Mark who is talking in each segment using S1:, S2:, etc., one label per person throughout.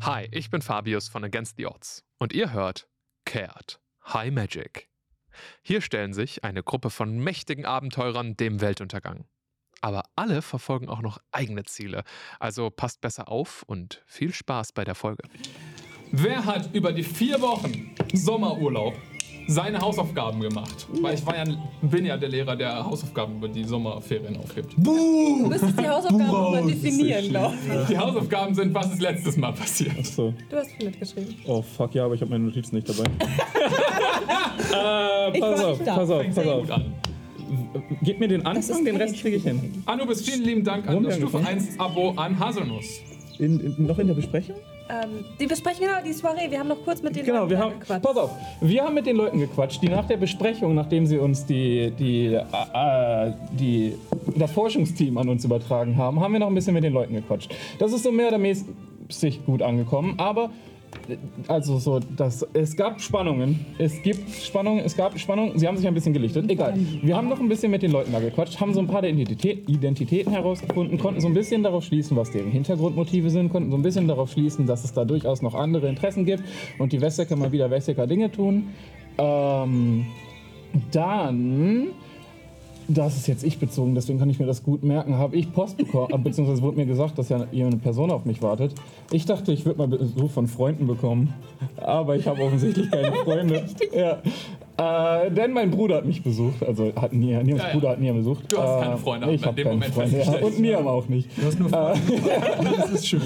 S1: Hi, ich bin Fabius von Against the Odds und ihr hört Cared High Magic. Hier stellen sich eine Gruppe von mächtigen Abenteurern dem Weltuntergang. Aber alle verfolgen auch noch eigene Ziele, also passt besser auf und viel Spaß bei der Folge.
S2: Wer hat über die vier Wochen Sommerurlaub seine Hausaufgaben gemacht? Weil ich war ja, bin ja der Lehrer, der Hausaufgaben über die Sommerferien aufgibt.
S3: Du müsstest die Hausaufgaben
S4: Wow,
S3: mal
S4: das ist
S3: definieren,
S4: echt
S3: glaube ich.
S2: Die Hausaufgaben sind, was ist letztes Mal passiert?
S4: Achso.
S3: Du hast viel mitgeschrieben.
S4: Oh fuck, ja, aber ich habe meine Notizen nicht dabei. äh,
S3: Ich
S4: pass
S3: war
S4: auf,
S3: nicht da.
S4: pass auf,
S3: Fängt
S4: pass
S3: sehr
S4: auf.
S2: Gut an.
S4: Gib mir den
S3: Das
S4: Anfang,
S3: ist
S4: den
S3: kein
S4: Rest kriege ich hin.
S2: Anubis, vielen lieben Dank an das
S4: Rumgegangen.
S2: Stufe 1 Abo an Haselnuss.
S4: In, in, noch in der Besprechung?
S3: Ähm, die besprechen genau die Soiree. Wir haben noch kurz mit denen
S4: Genau, wir haben.
S3: gequatscht.
S4: Pass auf, wir haben mit den Leuten gequatscht, die nach der Besprechung, nachdem sie uns die, die, äh, äh, die, das Forschungsteam an uns übertragen haben, haben wir noch ein bisschen mit den Leuten gequatscht. Das ist so mehr oder mäßig gut angekommen, aber. äh, Also so, das, es gab Spannungen, es gibt Spannungen, es gab Spannungen, sie haben sich ein bisschen gelichtet, egal. Wir haben noch ein bisschen mit den Leuten da gequatscht, haben so ein paar der Identität, Identitäten herausgefunden, konnten so ein bisschen darauf schließen, was deren Hintergrundmotive sind, konnten so ein bisschen darauf schließen, dass es da durchaus noch andere Interessen gibt und die Westecker mal wieder Westecker Dinge tun. Ähm, dann, das ist jetzt ich bezogen, deswegen kann ich mir das gut merken, habe ich Post bekommen, äh, beziehungsweise wurde mir gesagt, dass ja eine Person auf mich wartet. Ich dachte, ich würde mal Besuch von Freunden bekommen, aber ich habe offensichtlich keine Freunde. ja. äh, denn mein Bruder hat mich besucht, also hat nie, Niams
S2: Ja, ja.
S4: Bruder hat Niam besucht. Äh,
S2: Du hast keine Freunde,
S4: ich
S2: hat man
S4: habe
S2: in dem
S4: keine
S2: Moment
S4: Freunde. Ja.
S2: festgestellt.
S4: Und Niam auch nicht.
S5: Du hast nur Fragen. das ist schön.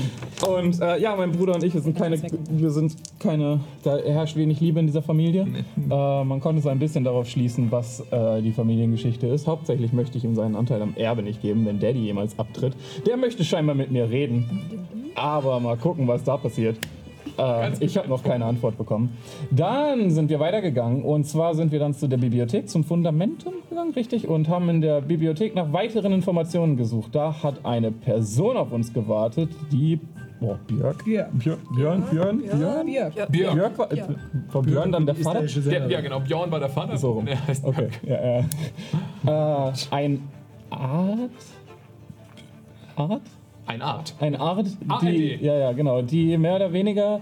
S4: Und äh, ja, mein Bruder und ich, wir sind keine, wir sind keine, da herrscht wenig Liebe in dieser Familie. Äh, man konnte so ein bisschen darauf schließen, was äh, die Familiengeschichte ist. Hauptsächlich möchte ich ihm seinen Anteil am Erbe nicht geben, wenn Daddy jemals abtritt. Der möchte scheinbar mit mir reden. Aber mal gucken, was da passiert. Äh, ich habe noch keine Antwort bekommen. Dann sind wir weitergegangen und zwar sind wir dann zu der Bibliothek, zum Fundamentum gegangen, richtig? Und haben in der Bibliothek nach weiteren Informationen gesucht. Da hat eine Person auf uns gewartet, die. Boah, Björk?
S5: Ja.
S4: Björn, Björn, Björn,
S3: Ja,
S4: ne? Björn?
S3: Björk. Ja.
S2: Björn.
S4: Björk war,
S3: Ja.
S4: war Björn dann der
S5: Ist
S4: Vater?
S5: irische
S2: Der,
S5: Sender.
S2: ja, genau, Björn war der Vater.
S4: So rum.
S2: Der heißt
S4: Okay, ja, ja. Äh, ein Art? Art?
S2: Ein Art.
S4: Eine Art, die,
S2: ARD.
S4: ja, ja, genau, die mehr oder weniger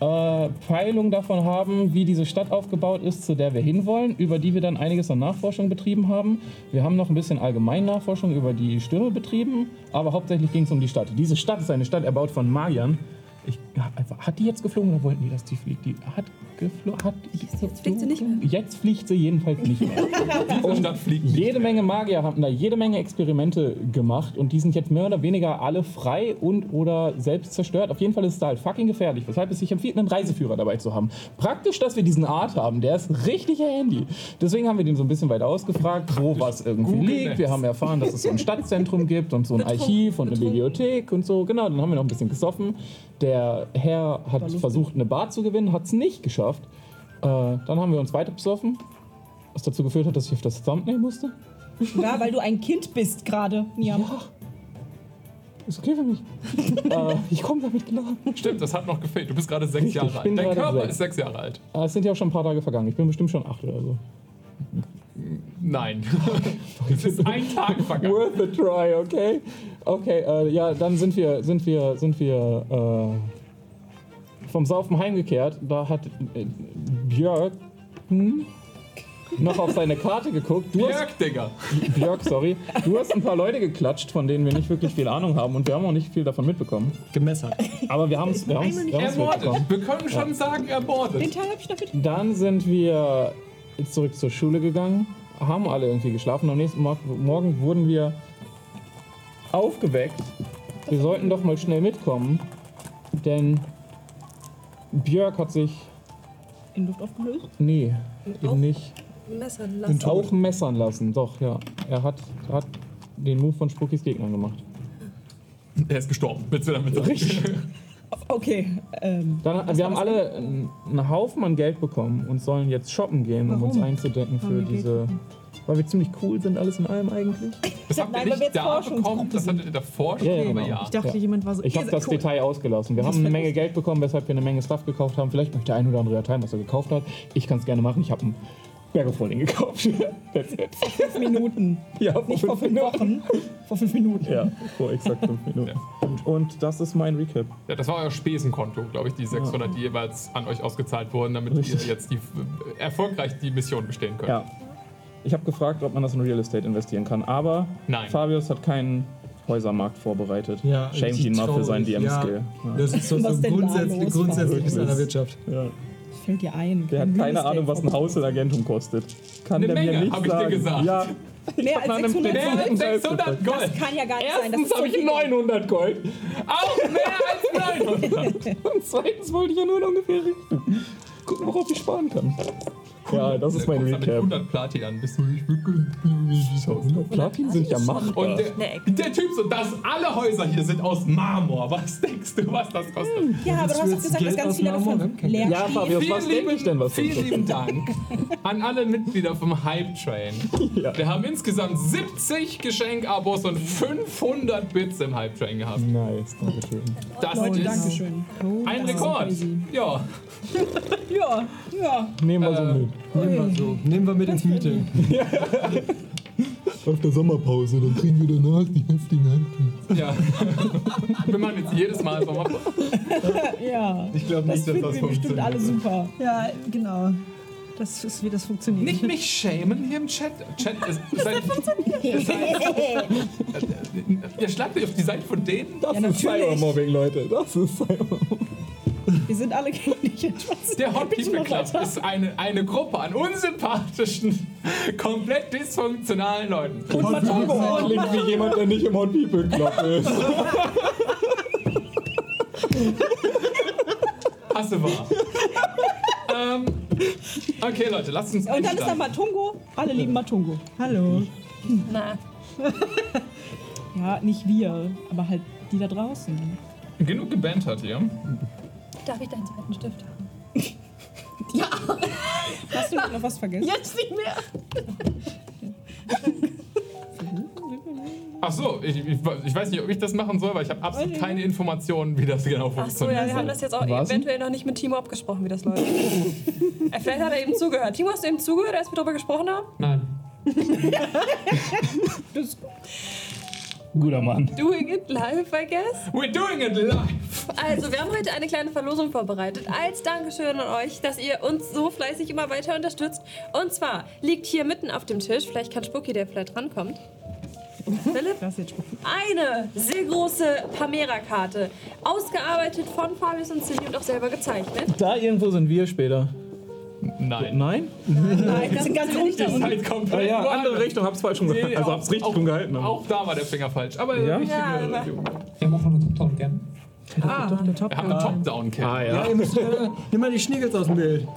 S4: äh, Peilung davon haben, wie diese Stadt aufgebaut ist, zu der wir hinwollen, über die wir dann einiges an Nachforschung betrieben haben. Wir haben noch ein bisschen allgemein Nachforschung über die Stürme betrieben, aber hauptsächlich ging es um die Stadt. Diese Stadt ist eine Stadt erbaut von Magiern. Ich, hat die jetzt geflogen oder wollten die, dass die fliegt? Die hat geflogen. Hat die
S3: Jetzt fliegt sie nicht mehr.
S4: Jetzt fliegt sie jedenfalls nicht mehr.
S2: Diese Stadt fliegt nicht.
S4: Jede Menge Magier haben da jede Menge Experimente gemacht und die sind jetzt mehr oder weniger alle frei und oder selbst zerstört. Auf jeden Fall ist es da halt fucking gefährlich, weshalb es sich empfiehlt, einen Reiseführer dabei zu haben. Praktisch, dass wir diesen Art haben, der ist richtig handy. Deswegen haben wir den so ein bisschen weiter ausgefragt, wo was irgendwie
S2: Google
S4: liegt. Wir haben erfahren, dass es so ein Stadtzentrum gibt und so ein
S3: Betrunken.
S4: Archiv und eine
S3: Betrunken.
S4: Bibliothek und so. Genau, dann haben wir noch ein bisschen gesoffen. Der Herr hat versucht, eine Bar zu gewinnen, hat es nicht geschafft. Äh, dann haben wir uns weiter besoffen, was dazu geführt hat, dass ich auf das Thumbnail musste.
S6: Ja, weil du ein Kind bist gerade, Niam.
S4: Ja. Ist okay für mich. äh, ich komme damit klar.
S2: Stimmt, das hat noch gefehlt. Du bist gerade sechs
S4: Richtig,
S2: Jahre
S4: ich bin
S2: alt. Dein
S4: gerade
S2: Körper
S4: sechs.
S2: ist sechs Jahre alt.
S4: Äh, es sind ja auch schon ein paar Tage vergangen. Ich bin bestimmt schon acht oder so.
S2: Nein. es ist ein Tag vergangen.
S4: Worth a try, okay? Okay, äh, ja, dann sind wir, sind wir, sind wir äh, vom Saufen heimgekehrt. Da hat äh, Björk hm, noch auf seine Karte geguckt. Du hast,
S2: Björk, Digga.
S4: Björk, sorry. Du hast ein paar Leute geklatscht, von denen wir nicht wirklich viel Ahnung haben und wir haben auch nicht viel davon mitbekommen.
S5: Gemessert.
S4: Aber wir haben es wir haben's- wir haben's mitbekommen.
S2: Ermordet. Wir können schon sagen,
S6: Den
S2: ermordet.
S6: Teil hab ich noch mit.
S4: Dann sind wir zurück zur Schule gegangen, haben alle irgendwie geschlafen. Am nächsten Mor- Morgen wurden wir aufgeweckt. Wir sollten doch mal schnell mitkommen, denn Björk hat sich.
S6: In Luft aufgelöst.
S4: Nee, eben nicht.
S3: Messer lassen.
S4: Auch messern lassen, doch, ja. Er hat, hat den Move von Spookies Gegnern gemacht.
S2: Er ist gestorben. Willst du damit sagen?
S6: Okay, ähm,
S4: Dann, wir haben alle einen einen Haufen an Geld bekommen und sollen jetzt shoppen gehen, um uns einzudecken für diese. Weil wir ziemlich cool sind, alles in allem eigentlich.
S2: Das habt ihr
S6: Nein, weil wir
S2: nicht
S6: jetzt
S2: da
S6: Forschungsgruppe
S2: bekommen. Das hattet ihr davor schon,
S4: Ja, ja,
S2: aber
S4: genau.
S2: ja.
S7: Ich dachte,
S4: Ja.
S7: jemand war so.
S4: Ich habe
S7: ihr
S4: das
S7: seid cool.
S4: Detail ausgelassen. Wir haben eine
S7: fällt
S4: Menge Geld bekommen, weshalb wir eine Menge Stuff gekauft haben. Vielleicht möchte der ein oder andere erteilen, was er gekauft hat. Ich kann es gerne machen. Ich habe einen Berge gekauft. That's it.
S6: fünf Minuten.
S4: Ja, vor
S6: Nicht vor fünf Wochen. Vor fünf Minuten.
S4: Ja, vor exakt fünf Minuten. Und das ist mein Recap.
S2: Ja, das war euer Spesenkonto, glaube ich, die 600, die jeweils an euch ausgezahlt wurden, damit ihr
S4: Richtig.
S2: jetzt die, äh, erfolgreich die Mission bestehen könnt.
S4: Ja. Ich habe gefragt, ob man das in Real Estate investieren kann, aber
S2: Nein.
S4: Fabius hat keinen Häusermarkt vorbereitet.
S5: Ja,
S4: Shame
S5: richtig
S4: ihn mal für
S5: traurig.
S4: seinen DM-Skill.
S5: Ja, Das ist so,
S6: Was
S5: so
S6: denn da
S5: grundsätzlich,
S6: los
S5: grundsätzlich
S4: war?
S5: an der Wirtschaft.
S4: Ja.
S6: Fällt dir ein.
S4: Der
S6: Ein
S4: hat keine
S6: Real
S4: Ahnung, was ein
S6: Estate-
S4: Haus in Agentum kostet. Kann
S2: Eine
S4: der mir
S2: Menge,
S4: nicht
S2: hab ich dir
S4: sagen.
S2: gesagt.
S4: Ja,
S6: Mehr als 600
S2: Mehr
S6: Euro.
S2: als 600 Gold.
S6: Das kann ja gar nicht sein. Das
S4: erstens
S6: ist so
S4: habe ich
S6: viel.
S4: 900 Gold
S2: Auch mehr als 900.
S4: und zweitens wollte ich ja nur in ungefähr richten. Gucken, worauf ich sparen kann. Ja, das ist mein
S2: Guckst damit
S4: Recap.
S2: 100 Platin an. Bist du, ich will- ich will- ich will-
S4: Platin sind ja machbar.
S2: Und der, der Typ so, dass alle Häuser hier sind aus Marmor. Was denkst du, was das kostet?
S6: Ja, aber du hast doch
S5: Willst du
S6: gesagt, dass
S5: Geld
S6: ganz viele
S5: aus dem
S6: davon
S5: Marmor? Kein
S6: leer
S4: Ja,
S6: stehen.
S4: Fabio. Was denke ich denn, was
S2: vielen
S4: das kostet?
S2: lieben Dank an alle Mitglieder vom Hype Train.
S4: Ja.
S2: Wir haben insgesamt 70 Geschenkabos und 500 Bits im Hype Train gehabt.
S4: Nice, dankeschön.
S2: Das
S6: Leute,
S2: ist
S6: Dankeschön.
S2: ein Rekord. Ja,
S6: Ja, ja.
S4: Nehmen wir so
S2: Äh,
S4: mit.
S5: Nehmen wir, so. Also, Nehmen wir mit ins Meeting.
S7: Auf der Sommerpause, dann kriegen wir danach die heftigen Handtücher.
S2: ja. Wir machen jetzt jedes Mal so.
S6: Ja.
S5: Ich glaube
S6: Das finden wir bestimmt alle super.
S8: Ja, genau. Das ist, wie das funktioniert.
S2: Nicht mich schämen hier im Chat. Chat ist, seid, ihr schlagt euch auf die Seite von denen.
S6: Ja,
S4: Das ist
S6: natürlich.
S4: Cybermobbing, Leute. Das ist Cybermobbing.
S6: Wir sind alle gegen dich. Spaß.
S2: Der Hot
S6: Bitte
S2: People
S6: mach
S2: Club
S6: weiter.
S2: ist eine, eine Gruppe an unsympathischen, komplett dysfunktionalen Leuten.
S4: Und Matongo klingt wie jemand, der nicht im Hot People Club ist.
S2: Hasse war. ähm, okay, Leute, lasst uns
S6: Und dann ist da
S2: einstarten.
S6: Matungo. Alle lieben Matungo.
S8: Hallo.
S3: Na,
S6: Ja, nicht wir, aber halt die da draußen.
S2: Genug gebannt hat hier.
S3: darf ich deinen zweiten Stift haben?
S6: Hast du noch was vergessen?
S8: Jetzt nicht mehr.
S2: Ach so, ich, ich, ich weiß nicht, ob ich das machen soll, weil ich habe absolut
S6: Weiß ich
S2: keine Informationen, wie das genau
S3: Ach so, ja,
S2: funktioniert.
S3: wir haben das jetzt auch
S4: Was?
S3: eventuell noch nicht mit Timo abgesprochen, wie das läuft. Äh, Vielleicht hat er eben zugehört. Timo, hast du eben zugehört, als wir darüber gesprochen haben?
S5: Nein.
S4: Guter Mann.
S3: Doing it live, I guess.
S2: We're doing it live!
S3: Also, wir haben heute eine kleine Verlosung vorbereitet. Als Dankeschön an euch, dass ihr uns so fleißig immer weiter unterstützt. Und zwar liegt hier mitten auf dem Tisch, vielleicht kann Spucki, der vielleicht rankommt. Philipp?
S6: Das ist jetzt spannend.
S3: eine sehr große Pamera-Karte. Ausgearbeitet von Fabius und Cindy und auch selber gezeichnet.
S5: Da irgendwo sind wir später.
S2: Nein.
S5: Nein?
S6: Nein, das sind ganz
S2: Das ist
S6: unten.
S2: halt
S4: Ah
S2: komplett
S4: ja,
S2: woanders.
S4: andere Richtung, hab's falsch rum gehalten.
S2: Nee,
S4: Also
S2: auch-
S4: hab's richtig
S2: auch-
S4: rum gehalten. aber-
S2: Auch da war der Finger falsch. Aber
S4: Ja?
S2: richtige-
S3: Ja, aber-
S5: Wir machen eine Top-Down gerne.
S2: wir haben einen Top-Down-Cap.
S4: Ah
S5: Ja,
S4: ja.
S5: ihr müsst äh, nimm mal die Schniegels aus dem Bild.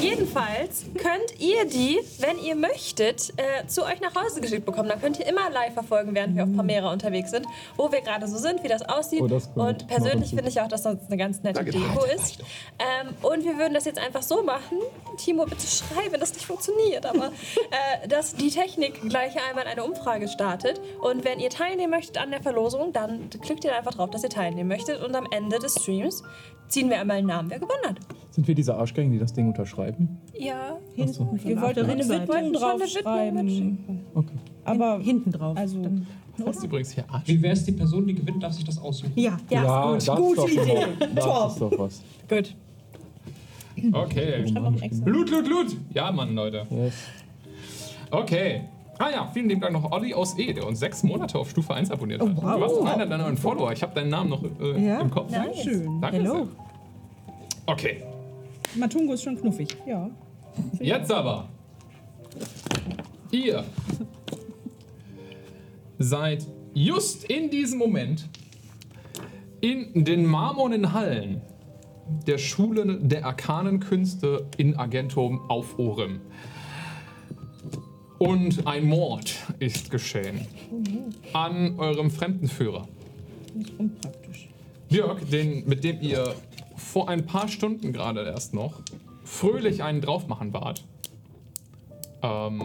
S3: Jedenfalls könnt ihr die, wenn ihr möchtet, äh, zu euch nach Hause geschickt bekommen. Dann könnt ihr immer live verfolgen, während wir auf Pamera unterwegs sind, wo wir gerade so sind, wie das aussieht.
S4: Oh, das kommt
S3: und persönlich
S4: noch
S3: finde ich auch, dass das eine ganz nette
S1: Danke.
S3: Deko ist. Ähm, und wir würden das jetzt einfach so machen. Timo, bitte schrei, wenn das nicht funktioniert. Aber äh, dass die Technik gleich einmal eine Umfrage startet. Und wenn ihr teilnehmen möchtet an der Verlosung, dann klickt ihr da einfach drauf, dass ihr teilnehmen möchtet. Und am Ende des Streams ziehen wir einmal einen Namen, wer gewonnen hat.
S4: Sind wir diese Arschgängen, die das Ding unterschreiben?
S3: Ja.
S5: Achso.
S6: Wir wollten
S8: der
S6: eine
S8: Rückseite.
S6: Widmung
S3: Wollten schon eine Widmung
S6: draufschreiben.
S4: Okay.
S6: Aber
S8: Hinten drauf.
S6: Also-
S8: Dann-
S2: Das ist übrigens hier Arsch.
S5: Wie wäre es, die Person, die gewinnt, darf sich das aussuchen?
S8: ja.
S3: Ja,
S4: das ist doch
S6: Idee.
S4: was.
S6: Top.
S4: Das ist doch was.
S6: gut.
S2: Okay.
S6: Schreib noch ein extra.
S2: Blut, Blut, Blut! Ja, Mann, Leute.
S4: Yes.
S2: Okay. Ah ja, vielen lieben Dank noch Olli aus E, der uns sechs Monate auf Stufe 1 abonniert hat.
S8: wow.
S2: Du warst doch einer deiner neuen Follower. Ich habe deinen Namen noch äh,
S8: Ja?
S2: im Kopf.
S8: Schön.
S2: Danke
S8: Hallo.
S2: sehr. Okay,
S6: Matungo ist schon knuffig. Ja.
S2: jetzt aber. Ihr seid just in diesem Moment in den marmornen Hallen der Schule der arkanen Künste in Argentum auf Orem. Und ein Mord ist geschehen an eurem Fremdenführer.
S6: Unpraktisch.
S2: Björk, den, mit dem ihr vor ein paar Stunden gerade erst noch fröhlich einen draufmachen wart. Ähm,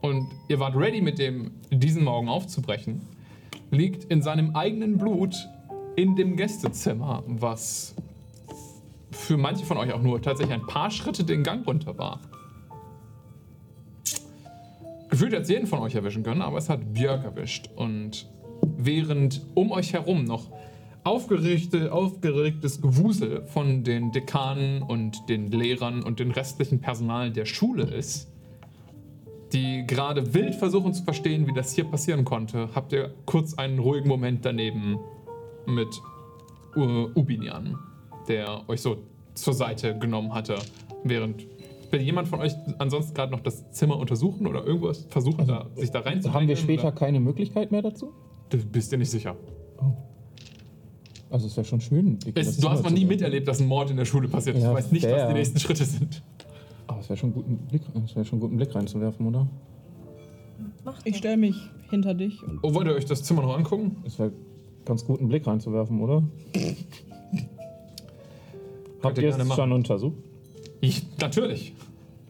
S2: und ihr wart ready mit dem, diesen Morgen aufzubrechen, liegt in seinem eigenen Blut in dem Gästezimmer, was für manche von euch auch nur tatsächlich ein paar Schritte den Gang runter war. Gefühlt hat es jeden von euch erwischen können, aber es hat Björk erwischt. Und während um euch herum noch aufgeregte, aufgeregtes Gewusel von den Dekanen und den Lehrern und dem restlichen Personal der Schule ist, die gerade wild versuchen zu verstehen, wie das hier passieren konnte, habt ihr kurz einen ruhigen Moment daneben mit U- Ubinian, der euch so zur Seite genommen hatte, während will jemand von euch ansonsten gerade noch das Zimmer untersuchen oder irgendwas versuchen, da, sich da rein
S4: Also, Haben wir später keine Möglichkeit mehr dazu?
S2: Du bist dir nicht sicher.
S4: Also es wäre schon schön. die- das
S2: Es, du
S4: Zimmer
S2: hast noch
S4: zu
S2: nie
S4: sehen.
S2: miterlebt, dass ein Mord in der Schule passiert ist.
S4: Ja,
S2: du weißt nicht, was
S4: fair.
S2: die nächsten Schritte sind.
S4: Aber es wäre schon, guten Blick- es wär schon gut, einen Blick reinzuwerfen, oder?
S6: Ich stelle mich hinter dich und
S2: Oh, wollt ihr euch das Zimmer noch angucken?
S4: Es wäre ganz gut, einen Blick reinzuwerfen, oder? Habt
S2: ihr
S4: ihr
S2: gerne
S4: es
S2: machen.
S4: schon untersucht?
S2: Ich, natürlich.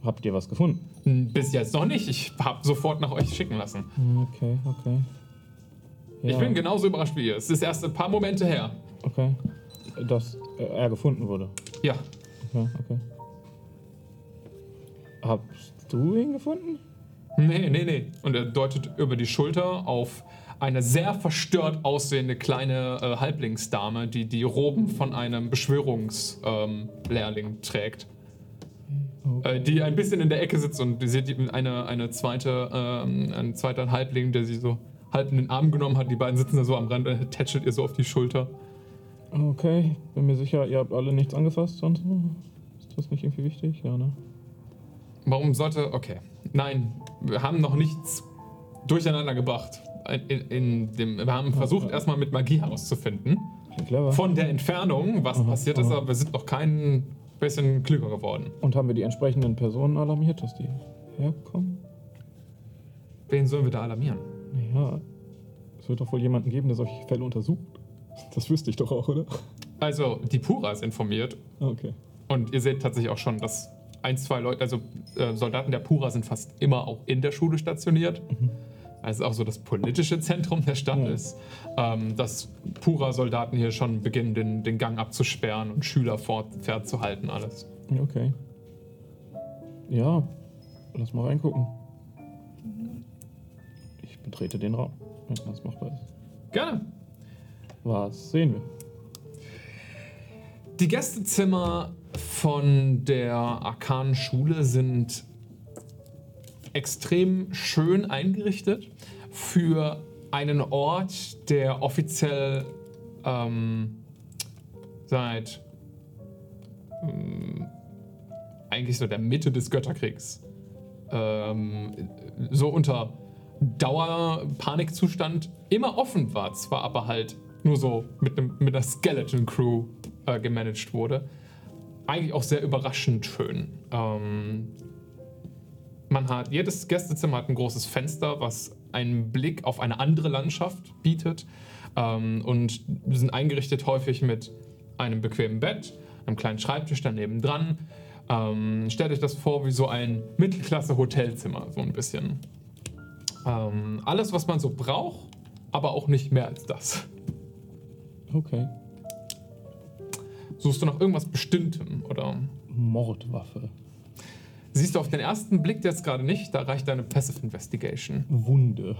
S4: Habt ihr was gefunden?
S2: Hm, Bis jetzt noch nicht. Ich habe sofort nach euch schicken lassen.
S4: Okay, okay.
S2: Ich
S4: Ja,
S2: bin genauso überrascht wie ihr. Es ist erst ein paar Momente her.
S4: Okay. Dass äh, er gefunden wurde.
S2: Ja,
S4: Okay, okay. Hast du ihn gefunden?
S2: Nee, nee, nee. Und er deutet über die Schulter auf eine sehr verstört aussehende kleine äh, Halblingsdame, die die Roben von einem Beschwörungslehrling ähm, Lehrling trägt. Äh, die ein bisschen in der Ecke sitzt und ihr seht die- eine, eine zweite, ähm, einen zweiten Halbling, der sie so halb in den Arm genommen hat. Die beiden sitzen da so am Rand und er tätschelt ihr so auf die Schulter.
S4: Okay, bin mir sicher, ihr habt alle nichts angefasst sonst. Ist das nicht irgendwie wichtig? Ja, ne?
S2: Warum sollte. Okay. Nein, wir haben noch nichts durcheinander gebracht. In, in, in dem, wir haben versucht, erstmal mit Magie herauszufinden.
S4: Klingt Clever.
S2: von der Entfernung, was passiert ist,
S4: aha.
S2: aber wir sind noch kein bisschen klüger geworden.
S4: Und haben wir die entsprechenden Personen alarmiert, dass die herkommen?
S2: Wen sollen wir da alarmieren?
S4: Naja, es wird doch wohl jemanden geben, der solche Fälle untersucht. Das wüsste ich doch auch, oder?
S2: Also, die Pura ist informiert
S4: Ah, Okay.
S2: und ihr seht tatsächlich auch schon, dass ein, zwei Leute, also äh, Soldaten der Pura sind fast immer auch in der Schule stationiert. Also auch so das politische Zentrum der Stadt
S4: Ja.
S2: ist, ähm, dass Pura-Soldaten hier schon beginnen, den, den Gang abzusperren und Schüler fort, fernzuhalten, alles.
S4: Ja, Okay. Ja, lass mal reingucken. Ich betrete den Raum, wenn das machbar ist.
S2: Gerne.
S4: Was sehen wir?
S2: Die Gästezimmer von der Arkanen Schule sind extrem schön eingerichtet für einen Ort, der offiziell ähm, seit ähm, eigentlich so der Mitte des Götterkriegs ähm, so unter Dauerpanikzustand immer offen war, zwar aber halt nur so mit, einem, mit einer Skeleton Crew äh, gemanagt wurde. Eigentlich auch sehr überraschend schön. Ähm, man hat, jedes Gästezimmer hat ein großes Fenster, was einen Blick auf eine andere Landschaft bietet. Ähm, und sind eingerichtet häufig mit einem bequemen Bett, einem kleinen Schreibtisch daneben dran. Ähm, stellt euch das vor wie so ein Mittelklasse-Hotelzimmer, so ein bisschen. Ähm, alles, was man so braucht, aber auch nicht mehr als das.
S4: Okay.
S2: Suchst du nach irgendwas Bestimmtem oder
S4: Mordwaffe.
S2: siehst du auf den ersten Blick jetzt gerade nicht, da reicht deine Passive Investigation.
S4: Wunde.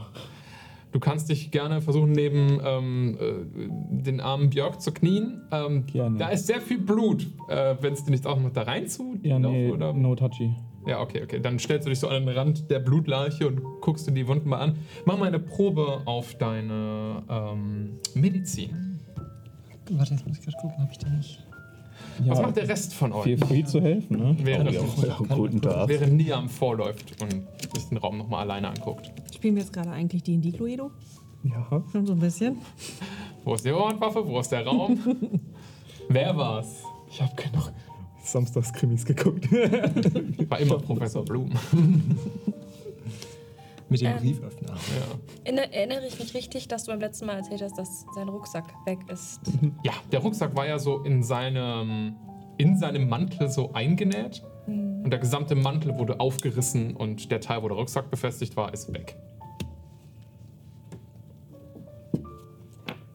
S2: Du kannst dich gerne versuchen, neben ähm, äh, den armen Björk zu knien. Ähm,
S4: Gerne.
S2: Da ist sehr viel Blut, äh, wenn es dir nicht ausmacht, da rein zu
S4: Ja, nee,
S2: oder?
S4: no touchy.
S2: Ja, okay, okay. Dann stellst du dich so an den Rand der Blutleiche und guckst dir die Wunden mal an. Mach mal eine Probe auf deine ähm, Medizin.
S5: Warte, jetzt muss ich gerade gucken, ob ich den nicht.
S4: Ja,
S2: Was macht der Rest von euch?
S4: Viel, viel zu helfen, ne?
S2: Während,
S4: guten Tag.
S2: während Niam vorläuft und sich den Raum nochmal alleine anguckt.
S8: Spielen wir jetzt gerade eigentlich D&D, Cluedo?
S4: Ja.
S8: Schon so ein bisschen.
S2: Wo ist die Ohrenwaffe? Wo ist der Raum? Wer war's?
S4: Ich habe genug Samstagskrimis geguckt.
S2: War immer Professor Blum.
S5: Mit dem
S3: Ähm.
S5: Brieföffner.
S2: Ja.
S3: Erinner- Erinnere ich mich richtig, dass du beim letzten Mal erzählt hast, dass sein Rucksack weg ist?
S2: Ja, der Rucksack war ja so in seinem, in seinem Mantel so eingenäht.
S4: Mhm.
S2: Und der gesamte Mantel wurde aufgerissen und der Teil, wo der Rucksack befestigt war, ist weg.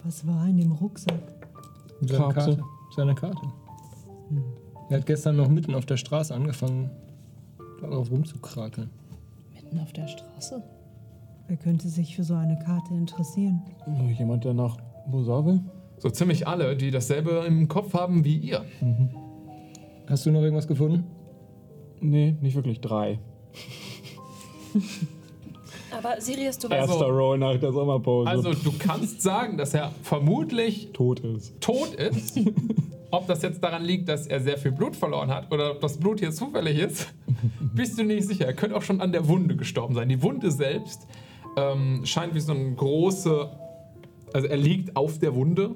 S8: Was war in dem Rucksack?
S5: Seine
S4: Karte.
S5: Karte. Hm. Seine Karte. Er hat gestern noch mitten auf der Straße angefangen, darauf rumzukrakeln.
S3: Mitten
S9: Fremden auf der Straße?
S8: Wer könnte sich für so eine Karte interessieren?
S4: Noch jemand, der nach Bosar will?
S2: So ziemlich alle, die dasselbe im Kopf haben wie ihr.
S10: Hast du noch irgendwas gefunden?
S4: Nee, nicht wirklich. Drei.
S3: Aber Sirius, du weißt,
S2: Also-
S4: Erster Roll nach der Sommerpause.
S2: Also du kannst sagen, dass er vermutlich
S4: tot ist.
S2: tot ist. Ob das jetzt daran liegt, dass er sehr viel Blut verloren hat oder ob das Blut hier zufällig ist, bist du nicht sicher. Er könnte auch schon an der Wunde gestorben sein. Die Wunde selbst ähm, scheint wie so eine große. Also er liegt auf der Wunde, ähm,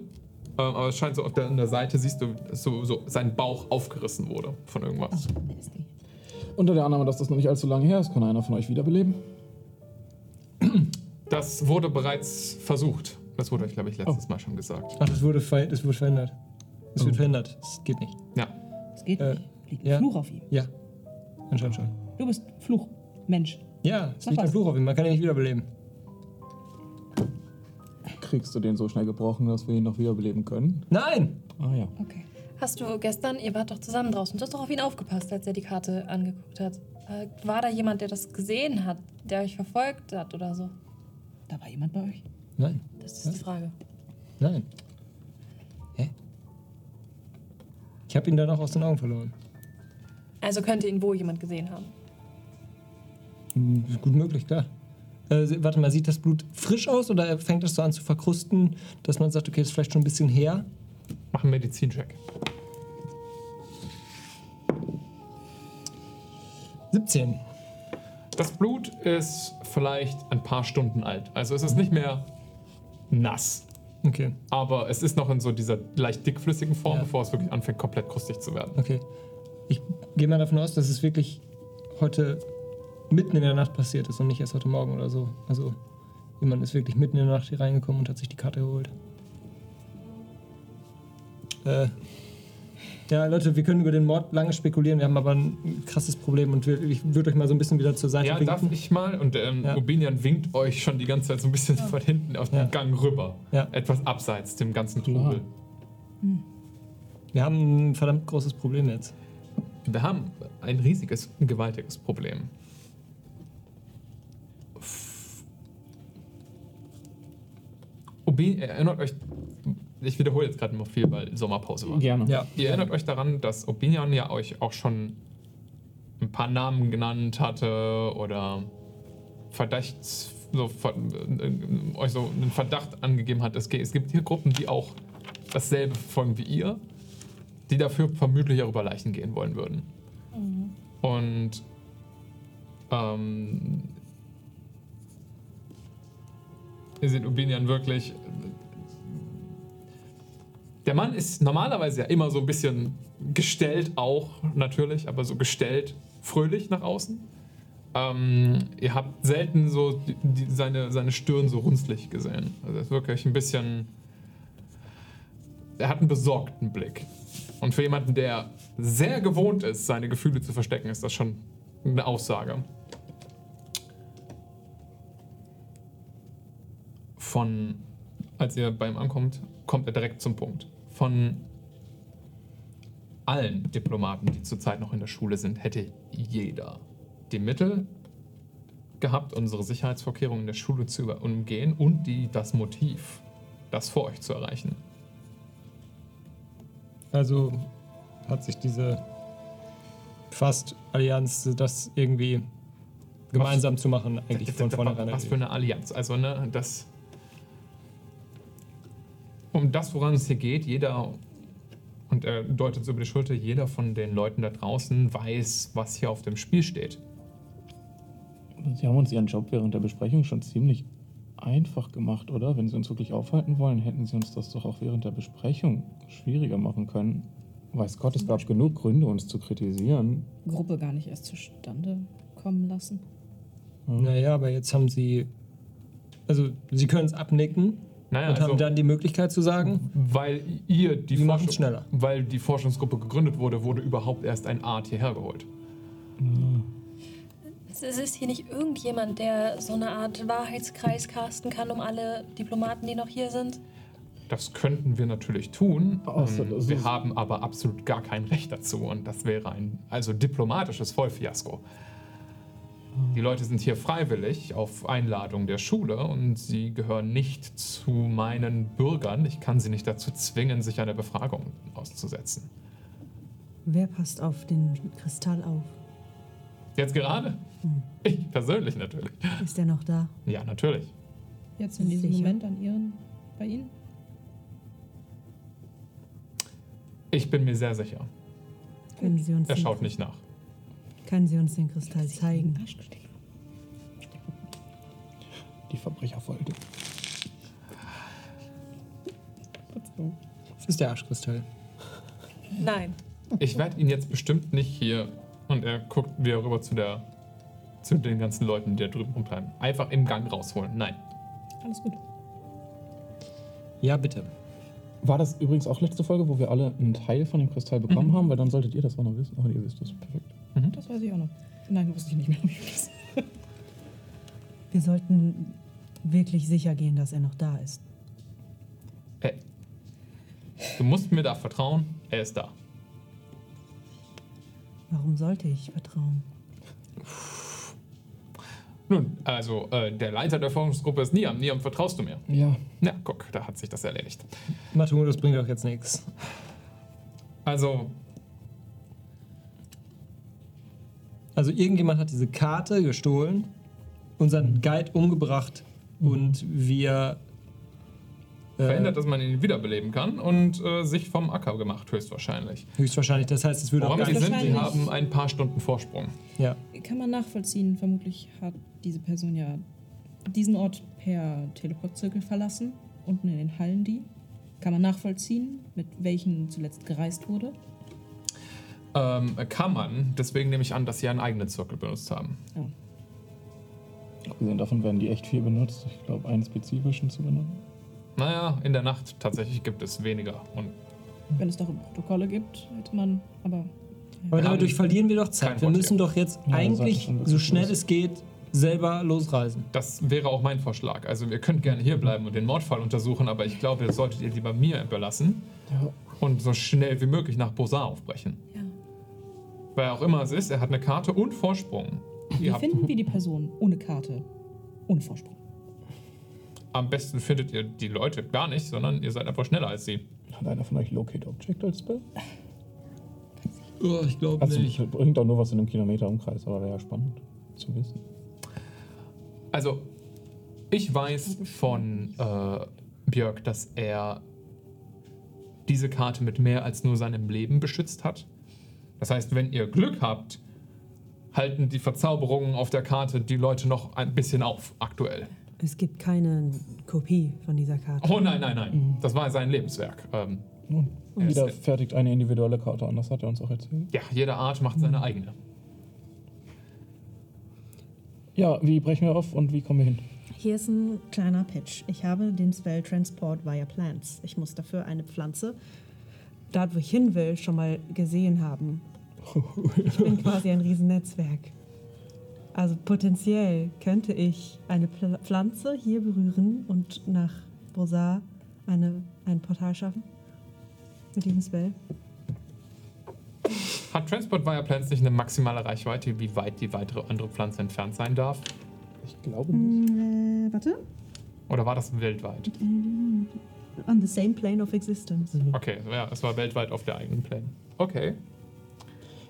S2: aber es scheint so auf der, an der Seite, siehst du, dass so, so sein Bauch aufgerissen wurde von irgendwas.
S9: Nasty.
S4: Unter der Annahme, dass das noch nicht allzu lange her ist, kann einer von euch wiederbeleben.
S2: Das wurde bereits versucht. Das wurde euch, glaube ich, letztes Mal schon gesagt.
S10: Ach, das wurde, ver- das wurde verändert. Es wird verändert. Es Oh. geht nicht.
S2: Ja.
S9: Es geht
S10: Äh,
S9: nicht. Liegt ein
S10: ja.
S9: Fluch auf ihm.
S10: Ja. Anscheinend schon.
S9: Du bist Fluch. Mensch.
S10: Ja, es
S9: Mach
S10: liegt ein
S9: was.
S10: Fluch auf ihm. Man kann ihn nicht wiederbeleben.
S4: Kriegst du den so schnell gebrochen, dass wir ihn noch wiederbeleben können?
S10: Nein!
S4: Ah ja.
S9: Okay.
S3: hast du gestern, ihr wart doch zusammen draußen, du hast doch auf ihn aufgepasst, als er die Karte angeguckt hat. Äh, War da jemand, der das gesehen hat, der euch verfolgt hat oder so?
S9: Da war jemand bei euch.
S10: Nein.
S3: Das ist die Frage.
S10: Nein. Hä? Ich habe ihn dann auch aus den Augen verloren.
S3: Also könnte ihn wohl jemand gesehen haben.
S10: Hm, Ist gut möglich, klar. Äh, se- warte mal, sieht das Blut frisch aus oder fängt das so an zu verkrusten, dass man sagt, okay, das ist vielleicht schon ein bisschen her?
S2: Mach einen Medizincheck.
S10: 17.
S2: Das Blut ist vielleicht ein paar Stunden alt. Also es ist nicht mehr nass.
S10: Okay,
S2: Aber es ist noch in so dieser leicht dickflüssigen Form,
S10: Ja.
S2: bevor es wirklich anfängt, komplett krustig zu werden.
S10: okay. Ich gehe mal davon aus, dass es wirklich heute mitten in der Nacht passiert ist und nicht erst heute Morgen oder so. Also jemand ist wirklich mitten in der Nacht hier reingekommen und hat sich die Karte geholt. Äh, ja, Leute, wir können über den Mord lange spekulieren, wir haben aber ein krasses Problem und wir, ich würde euch mal so ein bisschen wieder zur Seite
S2: Ja,
S10: winken.
S2: darf ich mal? Und ähm,
S10: Ja.
S2: Urbinian winkt euch schon die ganze Zeit so ein bisschen von hinten auf den
S10: Ja.
S2: Gang rüber.
S10: Ja.
S2: Etwas abseits dem ganzen Trubel.
S10: Wir haben ein verdammt großes Problem jetzt.
S2: Wir haben ein riesiges, ein gewaltiges Problem. Obi, erinnert euch, ich wiederhole jetzt gerade noch viel, weil Sommerpause war.
S4: Gerne.
S10: Ja.
S2: Ihr erinnert euch daran, dass Opinion ja euch auch schon ein paar Namen genannt hatte oder Verdachts, so, ver, äh, euch so einen Verdacht angegeben hat. Es, ge- es gibt hier Gruppen, die auch dasselbe verfolgen wie ihr, die dafür vermutlich auch über Leichen gehen wollen würden. Und ähm, ihr seht Ubinian wirklich der Mann ist normalerweise ja immer so ein bisschen gestellt, auch natürlich, aber so gestellt, fröhlich nach außen. Ähm, ihr habt selten so die, die, seine, seine Stirn so runzlig gesehen. Also er ist wirklich ein bisschen. Er hat einen besorgten Blick. Und für jemanden, der sehr gewohnt ist, seine Gefühle zu verstecken, ist das schon eine Aussage. Von als ihr bei ihm ankommt, kommt er direkt zum Punkt. Von allen Diplomaten, die zurzeit noch in der Schule sind, hätte jeder die Mittel gehabt, unsere Sicherheitsvorkehrungen in der Schule zu über- umgehen und die, das Motiv, das vor euch zu erreichen.
S10: Also hat sich diese fast Allianz, das irgendwie gemeinsam zu machen, eigentlich von vornherein
S2: Was für eine Allianz. Also, ne, das. Um das, woran es hier geht, jeder. Und er deutet so über die Schulter, jeder von den Leuten da draußen weiß, was hier auf dem Spiel steht.
S4: Sie haben uns ihren Job während der Besprechung schon ziemlich einfach gemacht, oder? Wenn sie uns wirklich aufhalten wollen, hätten sie uns das doch auch während der Besprechung schwieriger machen können. Weiß Gott, es gab genug Gründe, uns zu kritisieren.
S9: Gruppe gar nicht erst zustande kommen lassen.
S10: Naja, aber jetzt haben sie. Also, sie können es abnicken
S2: Naja,
S10: und
S2: also,
S10: haben dann die Möglichkeit zu sagen,
S2: weil ihr die,
S10: Wir machen's schneller.
S2: weil die Forschungsgruppe gegründet wurde, wurde überhaupt erst ein Art hierher geholt.
S3: Es es ist hier nicht irgendjemand, der so eine Art Wahrheitskreis casten kann um alle Diplomaten, die noch hier sind.
S2: Das könnten wir natürlich tun.
S4: Außer,
S2: ähm,
S4: das
S2: wir
S4: ist-
S2: haben aber absolut gar kein Recht dazu und das wäre ein also diplomatisches Vollfiasko. Die Leute sind hier freiwillig auf Einladung der Schule und sie gehören nicht zu meinen Bürgern. Ich kann sie nicht dazu zwingen, sich einer Befragung auszusetzen.
S8: Wer passt auf den Kristall auf?
S2: Jetzt gerade? Ich persönlich natürlich.
S8: Ist er noch da?
S2: Ja, natürlich.
S9: Jetzt in diesem
S8: Sicher.
S9: Moment an ihren, bei ihnen?
S2: Ich bin mir sehr sicher.
S8: Können Sie uns,
S2: Er
S8: den,
S2: schaut nicht nach.
S8: können Sie uns den Kristall zeigen?
S4: Die Verbrecherfolge.
S5: Das ist der Arschkristall.
S3: Nein.
S2: Ich werde ihn jetzt bestimmt nicht hier. Und er guckt wieder rüber zu der. zu den ganzen Leuten, die da drüben rumtreiben. Einfach im Gang rausholen. Nein.
S9: Alles gut.
S5: Ja, bitte.
S4: War das übrigens auch letzte Folge, wo wir alle einen Teil von dem Kristall bekommen haben? Weil dann solltet ihr das auch noch wissen. Aber ihr wisst das. Perfekt.
S9: Das weiß ich auch noch. Nein, wusste ich nicht mehr, ob ich das.
S8: Wir sollten wirklich sicher gehen, dass er noch da ist.
S2: Hey. Du musst mir da vertrauen. Er ist da.
S8: Warum sollte ich vertrauen?
S2: Nun, also äh, der Leiter der Forschungsgruppe ist Niam. Niam, vertraust du mir?
S4: Ja.
S2: Na, guck, da hat sich das erledigt.
S5: Matungo, das bringt doch jetzt nichts.
S2: Also,
S5: Also irgendjemand hat diese Karte gestohlen, unseren Guide umgebracht und wir... äh,
S2: verändert, dass man ihn wiederbeleben kann und äh, sich vom Acker gemacht, höchstwahrscheinlich.
S5: Höchstwahrscheinlich. Das heißt, es würde auch
S2: Woran
S5: gar
S2: sie
S5: nicht...
S2: sind, sie
S9: wahrscheinlich-
S2: haben ein paar Stunden Vorsprung.
S5: Ja.
S9: Kann man nachvollziehen. Vermutlich hat diese Person ja diesen Ort per Teleportzirkel verlassen. Unten in den Hallen die. Kann man nachvollziehen, mit welchen zuletzt gereist wurde.
S4: Mhm.
S2: Ähm, kann man, deswegen nehme ich an, dass sie einen eigenen Zirkel benutzt haben.
S9: Ja.
S4: Abgesehen davon werden die echt viel benutzt. Ich glaube, einen spezifischen zu benennen.
S2: Naja, in der Nacht tatsächlich gibt es weniger. Und
S9: Wenn es darüber Protokolle gibt, hätte man aber.
S5: Aber
S2: Wir
S5: dadurch
S2: haben
S5: verlieren wir doch Zeit.
S2: kein
S5: Wir
S2: Wort
S5: müssen doch jetzt
S4: Ja,
S5: eigentlich
S4: sagt schon,
S5: so
S4: das ist
S5: schnell
S4: los.
S5: es geht selber losreisen.
S2: das wäre auch mein Vorschlag. Also, ihr könnt gerne hier bleiben und den Mordfall untersuchen, aber ich glaube, das solltet ihr lieber mir überlassen
S4: Ja.
S2: und so schnell wie möglich nach Bosar aufbrechen.
S9: Ja.
S2: Wer auch immer es ist, er hat eine Karte und Vorsprung.
S9: Wie
S2: Ihr habt,
S9: finden wir die Person ohne Karte, ohne Vorsprung?
S2: am besten findet ihr die Leute gar nicht, sondern ihr seid einfach schneller als sie.
S4: Hat einer von euch Locate Object als Spell?
S5: Oh, ich glaube
S4: Also, bringt auch nur was in einem Kilometer Umkreis, aber wäre ja spannend zu wissen.
S2: Also, ich weiß von äh, Björk, dass er diese Karte mit mehr als nur seinem Leben beschützt hat. Das heißt, wenn ihr Glück habt, halten die Verzauberungen auf der Karte die Leute noch ein bisschen auf, aktuell.
S8: Es gibt keine Kopie von dieser Karte.
S2: Oh nein, nein, nein. Das war sein Lebenswerk. Ähm, er
S4: Jeder
S2: ist,
S4: fertigt eine individuelle Karte an, das hat er uns auch erzählt.
S2: ja, jede Art macht seine eigene.
S4: Ja, wie brechen wir auf und wie kommen wir hin?
S11: Hier ist ein kleiner Pitch. Ich habe den Spell Transport via Plants. Ich muss dafür eine Pflanze.
S8: Dort, wo ich hin will, schon mal gesehen haben. Ich bin quasi ein Riesennetzwerk. Also potenziell könnte ich eine Pla- Pflanze hier berühren und nach Bosar eine, ein Portal schaffen. Mit diesem Spell.
S2: Hat Transport via Plants nicht eine maximale Reichweite, wie weit die weitere andere Pflanze entfernt sein darf?
S4: Ich glaube nicht.
S11: Äh, warte.
S2: Oder war das weltweit?
S11: On the same plane of existence.
S2: Okay, ja, es war weltweit auf der eigenen Plane. Okay.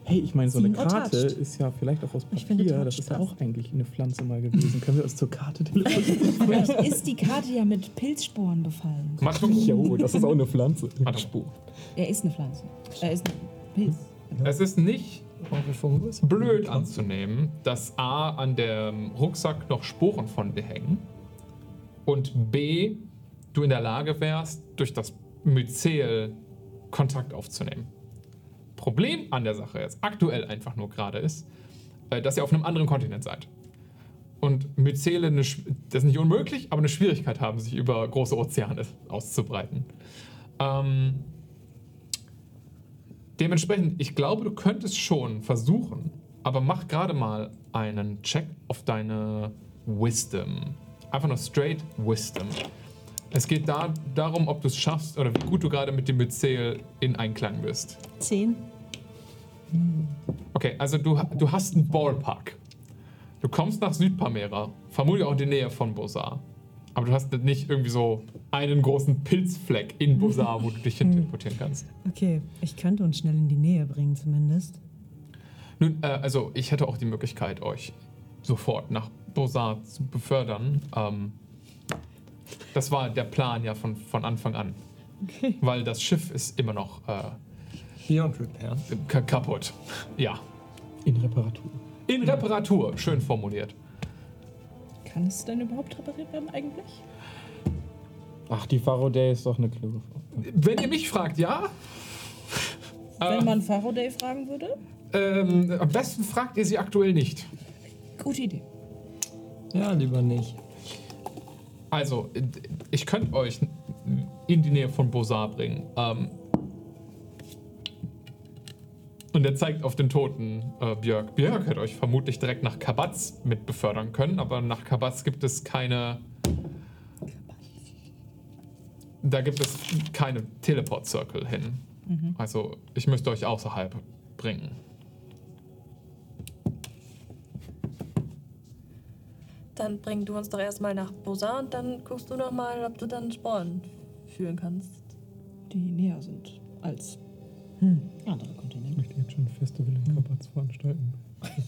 S4: Hey, ich meine, so eine
S11: Sie sind
S4: Karte
S11: attached.
S4: ist ja vielleicht auch aus
S11: Ich finde
S4: Papier. Das
S11: attached
S4: ist ja
S11: passt.
S4: auch eigentlich eine Pflanze mal gewesen. Können wir uns zur Karte telefonieren?
S9: Vielleicht ist die Karte ja mit Pilzsporen befallen.
S2: Machung.
S4: jo, das ist auch eine Pflanze.
S2: Machung.
S9: Er ist eine Pflanze. Er ist ein Pilz.
S2: Es ist nicht
S5: Onkel Fungus?
S2: blöd anzunehmen, dass A an dem Rucksack noch Sporen von dir hängen und B du in der Lage wärst, durch das Myzel Kontakt aufzunehmen. Problem an der Sache jetzt aktuell einfach nur gerade ist, äh, dass ihr auf einem anderen Kontinent seid. Und Myzele, eine, Sch- das ist nicht unmöglich, aber eine Schwierigkeit haben, sich über große Ozeane auszubreiten. Ähm, Dementsprechend, ich glaube, du könntest schon versuchen, aber mach gerade mal einen Check auf deine Wisdom. Einfach nur straight Wisdom. Es geht da darum, ob du es schaffst oder wie gut du gerade mit dem Myzel in Einklang bist.
S11: Zehn.
S2: Okay, also du, du hast einen Ballpark. Du kommst nach Südpamera, vermutlich auch in die Nähe von Bosar. Aber du hast nicht irgendwie so einen großen Pilzfleck in Bosar, wo du dich hin teleportieren kannst.
S8: Okay, ich könnte uns schnell in die Nähe bringen zumindest.
S2: Nun, äh, also ich hätte auch die Möglichkeit, euch sofort nach Bosar zu befördern. Ähm, das war der Plan ja von, von Anfang an.
S8: Okay.
S2: Weil das Schiff ist immer noch äh,
S5: Beyond Repair.
S2: ka kaputt. Ja.
S4: In Reparatur.
S2: In Reparatur, schön formuliert.
S9: Kann es denn überhaupt repariert werden eigentlich?
S4: Ach, die Faraday ist doch eine kluge Frau.
S2: Wenn ihr mich fragt, ja.
S9: Wenn man Faraday fragen würde?
S2: Ähm, am besten fragt ihr sie aktuell nicht.
S9: Gute Idee.
S5: Ja, lieber nicht.
S2: Also, ich könnte euch in die Nähe von Bosar bringen. Ähm, und er zeigt auf den Toten äh, Björk. Björk hätte euch vermutlich direkt nach Kabatz mit befördern können, aber nach Kabatz gibt es keine. Da gibt es keine Teleport-Circle hin. Also, ich müsste euch außerhalb bringen.
S3: Dann bring du uns doch erstmal nach Bosa und dann guckst du noch mal, ob du dann Sporen führen kannst.
S9: Die näher sind als hm, andere
S7: Ich
S9: Kontinente.
S7: möchte jetzt schon ein Festival in Kabatz veranstalten.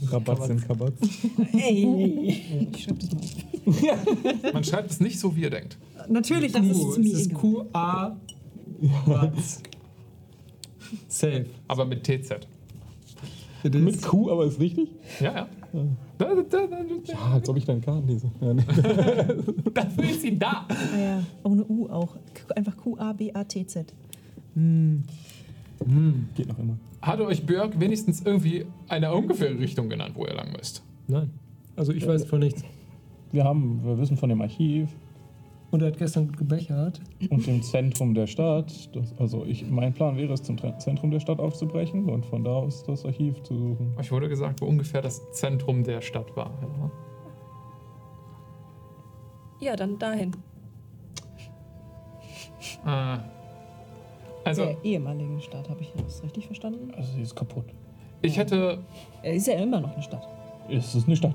S4: Rabatz in Kabatz.
S9: Ey, ich schreib das mal auf.
S2: Man schreibt es nicht so, wie ihr denkt.
S5: Natürlich,
S11: Oh,
S9: Das ist
S5: Q.
S9: mir
S5: es ist
S9: egal.
S5: Q, A, Batz. Safe.
S2: Aber mit TZ.
S5: It
S7: Mit
S5: is.
S7: Q, aber ist richtig?
S2: Ja, ja. Da, da, da, da,
S7: Ja, als ob ich deinen Karten lese. Ja, nee.
S2: Dafür ist sie da.
S8: Ah ja, ohne U auch. K- Einfach Q-A-B-A-T-Z.
S7: Geht noch immer.
S2: Hat euch Björk wenigstens irgendwie eine ungefähre Richtung genannt, wo ihr lang müsst?
S5: Nein. Also ich weiß von nichts.
S4: Wir haben, wir wissen von dem Archiv
S5: Und er hat gestern gut gebechert.
S4: und dem Zentrum der Stadt. Das, also ich, mein Plan wäre es, zum Tre- Zentrum der Stadt aufzubrechen und von da aus das Archiv zu suchen.
S2: Euch wurde gesagt, wo ungefähr das Zentrum der Stadt war. Ja.
S3: Ja, dann dahin.
S2: Äh, also,
S9: Der ehemalige Stadt, habe ich das richtig verstanden?
S4: Also sie ist kaputt.
S2: ich hätte,
S9: Er ist ja immer noch eine Stadt.
S4: Es ist eine Stadt.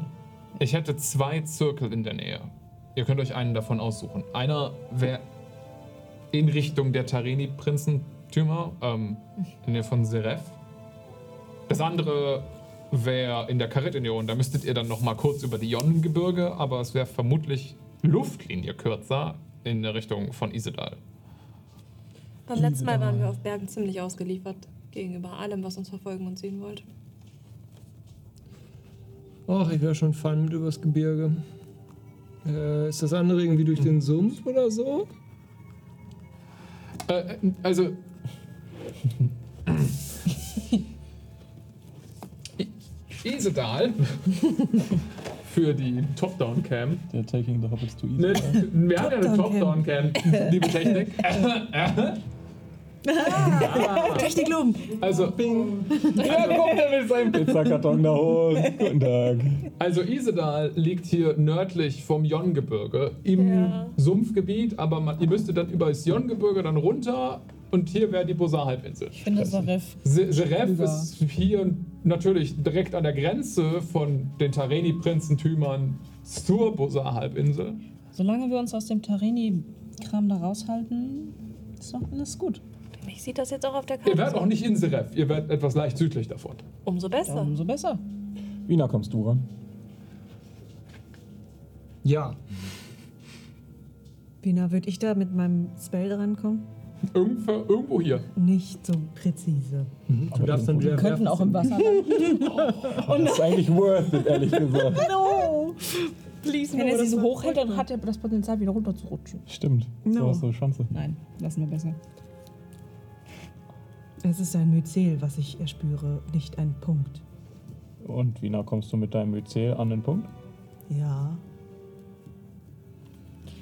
S2: ich hätte zwei Zirkel in der Nähe. Ihr könnt euch einen davon aussuchen. Einer wäre in Richtung der Tareni-Prinzentümer, ähm, in der Nähe von Seref. Das andere wäre in der Karitinion. Da müsstet ihr dann noch mal kurz über die Jonnengebirge, aber es wäre vermutlich Luftlinie kürzer in der Richtung von Isedal.
S3: Beim letzten Mal waren wir auf Bergen ziemlich ausgeliefert gegenüber allem, was uns verfolgen und sehen wollte.
S5: Och, ich wäre schon fein mit übers Gebirge. Äh, ist das andere irgendwie durch den Sumpf oder so?
S2: Äh, also. I- Isedal für die Top-Down-Cam.
S4: Der Taking the Hobbits to Easy.
S2: Ne, Wir haben ja eine
S8: Top-Down-Cam.
S2: Top-Down-Cam, liebe Technik.
S8: Technikloben!
S2: Also, ja, guck, da will sein
S4: Pizzakarton da hoch. Guten Tag.
S2: Also Isedal liegt hier nördlich vom Jongebirge im
S3: Ja.
S2: Sumpfgebiet, aber man, ihr müsstet dann über das Jongebirge dann runter und hier wäre die Bosar-Halbinsel.
S9: Ich finde Saref
S2: Se- Seref
S9: Über-
S2: ist hier natürlich direkt an der Grenze von den Tareni-Prinzentümern zur Bosar-Halbinsel.
S9: Solange wir uns aus dem Tarini-Kram da raushalten, ist doch alles gut.
S3: Ich sehe das jetzt auch auf der
S2: Ihr werdet auch
S3: Karte.
S2: nicht in Seref, ihr werdet etwas leicht südlich davon.
S3: Umso besser.
S9: Dann umso besser.
S4: Wiener kommst du ran.
S5: Ja.
S8: Wie nah würde ich da mit meinem Spell rankommen?
S2: Irgendwo, irgendwo hier.
S8: Nicht so präzise.
S5: Du darfst dann wieder
S9: Wir könnten auch im Wasser landen.
S4: Das ist eigentlich worth it, ehrlich gesagt.
S9: no.
S3: Please,
S9: Wenn
S3: no,
S9: er sie
S3: das
S9: so
S3: war
S9: hochhält, dann
S3: voll
S9: hat er das Potenzial, wieder runterzurutschen.
S4: Stimmt. So
S8: No.
S4: hast du Chance.
S9: Nein, lassen wir besser.
S8: Es ist ein Myzel, was ich erspüre, nicht ein Punkt.
S4: Und Wiener kommst du mit deinem Myzel an den Punkt?
S8: Ja.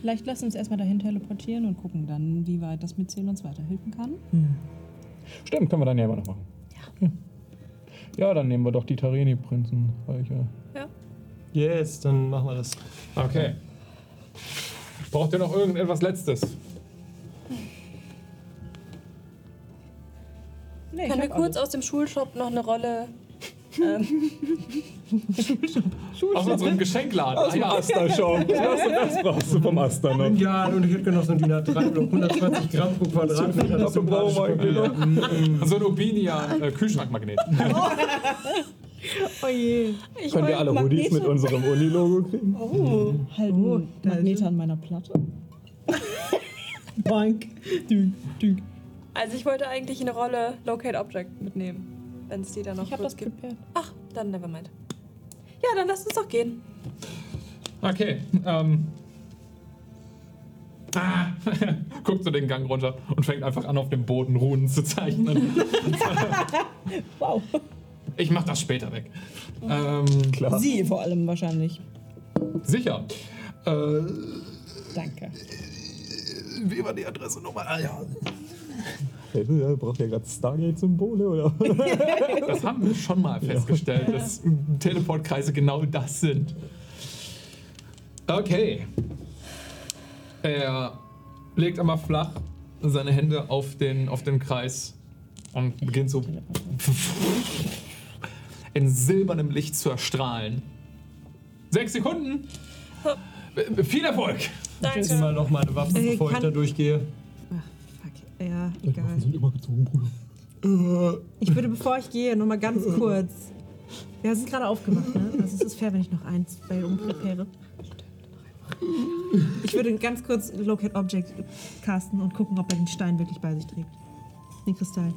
S9: Vielleicht lassen wir uns erstmal dahin teleportieren und gucken dann, wie weit das mit Zählen uns weiterhelfen kann.
S4: Stimmt, können wir dann ja immer noch machen. Ja. Ja, dann nehmen wir doch die Tareni-Prinzen. Reicher.
S5: Yes, dann machen wir das.
S2: Okay. Braucht ihr noch irgendetwas Letztes?
S9: Nee,
S3: Können wir kurz aus dem Schulshop noch eine Rolle ähm,
S2: Aus unserem Geschenkladen.
S7: Aus dem
S2: Ah, ja.
S7: Asta schon. Das, das brauchst du vom Asta noch.
S5: Ja, und ich hätte gerne noch so ein DIN A3 Block, 120 Gramm pro Quadratmeter. Das
S7: Dafür brauchen wir
S5: sympathische
S7: eigentlich noch.
S2: So ein äh, Obinia-Kühlschrankmagnet.
S8: Oh je.
S3: ich
S7: Können wir
S3: wollte
S7: alle Hoodies
S3: Magnete-
S7: mit unserem Uni-Logo kriegen?
S9: Oh, halt
S8: Oh,
S9: ein
S8: da ist
S9: Magnete
S8: er.
S9: an meiner Platte.
S8: Boink.
S9: Dünk, dünk.
S3: Also ich wollte eigentlich eine Rolle Locate Object mitnehmen, wenn es die dann noch
S9: Ich habe
S3: kurz
S9: das
S3: gibt.
S9: prepared.
S3: Ach, dann nevermind. Ja, dann lass uns doch gehen.
S2: Okay, ähm. Ah, guckt so den Gang runter und fängt einfach an, auf dem Boden Runen zu zeichnen.
S9: Wow.
S2: Ich mach das später weg. Ähm,
S7: Klar.
S9: Sie vor allem wahrscheinlich.
S2: sicher. Äh,
S9: Danke.
S2: wie war die Adresse nochmal? Ah, ja.
S7: Ja, braucht ja gerade Stargate-Symbole oder?
S2: Das haben wir schon mal festgestellt, dass Teleportkreise genau das sind. Okay. Er legt einmal flach seine Hände auf den, auf den Kreis und beginnt so in silbernem Licht zu erstrahlen. Sechs Sekunden! Äh, Viel Erfolg!
S5: Ich nehme
S3: Danke.
S5: mal noch meine Waffen,
S8: Äh,
S5: bevor ich
S8: kann-
S5: da durchgehe.
S8: Ach, fuck. Ja,
S7: Die Waffen
S8: egal.
S7: sind immer gezogen, Bruder.
S8: Ich würde, bevor ich gehe, nochmal ganz kurz. Wir sind gerade aufgemacht, ne? Also es ist fair, wenn ich noch eins bei umprepare. Ich würde ganz kurz Locate Object casten und gucken, ob er den Stein wirklich bei sich trägt. Den Kristall.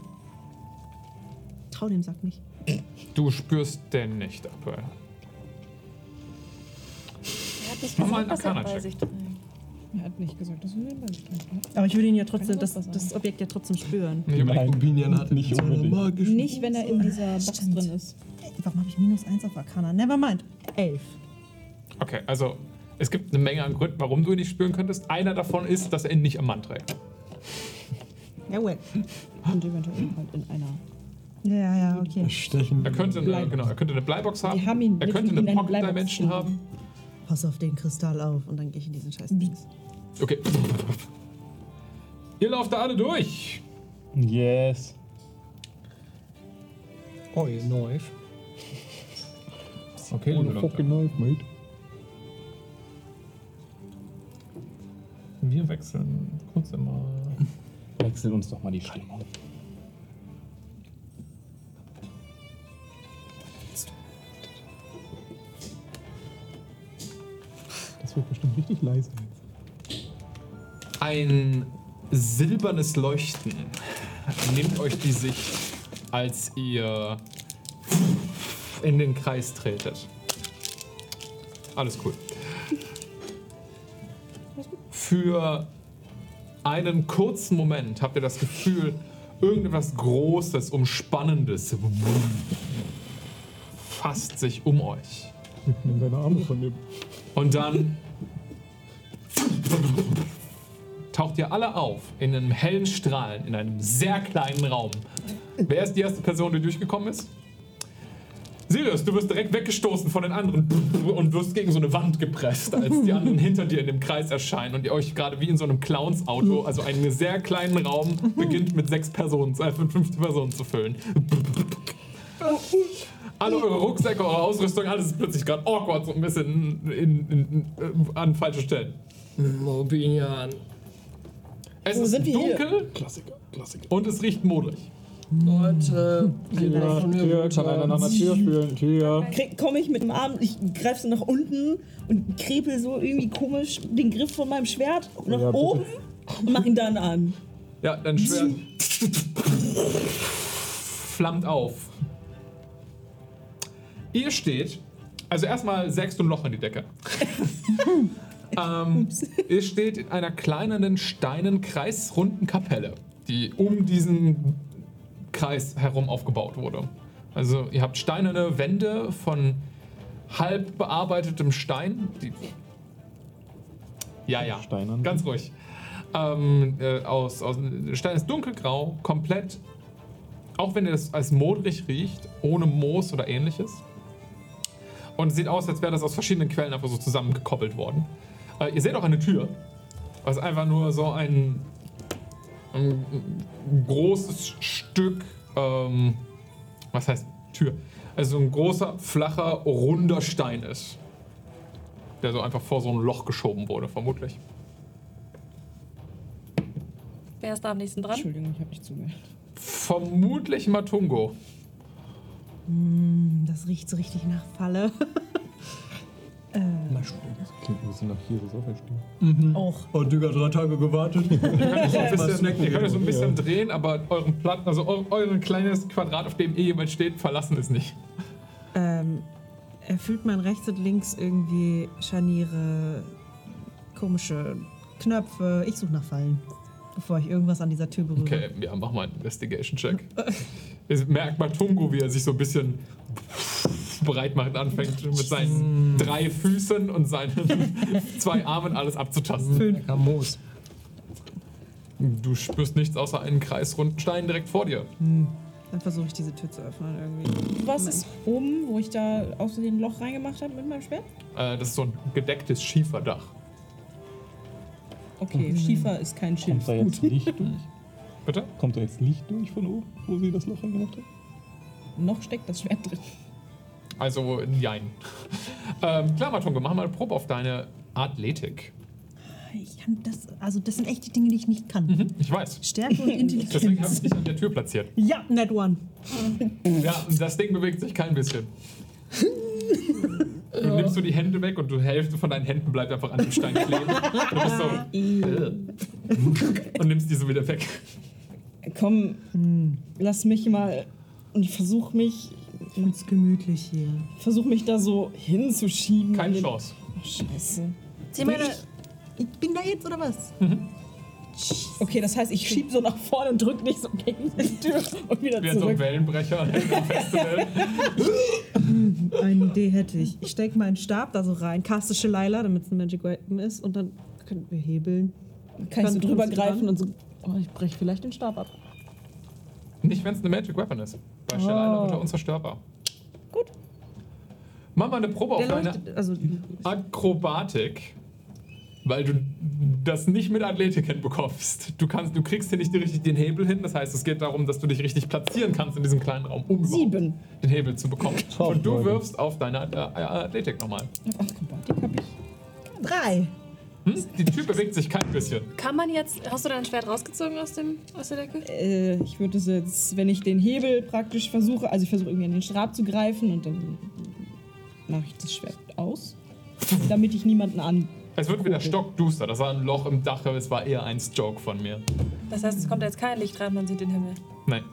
S8: Trau dem Sack nicht.
S2: Du spürst den nicht aktuell.
S3: Er hat nicht
S2: Mach mal
S3: gesagt, was
S2: einen
S3: er bei
S2: Arcana-Check.
S3: sich trägt.
S9: Er hat nicht gesagt, dass wir den Mensch trinken.
S8: Aber ich würde ihn ja trotzdem,
S9: Kann ich
S8: das,
S9: was
S8: das Objekt ja trotzdem spüren.
S2: Nicht unbedingt.
S5: Binion hat
S7: Nicht
S5: so eine
S7: unbedingt.
S5: magische-
S9: Nicht, wenn er in dieser Box drin ist.
S8: Warum habe ich minus eins auf Arcana? Nevermind. Elf.
S2: Okay, also es gibt eine Menge an Gründen, warum du ihn nicht spüren könntest. Einer davon ist, dass er ihn nicht am Mann trägt.
S8: Jawohl.
S9: Und eventuell halt in einer.
S8: Ja, ja, ja, okay.
S7: Stechen.
S2: Er könnte eine,
S9: Bleibox.
S2: genau, er könnte eine Bleibox haben.
S9: Wir haben ihn
S2: er
S9: wirklich
S2: könnte
S9: in
S2: eine
S9: eine
S2: Pocket
S9: Bleibox
S2: Dimension
S9: gelegt.
S2: haben.
S11: Pass auf den Kristall auf und dann gehe ich in diesen scheiß Dings.
S2: Okay. Ihr lauft da alle durch.
S4: Yes.
S5: Oh, ihr Neuf.
S2: Okay,
S7: Ohne fucking knife, mate.
S2: wir wechseln kurz immer.
S4: Wechsel uns doch mal die Stimmung.
S7: Das wird bestimmt richtig leise jetzt.
S2: Ein silbernes Leuchten nimmt euch die Sicht, als ihr in den Kreis tretet. Alles cool. Für einen kurzen Moment habt ihr das Gefühl, irgendetwas Großes, Umspannendes fasst sich um euch.
S7: Nimm deine Arme von mir.
S2: Und dann taucht ihr alle auf in einem hellen Strahlen, in einem sehr kleinen Raum. Wer ist die erste Person, die durchgekommen ist? Sirius, du wirst direkt weggestoßen von den anderen und wirst gegen so eine Wand gepresst, als die anderen hinter dir in dem Kreis erscheinen und ihr euch gerade wie in so einem Clowns-Auto, also einen sehr kleinen Raum, beginnt mit sechs Personen, äh, mit fünf Personen zu füllen. Alle eure Rucksäcke, eure Ausrüstung, alles ist plötzlich gerade awkward, so ein bisschen in, in, in, äh, an falsche Stellen.
S5: Binion.
S2: Es
S9: Wo
S2: ist
S9: sind wir hier?
S2: dunkel
S7: Klassiker, Klassiker.
S2: und es riecht modrig.
S5: Leute, geht weg
S7: Tür,
S5: von mir
S7: Tür, kann einer nach
S5: runter.
S7: einer Tür fühlen. Tür.
S9: Komme ich mit dem Arm, ich greife so nach unten und krepel so irgendwie komisch den Griff von meinem Schwert nach
S7: Oh Ja, bitte.
S9: oben und mach ihn dann an.
S2: Ja, dein Schwert flammt auf. Ihr steht, also erstmal sägst du ein Loch in die Decke. ähm, ihr steht in einer kleineren, steinen, kreisrunden Kapelle, die um diesen Kreis herum aufgebaut wurde. Also ihr habt steinerne Wände von halb bearbeitetem Stein. Die ja, ja,
S7: Steinern.
S2: ganz ruhig. Ähm, äh, aus, aus, Stein ist dunkelgrau, komplett, auch wenn ihr das als modrig riecht, ohne Moos oder ähnliches. Und es sieht aus, als wäre das aus verschiedenen Quellen einfach so zusammengekoppelt worden. Äh, ihr seht auch eine Tür, was einfach nur so ein, ein, ein großes Stück, ähm, was heißt Tür? also ein großer, flacher, runder Stein ist. Der so einfach vor so ein Loch geschoben wurde, vermutlich.
S3: Wer ist da am nächsten dran?
S9: Entschuldigung, ich habe nicht zugehört.
S2: Vermutlich Matungo.
S8: Mm, das riecht so richtig nach Falle.
S7: Das klingt ein bisschen nach Hierosaur verstehen.
S8: Auch.
S10: Oh, Digga, drei Tage gewartet. Ich
S2: So ein bisschen, ihr könnt es so ein bisschen drehen, aber euren Platten, also eu- euren kleines Quadrat, auf dem eh jemand steht, verlassen es nicht.
S8: Ähm, erfüllt man rechts und links irgendwie Scharniere, komische Knöpfe. Ich suche nach Fallen, bevor ich irgendwas an dieser Tür berühre.
S2: Okay, ja, mach mal einen Investigation-Check. Jetzt merkt Matungo, wie er sich so ein bisschen bereit macht und anfängt mit seinen drei Füßen und seinen zwei Armen alles abzutasten.
S5: Lecker Moos.
S2: Du spürst nichts außer einen kreisrunden Stein direkt vor dir.
S8: Dann versuche ich diese Tür zu öffnen irgendwie.
S9: Was ist oben, wo ich da aus dem Loch reingemacht habe mit meinem Schwert?
S2: Äh, das ist so ein gedecktes Schieferdach.
S9: Okay, Schiefer ist kein Schilf.
S7: Mhm. Kommt da jetzt Licht durch?
S2: Bitte?
S7: Kommt da jetzt Licht durch von oben, wo sie das Loch reingemacht hat?
S9: Noch steckt das Schwert drin.
S2: Also, jein. ähm, klar, Matungo, mach mal eine Probe auf deine Athletik.
S11: Ich kann das, also das sind echt die Dinge, die ich nicht kann.
S2: Mhm, Ich weiß.
S11: Stärke und
S2: Deswegen habe
S11: Intelligenz.
S2: ich dich an der Tür platziert.
S11: Ja, net one.
S2: Ja, das Ding bewegt sich kein bisschen. Du nimmst du die Hände weg und du Hälfte von deinen Händen bleibt einfach an dem Stein kleben. Du bist so. äh, und nimmst die so wieder weg.
S9: Komm,
S7: Hm.
S9: lass mich mal. Und ich versuche mich,
S8: Ganz gemütlich hier.
S9: versuch mich da so hinzuschieben.
S2: Keine
S9: In den-
S2: Chance.
S9: Ach, scheiße.
S3: Sieh meine.
S11: Ich bin da jetzt, oder was?
S9: Okay, das heißt, ich schieb so nach vorne und drück nicht so gegen die Tür und wieder
S2: Wie so ein
S9: zurück.
S2: Wellenbrecher an einem Festival.
S8: Eine Idee hätte ich. Ich stecke meinen Stab da so rein, caste Shalila, damit es ein Magic Weapon ist, und dann könnten wir hebeln.
S9: Kann ich so
S8: Kannst-
S9: drüber
S8: kannst du dran?
S9: greifen und so. Oh, ich brech vielleicht den Stab ab.
S2: Nicht, wenn es eine Magic Weapon ist. Bei Stelle einer unter unzerstörbar.
S9: Gut.
S2: Mach mal eine Probe auf
S8: Der
S2: deine
S8: leuchtet, also
S2: Akrobatik. Weil du das nicht mit Athletik hinbekommst. Du, kannst, du kriegst hier nicht richtig den Hebel hin. Das heißt, es geht darum, dass du dich richtig platzieren kannst in diesem kleinen Raum, um überhaupt
S9: Sieben.
S2: den Hebel zu bekommen. Und du
S7: Leute.
S2: wirfst auf deine äh, Athletik nochmal.
S9: Akrobatik hab ich.
S11: Drei.
S2: Hm? Die Tür bewegt sich kein bisschen.
S3: Kann man jetzt. Hast du dein Schwert rausgezogen aus, dem, aus der Decke?
S9: Äh, ich würde es jetzt, wenn ich den Hebel praktisch versuche, also ich versuche irgendwie an den Stab zu greifen und dann mache ich das Schwert aus, damit ich niemanden an.
S2: Es wird wieder stockduster. Das war ein Loch im Dach, aber es war eher ein Joke von mir.
S3: Das heißt, es kommt jetzt kein Licht rein, man sieht den Himmel.
S2: Nein.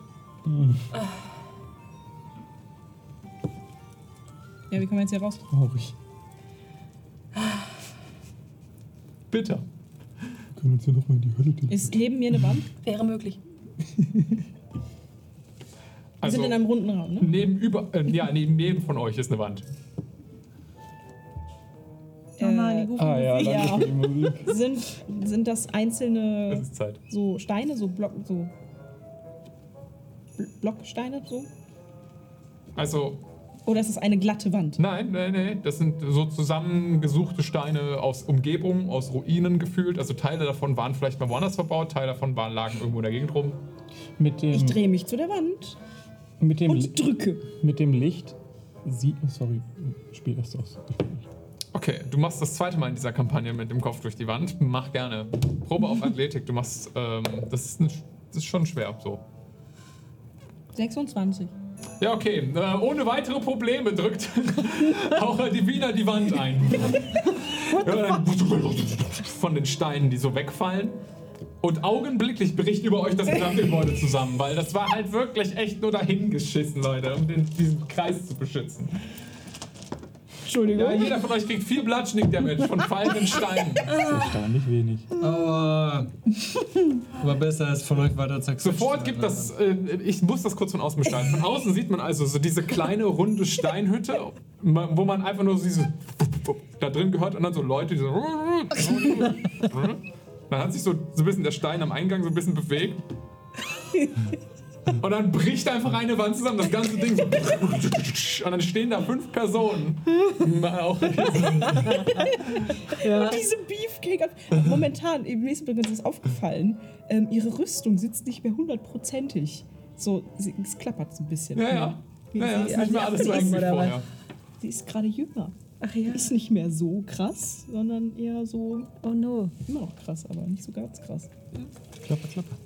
S9: Ja, wie kommen wir jetzt hier raus?
S10: Traurig.
S2: Bitter.
S7: Können wir uns ja nochmal in die Hölle tun.
S9: Ist neben mir eine Wand?
S3: Wäre möglich.
S9: Wir sind in einem runden Raum, ne?
S2: Also Neben, über, äh, ja, neben, neben von euch ist eine Wand.
S8: oh nein, die
S7: Ah ja,
S9: Ja.
S7: danke für die Musik.
S9: Äh, Sind, sind das
S2: Es
S9: einzelne
S2: ist Zeit.
S9: so Steine, so Block, so Bl- Blocksteine so?
S2: Also,
S9: Oder ist es eine glatte Wand?
S2: nein, nein, nein. Das sind so zusammengesuchte Steine aus Umgebung, aus Ruinen gefühlt. Also Teile davon waren vielleicht mal woanders verbaut, Teile davon waren, lagen irgendwo in der Gegend rum.
S7: Mit
S9: Ich
S7: dem,
S9: drehe mich zu der Wand
S7: mit dem,
S9: und drücke.
S7: mit dem Licht sieht. Oh, sorry, spiel erst aus.
S2: Okay, du machst das zweite Mal in dieser Kampagne mit dem Kopf durch die Wand. Mach gerne. Probe auf Athletik. Du machst, ähm, das, ist ein, das ist schon schwer so.
S9: 26.
S2: Ja, okay. Äh, ohne weitere Probleme drückt auch die Wiener die Wand ein. Ja, dann Von den Steinen, die so wegfallen. Und augenblicklich bricht über euch das gesamte Gebäude zusammen, weil das war halt wirklich echt nur dahingeschissen, Leute, um den, diesen Kreis zu beschützen.
S9: Entschuldigung.
S2: Ja, jeder von euch kriegt vier Bludgeoning Damage von fallenden Steinen.
S7: Da nicht wenig.
S10: Aber. Aber besser als von euch weiter zerquetscht.
S2: Sofort
S10: zu
S2: gibt
S10: werden.
S2: das, äh, ich muss das kurz von außen beschreiben. Von außen sieht man also so diese kleine runde Steinhütte, ma- wo man einfach nur so dieses da drin gehört und dann so Leute, die so. Dann hat sich so, so ein bisschen der Stein am Eingang so ein bisschen bewegt. Und dann bricht einfach eine Wand zusammen, das ganze Ding so. Und dann stehen da fünf Personen. Auch
S9: Diese Beefcake. Momentan, im nächsten Blick ist es aufgefallen, ähm, ihre Rüstung sitzt nicht mehr hundertprozentig. So, sie, es klappert so ein bisschen.
S2: Ja, ja.
S6: Wie
S2: Naja,
S6: sie-
S2: ist nicht mehr alles so
S6: sie
S2: eng
S6: ist-
S2: wie vorher.
S6: Sie ist gerade jünger.
S8: Ach ja.
S6: Ist nicht mehr so krass, sondern eher so.
S8: Oh no.
S6: Immer noch krass, aber nicht so ganz krass.
S4: Klapper, klapper.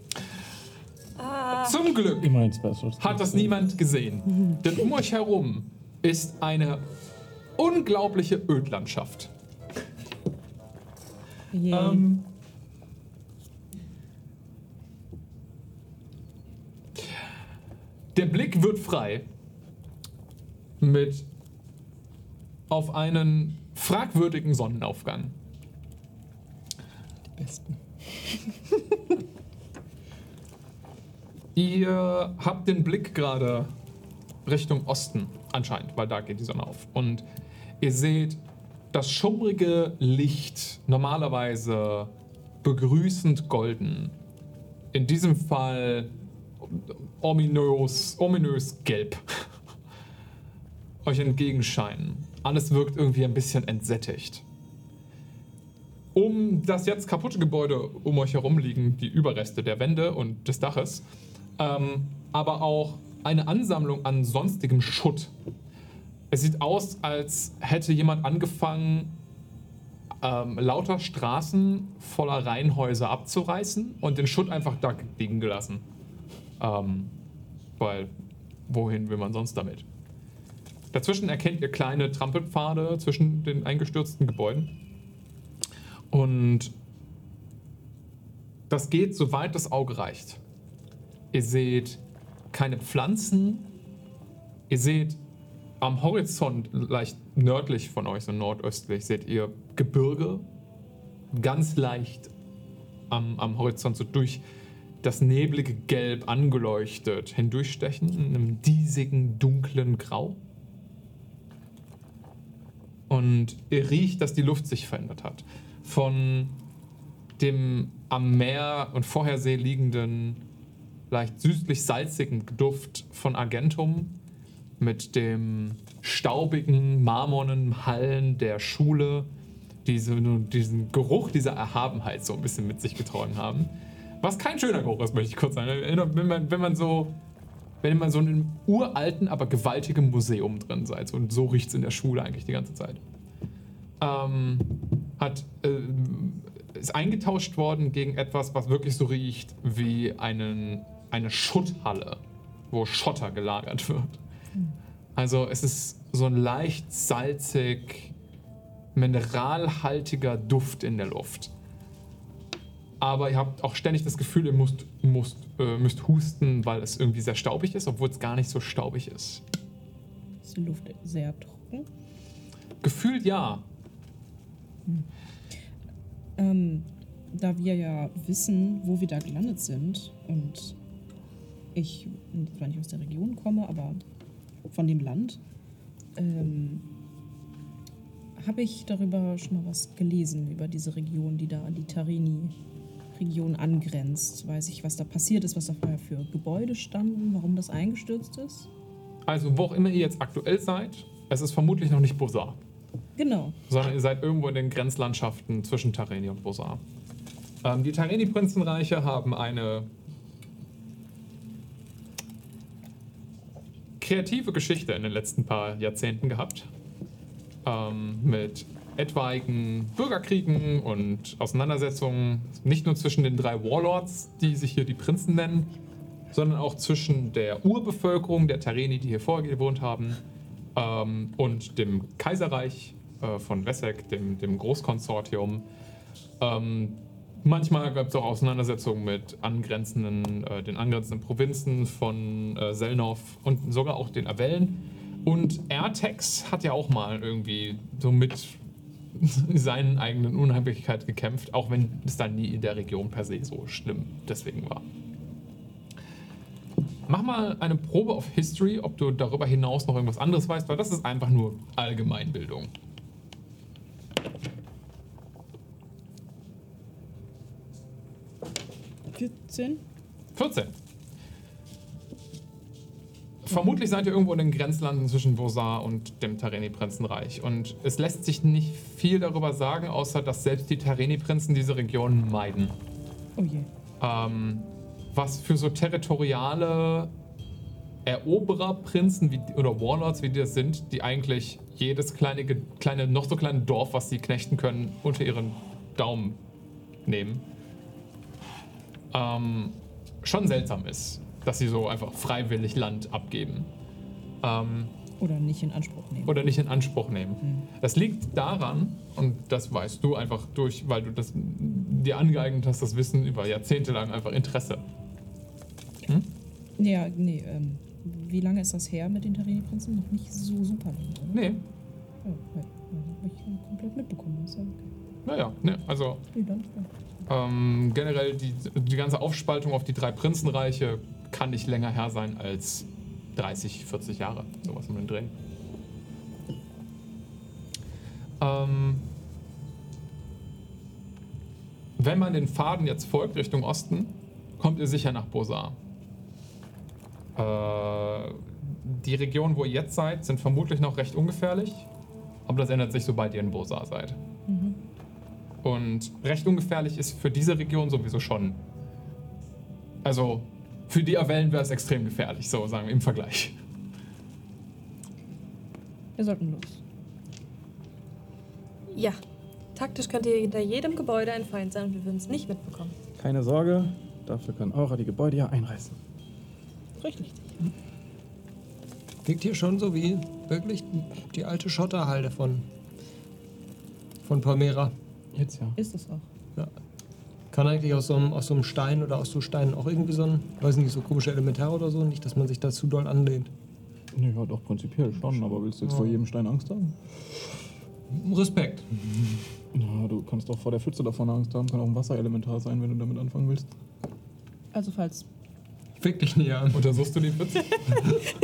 S3: Ah.
S2: Zum Glück
S4: Immer ein Special.
S2: hat das niemand gesehen. Denn um euch herum ist eine unglaubliche Ödlandschaft.
S8: Yeah.
S2: Ähm, der Blick wird frei mit auf einen fragwürdigen Sonnenaufgang.
S4: Besten.
S2: Ihr habt den Blick gerade Richtung Osten anscheinend, weil da geht die Sonne auf. Und ihr seht das schummrige Licht, normalerweise begrüßend golden. In diesem Fall ominös, ominös gelb. Euch entgegenscheinen. Alles wirkt irgendwie ein bisschen entsättigt. Um das jetzt kaputte Gebäude um euch herum liegen die Überreste der Wände und des Daches, ähm, aber auch eine Ansammlung an sonstigem Schutt. Es sieht aus, als hätte jemand angefangen, ähm, lauter Straßen voller Reihenhäuser abzureißen und den Schutt einfach da liegen gelassen. Ähm, weil, wohin will man sonst damit? Dazwischen erkennt ihr kleine Trampelpfade zwischen den eingestürzten Gebäuden. Und das geht, soweit das Auge reicht. Ihr seht keine Pflanzen. Ihr seht am Horizont, leicht nördlich von euch, so nordöstlich, seht ihr Gebirge. Ganz leicht am, am Horizont so durch das neblige Gelb angeleuchtet hindurchstechen, in einem diesigen, dunklen Grau. Und ihr riecht, dass die Luft sich verändert hat. Von dem am Meer und Vorhersee liegenden, leicht süßlich-salzigen Duft von Argentum mit dem staubigen, marmornen Hallen der Schule, diese, diesen Geruch dieser Erhabenheit so ein bisschen mit sich getragen haben. Was kein schöner Geruch ist, möchte ich kurz sagen. Erinnert- Wenn man, wenn man so wenn man so in einem uralten, aber gewaltigen Museum drin seid. Und so riecht es in der Schule eigentlich die ganze Zeit. Ähm, hat, ähm, ist eingetauscht worden gegen etwas, was wirklich so riecht wie einen, eine Schutthalle, wo Schotter gelagert wird. Also es ist so ein leicht salzig, mineralhaltiger Duft in der Luft. Aber ihr habt auch ständig das Gefühl, ihr müsst, müsst, äh, müsst husten, weil es irgendwie sehr staubig ist, obwohl es gar nicht so staubig ist.
S9: Ist die Luft sehr trocken?
S2: Gefühlt ja.
S9: Ähm, da wir ja wissen, wo wir da gelandet sind und ich zwar nicht aus der Region komme, aber von dem Land, ähm, habe ich darüber schon mal was gelesen, über diese Region, die da an die Tarini-Region angrenzt. Weiß ich, was da passiert ist, was da vorher für Gebäude standen, warum das eingestürzt ist?
S2: Also wo auch immer ihr jetzt aktuell seid, es ist vermutlich noch nicht Bosar,
S9: Genau.
S2: sondern ihr seid irgendwo in den Grenzlandschaften zwischen Tareni und Bosar. Ähm, die Tareni-Prinzenreiche haben eine kreative Geschichte in den letzten paar Jahrzehnten gehabt. ähm, mit etwaigen Bürgerkriegen und Auseinandersetzungen, nicht nur zwischen den drei Warlords, die sich hier die Prinzen nennen, sondern auch zwischen der Urbevölkerung der Tereni, die hier vorher gewohnt haben, ähm, und dem Kaiserreich äh, von Wessex, dem, dem Großkonsortium. Ähm, manchmal gab es auch Auseinandersetzungen mit angrenzenden, äh, den angrenzenden Provinzen von äh, Selnov und sogar auch den Avellen. Und Airtex hat ja auch mal irgendwie so mit seinen eigenen Unheimlichkeit gekämpft, auch wenn es dann nie in der Region per se so schlimm deswegen war. Mach mal eine Probe auf History, ob du darüber hinaus noch irgendwas anderes weißt, weil das ist einfach nur Allgemeinbildung.
S9: Sinn?
S2: 14. Vermutlich seid ihr irgendwo in den Grenzlanden zwischen Vosar und dem Tareni-Prinzenreich. Und es lässt sich nicht viel darüber sagen, außer dass selbst die Tareni-Prinzen diese Region meiden.
S9: Oh je.
S2: Ähm, was für so territoriale Eroberer, Prinzen wie, oder Warlords, wie die das sind, die eigentlich jedes kleine, ge- kleine, noch so kleine Dorf, was sie knechten können, unter ihren Daumen nehmen. Ähm, schon seltsam ist, dass sie so einfach freiwillig Land abgeben. Ähm,
S9: Oder nicht in Anspruch nehmen.
S2: oder nicht in Anspruch nehmen. Das liegt daran, und das weißt du einfach durch, weil du das dir angeeignet hast, das Wissen über Jahrzehnte lang einfach Interesse.
S9: Ja, nee, ähm, wie lange ist das her mit den Tarini-Prinzen? Noch nicht so super lang, oder?
S2: Nee.
S9: Oh, ja, hab ich ja komplett mitbekommen. Ist ja okay.
S2: Naja, ne, also
S9: Nee, dann, ja.
S2: ähm, generell die, die ganze Aufspaltung auf die drei Prinzenreiche kann nicht länger her sein als 30, 40 Jahre. Sowas um den Dreh. Ähm, wenn man den Faden jetzt folgt Richtung Osten, kommt ihr sicher nach Bosar. Äh, die Region, wo ihr jetzt seid, sind vermutlich noch recht ungefährlich, aber das ändert sich, sobald ihr in Bosar seid. Und recht ungefährlich ist für diese Region sowieso schon. Also für die Erwellen wäre es extrem gefährlich, so sagen wir im Vergleich.
S9: Wir sollten los.
S3: Ja. Taktisch könnte hier hinter jedem Gebäude ein Feind sein und wir würden es nicht mitbekommen.
S7: Keine Sorge, dafür kann Aura die Gebäude ja einreißen.
S6: Richtig.
S10: Klingt hier schon so wie wirklich die alte Schotterhalde von, von Palmera.
S7: Jetzt ja.
S9: Ist es auch.
S10: Ja. Kann eigentlich aus so, einem, aus so einem Stein oder aus so Steinen auch irgendwie so ein, weiß nicht, so komische Elementar oder so, nicht, dass man sich da zu doll anlehnt.
S7: Naja, doch prinzipiell schon, aber willst du jetzt vor jedem Stein Angst haben?
S10: Respekt.
S7: Na, du kannst doch vor der Pfütze davon Angst haben, kann auch ein Wasserelementar sein, wenn du damit anfangen willst.
S9: Also falls
S10: Fick dich nie an.
S2: Untersuchst du die Pfütze?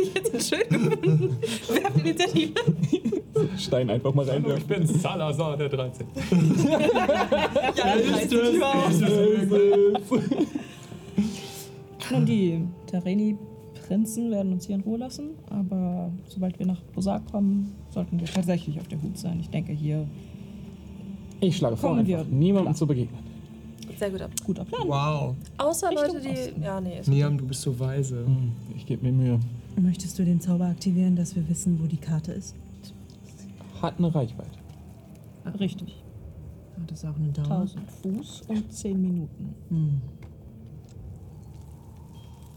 S6: Ich hätte es schön gefunden. Wer hat Initiative?
S7: Stein einfach mal
S2: Hallo, ich bin
S7: reinwerfen.
S2: Salazar der 13.
S6: Ja, ist
S9: Nun, die Tereni-Prinzen werden uns hier in Ruhe lassen, aber sobald wir nach Bosar kommen, sollten wir tatsächlich auf der Hut sein. Ich denke, hier
S4: Ich schlage vor,
S9: Kommen wir
S4: einfach niemandem zu begegnen.
S3: Sehr gut ab.
S9: guter Plan.
S10: Wow.
S3: Außer
S9: Richtung
S3: Leute, die.
S9: Osten.
S3: Ja, nee. Ist
S10: Niam, du bist so weise.
S7: Hm, Ich gebe mir Mühe.
S8: Möchtest du den Zauber aktivieren, dass wir wissen, wo die Karte ist?
S4: Hat eine Reichweite.
S9: Richtig.
S8: Ah, das ist auch eine Dauer.
S9: 1000 Fuß und 10 Minuten.
S8: Hm.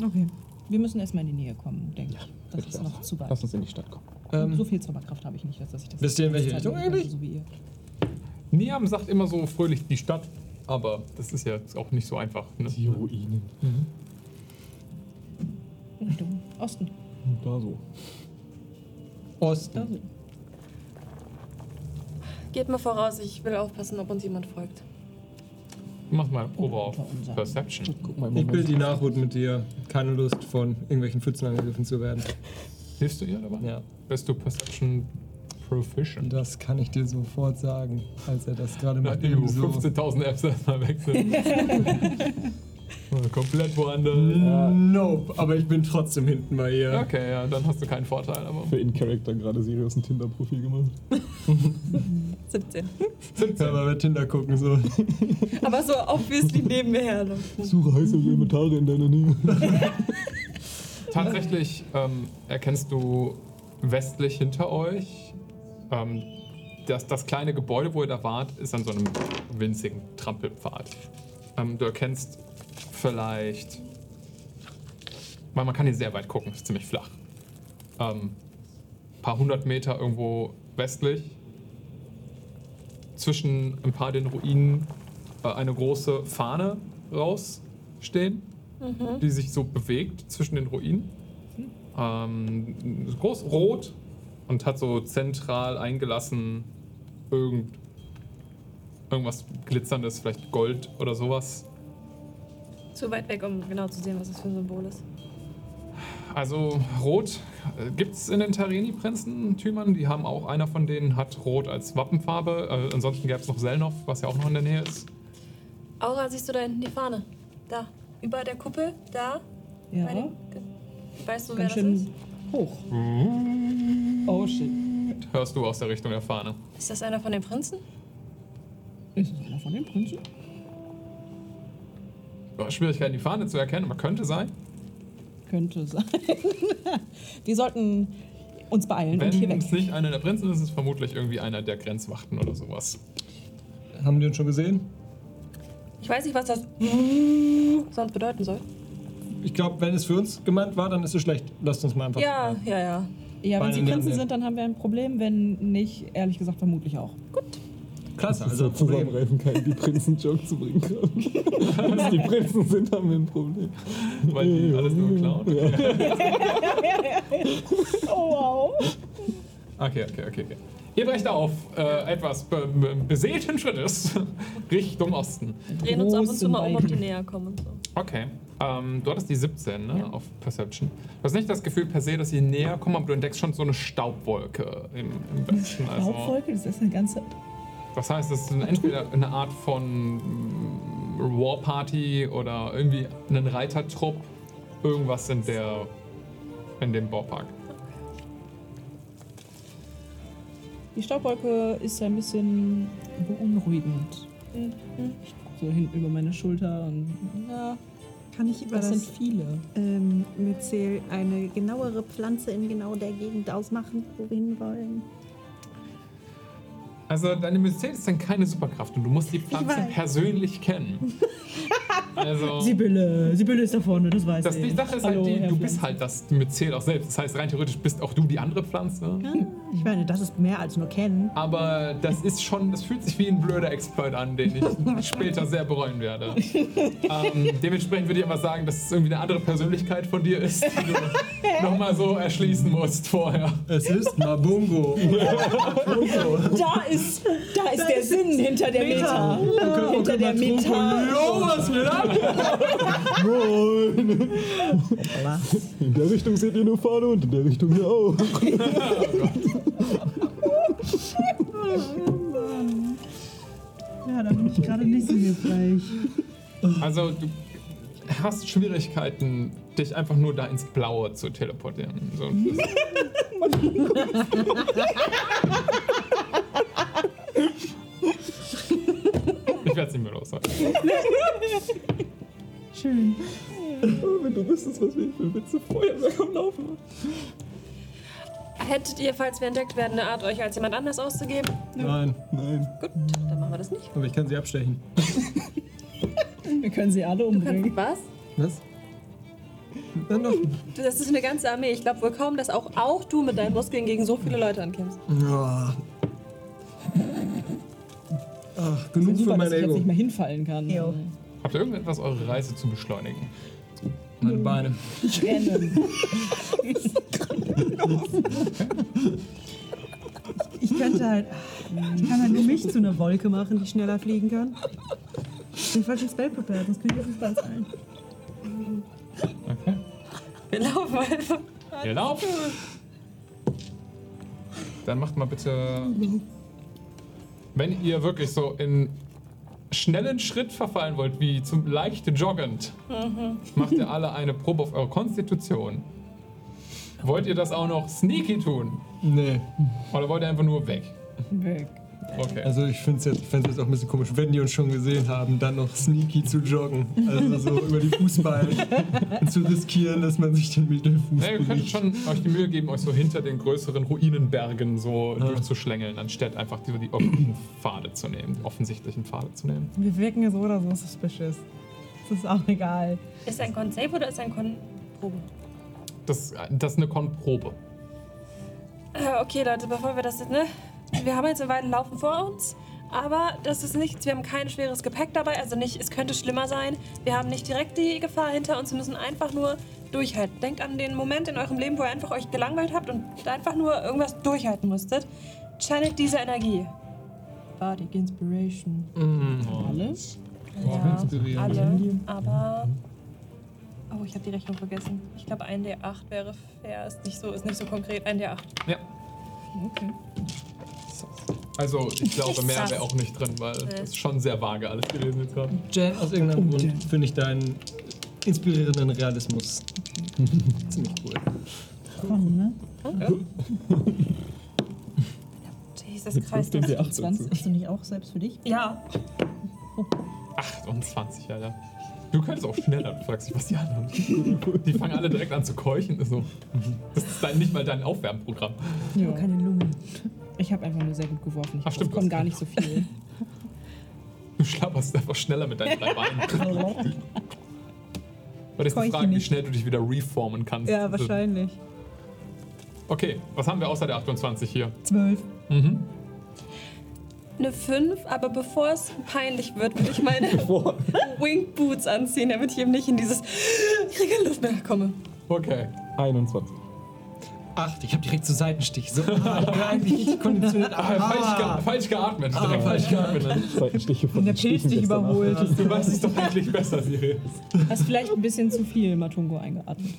S8: Okay.
S9: Wir müssen erstmal in die Nähe kommen, denke ich. Das
S7: Würde ich
S9: ist
S7: auch
S9: noch
S7: sagen.
S9: zu weit.
S4: Lass uns in die Stadt kommen.
S10: Ähm,
S9: so viel Zauberkraft habe ich nicht, dass ich das.
S10: Wisst ihr, in welche
S9: das
S10: Richtung
S9: kann,
S10: eigentlich?
S9: So wie ihr.
S2: Niam sagt immer so fröhlich die Stadt, aber das ist ja jetzt auch nicht so einfach. Ne?
S7: Die Ruinen.
S9: Richtung Osten.
S7: Da so.
S10: Osten.
S3: Geht mal voraus, ich will aufpassen, ob uns jemand folgt.
S2: Mach mal eine Probe auf
S9: Unter unserem
S2: Perception.
S7: Guck mal im
S10: Ich bilde
S7: Moment.
S10: die Nachhut mit dir. Keine Lust, von irgendwelchen Pfützen angegriffen zu werden.
S2: Hilfst du ihr dabei?
S10: Ja,
S2: Bist du Perception Proficient?
S10: das kann ich dir sofort sagen, als er das gerade mal
S2: Nachdem
S10: eben
S2: du
S10: so...
S2: 15.000 Apps erstmal weg sind. Oder Komplett woanders.
S10: Nope, aber ich bin trotzdem hinten bei ihr.
S2: Okay, ja, dann hast du keinen Vorteil, aber.
S7: Für In-Character gerade Sirius ein Tinder-Profil gemacht.
S3: 17.
S10: Kann man bei Tinder gucken, so.
S3: Aber so obviously neben mir her.
S7: Suche heiße Elementare in deiner Nähe.
S2: Tatsächlich ähm, erkennst du westlich hinter euch, ähm, das, das kleine Gebäude, wo ihr da wart, ist an so einem winzigen Trampelpfad. Ähm, du erkennst vielleicht. Man, man kann hier sehr weit gucken, ist ziemlich flach. Ähm, paar hundert Meter irgendwo westlich. Zwischen ein paar den Ruinen äh, eine große Fahne rausstehen die sich so bewegt zwischen den Ruinen. Ähm, ist groß rot und hat so zentral eingelassen irgend, irgendwas glitzerndes, vielleicht Gold oder sowas.
S3: Zu weit weg, um genau zu sehen, was das für ein Symbol ist.
S2: Also rot äh, gibt es in den Tarini-Prinzentümern. Die haben auch, einer von denen hat rot als Wappenfarbe. Äh, ansonsten gäbe es noch Selnov, was ja auch noch in der Nähe ist.
S3: Aura, siehst du da hinten die Fahne? Da. Über der Kuppel, da. Bei
S9: Ja,
S3: dem, Ge- weißt du, wer
S9: ganz
S3: das
S9: schön
S3: ist?
S9: hoch. Oh shit.
S2: Hörst du aus der Richtung der Fahne.
S3: Ist das einer von den Prinzen?
S9: Ist das einer von den Prinzen?
S2: Schwierigkeiten, die Fahne zu erkennen, aber könnte sein.
S9: könnte sein. Wir sollten uns beeilen und hier
S2: Wenn
S9: weg.
S2: es nicht einer der Prinzen ist, ist es vermutlich irgendwie einer der Grenzwachten oder sowas.
S10: Haben die uns schon gesehen?
S3: Ich weiß nicht, was das sonst bedeuten soll.
S10: Ich glaube, wenn es für uns gemeint war, dann ist es schlecht. Lasst uns mal einfach.
S3: Ja, ja, ja.
S9: Ja, wenn
S10: Beine
S9: sie
S10: nehmen
S9: Prinzen
S10: wir.
S9: sind, dann haben wir ein Problem. Wenn nicht, ehrlich gesagt, vermutlich auch.
S10: Klasse,
S7: also zusammenreifen kann, die Prinzen-Joke zu bringen kann. Wenn es die Prinzen sind, haben wir ein Problem.
S2: Weil die alles nur klauen.
S9: oh, wow.
S2: Okay, okay, okay. okay. Ihr brecht auf, äh, etwas be be beseelten Schrittes Richtung Osten.
S3: Drehen uns ab und zu mal um, ob die näher kommen und so.
S2: Okay. Ähm, du hattest die 17, ne? Auf Perception. Du hast nicht das Gefühl per se, dass sie näher kommen, aber du entdeckst schon so eine Staubwolke im, im Westen. Also,
S9: Laubwolke, das ist eine ganze.
S2: Das heißt, es ist entweder eine Art von mm, War Party oder irgendwie einen Reitertrupp. Irgendwas in der in dem Baupark.
S9: Die Staubwolke ist ein bisschen beunruhigend. So hinten über meine Schulter und. Ja,
S11: Kann ich über
S9: das
S11: das,
S9: sind viele.
S11: ähm, Myzel eine genauere Pflanze in genau der Gegend ausmachen, wo wir hinwollen?
S2: Also deine Mythizität ist dann keine Superkraft und du musst die Pflanzen
S11: weiß.
S2: persönlich kennen.
S8: Oh.
S2: also
S5: Sibylle, Sibylle ist da vorne, das weiß
S2: das,
S5: ich.
S2: die Sache ist halt die, du bist halt das Myzel auch selbst. Das heißt, rein theoretisch bist auch du die andere Pflanze.
S11: Ah. Ich meine, das ist mehr als nur kennen.
S2: Aber das ist schon, das fühlt sich wie ein blöder Exploit an, den ich später sehr bereuen werde. ähm, dementsprechend würde ich aber sagen, dass es irgendwie eine andere Persönlichkeit von dir ist, die du nochmal so erschließen musst vorher.
S10: Es ist Mabungo.
S9: Da ist, da ist der Sinn hinter der Meta. Hinter der
S10: Jo,
S9: Meta.
S10: was geht ab?
S7: Moin! In der Richtung seht ihr nur Fahne und in der Richtung hier auch.
S6: Ja, da bin ich gerade nicht so hilfreich.
S2: Also du hast Schwierigkeiten, dich einfach nur da ins Blaue zu teleportieren. So, das- ich werde es nicht mehr los sagen.
S6: Schön.
S7: Wenn du wüsstest, was wir für Witze Feuerwerk am Laufen haben.
S3: Hättet ihr, falls wir entdeckt werden, eine Art, euch als jemand anders auszugeben?
S10: Nein, nein.
S3: Gut, dann machen wir das nicht.
S10: Aber ich kann sie abstechen.
S9: Wir können sie alle umbringen.
S3: Was?
S10: Was? Dann doch.
S3: Du, Das ist eine ganze Armee. Ich glaube wohl kaum, dass auch, auch du mit deinen Muskeln gegen so viele Leute ankämpfst.
S10: Ja. Ach,
S9: Ich bin
S10: genug für
S9: super,
S10: mein
S9: dass ich jetzt
S10: Ego.
S9: nicht mehr hinfallen kann.
S11: Jo.
S2: Habt ihr irgendetwas, eure Reise zu beschleunigen?
S10: Meine Beine.
S9: Rennen.
S8: Ich könnte halt. Ich kann halt nur mich zu einer Wolke machen, die schneller fliegen kann. Ich wollte ein Spell prepared, sonst könnte ich auf den Spaß ein.
S2: Okay.
S3: Wir laufen einfach.
S2: Ihr lauft. Dann macht mal bitte. Wenn ihr wirklich so in schnellen Schritt verfallen wollt, wie zum leicht joggend, macht ihr alle eine Probe auf eure Konstitution. Wollt ihr das auch noch sneaky tun?
S10: Nee.
S2: Oder wollt ihr einfach nur weg?
S9: Weg.
S2: Okay.
S10: Also ich finde es jetzt, find's jetzt auch ein bisschen komisch, wenn die uns schon gesehen haben, dann noch sneaky zu joggen. Also so über die Fußballen zu riskieren, dass man sich den mit dem Fuß
S2: Ja, ihr könntet
S10: bewegt.
S2: schon euch die Mühe geben, euch so hinter den größeren Ruinenbergen so durchzuschlängeln, anstatt einfach die, die offenen Pfade zu nehmen, die offensichtlichen Pfade zu nehmen.
S5: Wir wirken ja so oder so suspicious. Das ist auch egal.
S3: Ist ein Con-Save oder ist ein Con-Probe?
S2: Das, das ist eine Konprobe.
S3: Äh, okay, Leute, bevor wir das jetzt, ne? Wir haben jetzt einen weiten Laufen vor uns, aber das ist nichts. Wir haben kein schweres Gepäck dabei, also nicht, es könnte schlimmer sein. Wir haben nicht direkt die Gefahr hinter uns, wir müssen einfach nur durchhalten. Denkt an den Moment in eurem Leben, wo ihr einfach euch gelangweilt habt und einfach nur irgendwas durchhalten musstet. Channelt diese Energie.
S9: Bardic Inspiration. Alles?
S3: Ja, alle, aber... Oh, ich habe die Rechnung vergessen. Ich glaube, ein D8 wäre fair. Ist nicht so, ist nicht so konkret. Ein D8.
S2: Ja.
S9: Okay.
S2: Also ich glaube, mehr
S3: Sass.
S2: wäre auch nicht drin, weil das ist schon sehr vage alles gewesen jetzt gerade.
S10: Jen,
S9: also
S10: aus irgendeinem Grund finde ich deinen inspirierenden Realismus ziemlich cool.
S6: Komm, ne?
S3: Jesus Christ.
S7: Dem D8 dazu.
S9: 20. Hast du nicht auch selbst für dich?
S3: Ja,
S2: 28, Alter. Du könntest auch schneller, du fragst dich, was die anderen. Die fangen alle direkt an zu keuchen. ist So. Das ist dann nicht mal dein Aufwärmprogramm.
S9: Ich habe keine Lunge. Ich habe einfach nur sehr gut geworfen. Ich
S2: Ach, stimmt,
S9: bekomme
S2: das-
S9: gar nicht so viel.
S2: Du schlapperst einfach schneller mit deinen drei Beinen. Aber das ist die
S8: Keuche
S2: Frage, wie
S8: nicht.
S2: schnell du dich wieder reformen kannst.
S8: Ja,
S2: Also-
S8: wahrscheinlich.
S2: Okay, was haben wir außer der 28 hier?
S8: Zwölf.
S2: Mhm.
S3: Eine 5, aber bevor es peinlich wird, würde ich meine Wing Boots anziehen, damit ich eben nicht in dieses Ich kriege keine Luft mehr komme.
S2: Okay.
S4: 21.
S10: Acht, ich habe direkt zu Seitenstich. So, ah, ich bin eigentlich nicht konditioniert. Ah,
S2: Ah, falsch, ge falsch geatmet. Direkt falsch geatmet.
S4: Seitenstiche von
S8: Der Pilz dich überholt.
S2: Du weißt es doch eigentlich besser, Siri.
S9: Hast vielleicht ein bisschen zu viel Matungo eingeatmet.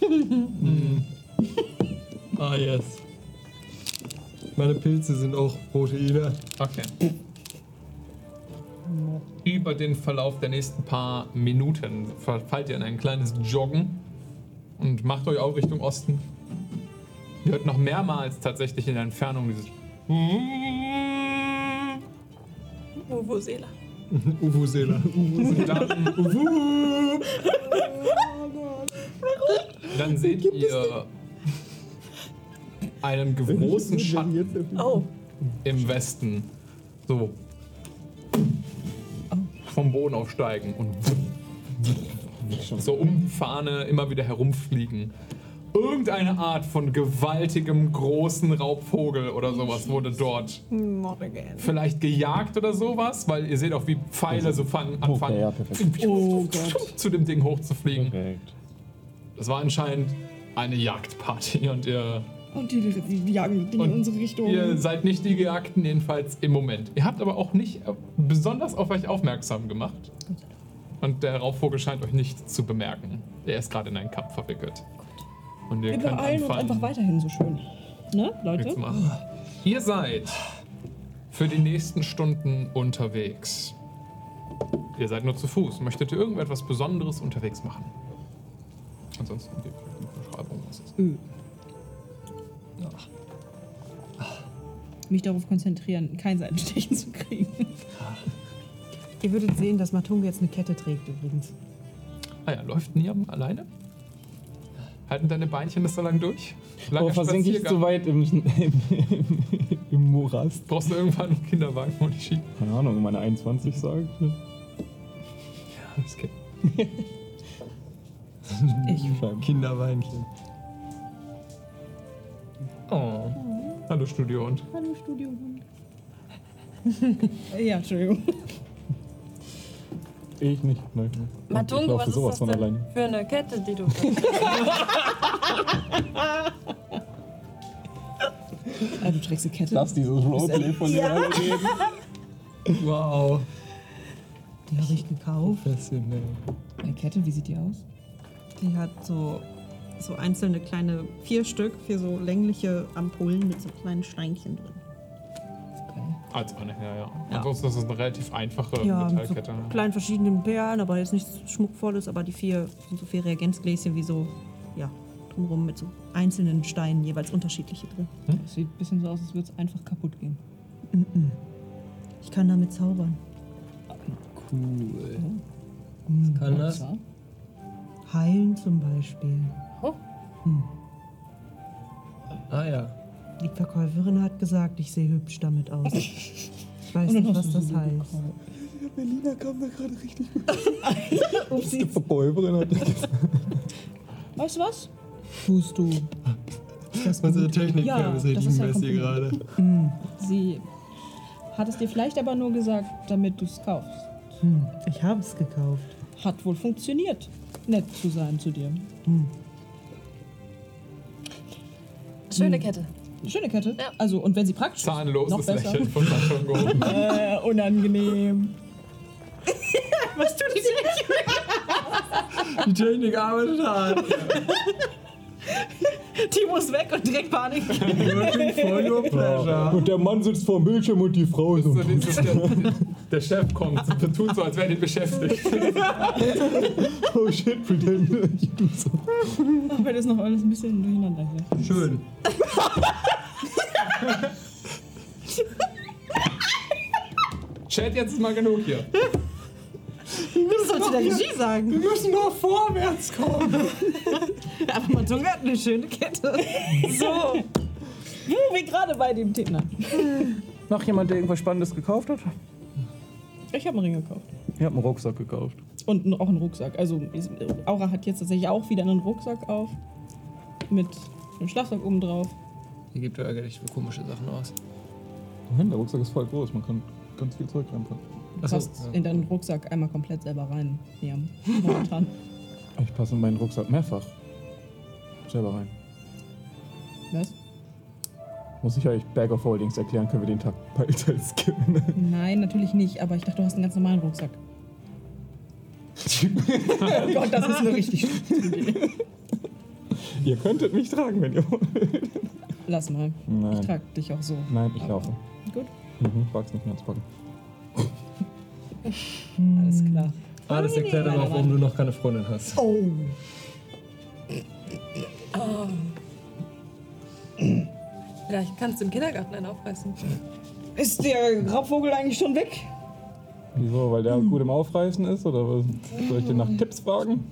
S10: Ah, yes. Meine Pilze sind auch Proteine.
S2: Okay. Über den Verlauf der nächsten paar Minuten verfallt ihr in ein kleines Joggen und macht euch auf Richtung Osten. Ihr hört noch mehrmals tatsächlich in der Entfernung dieses
S3: Uvo Seela.
S10: Uvusela. Uvusela. Uvu.
S2: Dann seht ihr einen großen Schatten
S3: Oh.
S2: im Westen so vom Boden aufsteigen und so um die Fahne immer wieder herumfliegen. Irgendeine Art von gewaltigem, großen Raubvogel oder sowas wurde dort
S8: Not again.
S2: vielleicht gejagt oder sowas, weil ihr seht auch, wie Pfeile so fangen, anfangen
S4: ja, perfekt.
S9: Oh Gott.
S2: zu dem Ding hochzufliegen.
S4: Perfekt.
S2: Das war anscheinend eine Jagdparty und ihr,
S6: Und die, die, die jagen die
S2: Und
S6: in unsere Richtung.
S2: ihr seid nicht die Gejagten, jedenfalls im Moment. Ihr habt aber auch nicht äh, besonders auf euch aufmerksam gemacht. Und der Raubvogel scheint euch nicht zu bemerken. Er ist gerade in einen Kampf verwickelt. Und ihr könnt
S9: Überall und einfach
S2: anfangen,
S9: weiterhin so schön. Ne, Leute?
S2: zu machen. Ihr seid für die nächsten Stunden unterwegs. Ihr seid nur zu Fuß. Möchtet ihr irgendetwas Besonderes unterwegs machen? Ansonsten gebt vielleicht eine Beschreibung, was es ist.
S9: Mich darauf konzentrieren, kein Seitenstechen zu kriegen.
S8: Ihr würdet sehen, dass Matungo jetzt eine Kette trägt übrigens.
S2: Ah ja, läuft Niam alleine? Halten deine Beinchen das so lang durch? Langer
S4: Aber Oh, versinke ich
S2: Spaziergang.
S4: zu weit im, im, im, im Morast?
S2: Brauchst du irgendwann einen Kinderwagen, Monishi?
S4: Keine Ahnung, meine 21 sagt.
S2: Alles geht.
S10: Kinderweinchen.
S2: Oh. Hallo Studio und.
S9: Hallo, Studiohund. ja, Entschuldigung.
S4: Ich nicht. Nein. ich
S3: Matungo,
S4: laufe
S3: was ist
S4: sowas
S3: das
S4: von
S3: denn
S4: alleine.
S3: für eine Kette, die du.
S9: Ah, du trägst eine Kette.
S4: Lass dieses Roleplay von dir ja. reden.
S10: Wow.
S8: Die habe ich gekauft.
S10: Professionell.
S9: Eine Kette, wie sieht die aus?
S8: Die hat so, so einzelne kleine, vier Stück, vier so längliche Ampullen mit so kleinen Steinchen drin.
S2: Als Anhänger, ja.
S8: Ja.
S2: Ansonsten ist es eine relativ einfache
S8: Ja, mit so
S2: Metallkette.
S8: kleinen verschiedenen Perlen, aber jetzt nichts Schmuckvolles, aber die vier sind so vier Reagenzgläschen wie so, ja, drumherum mit so einzelnen Steinen, jeweils unterschiedliche drin.
S2: Hm?
S9: Das sieht ein bisschen so aus, als würde es einfach kaputt gehen.
S8: Ich kann damit zaubern.
S9: Cool.
S10: Hm.
S5: Was kann das?
S8: Heilen zum Beispiel.
S10: Ah ja.
S8: Die Verkäuferin hat gesagt, ich sehe hübsch damit aus. Ich weiß
S9: Und dann
S8: nicht,
S9: hast
S8: was
S9: du
S8: das
S9: so
S8: heißt.
S10: Berliner kam da gerade richtig gut.
S4: Die Verkäuferin hat
S9: Weißt du was?
S8: Tust du.
S10: Unsere Technik
S9: Ja,
S10: ja, ist ja
S9: das ist ja
S10: Best hier
S9: Kompliment.
S10: gerade.
S9: Sie hat es dir vielleicht aber nur gesagt, damit du es kaufst.
S8: Hm, ich habe es gekauft.
S9: Hat wohl funktioniert, nett zu sein zu dir.
S3: Schöne
S4: Hm.
S3: Kette.
S9: Schöne Kette.
S3: Ja.
S9: Also, und wenn sie praktisch
S2: Zahnloses
S9: ist, noch besser.
S2: Lächeln von Matungo.
S9: Äh, unangenehm.
S8: Was tut die
S10: Die Technik arbeitet hart.
S8: Timo ist weg und direkt Panik.
S10: Working for your pleasure.
S4: Und der Mann sitzt vorm Bildschirm und die Frau ist
S2: So
S4: so.
S2: Also dieses, der, der Chef kommt, tut so, als wäre er beschäftigt.
S4: Oh shit, pretend.
S9: Auch wenn das noch alles ein bisschen durcheinander hier.
S10: Schön.
S2: Chat, jetzt ist mal genug hier.
S8: Das sollte der Regie sagen.
S10: Wir müssen nur vorwärts kommen.
S8: Aber Matunga hat eine schöne Kette.
S9: So. Wo wir gerade bei dem Thema.
S4: Noch jemand, der irgendwas Spannendes gekauft hat?
S9: Ich habe einen Ring gekauft.
S4: Ich habe einen Rucksack gekauft.
S9: Und n- auch einen Rucksack. Also ist- Aura hat jetzt tatsächlich auch wieder einen Rucksack auf. Mit einem Schlafsack oben drauf.
S7: Ihr gebt ja ärgerlich für komische Sachen aus. Nein, der Rucksack ist voll groß, man kann ganz viel Zeug reinpacken.
S9: Du passt in deinen Rucksack einmal komplett selber rein. Ja, momentan.
S4: Ich passe in meinen Rucksack mehrfach. Selber rein.
S9: Was?
S4: Muss ich euch Bag of Holdings erklären, können wir den Tag bald als skippen.
S9: Nein, natürlich nicht. Aber ich dachte, du hast einen ganz normalen Rucksack. oh Gott, das ist eine richtig schlechte Idee.
S4: Ihr könntet mich tragen, wenn ihr wollt.
S9: Lass mal.
S4: Nein.
S9: Ich trage dich auch so.
S4: Nein, ich
S9: Aber-
S4: laufe.
S9: Gut,
S4: Mhm, ich wag's nicht mehr zu packen.
S9: alles klar.
S10: Ah, das erklärt aber auch, warum du noch keine Freundin hast.
S9: Oh.
S3: Vielleicht kannst du im Kindergarten einen aufreißen.
S9: Ist der Raubvogel eigentlich schon weg?
S4: Wieso? Weil der gut im Aufreißen ist? Oder was? soll ich den nach Tipps fragen?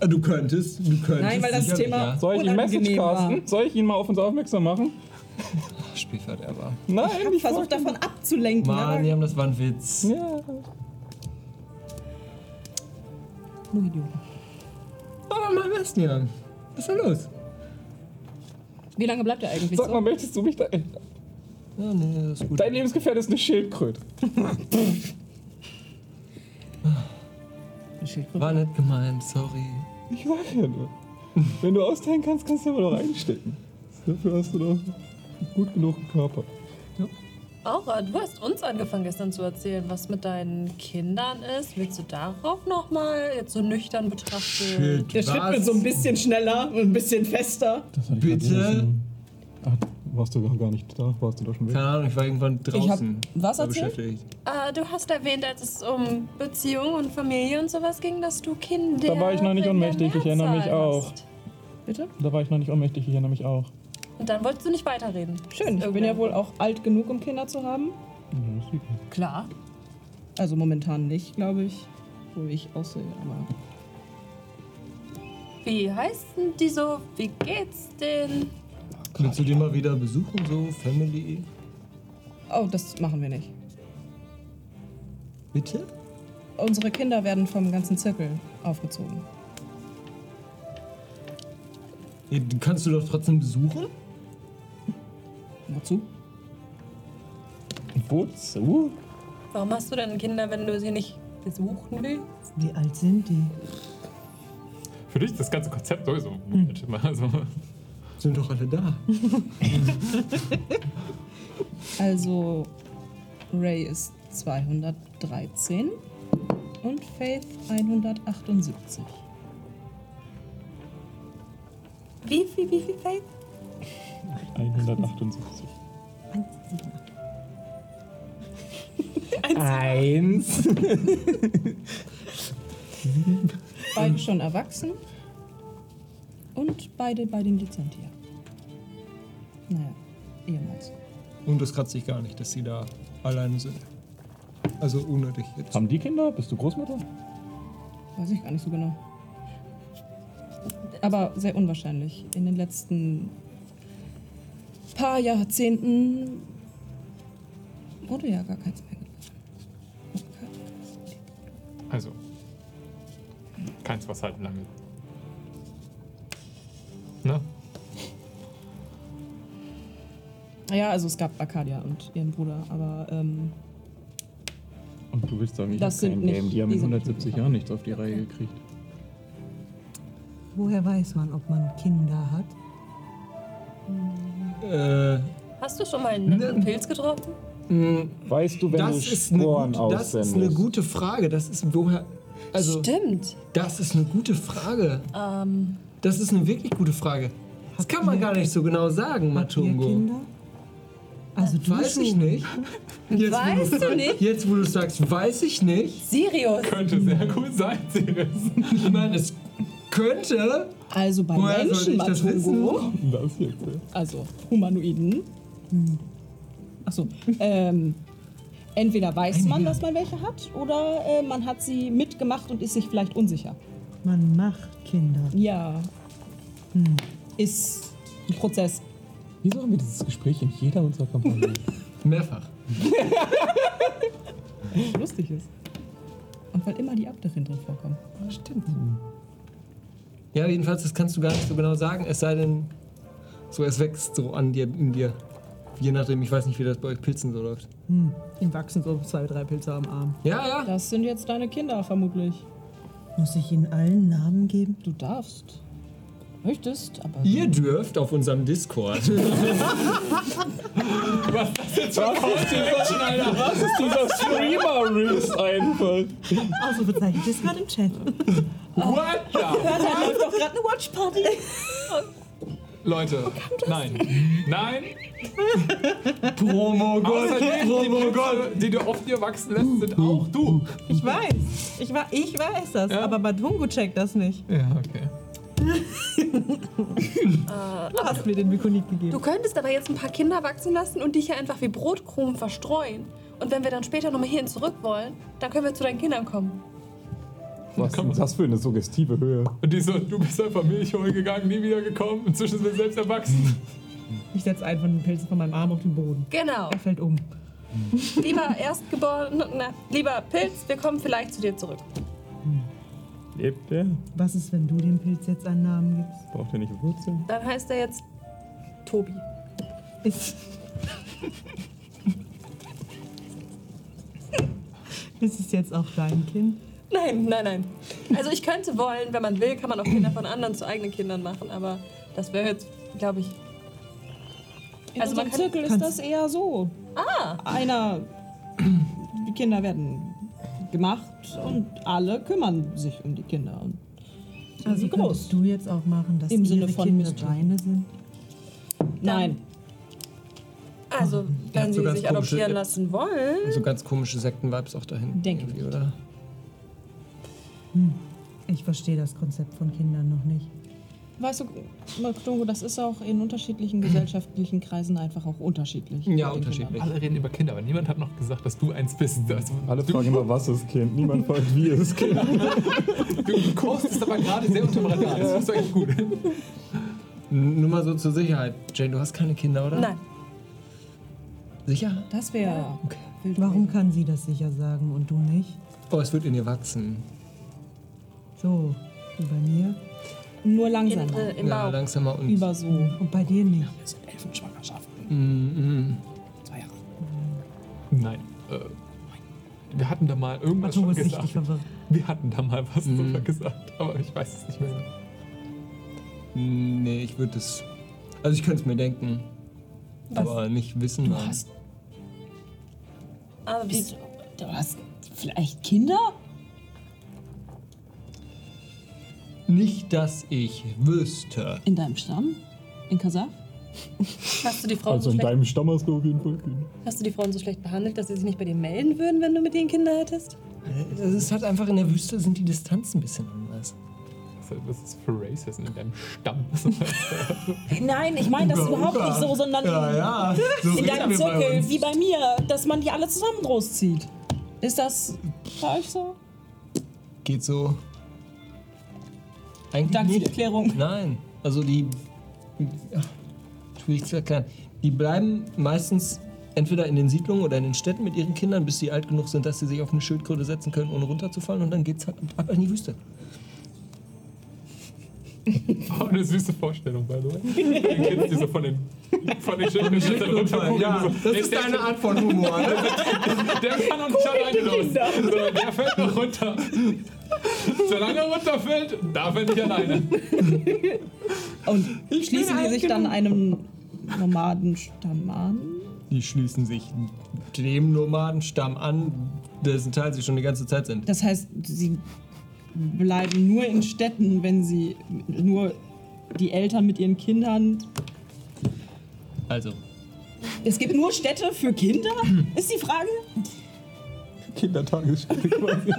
S10: Ah, Du könntest, du könntest.
S9: Nein, weil das
S10: sicherlich,
S9: Thema
S10: ja.
S4: Soll ich ihn
S9: Unangenehm
S4: Message casten?
S9: war.
S4: Soll ich ihn mal auf uns aufmerksam machen?
S10: Spielverderber.
S9: Ich
S4: Nein,
S9: hab versucht, davon abzulenken. aber-
S10: Mann, das war ein Witz.
S4: Ja.
S9: Du Idioten.
S10: Aber Oh, mein Bastian, was ist da los?
S9: Wie lange bleibt er eigentlich
S4: Sag
S9: so?
S4: mal, möchtest du mich da.
S10: Ja, nee, ist gut.
S4: Dein Lebensgefährt ist eine Schildkröte.
S10: War nicht gemeint, sorry.
S4: Ich sag ja nur. Wenn du austeilen kannst, kannst du aber noch einstecken. Dafür hast du doch gut genug einen Körper.
S3: Aura, äh, du hast uns angefangen gestern zu erzählen, was mit deinen Kindern ist. Willst du darauf nochmal jetzt so nüchtern betrachten?
S10: Shit,
S9: Der Schritt wird so ein bisschen schneller und ein bisschen fester.
S4: Das hatte
S10: Bitte?
S4: vergessen.
S7: Ah,
S4: Ach, warst du gar nicht da? Warst du da schon weg?
S10: Keine Ahnung, ich war irgendwann draußen.
S9: was
S10: war
S9: erzählt?
S10: beschäftigt.
S3: Äh, du hast erwähnt, als es um Beziehung und Familie und sowas ging, dass du Kinder.
S4: Da war ich noch nicht
S3: in der
S4: ohnmächtig, ich erinnere mich
S3: Mehrzahl
S4: auch.
S3: hast.
S9: Bitte?
S4: Da war ich noch nicht ohnmächtig, ich erinnere mich auch.
S3: Und dann wolltest du nicht weiterreden.
S9: Schön, ich bin ja wohl auch alt genug, um Kinder zu haben.
S3: Klar.
S9: Also momentan nicht, glaube ich. So wie ich aussehe, aber.
S3: Wie heißen die so? Wie geht's denn?
S10: Willst du den mal wieder besuchen, so? Family?
S9: Oh, das machen wir nicht.
S10: Bitte?
S9: Unsere Kinder werden vom ganzen Zirkel aufgezogen.
S10: Ja, du kannst du doch trotzdem besuchen?
S9: Wozu?
S4: Wozu?
S3: Warum hast du denn Kinder, wenn du sie nicht besuchen willst?
S8: Wie alt sind die?
S2: Für dich ist das ganze Konzept sowieso
S4: Hm.
S2: weird. Also,
S10: Sind doch alle da.
S9: Also, Ray ist 213 und Faith 178.
S3: Wie, wie, wie, wie, Faith?
S4: 178.
S7: Eins.
S9: Beide schon erwachsen und beide bei den Lizantier. Naja, ehemals.
S10: Und das kratzt dich gar nicht, dass sie da alleine sind. Also ohne dich jetzt.
S4: Haben die Kinder? Bist du Großmutter?
S9: Weiß ich gar nicht so genau. Aber sehr unwahrscheinlich. In den letzten paar Jahrzehnten wurde ja gar keins mehr geboren.
S2: also. Keins, was halt lange. Ne?
S9: Ja, also es gab Arcadia und ihren Bruder, aber ähm,
S4: Und du willst sagen, ich
S9: Das
S4: hab
S9: sind
S4: kein
S9: nicht-
S4: Game. Die haben
S9: die
S4: in
S9: sind
S4: 170
S9: nicht-
S4: Jahren nichts auf die Reihe gekriegt.
S8: Woher weiß man, ob man Kinder hat?
S10: Äh,
S3: Hast du schon mal einen
S9: Ne.
S3: netten Pilz getroffen?
S10: mh,
S4: Weißt du, wenn
S10: das,
S4: du
S10: ist eine
S4: Sporen
S10: gute, das ist eine
S4: aussendest?
S10: gute Frage. Das ist woher. Also,
S3: Stimmt.
S10: das ist eine gute Frage.
S3: Ähm,
S10: Das ist eine wirklich gute Frage. Das kann man gar nicht so genau sagen, Matungo.
S8: Kinder? Also du
S10: Weiß
S8: schon.
S10: ich nicht. Jetzt,
S3: Weißt
S10: wo
S3: du nicht?
S10: Jetzt, wo du sagst, weiß ich nicht.
S3: Sirius.
S2: Könnte sehr cool sein, Sirius.
S10: Ich meine, es könnte.
S9: also bei
S10: Woher sollte
S9: Menschen
S10: ich das
S9: Matungo,
S10: wissen?
S4: Das jetzt, ja.
S9: also Humanoiden. Achso. Ähm, Entweder weiß man, dass man welche hat, oder äh, man hat sie mitgemacht und ist sich vielleicht unsicher.
S8: Man macht Kinder.
S9: Ja. Hm. Ist ein Prozess.
S12: Wieso haben wir dieses Gespräch in jeder unserer Kampagnen?
S2: Mehrfach.
S9: Was lustig ist. Und weil immer die Abderin drin vorkommen.
S10: Stimmt. Ja, jedenfalls, das kannst du gar nicht so genau sagen, es sei denn, so es wächst so an dir, in dir. Je nachdem, ich weiß nicht, wie das bei euch Pilzen so läuft.
S13: Hm.
S9: Ihm wachsen so zwei, drei Pilze am Arm.
S10: Ja, ja.
S9: Das sind jetzt deine Kinder, vermutlich.
S8: Muss ich ihnen allen Namen geben?
S9: Du darfst. Möchtest, aber.
S10: Ihr dürft auf unserem Discord.
S2: Was ist das jetzt für ein Call-to-Action, Alter?
S4: Was ist dieser Streamer-Reels einfach?
S8: Ausrufezeichen Discord im Chat.
S2: What the?
S14: Da läuft doch gerade eine Watchparty.
S2: Leute, nein. Nein,
S10: Promo
S2: außer
S10: Gold,
S2: die, die,
S10: Promo
S2: Pilze,
S10: Gold.
S2: die du auf dir wachsen lässt, sind auch du.
S8: Ich weiß. Ich, wa ich weiß das,
S2: Ja.
S8: aber Badungu checkt das nicht.
S2: Ja, okay.
S8: Du hast mir den Mikonik gegeben.
S3: Du könntest aber jetzt ein paar Kinder wachsen lassen und die hier einfach wie Brotkrumen verstreuen. Und wenn wir dann später nochmal hierhin zurück wollen, dann können wir zu deinen Kindern kommen.
S4: Was ist das für eine suggestive Höhe?
S2: Und die so, du bist einfach Milch holen gegangen, nie wieder gekommen. Inzwischen sind wir selbst erwachsen.
S8: Ich setze einen von den Pilzen von meinem Arm auf den Boden.
S3: Genau.
S8: Er fällt um.
S3: Lieber Erstgeborener, na, lieber Pilz, wir kommen vielleicht zu dir zurück.
S4: Lebt der?
S8: Was ist, wenn du dem Pilz jetzt einen Namen gibst?
S4: Braucht er nicht Wurzeln?
S3: Dann heißt er jetzt Tobi.
S8: Ist, ist es jetzt auch dein Kind?
S3: Nein, nein, nein. Also ich könnte wollen, wenn man will, kann man auch Kinder von anderen zu eigenen Kindern machen, aber das wäre jetzt, glaube ich.
S9: In
S3: Also
S9: also
S3: man kann-
S9: unserem Zirkel ist das eher so.
S3: Ah,
S9: Einer. Die Kinder werden gemacht und alle kümmern sich um die Kinder. Und sind
S8: Also
S9: sie groß.
S8: könntest du jetzt auch machen, dass
S9: Im Sinne
S8: ihre
S9: von
S8: Kinder
S9: Mystery.
S8: deine sind?
S9: Nein.
S3: also
S10: Der hat
S3: wenn
S10: so
S3: sie
S10: ganz
S3: sich
S10: komische-
S3: adoptieren lassen wollen.
S10: So ganz komische Sektenvibes auch dahin.
S9: Denk
S10: irgendwie,
S9: nicht.
S10: oder?
S8: Ich verstehe das Konzept von Kindern noch nicht.
S9: Weißt du, Makdongo, das ist auch in unterschiedlichen gesellschaftlichen Kreisen einfach auch unterschiedlich. Mit
S10: Ja,
S9: den
S10: unterschiedlich.
S2: Alle reden über Kinder, aber niemand hat noch gesagt, dass du eins bist. Also,
S4: Alle fragen immer, was ist Kind? Niemand fragt, wie ist Kind?
S2: du kostest aber gerade sehr unterm Radar. Das ist eigentlich gut.
S10: N- Nur mal so zur Sicherheit. Jane, du hast keine Kinder, oder?
S3: Nein.
S10: Sicher?
S9: Kindern. Das wäre. wild
S8: Warum
S9: gewesen.
S8: kann sie das sicher sagen und du nicht?
S10: Oh, es wird in dir wachsen.
S8: So, wie bei mir
S9: Nur
S3: In,
S9: langsam.
S3: äh, im
S10: Ja,
S3: Bauch.
S10: langsamer und.
S9: Über so. Hm.
S8: und bei dir nicht.
S9: Das sind Elfenschwangerschaften.
S10: Mm, mm.
S9: Zwei Jahre.
S2: Nein. Äh, wir hatten da mal irgendwas
S8: Badungu
S2: schon
S8: ist richtig
S2: gesagt.
S8: verwirrt.
S2: Wir hatten da mal was drüber gesagt, aber ich weiß es nicht mehr.
S10: mm. Nee, ich würde es. Also ich könnte es mir denken. Aber nicht wissen.
S9: Du
S10: wann.
S9: hast.
S3: Aber wie,
S9: Bist du, du hast vielleicht Kinder?
S10: Nicht, dass ich wüsste.
S9: In deinem Stamm? In Kasach?
S3: hast, du die Frauen
S4: Also
S3: so
S4: in
S3: schlecht,
S4: deinem Stamm hast du auf jeden Fall Kind.
S3: hast du die Frauen so schlecht behandelt, dass sie sich nicht bei dir melden würden, wenn du mit denen Kinder hättest?
S10: Es hat einfach in der Wüste sind die Distanzen ein bisschen anders.
S2: Was ist für Racism in deinem Stamm?
S9: Äh, Nein, ich meine das überhaupt nicht so, sondern
S10: ja. So
S9: in
S10: reden
S9: deinem
S10: wir bei
S9: Zirkel,
S10: uns.
S9: wie bei mir, dass man die alle zusammen großzieht. Ist das bei euch so?
S10: Geht so. Eigentlich
S9: Danke für die
S10: nicht.
S9: Erklärung.
S10: Nein. Also die. Ach, Schwierig zu erklären. Die bleiben meistens entweder in den Siedlungen oder in den Städten mit ihren Kindern, bis sie alt genug sind, dass sie sich auf eine Schildkröte setzen können, ohne runterzufallen. Und dann geht's halt ab in die Wüste.
S2: Oh, eine süße Vorstellung, by the way. Den Kids, die so von den, von den Schiffen runtergucken. so, nee, der-
S10: Art von Humor.
S2: Der kann noch nicht alleine los. Sondern der fällt noch runter. Solange er runterfällt, darf er nicht alleine.
S9: Und schließen die sich dann einem Nomadenstamm an?
S10: Die schließen sich dem Nomadenstamm an, dessen Teil sie schon die ganze Zeit sind.
S9: Das heißt, sie bleiben nur in Städten, wenn sie nur die Eltern mit ihren Kindern.
S10: Also,
S9: Es gibt nur Städte für Kinder?
S10: Hm.
S9: Ist die Frage?
S4: Kindertagesstätte quasi.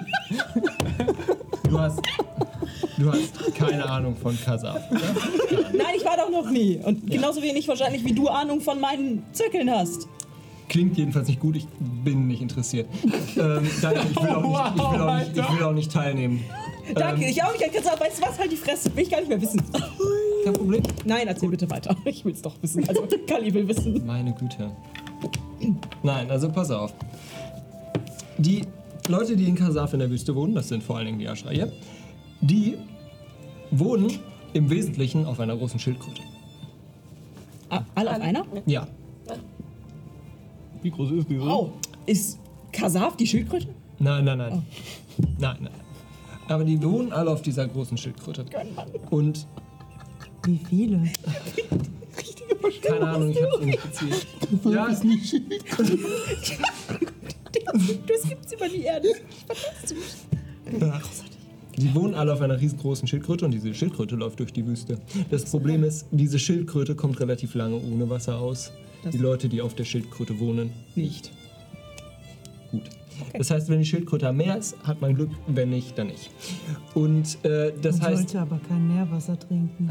S10: du hast, du hast keine Ahnung von Kasar.
S9: Nein, ich war doch noch nie. Und genauso wenig wahrscheinlich wie du Ahnung von meinen Zirkeln hast.
S10: Klingt jedenfalls nicht gut, ich bin nicht interessiert. ähm, danke, ich will, auch nicht, ich, will auch nicht, ich will auch nicht teilnehmen.
S6: Danke,
S10: Ähm,
S6: ich auch. Ich hätte gesagt, weißt du was, halt die Fresse. Will ich gar nicht mehr wissen.
S10: Kein Problem.
S6: Nein, erzähl bitte weiter. Ich will's doch wissen. Also, Kali will wissen.
S10: Meine Güte. Nein, also pass auf. Die Leute, die in Kasaf in der Wüste wohnen, das sind vor allen Dingen die Aschreier, die wohnen im Wesentlichen auf einer großen Schildkröte.
S9: Alle auf einer?
S10: Ja,
S7: Wie groß ist die so?
S6: Oh, ist Kasaf die Schildkröte?
S10: Nein, nein, nein.
S6: Oh.
S10: Nein, nein. Aber die wohnen alle auf dieser großen Schildkröte. Und.
S8: Wie viele?
S10: Keine Ahnung, ich hab's nicht gezählt. Ja, ist nicht Schildkröte.
S6: Das gibt's über die Erde.
S10: Ja. Die wohnen alle auf einer riesengroßen Schildkröte und diese Schildkröte läuft durch die Wüste. Das Problem ist, diese Schildkröte kommt relativ lange ohne Wasser aus.
S6: Das-
S10: Die Leute, die auf der Schildkröte wohnen, nicht. Gut.
S6: Okay.
S10: Das heißt, wenn die Schildkröte am Meer ist, hat man Glück, wenn nicht, dann nicht. Und äh, das
S8: Man
S10: heißt,
S8: sollte aber kein Meerwasser trinken.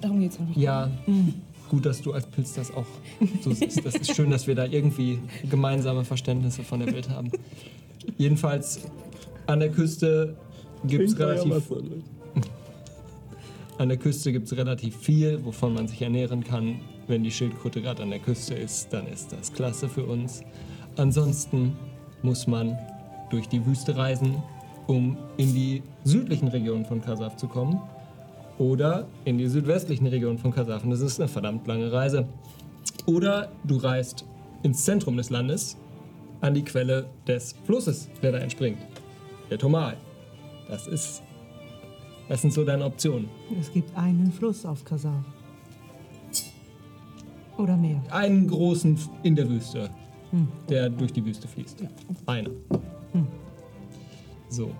S9: Darum geht's einfach.
S10: Ja, gut, dass du als Pilz das auch so siehst. Das ist schön, dass wir da irgendwie gemeinsame Verständnisse von der Welt haben. Jedenfalls an der Küste gibt es
S7: Trinkt euer
S10: relativ.
S7: Wasser, ne? Leute.
S10: An der Küste gibt es relativ viel, wovon man sich ernähren kann. Wenn die Schildkröte gerade an der Küste ist, dann ist das klasse für uns. Ansonsten muss man durch die Wüste reisen, um in die südlichen Regionen von Kasaf zu kommen. Oder in die südwestlichen Regionen von Kasaf. Und das ist eine verdammt lange Reise. Oder du reist ins Zentrum des Landes, an die Quelle des Flusses, der da entspringt. Der Tomal. Das ist. Das sind so deine Optionen.
S8: Es gibt einen Fluss auf Kasar. Oder mehr.
S10: Einen großen F- in der Wüste,
S8: Hm.
S10: der durch die Wüste fließt.
S6: Ja.
S10: Einer.
S8: Hm.
S10: So.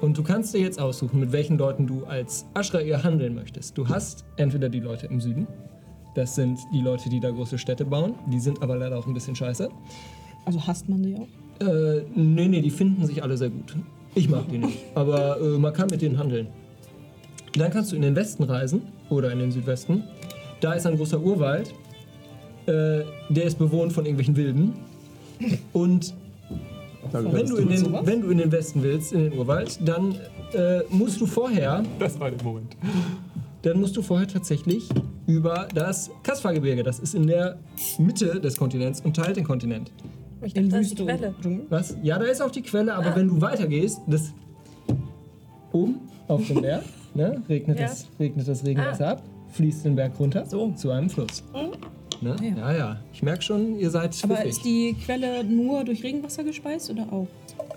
S10: Und du kannst dir jetzt aussuchen, mit welchen Leuten du als Aschrair handeln möchtest. Du hast entweder die Leute im Süden, das sind die Leute, die da große Städte bauen, die sind aber leider auch ein bisschen scheiße.
S6: Also hasst man die auch?
S10: Äh, nee, nee, die finden sich alle sehr gut. Ich mag die nicht, aber äh, man kann mit denen handeln. Dann kannst du in den Westen reisen oder in den Südwesten. Da ist ein großer Urwald. Äh, der ist bewohnt von irgendwelchen Wilden. Und
S7: Da
S10: wenn
S7: gehörst
S10: du,
S7: du
S10: in den,
S7: zu.
S10: wenn du in den Westen willst, in den Urwald, dann äh, musst du vorher,
S2: Das war der Moment.
S10: dann musst du vorher tatsächlich über das Kaspfergebirge. Das ist in der Mitte des Kontinents und teilt den Kontinent.
S3: Ich
S9: In
S3: dachte, das ist die
S9: Wüste und
S3: Quelle.
S9: Dschungel.
S10: Was? Ja, da ist auch die Quelle, aber wenn du weitergehst, das oben auf dem Berg, ne, regnet,
S3: Ja.
S10: das, regnet das Regenwasser ab, fließt den Berg runter zu einem Fluss. Ne?
S9: Ah,
S10: Ja, ja. Ich merke schon, ihr seid
S9: Aber
S10: pfiffig.
S9: ist die Quelle nur durch Regenwasser gespeist oder auch?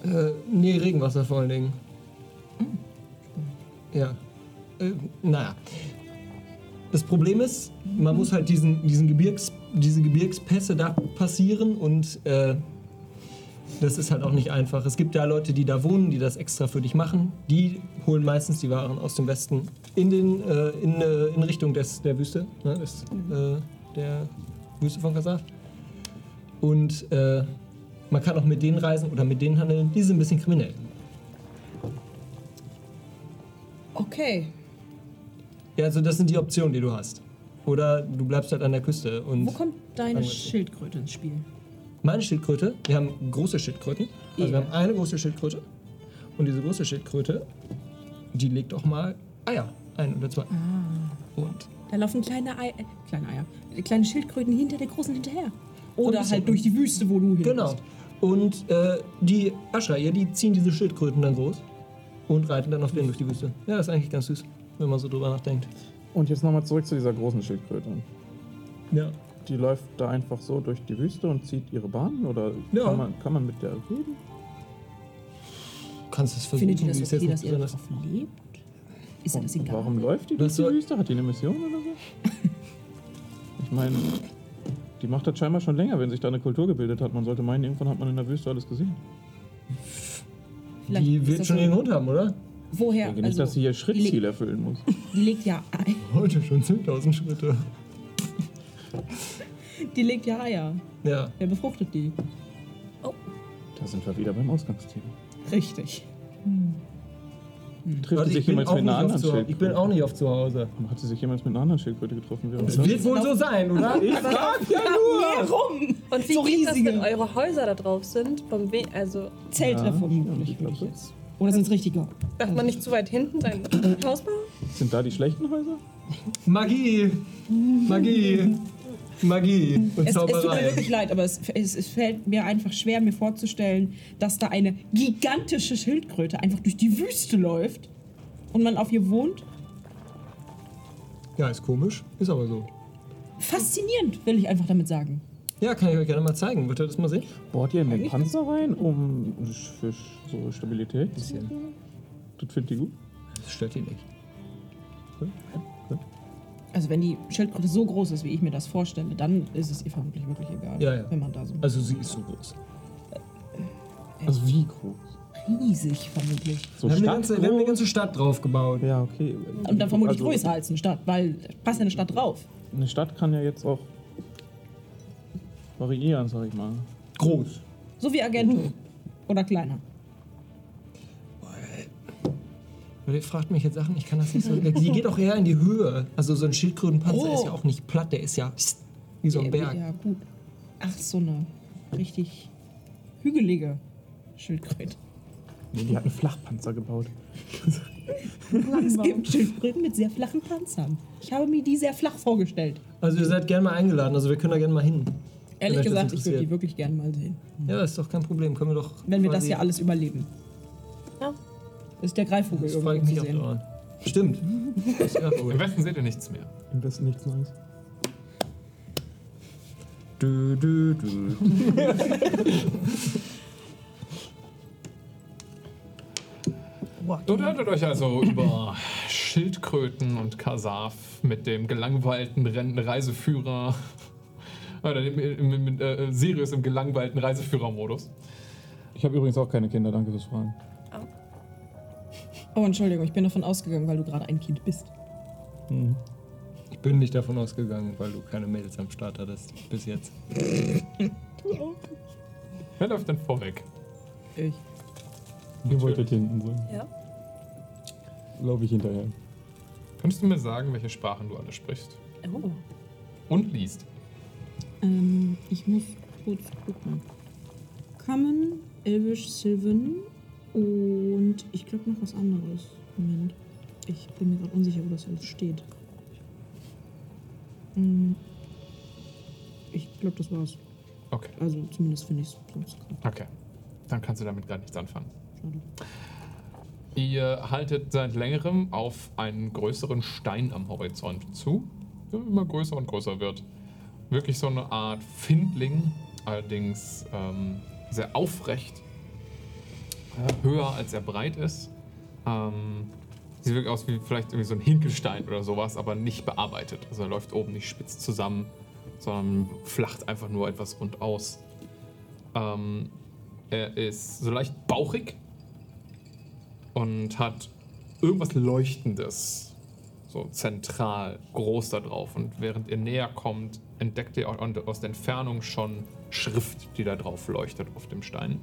S10: Äh, nee, Regenwasser vor allen Dingen. Ja. Äh, naja. Das Problem ist, man muss halt diesen, diesen Gebirgs, diese Gebirgspässe da passieren und äh, das ist halt auch nicht einfach. Es gibt da Leute, die da wohnen, die das extra für dich machen. Die holen meistens die Waren aus dem Westen in, den, äh, in, äh, in Richtung des, der Wüste, ne, des, äh, der Wüste von Kasach. Und äh, man kann auch mit denen reisen oder mit denen handeln. Die sind ein bisschen kriminell.
S9: Okay.
S10: Ja, also das sind die Optionen, die du hast. Oder du bleibst halt an der Küste und
S9: Wo kommt deine
S10: Langweilig.
S9: Schildkröte ins Spiel?
S10: meine Schildkröte, wir haben große Schildkröten. Also wir
S9: Ja.
S10: haben eine große Schildkröte und diese große Schildkröte, die legt auch mal Eier, ein oder zwei.
S9: Ah.
S10: Und
S9: Da laufen kleine Eier, äh, kleine Eier, kleine Schildkröten hinter der großen hinterher. Oder
S10: bisschen.
S9: halt durch die Wüste, wo du hin
S10: genau.
S9: bist.
S10: Und äh, die Aschreier, die ziehen diese Schildkröten dann groß und reiten dann auf denen durch die Wüste. Ja, ist eigentlich ganz süß, wenn man so drüber nachdenkt.
S7: Und jetzt nochmal zurück zu dieser großen Schildkröte.
S10: Ja.
S7: Die läuft da einfach so durch die Wüste und zieht ihre Bahn? Oder
S10: Ja.
S7: kann, man, kann man mit der reden?
S10: Kannst du es versuchen,
S9: Findet ihr
S10: Also die
S9: das
S10: ist
S9: okay,
S10: nicht
S9: dass ihr
S10: besonders-
S9: darauf lebt? Ist ihr das egal?
S7: Warum läuft die durch
S10: Das
S7: die
S10: soll-
S7: Wüste? Hat die eine Mission oder so? Ich meine, die macht das scheinbar schon länger, wenn sich da eine Kultur gebildet hat. Man sollte meinen, irgendwann hat man in der Wüste alles gesehen.
S9: Vielleicht
S10: Die
S9: ist
S10: wird
S9: das
S10: schon
S9: so-
S10: ihren Grund haben, oder?
S7: Ich
S9: Woher?
S7: denke nicht,
S9: also,
S7: dass sie ihr
S9: die,
S7: Schrittziel
S9: legt,
S7: erfüllen muss.
S9: die legt ja Ei-
S10: Heute schon 10.000 Schritte.
S9: Die legt ja Eier.
S10: Ja.
S9: Wer befruchtet die?
S7: Da sind wir wieder beim Ausgangsthema.
S9: Richtig.
S7: Trifft
S10: Also
S7: sie
S10: ich
S7: sich
S10: bin
S7: jemals
S10: auch
S7: mit einer
S10: nicht
S7: anderen
S10: oft zu-
S7: Schildkröte?
S10: ich bin auch nicht oft zu Hause.
S7: Hat sie sich jemals mit einer anderen Schildkröte getroffen?
S10: Das wird wohl so sein, oder?
S7: Ich frag ja
S6: Mehr
S7: nur!
S6: rum!
S3: Und wie
S6: So
S3: geht das,
S6: riesige.
S3: wenn eure Häuser da drauf sind? Vom We also
S6: Zelt
S7: Ja,
S6: davon
S7: stimmt,
S6: vermutlich,
S7: ich
S6: würde
S7: glaub
S6: ich
S7: so.
S6: jetzt. Oder sind es richtige?
S3: darf man nicht zu weit hinten sein Haus bauen?
S7: Sind da die schlechten Häuser?
S10: Magie! Magie! Magie! Und
S9: Es, es tut mir
S10: Zauberei.
S9: wirklich leid, aber es, es, es fällt mir einfach schwer, mir vorzustellen, dass da eine gigantische Schildkröte einfach durch die Wüste läuft und man auf ihr wohnt.
S10: Ja, ist komisch, ist aber so.
S9: Faszinierend, will ich einfach damit sagen.
S10: Ja, kann ich euch gerne mal zeigen. Wollt ihr das mal sehen?
S7: Bohrt ihr in den Panzer rein, um für so Stabilität? Das findet ihr gut?
S10: Das stört ihr nicht.
S9: Also wenn die Schildkröte so groß ist, wie ich mir das vorstelle, dann ist es ihr vermutlich wirklich egal,
S10: Ja, ja.
S9: wenn man da so
S10: Also sie ist so groß.
S7: Also wie groß?
S9: riesig vermutlich.
S7: So
S10: wir, haben eine
S7: stark
S10: ganze, wir haben eine ganze Stadt draufgebaut.
S7: Ja, okay.
S9: Und dann vermutlich
S7: Also,
S9: größer als eine Stadt, weil da passt ja eine Stadt drauf.
S7: Eine Stadt kann ja jetzt auch variieren, sag ich mal.
S10: Groß.
S9: So wie Argento.
S10: Hm.
S9: Oder kleiner.
S10: Und ihr fragt mich jetzt Sachen, ich kann das nicht so. Die geht auch eher in die Höhe. Also so ein Schildkrötenpanzer ist ja auch nicht platt, der ist ja wie so ein Berg.
S9: Oh. Ja, gut. Ach, so eine richtig hügelige Schildkröte.
S7: Nee, die hat einen Flachpanzer gebaut.
S9: Es gibt Schildkröten mit sehr flachen Panzern. Ich habe mir die sehr flach vorgestellt.
S10: Also ihr seid gerne mal eingeladen, also wir können da gerne mal hin.
S9: Ehrlich
S10: Vielleicht
S9: gesagt, ich würde
S10: ist
S9: die
S10: interessiert.
S9: wirklich gern mal sehen.
S10: Ja, ist doch kein Problem, können wir doch...
S9: Wenn wir das
S10: quasi-
S9: hier alles überleben. Ist der Greifvogel
S10: Das frage ich
S9: irgendwo zu
S10: mich auch
S9: sehen.
S10: daran. Stimmt. Das ist ja
S2: Im
S10: wohl.
S2: Westen seht ihr nichts mehr.
S7: Im besten nichts Neues.
S10: Du, du, du.
S2: Unterhaltet euch also über Schildkröten und Kasaf mit dem gelangweilten Ren- Reiseführer. Oder im, im, im, mit, äh, Sirius im gelangweilten Reiseführermodus.
S7: Ich habe übrigens auch keine Kinder, danke fürs Fragen.
S9: Oh, Entschuldigung, ich bin davon ausgegangen, weil du gerade ein Kind bist.
S10: Ich bin nicht davon ausgegangen, weil du keine Mädels am Start hattest bis jetzt.
S2: Wer läuft denn vorweg?
S9: Ich.
S7: Ihr wolltet hinten sein.
S3: Ja.
S7: Laufe ich hinterher.
S2: Könntest du mir sagen, welche Sprachen du alle sprichst?
S9: Oh.
S2: Und liest.
S9: Ähm, ich muss kurz gucken. Common, Elvish, Sylvan und ich glaube noch was anderes. Moment. Ich bin mir gerade unsicher, wo das alles steht. Hm. Ich glaube, das war's.
S2: Okay.
S9: Also zumindest finde ich es sonst gerade.
S2: Okay. Dann kannst du damit gar nichts anfangen.
S9: Schade.
S2: Ihr haltet seit längerem auf einen größeren Stein am Horizont zu, der immer größer und größer wird. Wirklich so eine Art Findling, allerdings ähm, sehr aufrecht, äh, höher als er breit ist. Ähm, sieht wirklich aus wie vielleicht irgendwie so ein Hinkelstein oder sowas, aber nicht bearbeitet. Also er läuft oben nicht spitz zusammen, sondern flacht einfach nur etwas rund aus. Ähm, er ist so leicht bauchig, und hat irgendwas Leuchtendes, so zentral, groß da drauf. Und während ihr näher kommt, entdeckt ihr au- aus der Entfernung schon Schrift, die da drauf leuchtet auf dem Stein.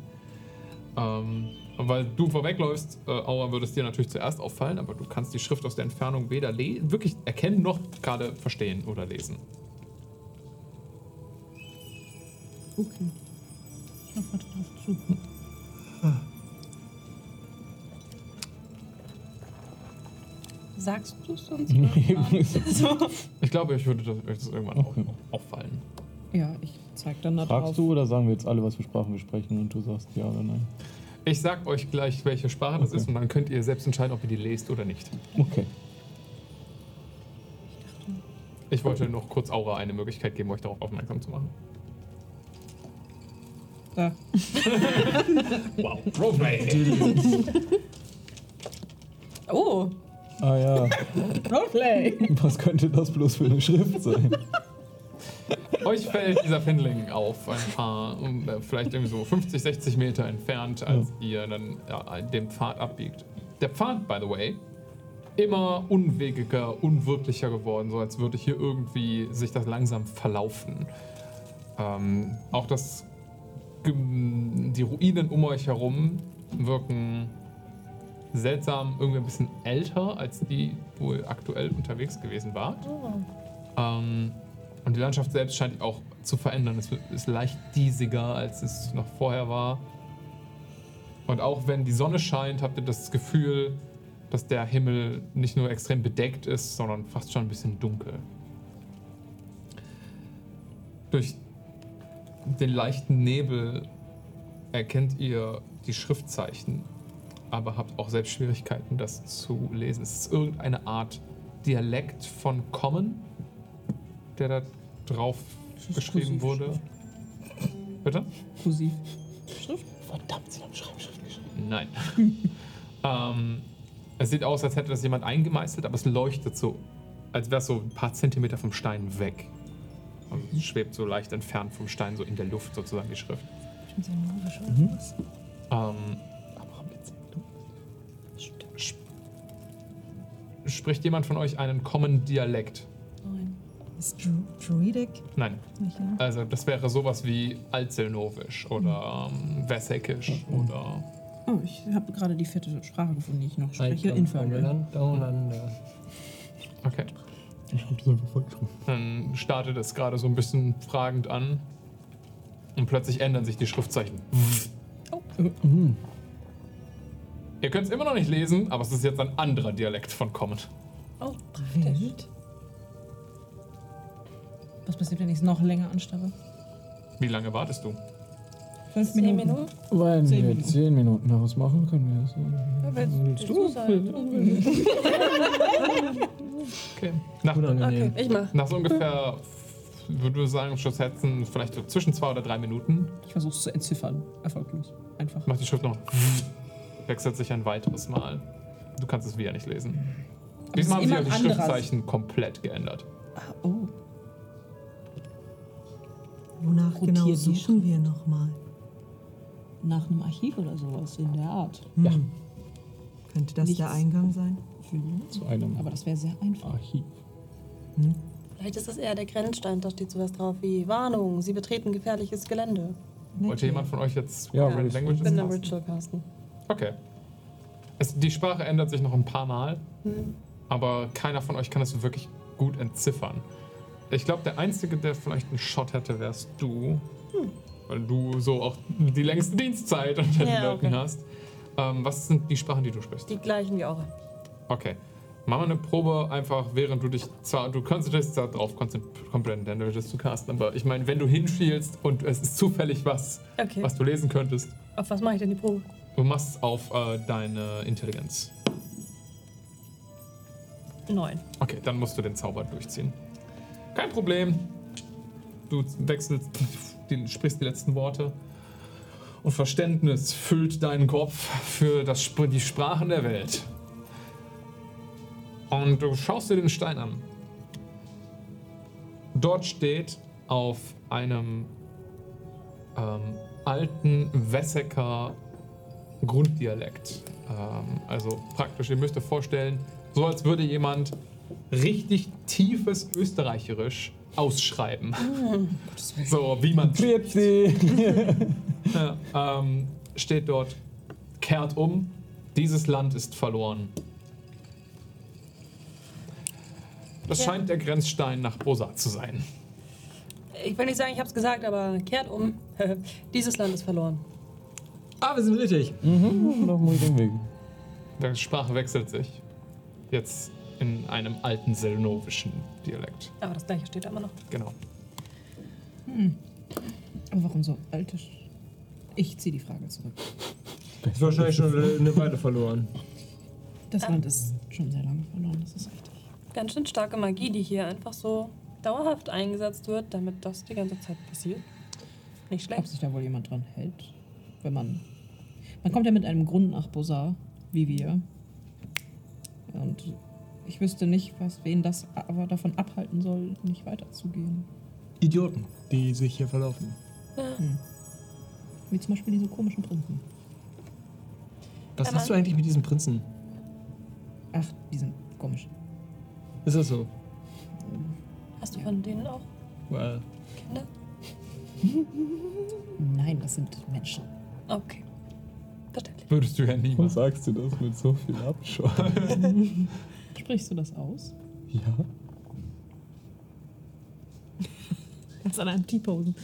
S2: Ähm, und weil du vorwegläufst, äh, Aura, würde es dir natürlich zuerst auffallen, aber du kannst die Schrift aus der Entfernung weder le- wirklich erkennen noch gerade verstehen oder lesen.
S9: Okay. Ich hoffe, warte drauf zu.
S3: Sagst du es uns? so.
S2: Ich glaube, ich würde das, euch das irgendwann auch auffallen.
S9: Ja, ich zeig dann da drauf.
S7: Fragst du oder sagen wir jetzt alle, was für Sprachen wir sprechen und du sagst ja oder nein?
S2: Ich sag euch gleich, welche Sprache das
S7: Okay.
S2: ist und dann könnt ihr selbst entscheiden, ob ihr die lest oder nicht.
S7: Okay.
S2: Ich wollte noch kurz Aura eine Möglichkeit geben, euch darauf aufmerksam zu machen.
S9: Da.
S2: Wow, Roleplay!
S3: Oh,
S4: Ah ja,
S9: Roleplay!
S4: was könnte das bloß für eine Schrift sein?
S2: euch fällt dieser Findling auf, ein paar, um, äh, vielleicht irgendwie so 50, 60 Meter entfernt, als ihr dann ja, dem Pfad abbiegt. Der Pfad, by the way, immer unwegiger, unwirklicher geworden, so als würde hier irgendwie sich das langsam verlaufen. Ähm, auch das, Gem- die Ruinen um euch herum wirken seltsam, irgendwie ein bisschen älter als die, wo ihr aktuell unterwegs gewesen wart. Ähm, und die Landschaft selbst scheint auch zu verändern. Es wird- ist leicht diesiger, als es noch vorher war. Und auch wenn die Sonne scheint, habt ihr das Gefühl, dass der Himmel nicht nur extrem bedeckt ist, sondern fast schon ein bisschen dunkel. Durch den leichten Nebel erkennt ihr die Schriftzeichen, aber habt auch selbst Schwierigkeiten, das zu lesen. Es ist irgendeine Art Dialekt von Common, der da drauf geschrieben wurde. Bitte?
S9: Kursiv.
S6: Schrift?
S7: Verdammt, sie haben Schreibschrift geschrieben.
S2: Nein. ähm, es sieht aus, als hätte das jemand eingemeißelt, aber es leuchtet so, als wäre es so ein paar Zentimeter vom Stein weg. Und es schwebt so leicht entfernt vom Stein, so in der Luft sozusagen die Schrift.
S8: Schon sehr logisch, oder was?
S2: Ähm, sp- Spricht jemand von euch einen Common Dialekt?
S9: Nein.
S8: Ist Dru Druidic?
S2: Nein.
S8: Nicht, ne?
S2: Also das wäre sowas wie Altselnovisch oder ähm, Wessekisch oder
S9: Oh, ich habe gerade die vierte Sprache gefunden, die ich noch spreche.
S10: Like from
S9: Infernal.
S10: Land down under.
S2: Okay.
S7: Ich hab das einfach falsch rum.
S2: Dann startet es gerade so ein bisschen fragend an. Und plötzlich ändern sich die Schriftzeichen.
S9: Oh.
S2: Ihr könnt es immer noch nicht lesen, aber es ist jetzt ein anderer Dialekt von Common.
S9: Oh,
S8: Wild.
S9: was passiert, wenn ich es noch länger anstarre?
S2: Wie lange wartest du?
S9: Fünf
S3: Zehn
S9: Minuten.
S3: Minuten.
S4: Wenn
S9: Zehn
S4: wir
S9: Minuten.
S4: zehn Minuten ausmachen, können wir das.
S3: Willst
S4: so-
S3: du sein?
S2: Okay. Nach,
S3: Okay,
S10: Unangenehm.
S3: ich mach.
S2: nach so ungefähr, würde ich sagen, Schuss hetzen, vielleicht so zwischen zwei oder drei Minuten,
S9: Ich versuche es zu entziffern. Erfolglos. Einfach.
S2: macht die Schrift noch. Wechselt sich ein weiteres Mal. Du kannst es wieder nicht lesen.
S9: es
S2: Diesmal haben
S9: ist
S2: sie
S9: immer
S2: auch die
S9: ein anderer-
S2: Schriftzeichen komplett geändert.
S9: Ah, oh.
S8: Wonach
S9: Rotiert
S8: genau
S9: die
S8: suchen wir nochmal?
S9: Nach einem Archiv oder sowas in der Art.
S8: Hm. Könnte das
S9: Nichts.
S8: der Eingang sein?
S9: Vielleicht.
S7: Zu einem
S9: Aber das wäre sehr einfach.
S7: Archiv.
S3: Vielleicht ist das eher der Grenzstein, da steht sowas drauf wie Warnung, Sie betreten gefährliches Gelände.
S2: Wollte jemand von euch jetzt
S4: Ja,
S2: Foreign
S4: ich-
S3: Ich bin der
S2: casten?
S3: Ritual Casten.
S2: Okay. Es, die Sprache ändert sich noch ein paar Mal,
S3: Hm.
S2: aber keiner von euch kann es wirklich gut entziffern. Ich glaube, der Einzige, der vielleicht einen Shot hätte, wärst du.
S3: Hm.
S2: Weil du so auch die längste Dienstzeit unter den
S3: Ja,
S2: Leuten
S3: okay.
S2: hast. Ähm, was sind die Sprachen, die du sprichst?
S3: Die gleichen wie auch.
S2: Okay. Mach mal eine Probe einfach, während du dich zwar, du konzentrierst dich zwar drauf, komplett Damage zu casten, aber ich meine, wenn du hinschielst und es ist zufällig was,
S3: Okay.
S2: was du lesen könntest,
S3: Auf was mache ich denn die Probe?
S2: du machst es auf äh, deine Intelligenz.
S3: Neun.
S2: Okay, dann musst du den Zauber durchziehen. Kein Problem. Du wechselst, den, sprichst die letzten Worte. Und Verständnis füllt deinen Kopf für das, Spr- die Sprachen der Welt. Und du schaust dir den Stein an. Dort steht auf einem ähm, alten Wessecker Grunddialekt. Ähm, also praktisch, ihr müsst euch vorstellen, so als würde jemand richtig tiefes Österreicherisch ausschreiben. so wie man
S4: Grüezi!
S2: ja, ähm, steht dort, kehrt um, dieses Land ist verloren. Das
S3: Ja.
S2: scheint der Grenzstein nach Bosat zu sein.
S3: Ich will nicht sagen, ich hab's gesagt, aber kehrt um. Dieses Land ist verloren.
S10: Ah, wir sind richtig.
S4: Mhm, noch muss ich den Weg.
S2: Die Sprache wechselt sich. Jetzt in einem alten selnovischen Dialekt.
S3: Aber das gleiche steht da immer noch.
S2: Genau.
S9: Aber warum so altisch? Ich ziehe die Frage zurück.
S10: Ist wahrscheinlich schon eine Weile verloren.
S9: Das Land ist schon sehr lange verloren, das ist richtig.
S3: Ganz schön starke Magie, die hier einfach so dauerhaft eingesetzt wird, damit das die ganze Zeit passiert. Nicht
S9: Ob
S3: schlecht.
S9: sich da wohl jemand dran hält, wenn man. Man kommt ja mit einem Grund nach Bosar, wie wir. Und ich wüsste nicht, was wen das aber davon abhalten soll, nicht weiterzugehen.
S10: Idioten, die sich hier verlaufen.
S9: Wie zum Beispiel diese komischen Prinzen.
S10: Was
S3: Aber-
S10: hast du eigentlich mit diesem Prinzen?
S9: Ach, die sind komisch.
S10: Ist das so?
S3: Hast du von denen auch
S10: Well,
S3: Kinder?
S9: Nein, das sind Menschen.
S3: Okay. Verständlich.
S2: Würdest du ja nie machen.
S7: sagst du das mit so viel Abscheu?
S9: Sprichst du das aus?
S7: ja.
S8: Ganz an einem T-Posen.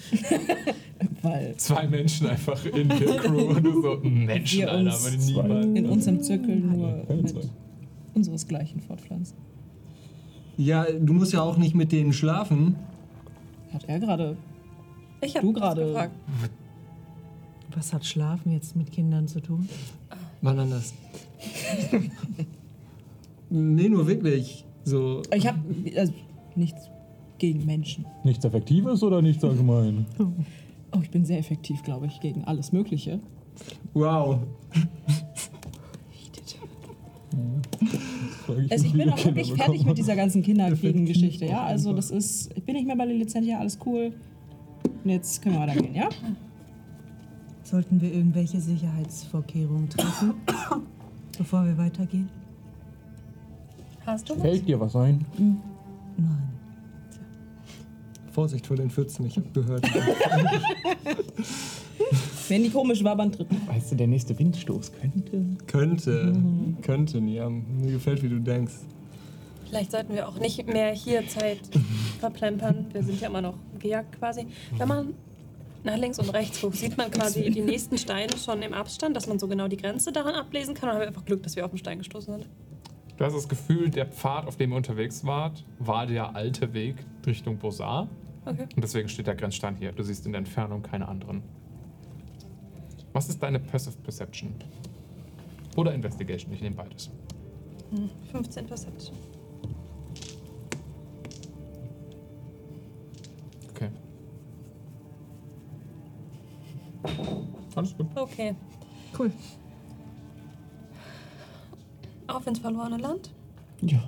S9: Weil
S2: Zwei Menschen einfach in der Crew und du so, Menschen,
S9: wir
S2: Alter, aber
S9: uns
S2: niemand.
S9: in unserem Zirkel nur
S7: Keine
S9: mit
S7: Zeit.
S9: unseresgleichen fortpflanzen.
S10: Ja, du musst ja auch nicht mit denen schlafen.
S9: Hat er gerade.
S3: Ich hab
S9: Du
S3: das
S9: gerade.
S3: gefragt.
S8: Was hat Schlafen jetzt mit Kindern zu tun?
S10: Wann anders? nee, nur wirklich. So.
S9: Ich habe also, nichts gegen Menschen.
S7: Nichts Effektives oder nichts allgemein?
S9: Oh, ich bin sehr effektiv, glaube ich, gegen alles Mögliche.
S10: Wow.
S7: Frag ich
S9: Also ich
S7: mich,
S9: bin
S7: wie wir
S9: auch
S7: Kinder
S9: wirklich
S7: bekommen
S9: fertig mit dieser ganzen Kinderkriegen-Geschichte, ja?
S7: Effektiv
S9: Also das ist, ich bin nicht mehr bei Lilith ja, alles cool. Und jetzt können wir weitergehen, ja?
S8: Sollten wir irgendwelche Sicherheitsvorkehrungen treffen, bevor wir weitergehen?
S3: Hast du
S7: haben.
S3: was?
S7: Fällt dir was ein?
S8: Nein.
S10: Vorsicht vor den Pfützen, ich habe gehört.
S9: Wenn die komisch war, beim dritten.
S4: Weißt du, der nächste Windstoß könnte.
S10: könnte. Könnte, ja. Mir gefällt, wie du denkst.
S3: Vielleicht sollten wir auch nicht mehr hier Zeit verplempern. Wir sind ja immer noch gejagt quasi. Wenn man nach links und rechts guckt, sieht man quasi die nächsten Steine schon im Abstand, dass man so genau die Grenze daran ablesen kann. Und haben wir einfach Glück, dass wir auf den Stein gestoßen sind.
S2: Du hast das Gefühl, der Pfad, auf dem ihr unterwegs wart, war der alte Weg Richtung Bosar.
S3: Okay.
S2: Und deswegen steht der Grenzstein hier. Du siehst in der Entfernung keine anderen. Was ist deine Passive Perception? Oder Investigation, ich nehme beides.
S3: 15 Perception.
S2: Okay. Alles gut.
S3: Okay.
S8: Cool.
S3: Auf ins verlorene Land.
S7: Ja.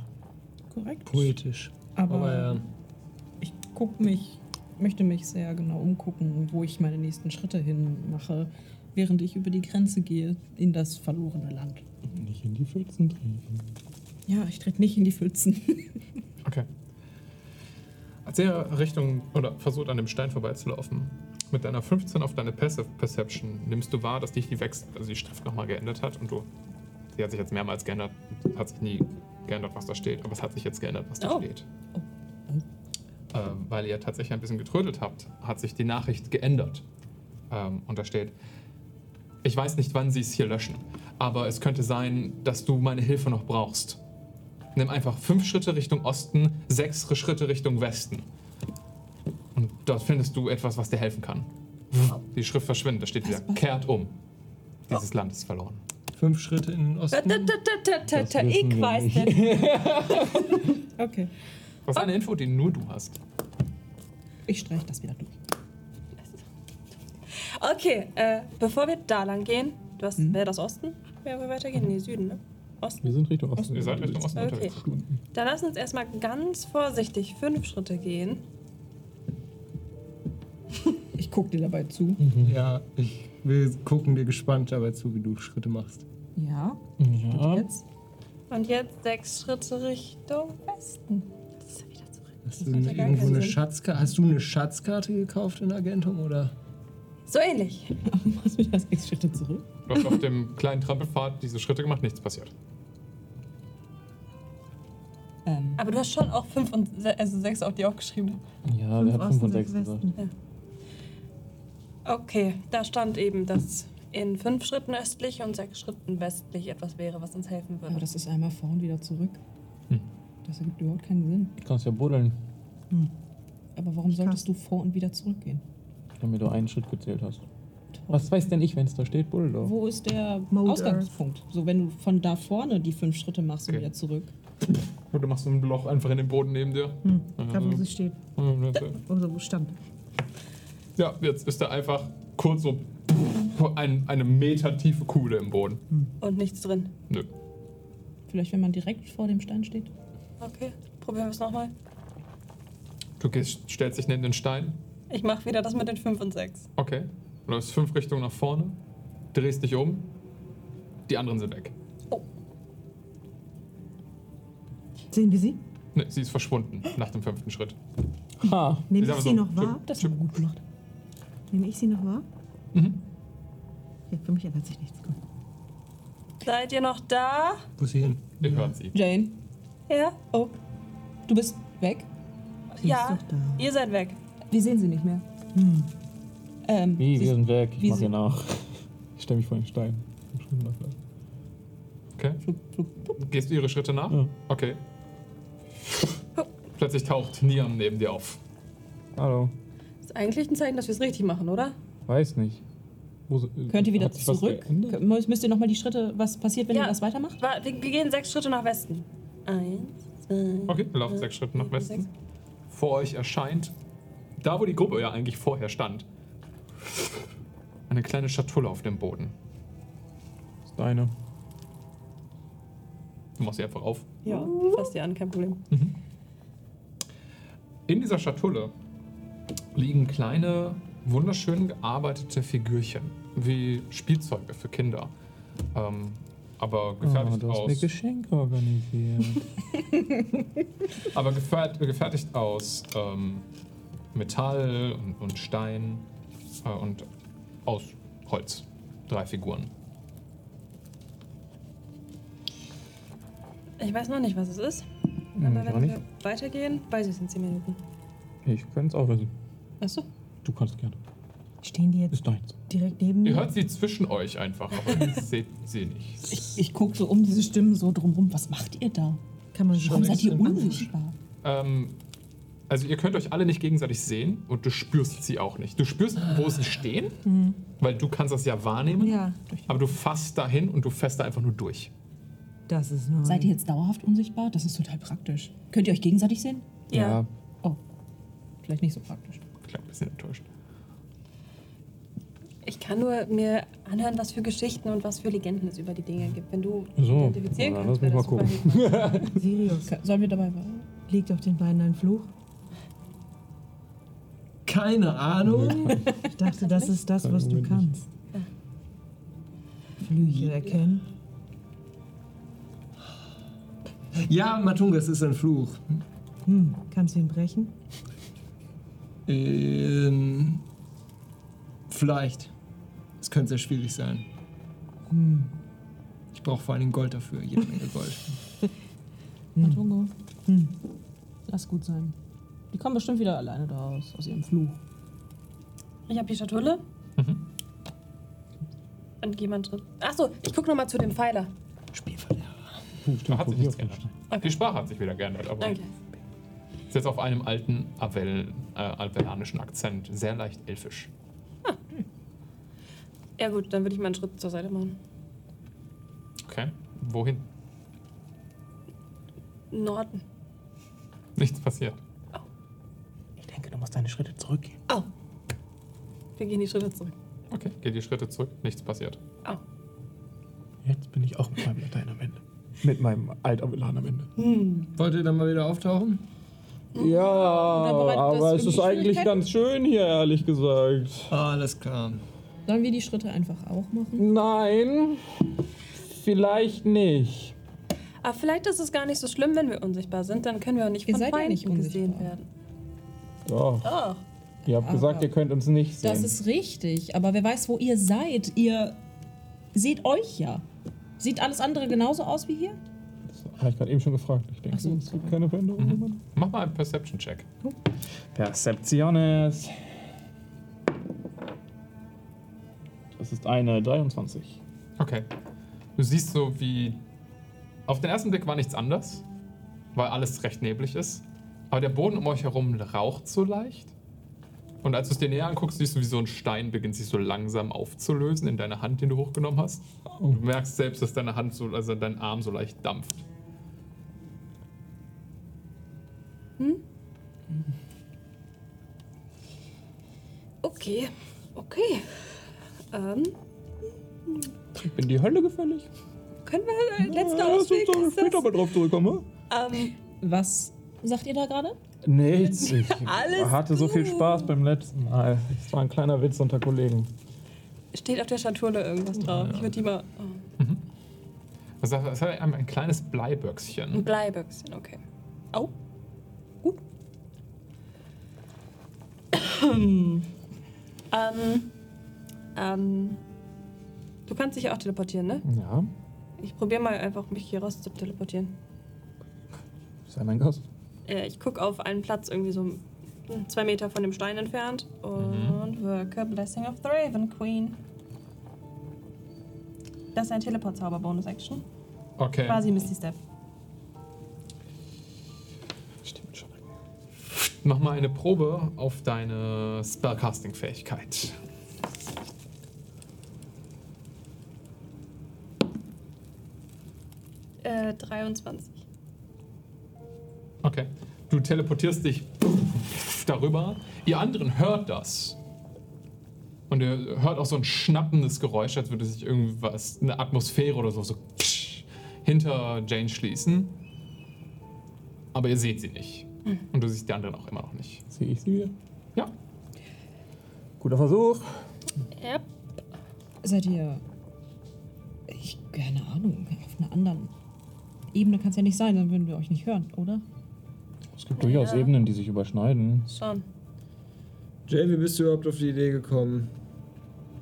S9: Korrekt.
S10: Poetisch.
S9: Aber,
S10: Aber ja.
S9: ich guck mich, möchte mich sehr genau umgucken, wo ich meine nächsten Schritte hin mache, während ich über die Grenze gehe in das verlorene Land.
S7: Nicht in die Pfützen treten.
S9: Ja, ich trete nicht in die Pfützen.
S2: Okay. Als ihr Richtung oder versucht an dem Stein vorbeizulaufen, mit deiner 15 auf deine Passive Perception nimmst du wahr, dass dich die Wechsel, also die Schrift nochmal geändert hat und du, die hat sich jetzt mehrmals geändert, hat sich nie geändert, was da steht, aber es hat sich jetzt geändert, was da
S3: Oh.
S2: steht. Ähm, weil ihr tatsächlich ein bisschen getrödelt habt, hat sich die Nachricht geändert. Ähm, und da steht, ich weiß nicht, wann sie es hier löschen, aber es könnte sein, dass du meine Hilfe noch brauchst. Nimm einfach fünf Schritte Richtung Osten, sechs Schritte Richtung Westen. Und dort findest du etwas, was dir helfen kann. Die Schrift verschwindet, da steht wieder, kehrt um. Dieses Land ist verloren.
S10: Fünf Schritte in den
S3: Ta-
S10: Osten.
S3: ta- ta- ta- ta- ta- Ich weiß nicht.
S9: Okay.
S2: Das ist eine Info, die nur du hast.
S9: Ich streiche das wieder durch.
S3: Okay, äh, bevor wir da lang gehen, du hast, wäre das Osten? Wäre wir weitergehen? Nee, Süden, ne? Osten.
S7: Wir sind Richtung Osten.
S2: Ihr seid Richtung Osten
S3: Okay.
S2: unterwegs.
S3: Dann lass uns erstmal ganz vorsichtig fünf Schritte gehen.
S9: Ich gucke dir dabei zu.
S10: Hm. Ja, ich, wir gucken dir gespannt dabei zu, wie du Schritte machst.
S9: Ja.
S7: Ja.
S9: Jetzt?
S3: Und jetzt sechs Schritte Richtung Westen. Das ist ja wieder zurück.
S10: Hast
S3: Das
S10: du ne,
S3: macht ja gar
S10: irgendwo
S3: keinen
S10: eine
S3: Sinn.
S10: Schatzkarte? Hast du eine Schatzkarte gekauft in Agentum oder?
S3: So ähnlich.
S9: Machst mich das sechs Schritte zurück?
S2: Du hast auf dem kleinen Trampelpfad diese Schritte gemacht, nichts passiert.
S9: Ähm,
S3: Aber du hast schon auch fünf und se also sechs auf die aufgeschrieben.
S7: Ja, der hat 5 und 6 gesagt.
S8: Westen.
S3: Okay, da stand eben, dass in fünf Schritten östlich und sechs Schritten westlich etwas wäre, was uns helfen
S9: aber
S3: würde.
S9: das ist einmal vor und wieder zurück.
S2: Hm.
S9: Das ergibt überhaupt keinen Sinn.
S7: Du kannst ja buddeln,
S9: Aber warum solltest du vor und wieder zurückgehen?
S7: damit du einen Schritt gezählt hast.
S9: Toll.
S7: Was weiß denn ich, wenn es da steht? Buddel doch.
S9: Wo ist der
S8: Mode
S9: Ausgangspunkt? So, wenn du von da vorne die fünf Schritte machst und
S2: Okay.
S9: wieder zurück.
S2: Und du machst so ein Loch einfach in den Boden neben dir.
S8: Hm.
S2: Mhm.
S8: Da, wo sie steht. Oder wo stand.
S2: Ja, jetzt ist da einfach kurz so ein, eine Meter tiefe Kuhle im Boden.
S3: Und nichts drin.
S2: Nö.
S9: Vielleicht, wenn man direkt vor dem Stein steht.
S3: Okay, probieren wir es nochmal.
S2: Du gehst, stellst dich neben den Stein.
S3: Ich mache wieder das mit den fünf und sechs.
S2: Okay. Du läufst fünf Richtungen nach vorne, drehst dich um. Die anderen sind weg.
S8: Sehen wir sie?
S2: Ne, sie ist verschwunden nach dem fünften Schritt.
S7: Ha!
S8: Nehme
S2: Ist
S8: ich
S2: aber
S8: sie
S2: so.
S8: noch wahr?
S9: Das ist gut gemacht.
S8: Nehme ich sie noch wahr?
S2: Mhm.
S8: Ja, für mich ändert sich nichts. Gut.
S3: Seid ihr noch da?
S10: Wo ist sie hin?
S2: Ihr hört sie.
S9: Jane,
S3: Ja?
S9: oh, du bist weg?
S3: ja. Ihr seid weg.
S9: Wir sehen sie nicht mehr. Ähm,
S4: Wie,
S9: sie-
S4: wir sind weg. Ich
S9: wie
S4: mach
S9: sie-
S4: hier nach. Ich stelle mich vor den Stein.
S2: Okay. Gehst du ihre Schritte nach? Okay. Plötzlich taucht Niam neben dir auf.
S4: Hallo.
S3: Ist eigentlich ein Zeichen, dass wir es richtig machen, oder?
S4: Weiß nicht. Wo, so-
S9: Könnt ihr wieder
S4: hat sich was
S9: zurück?
S4: geändert?
S9: Kö- müsst- Müsst ihr nochmal die Schritte, was passiert, wenn
S3: Ja.
S9: ihr das weitermacht?
S3: Wa- Wir, wir gehen sechs Schritte nach Westen. Eins, zwei.
S2: Okay, ihr lauft sechs Schritte nach Westen. Vor euch erscheint, da wo die Gruppe ja eigentlich vorher stand, eine kleine Schatulle auf dem Boden.
S7: Ist deine.
S2: Du machst sie einfach auf.
S3: Ja, fass dir an, kein Problem.
S2: In dieser Schatulle liegen kleine, wunderschön gearbeitete Figürchen, wie Spielzeuge für Kinder. Ähm, aber
S7: Ah,
S2: gefertigt
S7: du hast mir
S2: aus.
S7: Geschenke organisiert.
S2: Aber gefert, gefertigt aus ähm, Metall und, und Stein äh, und aus Holz. Drei Figuren.
S3: Ich weiß noch nicht, was es ist.
S7: Hm,
S3: Aber
S7: ich auch
S3: wenn wir
S7: nicht.
S3: weitergehen, weiß ich es in zehn Minuten.
S7: Ich könnte es auch wissen.
S3: Achso.
S7: Du kannst gerne.
S11: Stehen die jetzt
S7: Ist deins.
S11: direkt neben
S2: Ihr
S11: mir?
S2: hört sie zwischen euch einfach, aber ihr seht sie nicht.
S9: Ich, ich gucke so um diese Stimmen so drumrum. Was macht ihr da?
S11: Kann man
S9: Warum
S11: schon
S9: seid ihr unsichtbar?
S2: Ähm, also ihr könnt euch alle nicht gegenseitig sehen und du spürst sie auch nicht. Du spürst, wo sie stehen,
S7: Mhm.
S2: weil du kannst das ja wahrnehmen,
S8: Ja,
S2: aber du fasst dahin und du fährst da einfach nur durch.
S8: das ist neu.
S9: Seid ihr jetzt dauerhaft unsichtbar? Das ist total praktisch. Könnt ihr euch gegenseitig sehen?
S3: Ja.
S9: Vielleicht nicht so praktisch.
S2: Klingt ein bisschen enttäuscht.
S3: Ich kann nur mir anhören, was für Geschichten und was für Legenden es über die Dinge gibt. Wenn du
S7: So,
S3: identifizieren
S7: na,
S3: kannst,
S7: lass mich
S3: wäre das
S7: mal
S3: super hilfreich.
S11: Sirius,
S9: Ka- Sollen wir dabei bleiben?
S11: liegt auf den Beinen ein Fluch?
S10: Keine Ahnung.
S11: Ich dachte, das ist das, was du
S7: Moment
S11: kannst. Flügel erkennen.
S10: ja, Matunga, es ist ein Fluch.
S11: Hm, kannst du ihn brechen?
S10: Ähm, vielleicht. Es könnte sehr schwierig sein.
S5: Hm.
S10: Ich brauche vor allem Gold dafür, jede Menge Gold.
S9: Matungo. Hm. Lass gut sein. Die kommen bestimmt wieder alleine da raus, aus ihrem Fluch.
S3: Ich habe die Schatulle.
S7: Mhm.
S3: Und jemand drin. Achso, ich gucke nochmal zu dem Pfeiler.
S2: Da hat sich nichts geändert. Die Sprache hat sich wieder geändert, aber
S3: Danke.
S2: ist jetzt auf einem alten Avel, äh, alvelanischen Akzent, sehr leicht elfisch.
S3: Ja, gut, dann würde ich mal einen Schritt zur Seite machen.
S2: Okay, wohin?
S3: Norden.
S2: Nichts passiert.
S15: Ich denke, du musst deine Schritte zurückgehen.
S3: Au. Wir gehen die Schritte zurück.
S2: Okay, geht die Schritte zurück, nichts passiert.
S3: Au.
S15: Jetzt bin ich auch mit meinem Latein am Ende.
S7: Mit meinem Altavelan am Ende.
S10: Wollt ihr dann mal wieder auftauchen?
S7: Ja,
S9: bereitet das
S7: aber es
S9: irgendwie
S7: ist eigentlich
S9: Schwierigkeiten?
S7: ganz schön hier, ehrlich gesagt.
S10: Alles klar.
S9: Sollen wir die Schritte einfach auch machen?
S7: Nein, vielleicht nicht.
S3: Aber Ah, vielleicht ist es gar nicht so schlimm, wenn wir unsichtbar sind. Dann können wir auch nicht
S9: Ihr
S3: von
S9: seid ja
S3: Feinden
S9: nicht
S3: gesehen
S9: unsichtbar.
S3: werden.
S7: Doch,
S3: Oh.
S7: ihr habt gesagt, ihr könnt uns nicht sehen.
S9: Das ist richtig, aber wer weiß, wo ihr seid. Ihr seht euch ja. Sieht alles andere genauso aus wie hier?
S7: das habe ich gerade eben schon gefragt. Ich denke,
S9: Ach so.
S7: es gibt keine Veränderung. Mann.
S2: Mach mal einen Perception-Check.
S7: Perceptiones. Das ist eine 23.
S2: Okay. Du siehst so, wie. Auf den ersten Blick war nichts anders, weil alles recht neblig ist. Aber der Boden um euch herum raucht so leicht. Und als du es dir näher anguckst, siehst du, wie so ein Stein beginnt sich so langsam aufzulösen in deiner Hand, den du hochgenommen hast. Du merkst selbst, dass deine Hand so, also dein Arm so leicht dampft.
S3: Okay. Okay. Ähm,
S7: Ich bin die Hölle gefällig.
S3: können wir äh, letzter
S7: Ja, lass uns
S3: Ausweg
S7: doch
S3: ist
S7: später
S3: das?
S7: mal drauf zurückkommen. hm?
S3: Ähm,
S9: Was sagt ihr da gerade?
S7: Nichts. Ich
S3: Alles
S7: hatte so viel
S3: gut.
S7: Spaß beim letzten Mal. Es war ein kleiner Witz unter Kollegen.
S3: steht auf der Schatulle irgendwas drauf? Ich würde die mal. Oh.
S2: Das hat Also, das hat ein, ein kleines Bleiböckschen.
S3: Ein Bleibüchsen, okay. Au. Gut. ähm, ähm, du kannst dich auch teleportieren, ne?
S7: Ja.
S3: Ich probiere mal einfach, mich hier raus zu teleportieren.
S7: Sei mein Gast.
S3: Äh, ich gucke auf einen Platz irgendwie so hm, zwei Meter von dem Stein entfernt
S16: Mhm.
S3: und wirke Blessing of the Raven Queen. Das ist ein Teleport-Zauber, Bonus-Action.
S2: Okay.
S3: Quasi Misty Step.
S2: Mach mal eine Probe auf deine Spellcasting-Fähigkeit.
S3: Äh, 23.
S2: Okay. Du teleportierst dich darüber. Ihr anderen hört das. Und ihr hört auch so ein schnappendes Geräusch, als würde sich irgendwas, eine Atmosphäre oder so, so hinter Jane schließen. Aber ihr seht sie nicht.
S3: Hm.
S2: Und du siehst die anderen auch immer noch nicht.
S7: Sehe ich sie wieder?
S2: Ja.
S7: Guter Versuch.
S3: Yep.
S9: Seid ihr. Ich. keine Ahnung. Auf einer anderen Ebene kann es ja nicht sein, dann würden wir euch nicht hören, oder?
S7: Es gibt durchaus
S3: Ja.
S7: Ebenen, die sich überschneiden.
S3: Schon.
S16: Jay, wie bist du überhaupt auf die Idee gekommen?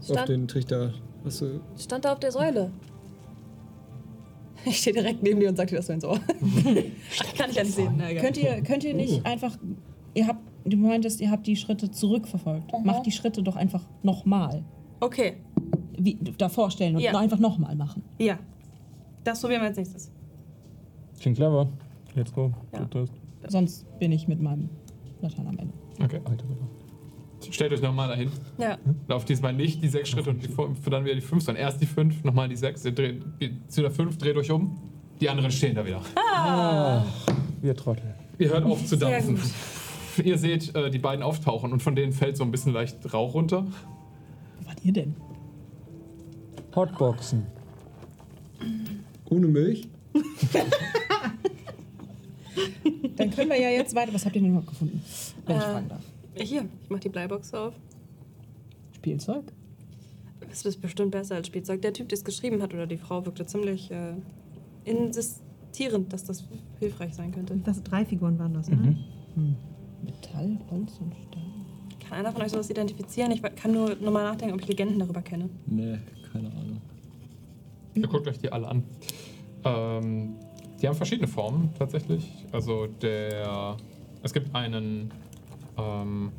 S16: Auf
S3: Stand-
S16: den Trichter. Hast du.
S3: Stand da auf der Säule.
S9: Ich stehe direkt neben dir und sag dir das so ins Ohr.
S3: Ach, kann ich ja nicht sehen. Na, egal.
S9: Könnt ihr, könnt ihr
S11: Oh.
S9: nicht einfach. Ihr habt. Du meintest, ihr habt die Schritte zurückverfolgt. Macht die Schritte doch einfach nochmal.
S3: Okay,
S9: Wie davor stellen und
S3: Ja.
S9: einfach nochmal machen.
S3: ja. Das probieren wir als nächstes.
S7: Klingt clever. Let's go.
S3: Ja.
S9: Sonst bin ich mit meinem Latein am Ende.
S2: Okay. Stellt euch nochmal dahin.
S3: Ja.
S2: Lauft diesmal nicht die sechs Schritte und die, vor- dann wieder die fünf, sondern erst die fünf, nochmal die sechs. Ihr dreht, geht zu der fünf, dreht euch um. Die anderen stehen da wieder.
S7: Ah. Wir Trottel.
S2: Ihr hört auf zu
S7: Sehr
S2: dampfen. Ihr seht äh, die beiden auftauchen und von denen fällt so ein bisschen leicht Rauch runter.
S9: Wo wart ihr denn?
S7: Hotboxen.
S16: Ohne Milch?
S9: Dann können wir ja jetzt weiter. Was habt ihr denn überhaupt gefunden? Wenn ich
S3: Äh,
S9: fragen darf.
S3: Hier, ich mach die Bleibox auf.
S9: Spielzeug?
S3: Es ist bestimmt besser als Spielzeug. Der Typ, der es geschrieben hat, oder die Frau, wirkte ziemlich äh, insistierend, dass das hilfreich sein könnte.
S11: Das drei Figuren waren das, ne?
S6: Mhm.
S9: Metall, Holz und Stein.
S3: Kann einer von euch sowas identifizieren? Ich kann nur nochmal nachdenken, ob ich Legenden darüber kenne.
S2: Nee, keine Ahnung. Ihr guckt euch die alle an. Ähm, die haben verschiedene Formen tatsächlich. Also der. Es gibt einen ähm,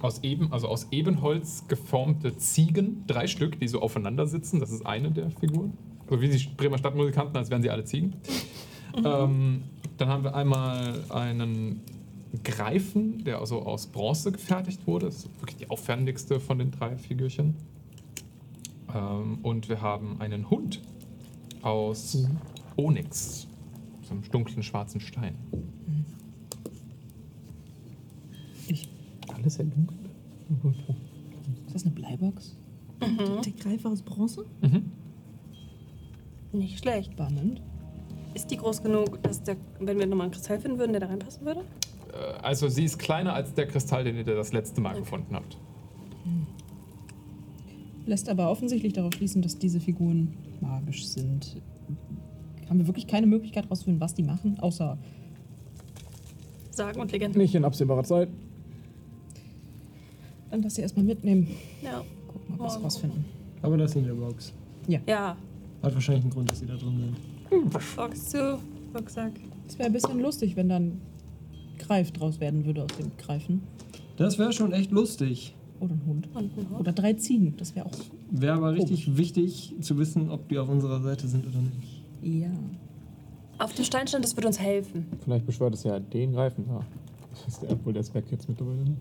S2: aus eben, also aus Ebenholz geformte Ziegen, drei Stück, die so aufeinander sitzen. Das ist eine der Figuren. So wie die Bremer Stadtmusikanten, als wären sie alle Ziegen. Ähm, dann haben wir einmal einen Greifen, der also aus Bronze gefertigt wurde. Das ist wirklich die aufwendigste von den drei Figürchen. Ähm, und wir haben einen Hund aus Onyx, so einem dunklen schwarzen Stein.
S15: Alles sehr dunkel.
S9: Ist das eine Bleibox? Mhm.
S11: Der Greifer aus Bronze?
S3: Nicht schlecht.
S9: Spannend.
S3: Ist die groß genug, dass der, wenn wir nochmal einen Kristall finden würden, der da reinpassen würde?
S2: Äh, also sie ist kleiner als der Kristall, den ihr das letzte Mal gefunden habt.
S9: Lässt aber offensichtlich darauf schließen, dass diese Figuren magisch sind. Haben wir wirklich keine Möglichkeit rauszufinden, was die machen, außer
S3: Sagen und Legenden.
S7: Nicht in absehbarer Zeit.
S9: dann, dass sie erstmal mitnehmen.
S3: Ja.
S9: Gucken, ob wir was rausfinden.
S5: Aber das ist in der Box.
S9: Ja.
S3: Ja.
S5: Hat wahrscheinlich einen Grund, dass sie da drin sind.
S3: Box zu, Rucksack.
S9: Es wäre ein bisschen lustig, wenn dann Greif draus werden würde aus dem Greifen.
S5: Das wäre schon echt lustig.
S9: Oder ein Hund.
S3: Und ein Hund.
S9: Oder drei Ziegen, das wäre auch.
S5: Wäre aber richtig
S16: Oh.
S5: wichtig zu wissen, ob die auf unserer Seite sind oder nicht.
S9: Ja.
S3: Auf dem Stein stand, das würde uns helfen.
S7: Vielleicht beschwört es ja den Reifen da. Das ist der, wohl der ist weg jetzt mittlerweile. Ne?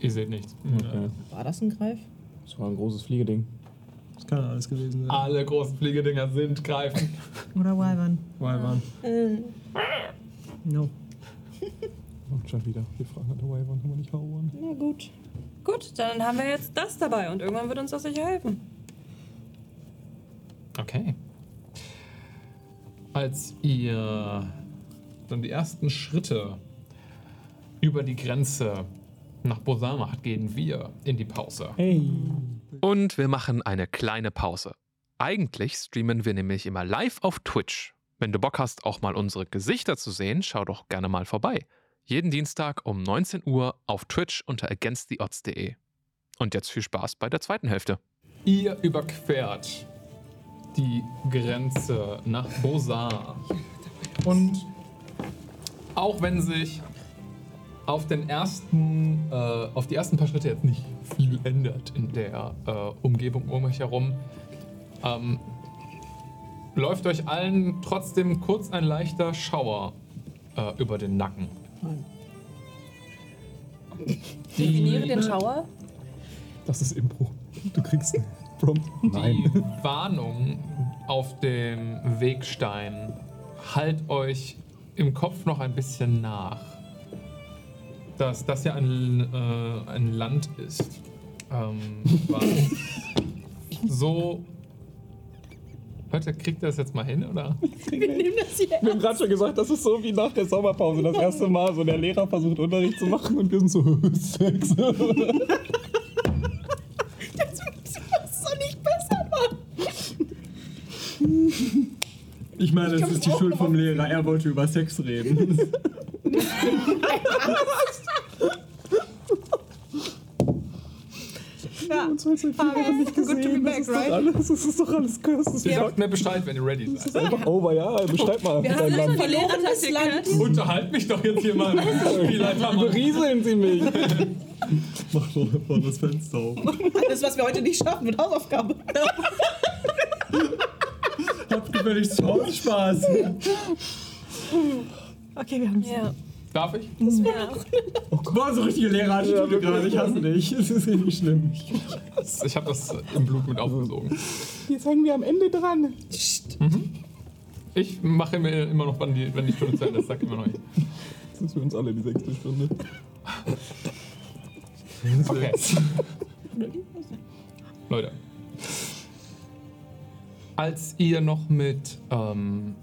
S2: Ihr seht nichts.
S7: Okay.
S9: War das ein Greif?
S7: Das war ein großes Fliegeding.
S5: Das kann alles gewesen sein.
S2: Alle großen Fliegedinger sind greifen.
S11: Oder Wyvern?
S5: Wyvern.
S11: No.
S7: Und schon wieder. Wir fragen an der Wyvern, kann man nicht erobern.
S9: Na gut.
S3: Gut, dann haben wir jetzt das dabei und irgendwann wird uns das sicher helfen.
S2: Okay. Als ihr dann die ersten Schritte über die Grenze nach Bosar macht, gehen wir in die Pause.
S1: Und wir machen eine kleine Pause. Eigentlich streamen wir nämlich immer live auf Twitch. Wenn du Bock hast, auch mal unsere Gesichter zu sehen, schau doch gerne mal vorbei. Jeden Dienstag um 19 Uhr auf Twitch unter againsttheodds.de. Und jetzt viel Spaß bei der zweiten Hälfte.
S2: Ihr überquert die Grenze nach Bosar. Und auch wenn sich auf den ersten, äh, auf die ersten paar Schritte jetzt nicht viel ändert in der äh, Umgebung um euch herum, ähm, läuft euch allen trotzdem kurz ein leichter Schauer äh, über den Nacken.
S3: Definiere den Schauer.
S4: Das ist Impro. Du kriegst einen Prompt.
S2: Die Warnung auf dem Wegstein halt euch im Kopf noch ein bisschen nach. Dass das ja ein, äh, ein Land ist, ähm, was so. Leute, kriegt ihr das jetzt mal hin, oder?
S4: Wir nehmen das hier Wir haben gerade schon gesagt, das ist so wie nach der Sommerpause das erste Mal. So der Lehrer versucht Unterricht zu machen und wir sind so Sex.
S6: Das wird so nicht besser
S16: machen. Ich meine, das ist die Schuld vom Lehrer. Er wollte über Sex reden.
S6: Ja,
S4: uns halt seit vier Wochen nicht gesehen. Das ist doch alles, das ist doch alles Curses.
S2: Ihr sagt mir Bescheid, wenn ihr ready
S4: Das ist einfach over, ja. Beschreib mal.
S6: Wir haben schon verlorenes Land.
S2: Unterhalt mich doch jetzt hier mal.
S4: Berieseln Sie mich.
S16: Mach doch davon das Fenster auf.
S6: Alles, was wir heute nicht schaffen, wird Hausaufgabe.
S16: Habt gefälligst zu Hause Spaß.
S8: Okay, wir haben es.
S3: Ja.
S2: Darf ich?
S3: Das war
S16: Oh Gott. Boah, so richtige Lehrerattitüde gerade. Ich hasse dich. Es ist richtig schlimm.
S2: Ich habe das im Blut mit aufgesogen. Mhm.
S4: Jetzt hängen wir am Ende dran.
S2: Ich mache mir immer noch, wann die, wenn die Stunde zu Ende ist, sagt immer noch nicht.
S4: Das ist für uns alle die sechste Stunde.
S2: Okay. Leute. Als ihr noch mit ähm,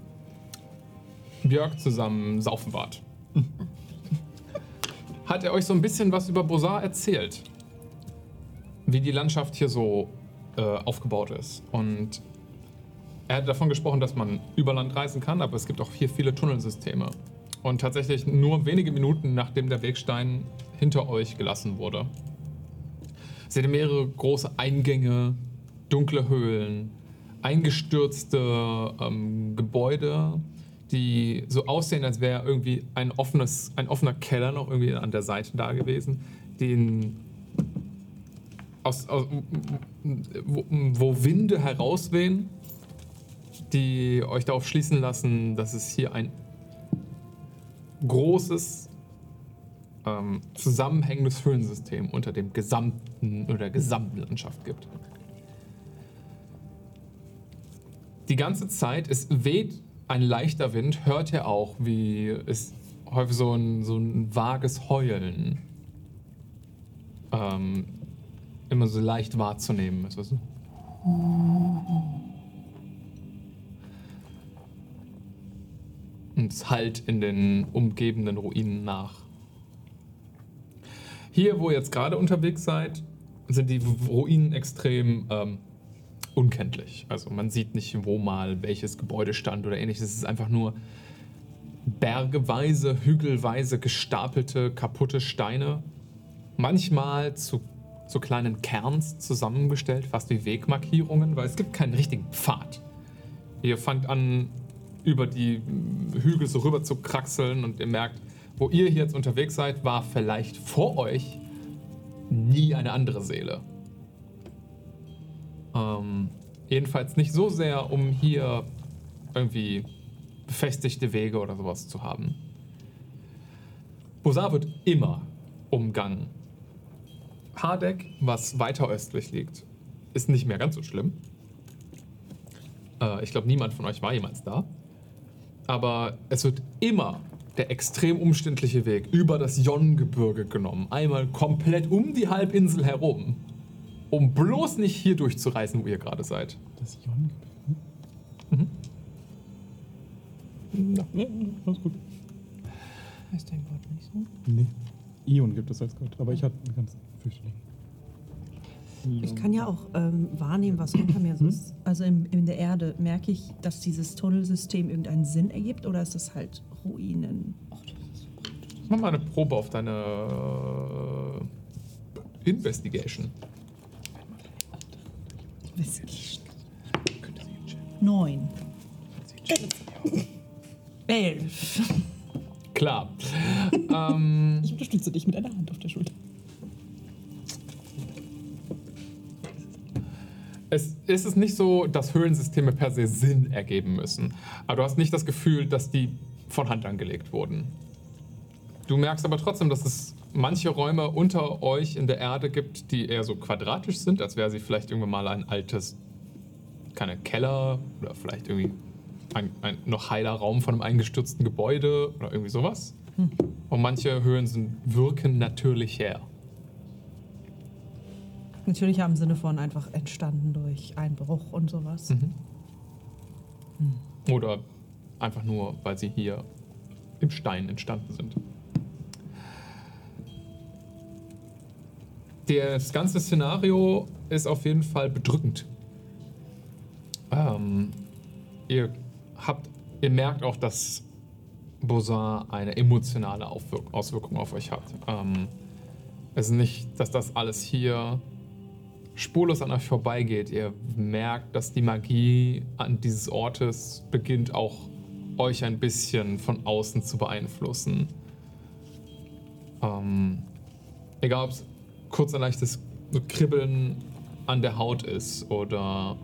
S2: Björk zusammen saufen wart, hat er euch so ein bisschen was über Bosar erzählt. Wie die Landschaft hier so äh, aufgebaut ist. Und er hat davon gesprochen, dass man über Land reisen kann, aber es gibt auch hier viele Tunnelsysteme. Und tatsächlich nur wenige Minuten nachdem der Wegstein hinter euch gelassen wurde, seht ihr mehrere große Eingänge, dunkle Höhlen, eingestürzte ähm, Gebäude, die so aussehen, als wäre irgendwie ein, offenes, ein offener Keller noch irgendwie an der Seite da gewesen, den aus, aus, wo, wo Winde herauswehen die euch darauf schließen lassen, dass es hier ein großes ähm, zusammenhängendes Höhlensystem unter dem gesamten oder der gesamten Landschaft gibt. Die ganze Zeit, es weht ein leichter Wind, hört ihr auch, wie es häufig so ein, so ein vages Heulen ähm, immer so leicht wahrzunehmen ist. Also, und es hallt in den umgebenden Ruinen nach. Hier, wo ihr jetzt gerade unterwegs seid, sind die Ruinen extrem ähm, unkenntlich. Also man sieht nicht, wo mal welches Gebäude stand oder ähnliches. Es ist einfach nur bergeweise, hügelweise gestapelte, kaputte Steine. Manchmal zu, zu kleinen Kerns zusammengestellt, fast wie Wegmarkierungen, weil es gibt keinen richtigen Pfad. Ihr fangt an, über die mh, Hügel so rüber zu kraxeln und ihr merkt, wo ihr hier jetzt unterwegs seid, war vielleicht vor euch nie eine andere Seele. Ähm, jedenfalls nicht so sehr, um hier irgendwie befestigte Wege oder sowas zu haben. Bosar wird immer umgangen. Hardek, was weiter östlich liegt, ist nicht mehr ganz so schlimm. Äh, ich glaube, niemand von euch war jemals da. Aber es wird immer der extrem umständliche Weg über das Jongebirge genommen. Einmal komplett um die Halbinsel herum. Um bloß nicht hier durchzureisen, wo ihr gerade seid.
S15: Das Jongebirge.
S2: Mhm.
S4: Ja, ja,
S7: ne,
S4: alles gut.
S9: Heißt dein Wort nicht so?
S4: Nee. Ion gibt es als Gott, aber ich hatte einen ganz Fürchtling.
S11: Ich kann ja auch ähm, wahrnehmen, was unter mir so
S6: Mhm.
S11: ist. Also in, in der Erde merke ich, dass dieses Tunnelsystem irgendeinen Sinn ergibt oder ist das halt Ruinen?
S2: Mach mal eine Probe auf deine äh, Investigation.
S8: Whisky. Neun. Elf.
S2: Klar. ähm,
S6: Ich unterstütze dich mit einer Hand auf der Schulter.
S2: es es ist nicht so, dass Höhlensysteme per se Sinn ergeben müssen. Aber du hast nicht das Gefühl, dass die von Hand angelegt wurden. Du merkst aber trotzdem, dass es manche Räume unter euch in der Erde gibt, die eher so quadratisch sind, als wäre sie vielleicht irgendwann mal ein altes, keine Keller oder vielleicht irgendwie ein, ein noch heiler Raum von einem eingestürzten Gebäude oder irgendwie sowas.
S15: Hm.
S2: Und manche Höhlen sind, wirken natürlich her.
S11: Natürlich im Sinne von einfach entstanden durch Einbruch und sowas.
S2: Oder einfach nur, weil sie hier im Stein entstanden sind. Das ganze Szenario ist auf jeden Fall bedrückend. Ähm, ihr habt, ihr merkt auch, dass Bosan eine emotionale Aufwirk Auswirkung auf euch hat. Ähm, es ist nicht, dass das alles hier spurlos an euch vorbeigeht. Ihr merkt, dass die Magie an dieses Ortes beginnt auch euch ein bisschen von außen zu beeinflussen. Ähm, egal, ob es kurz ein leichtes Kribbeln an der Haut ist oder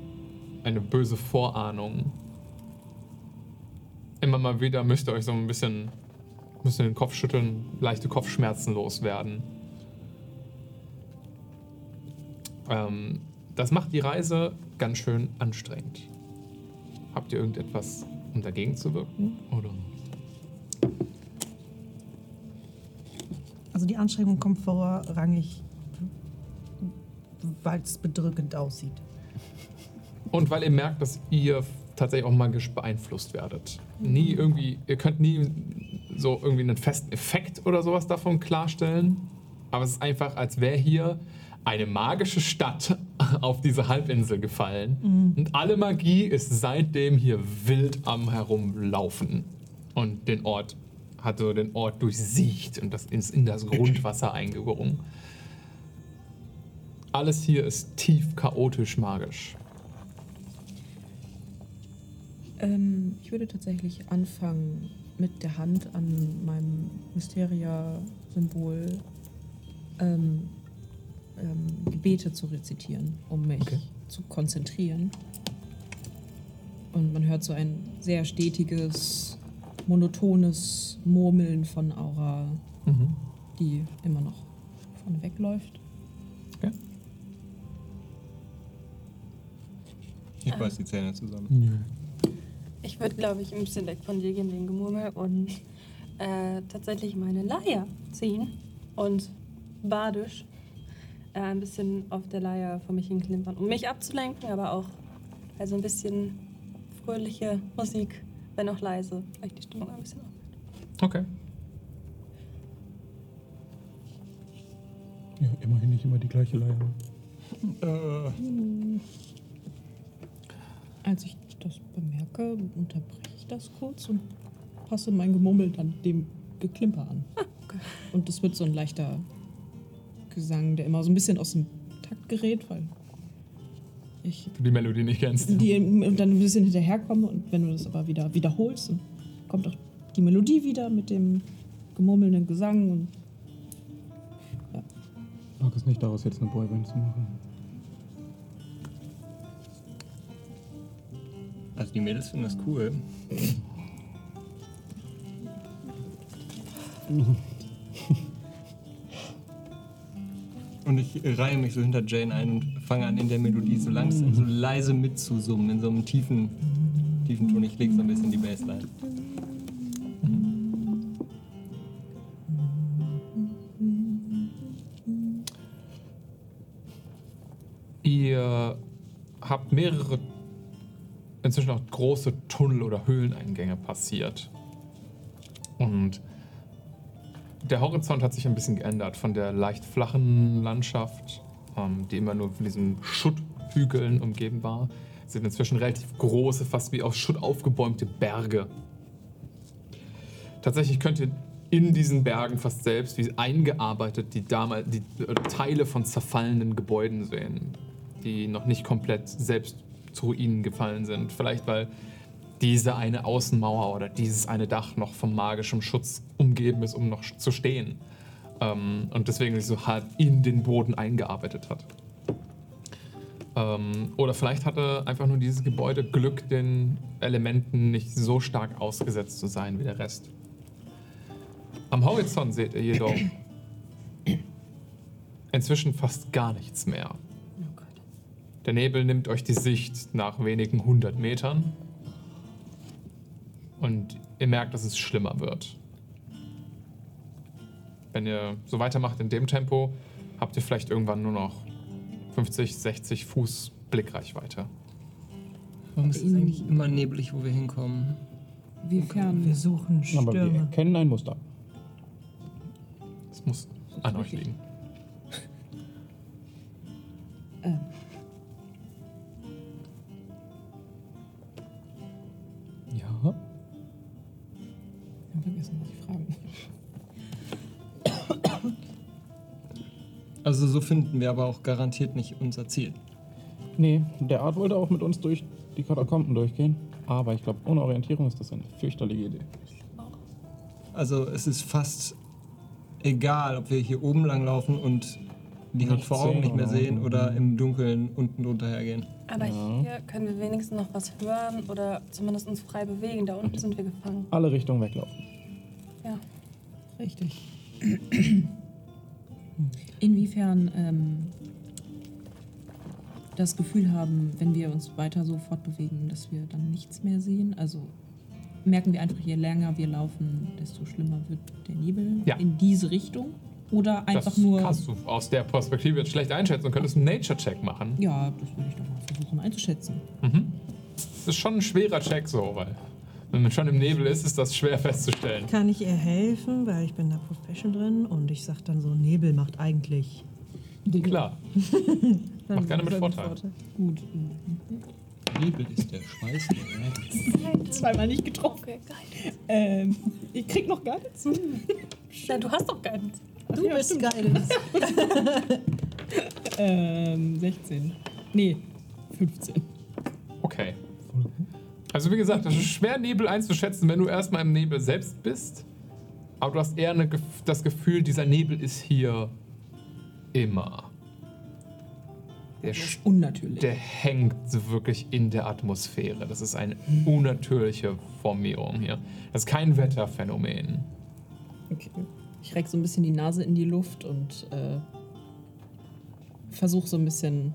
S2: eine böse Vorahnung. Immer mal wieder müsst ihr euch so ein bisschen, müsst ihr den Kopf schütteln, leichte Kopfschmerzen loswerden. Ähm, das macht die Reise ganz schön anstrengend. Habt ihr irgendetwas, um dagegen zu wirken? Oder?
S11: Also die Anstrengung kommt vorrangig, weil es bedrückend aussieht.
S2: Und weil ihr merkt, dass ihr tatsächlich auch magisch beeinflusst werdet. Nie irgendwie, ihr könnt nie so irgendwie einen festen Effekt oder sowas davon klarstellen. Aber es ist einfach, als wäre hier eine magische Stadt auf diese Halbinsel gefallen. Und alle Magie ist seitdem hier wild am Herumlaufen. Und den Ort, hat so den Ort durchsiecht und das ist in das Grundwasser eingedrungen. Alles hier ist tief chaotisch magisch.
S9: Ähm, ich würde tatsächlich anfangen, mit der Hand an meinem Mysteria-Symbol ähm, ähm, Gebete zu rezitieren, um mich zu konzentrieren. Und man hört so ein sehr stetiges, monotones Murmeln von Aura,
S2: Mhm.
S9: die immer noch vorne wegläuft.
S16: Ich beiß die Zähne zusammen.
S3: Ich würde, glaube ich, ein bisschen weg von dir gehen wegen Gemurmel und äh, tatsächlich meine Leier ziehen und badisch äh, ein bisschen auf der Leier vor mich hinklimpern, um mich abzulenken, aber auch also ein bisschen fröhliche Musik, wenn auch leise, vielleicht die Stimmung ein bisschen auf.
S2: Okay.
S15: Ja, immerhin nicht immer die gleiche Leier.
S9: Als ich das bemerke, unterbreche ich das kurz und passe mein Gemurmel dann dem Geklimper an. Und es wird so ein leichter Gesang, der immer so ein bisschen aus dem Takt gerät, weil ich
S2: Du die Melodie nicht kennst.
S9: die und dann ein bisschen hinterherkomme. Und wenn du das aber wieder wiederholst, dann kommt auch die Melodie wieder mit dem gemurmelnden Gesang. Und
S16: Mag es nicht daraus, jetzt eine Boyband zu machen. Also die Mädels finden das cool. Und ich reihe mich so hinter Jane ein und fange an, in der Melodie so langsam, so leise mitzusummen, in so einem tiefen, tiefen Ton. Ich lege so ein bisschen die Bassline.
S2: Ihr habt mehrere, inzwischen auch große Tunnel- oder Höhleneingänge passiert. Und der Horizont hat sich ein bisschen geändert von der leicht flachen Landschaft, ähm, die immer nur von diesen Schutthügeln umgeben war, sind inzwischen relativ große, fast wie aus Schutt aufgebäumte Berge. Tatsächlich könnt ihr in diesen Bergen fast selbst wie eingearbeitet die, damal, die äh, Teile von zerfallenen Gebäuden sehen. die noch nicht komplett selbst zu Ruinen gefallen sind. Vielleicht weil diese eine Außenmauer oder dieses eine Dach noch vom magischen Schutz umgeben ist, um noch sch- zu stehen. Ähm, und deswegen sich so halb in den Boden eingearbeitet hat. Ähm, oder vielleicht hatte einfach nur dieses Gebäude Glück, den Elementen nicht so stark ausgesetzt zu sein wie der Rest. Am Horizont seht ihr jedoch inzwischen fast gar nichts mehr.
S9: Oh
S2: Der Nebel nimmt euch die Sicht nach wenigen hundert Metern. Und ihr merkt, dass es schlimmer wird. Wenn ihr so weitermacht in dem Tempo, habt ihr vielleicht irgendwann nur noch 50, 60 Fuß Blickreichweite.
S10: Warum ist es eigentlich immer neblig, wo wir hinkommen?
S9: Wie fern?
S8: Wir suchen
S4: Aber wir
S8: Stürme.
S4: erkennen ein Muster.
S2: Es muss an euch liegen.
S4: Ja.
S9: Ich habe vergessen, was ich fragen wollte.
S10: Also so finden wir aber auch garantiert nicht unser Ziel.
S7: Nee, der Art wollte auch mit uns durch die Katakomben durchgehen. Aber ich glaube, ohne Orientierung ist das eine fürchterliche Idee.
S10: Also es ist fast egal, ob wir hier oben lang laufen und die Hand
S7: Nichts
S10: vor Augen
S7: sehen
S10: nicht mehr
S7: oder
S10: sehen
S7: unten.
S10: oder Mhm. im Dunkeln unten runterhergehen.
S3: Aber hier können wir wenigstens noch was hören oder zumindest uns frei bewegen. Da unten sind wir gefangen.
S7: Alle Richtungen weglaufen.
S3: Ja.
S9: Richtig. Inwiefern ähm, das Gefühl haben, wenn wir uns weiter so fortbewegen, dass wir dann nichts mehr sehen? Also merken wir einfach, je länger wir laufen, desto schlimmer wird der Nebel
S2: Ja.
S9: in diese Richtung? Oder einfach
S2: das
S9: nur.
S2: kannst du aus der Perspektive jetzt schlecht einschätzen und könntest einen Nature-Check machen.
S9: Ja, das würde ich doch mal versuchen einzuschätzen.
S2: Mhm. Das ist schon ein schwerer Check so, weil wenn man schon im Nebel ist, ist das schwer festzustellen.
S8: Kann ich ihr helfen, weil ich bin da Profession drin und ich sag dann so, Nebel macht eigentlich.
S2: Klar.
S8: Dann
S2: Mach gerne mit
S8: sag ich
S2: Vorteil.
S9: Gut.
S16: Nebel ist der Schweiß der Erde.
S9: Zweimal nicht getroffen.
S3: halt, äh, Okay, geil.
S9: Ähm, ich krieg noch gar nichts.
S3: Na, du hast doch Guidance.
S9: Du bist
S8: Guidance.
S9: ähm, 16. Nee, 15.
S2: Okay. Also wie gesagt, das ist schwer, Nebel einzuschätzen, wenn du erstmal im Nebel selbst bist. Aber du hast eher eine, Gef- das Gefühl, dieser Nebel ist hier immer. Der ist
S9: unnatürlich.
S2: Der hängt so wirklich in der Atmosphäre. Das ist eine unnatürliche Formierung hier. Das ist kein Wetterphänomen.
S9: Okay. Ich reck so ein bisschen die Nase in die Luft und äh, versuche so ein bisschen.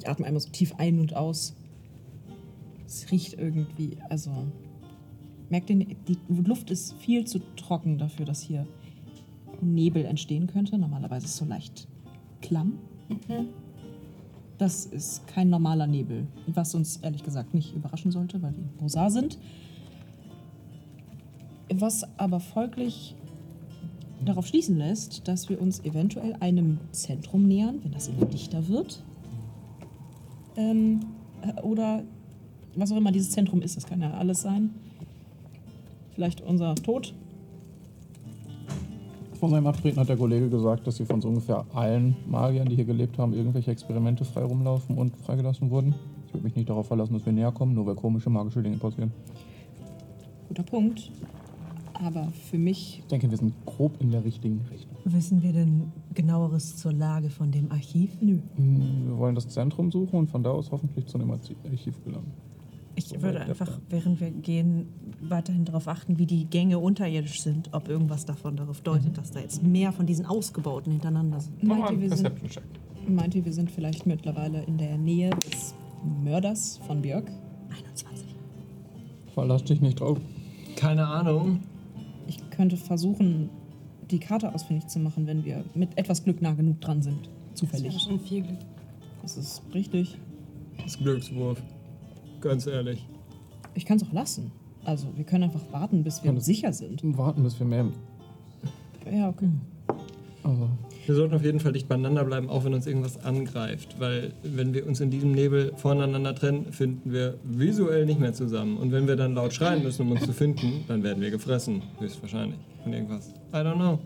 S9: Ich atme einmal so tief ein und aus. Es riecht irgendwie. Also. Merkt ihr, die Luft ist viel zu trocken dafür, dass hier Nebel entstehen könnte. Normalerweise ist es so leicht klamm. Das ist kein normaler Nebel. Was uns ehrlich gesagt nicht überraschen sollte, weil wir in Rosar sind. Was aber folglich darauf schließen lässt, dass wir uns eventuell einem Zentrum nähern, wenn das immer dichter wird. Ähm, äh, oder was auch immer dieses Zentrum ist, das kann ja alles sein. Vielleicht unser Tod.
S7: Vor seinem Abtreten hat der Kollege gesagt, dass sie von so ungefähr allen Magiern, die hier gelebt haben, irgendwelche Experimente frei rumlaufen und freigelassen wurden. Ich würde mich nicht darauf verlassen, dass wir näher kommen, nur weil komische magische Dinge passieren.
S9: Guter Punkt. Aber für mich.
S7: Ich denke, wir sind grob in der richtigen Richtung.
S8: Wissen wir denn genaueres zur Lage von dem Archiv?
S9: Nö.
S7: Hm, Wir wollen das Zentrum suchen und von da aus hoffentlich zu einem Arzi- Archiv gelangen.
S8: Ich würde einfach, während wir gehen, weiterhin darauf achten, wie die Gänge unterirdisch sind, ob irgendwas davon darauf deutet, dass da jetzt mehr von diesen ausgebauten hintereinander sind.
S9: Meint ihr, wir sind,
S2: Perception-Check.
S9: meint ihr, wir sind vielleicht mittlerweile in der Nähe des Mörders von Björk?
S8: 21.
S7: Verlass dich nicht drauf.
S10: Keine Ahnung.
S9: Ich könnte versuchen, die Karte ausfindig zu machen, wenn wir mit etwas Glück nah genug dran sind. Zufällig.
S3: Das wäre schon viel Glück.
S9: Das ist richtig.
S10: Das ist Glückswurf. Ganz ehrlich.
S9: Ich kann es auch lassen. Also, wir können einfach warten, bis wir
S7: Alles.
S9: sicher sind.
S7: Warten, bis wir mehr.
S9: Ja, okay.
S7: Also,
S10: Wir sollten auf jeden Fall dicht beieinander bleiben, auch wenn uns irgendwas angreift. Weil wenn wir uns in diesem Nebel voneinander trennen, finden wir visuell nicht mehr zusammen. Und wenn wir dann laut schreien müssen, um uns zu finden, dann werden wir gefressen. Höchstwahrscheinlich. Von irgendwas. I don't know.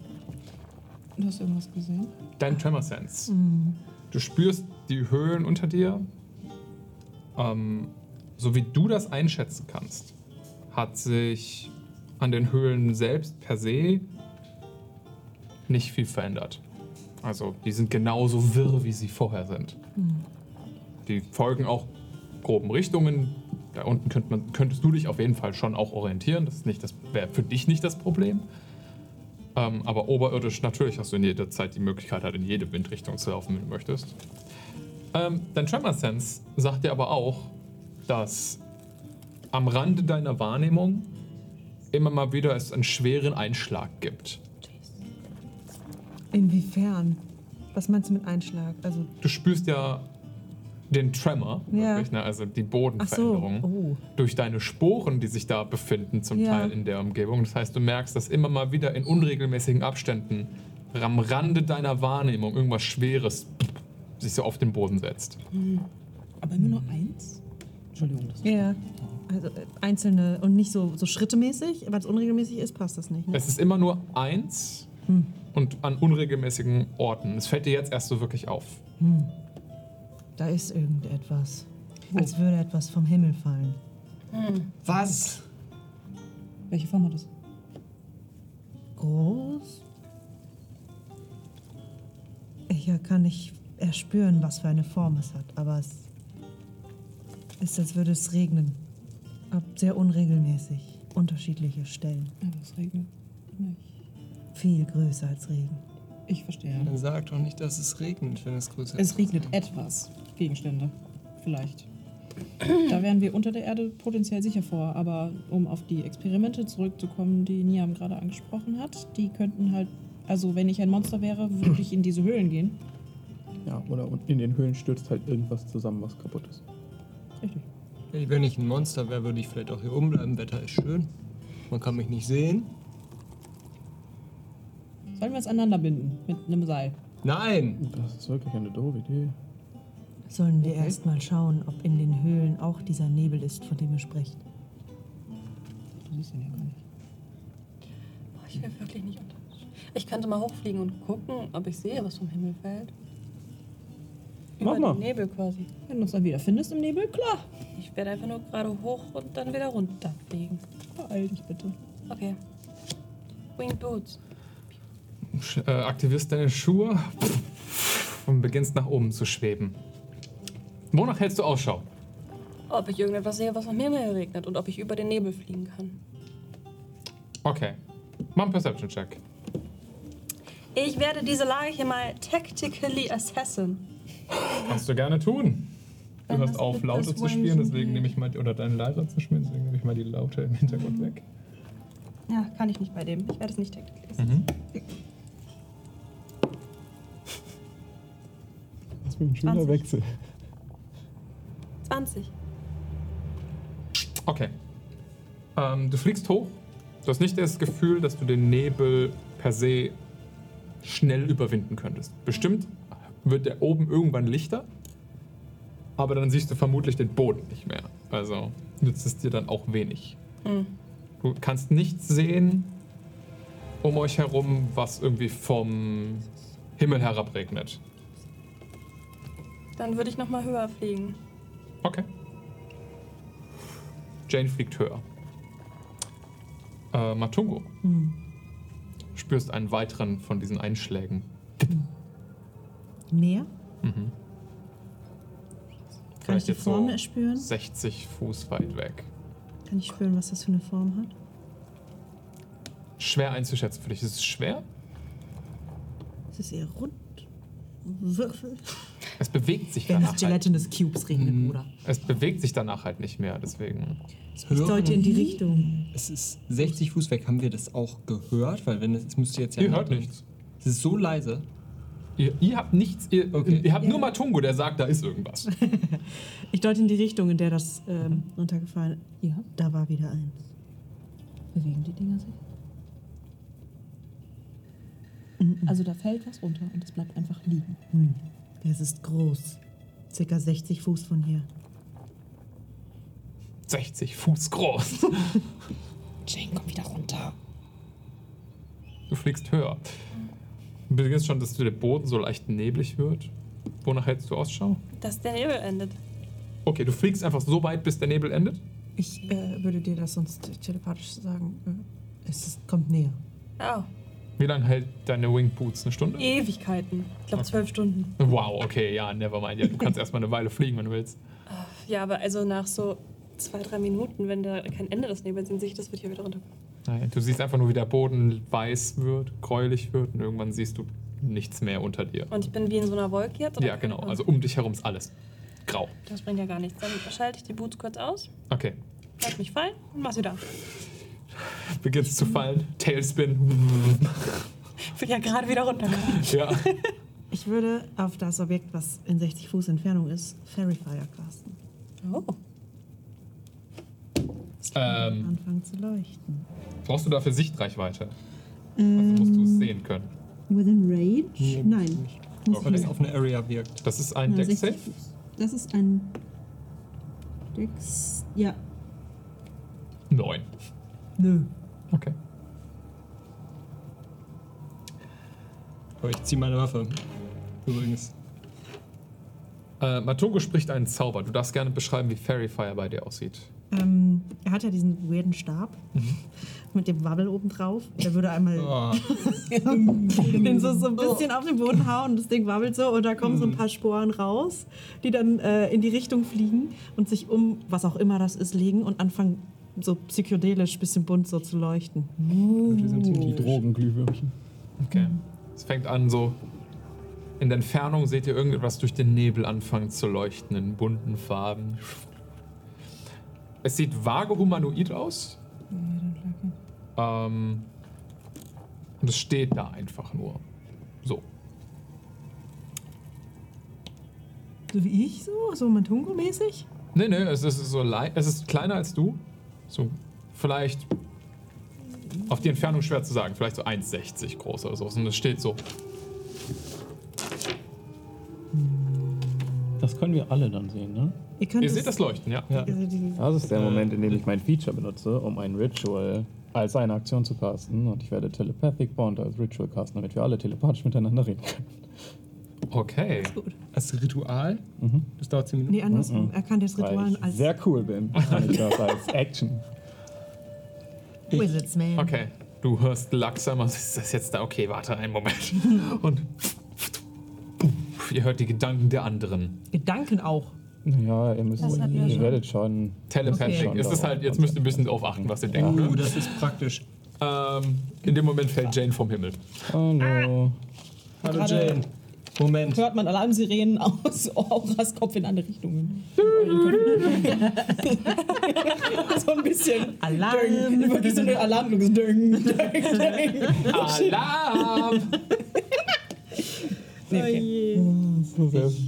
S9: Du hast irgendwas gesehen?
S2: Dein Tremor Sense. Du spürst die Höhlen unter dir, ähm, so wie du das einschätzen kannst, hat sich an den Höhlen selbst per se nicht viel verändert. Also die sind genauso wirr, wie sie vorher sind.
S8: Hm.
S2: Die folgen auch groben Richtungen. Da unten könnt man, könntest du dich auf jeden Fall schon auch orientieren. Das, ist nicht das wäre für dich nicht das Problem. Ähm, aber oberirdisch natürlich hast du in jeder Zeit die Möglichkeit, halt in jede Windrichtung zu laufen, wenn du möchtest. Ähm, dein Tremor Sense sagt dir aber auch, dass am Rande deiner Wahrnehmung immer mal wieder es einen schweren Einschlag gibt.
S8: Inwiefern? Was meinst du mit Einschlag? Also,
S2: Du spürst ja den Tremor,
S8: Ja.
S2: wirklich, ne? also die
S8: ach so.
S2: Bodenveränderung,
S8: Oh.
S2: durch deine Sporen, die sich da befinden, zum
S8: Ja.
S2: Teil in der Umgebung. Das heißt, du merkst, dass immer mal wieder in unregelmäßigen Abständen am Rande deiner Wahrnehmung irgendwas Schweres sich so auf den Boden setzt.
S9: Aber immer nur eins? Entschuldigung. Das
S8: Ja. Also äh, einzelne und nicht so, so schrittemäßig, weil es unregelmäßig ist, passt das nicht. Ne?
S2: Es ist immer nur eins
S8: Hm.
S2: und an unregelmäßigen Orten. Es fällt dir jetzt erst so wirklich auf.
S8: Hm. Da ist irgendetwas. Als würde etwas vom Himmel fallen.
S9: Was? Welche Form hat das?
S8: Groß? Ich ja, kann nicht erspüren, was für eine Form es hat, aber es ist, als würde es regnen. Ab sehr unregelmäßig. Unterschiedliche Stellen.
S9: Aber es regnet nicht.
S8: Viel größer als Regen.
S9: Ich verstehe.
S16: Dann sag doch nicht, dass es regnet, wenn es größer
S9: Es regnet etwas. Gegenstände. Vielleicht. da wären wir unter der Erde potenziell sicher vor. Aber um auf die Experimente zurückzukommen, die Niam gerade angesprochen hat, die könnten halt. Also, wenn ich ein Monster wäre, würde ich in diese Höhlen gehen.
S7: Ja, oder und in den Höhlen stürzt halt irgendwas zusammen, was kaputt ist.
S9: Richtig.
S16: Wenn ich ein Monster wäre, würde ich vielleicht auch hier oben bleiben. Wetter ist schön. Man kann mich nicht sehen.
S9: Sollen wir es aneinander binden? Mit einem Seil.
S16: Nein!
S7: Das ist wirklich eine doofe Idee.
S8: Sollen wir erst mal schauen, ob in den Höhlen auch dieser Nebel ist, von dem ihr sprecht.
S9: Du siehst ihn ja gar nicht.
S3: Boah, ich will wirklich nicht unter. Ich könnte mal hochfliegen und gucken, ob ich sehe, was vom Himmel fällt.
S9: Mach
S3: Über
S9: mal.
S3: den Nebel quasi.
S9: Wenn du uns dann wieder findest im Nebel, klar.
S3: Ich werde einfach nur gerade hoch und dann wieder runterfliegen.
S9: Beeil dich bitte.
S3: Okay. Winged Boots.
S2: Sch- Äh, aktivierst deine Schuhe und beginnst nach oben zu schweben. Wonach hältst du Ausschau?
S3: Ob ich irgendetwas sehe, was vom Himmel regnet und ob ich über den Nebel fliegen kann.
S2: Okay. Mach einen Perception-Check.
S3: Ich werde diese Lage hier mal tactically assessen.
S2: Kannst du gerne tun. Du hörst auf, Laute zu spielen, deswegen nehme ich mal, oder deine Leiter zu spielen, deswegen nehme ich mal die Laute im Hintergrund weg.
S11: Ja, kann ich nicht bei dem. Ich werde es nicht tactically assessen.
S2: Mhm.
S7: Das wäre ein schöner
S3: 20.
S7: Wechsel.
S9: Mhm.
S3: 20.
S2: Okay. Ähm, du fliegst hoch. Du hast nicht das Gefühl, dass du den Nebel per se schnell überwinden könntest. Bestimmt wird der oben irgendwann lichter, aber dann siehst du vermutlich den Boden nicht mehr. Also nützt es dir dann auch wenig.
S3: Hm.
S2: Du kannst nichts sehen um euch herum, was irgendwie vom Himmel herabregnet.
S3: Dann würde ich nochmal höher fliegen.
S2: Okay. Jane fliegt höher. Äh, Matungo, spürst einen weiteren von diesen Einschlägen.
S8: Mehr?
S2: Mhm.
S8: Kann ich die Form erspüren?
S2: 60 Fuß weit weg.
S8: Kann ich spüren, was das für eine Form hat?
S2: Schwer einzuschätzen für dich. Ist es schwer?
S8: Ist es eher rund? Würfel?
S2: Es bewegt sich
S11: Wenn das
S2: danach. Halt.
S11: Gelatine des Cubes regnet,
S8: Mhm.
S11: Bruder.
S2: Es bewegt sich danach halt nicht mehr, deswegen.
S11: Ich sollte
S8: Mhm.
S11: in die Richtung.
S16: Es ist 60 Fuß weg. Haben wir das auch gehört? Weil wenn es, es müsste jetzt ja.
S2: Ihr hört
S16: nichts. Es ist so leise.
S2: Ihr, ihr habt nichts. Ihr, ihr habt nur Matungo, der sagt, da ist irgendwas.
S11: Ich deute in die Richtung, in der das ähm, runtergefallen ist. Ja. Da war wieder eins.
S9: Bewegen die Dinger sich? Also da fällt was runter und es bleibt einfach liegen.
S11: Hm. Das ist groß. Circa 60 Fuß von hier.
S2: 60 Fuß groß.
S9: Jane, komm wieder runter.
S2: Du fliegst höher. Du beginnst schon, dass der Boden so leicht neblig wird. Wonach hältst du Ausschau?
S3: Dass der Nebel endet.
S2: Okay, du fliegst einfach so weit, bis der Nebel endet?
S8: Ich äh, würde dir das sonst telepathisch sagen. Äh, Es ist, kommt näher.
S3: Oh,
S2: Wie lange hält deine Wing Boots? Eine Stunde?
S3: Ewigkeiten. Ich glaube, zwölf Stunden.
S2: Wow, okay, ja, nevermind. Ja, du kannst erstmal eine Weile fliegen, wenn du willst.
S3: Ja, aber also nach so zwei, drei Minuten, wenn da kein Ende des Nebels in Sicht ist, wird hier wieder runterkommen.
S2: Nein, du siehst einfach nur, wie der Boden weiß wird, gräulich wird und irgendwann siehst du nichts mehr unter dir.
S3: Und ich bin wie in so einer Wolke jetzt? oder?
S2: Ja, genau. Also um dich herum ist alles grau.
S3: Das bringt ja gar nichts. Dann schalte ich die Boots kurz aus,
S2: Okay,
S3: lass mich fallen und mach's wieder. an.
S2: beginnst
S17: Mhm.
S2: zu fallen. Tailspin.
S3: Ich bin ja gerade wieder runtergekommen.
S2: ja.
S8: Ich würde auf das Objekt, was in 60 Fuß Entfernung ist, Fairy Fire casten.
S3: Oh.
S2: Ähm,
S8: Anfangen zu leuchten.
S2: brauchst du dafür Sichtreichweite? Also musst du es sehen können.
S17: Within Rage? Nein. Mm. Muss
S2: Okay.
S17: ich nicht.
S10: eine Area wirkt.
S2: Das ist Hm. ein
S17: Na, 60
S2: Deck-Safe.
S17: Fuß. Das ist ein Dex. Ja.
S2: Neun.
S18: Nö.
S2: Okay.
S10: Oh, ich zieh meine Waffe. Übrigens.
S2: Äh, Matogo spricht einen Zauber. Du darfst gerne beschreiben, wie Fairy Fire bei dir aussieht.
S8: Ähm, er hat ja diesen weirden Stab
S11: Mhm.
S8: mit dem Wabbel obendrauf. Der würde einmal
S11: Oh.
S16: Oh,
S8: den so, so ein
S2: Oh.
S8: bisschen auf den Boden hauen. Das Ding wabbelt so und da kommen
S2: Mhm.
S8: so ein paar Sporen raus, die dann äh, in die Richtung fliegen und sich um was auch immer das ist legen und anfangen so psychedelisch, bisschen bunt so zu leuchten.
S4: Die Drogenglühwürmchen.
S2: Okay. Es fängt an so. In der Entfernung seht ihr irgendetwas durch den Nebel anfangen zu leuchten in bunten Farben. Es sieht vage humanoid aus. Ähm, und es steht da einfach nur. So.
S8: So wie ich so, so Matungo-mäßig.
S2: Nee, nee, es ist so lei- es ist kleiner als du. So vielleicht auf die Entfernung schwer zu sagen, vielleicht so 1,60 groß oder so. Und es steht so.
S19: Das können wir alle dann sehen, ne?
S8: Ihr könnt
S2: Ihr seht das leuchten, ja.
S8: ihr seht die-
S4: Das ist der
S7: Äh,
S4: Moment, in dem ich mein Feature benutze, um ein Ritual als eine Aktion zu casten. Und ich werde Telepathic Bond als Ritual casten, damit wir alle telepathisch miteinander reden können.
S2: Okay.
S10: Als Ritual?
S4: Mhm.
S10: Das dauert 10 Minuten.
S8: Nee, andersrum.
S4: Mhm.
S8: Er kann das
S4: Weil
S8: Ritual
S4: ich
S8: als
S4: sehr cool bin, kann ich das als Action.
S8: Wizards Man.
S2: Okay, du hörst langsamer, ist das jetzt da? Okay, warte einen Moment. Und ihr hört die Gedanken der anderen.
S8: Gedanken auch.
S4: Ja, ihr müsst,
S8: Das hatten wir
S4: ihr
S8: schon.
S4: werdet schon.
S2: Telepathic.
S4: Okay.
S2: Es ist halt, jetzt müsst ihr ein bisschen drauf achten, was ihr denkt.
S10: Uh,
S16: Oh,
S2: Ne?
S10: das ist praktisch.
S2: Ähm, in dem Moment fällt Jane vom Himmel.
S4: Oh
S8: Ah.
S4: no.
S10: Hallo
S9: Gerade-
S10: Jane. Moment.
S9: Hört man Alarmsirenen aus Auras Kopf in alle Richtungen. so ein bisschen. Alarm. Wirklich so eine Alarmglocke. so Ding, ding, ding.
S2: Alarm!
S9: Nee, okay.
S10: Ich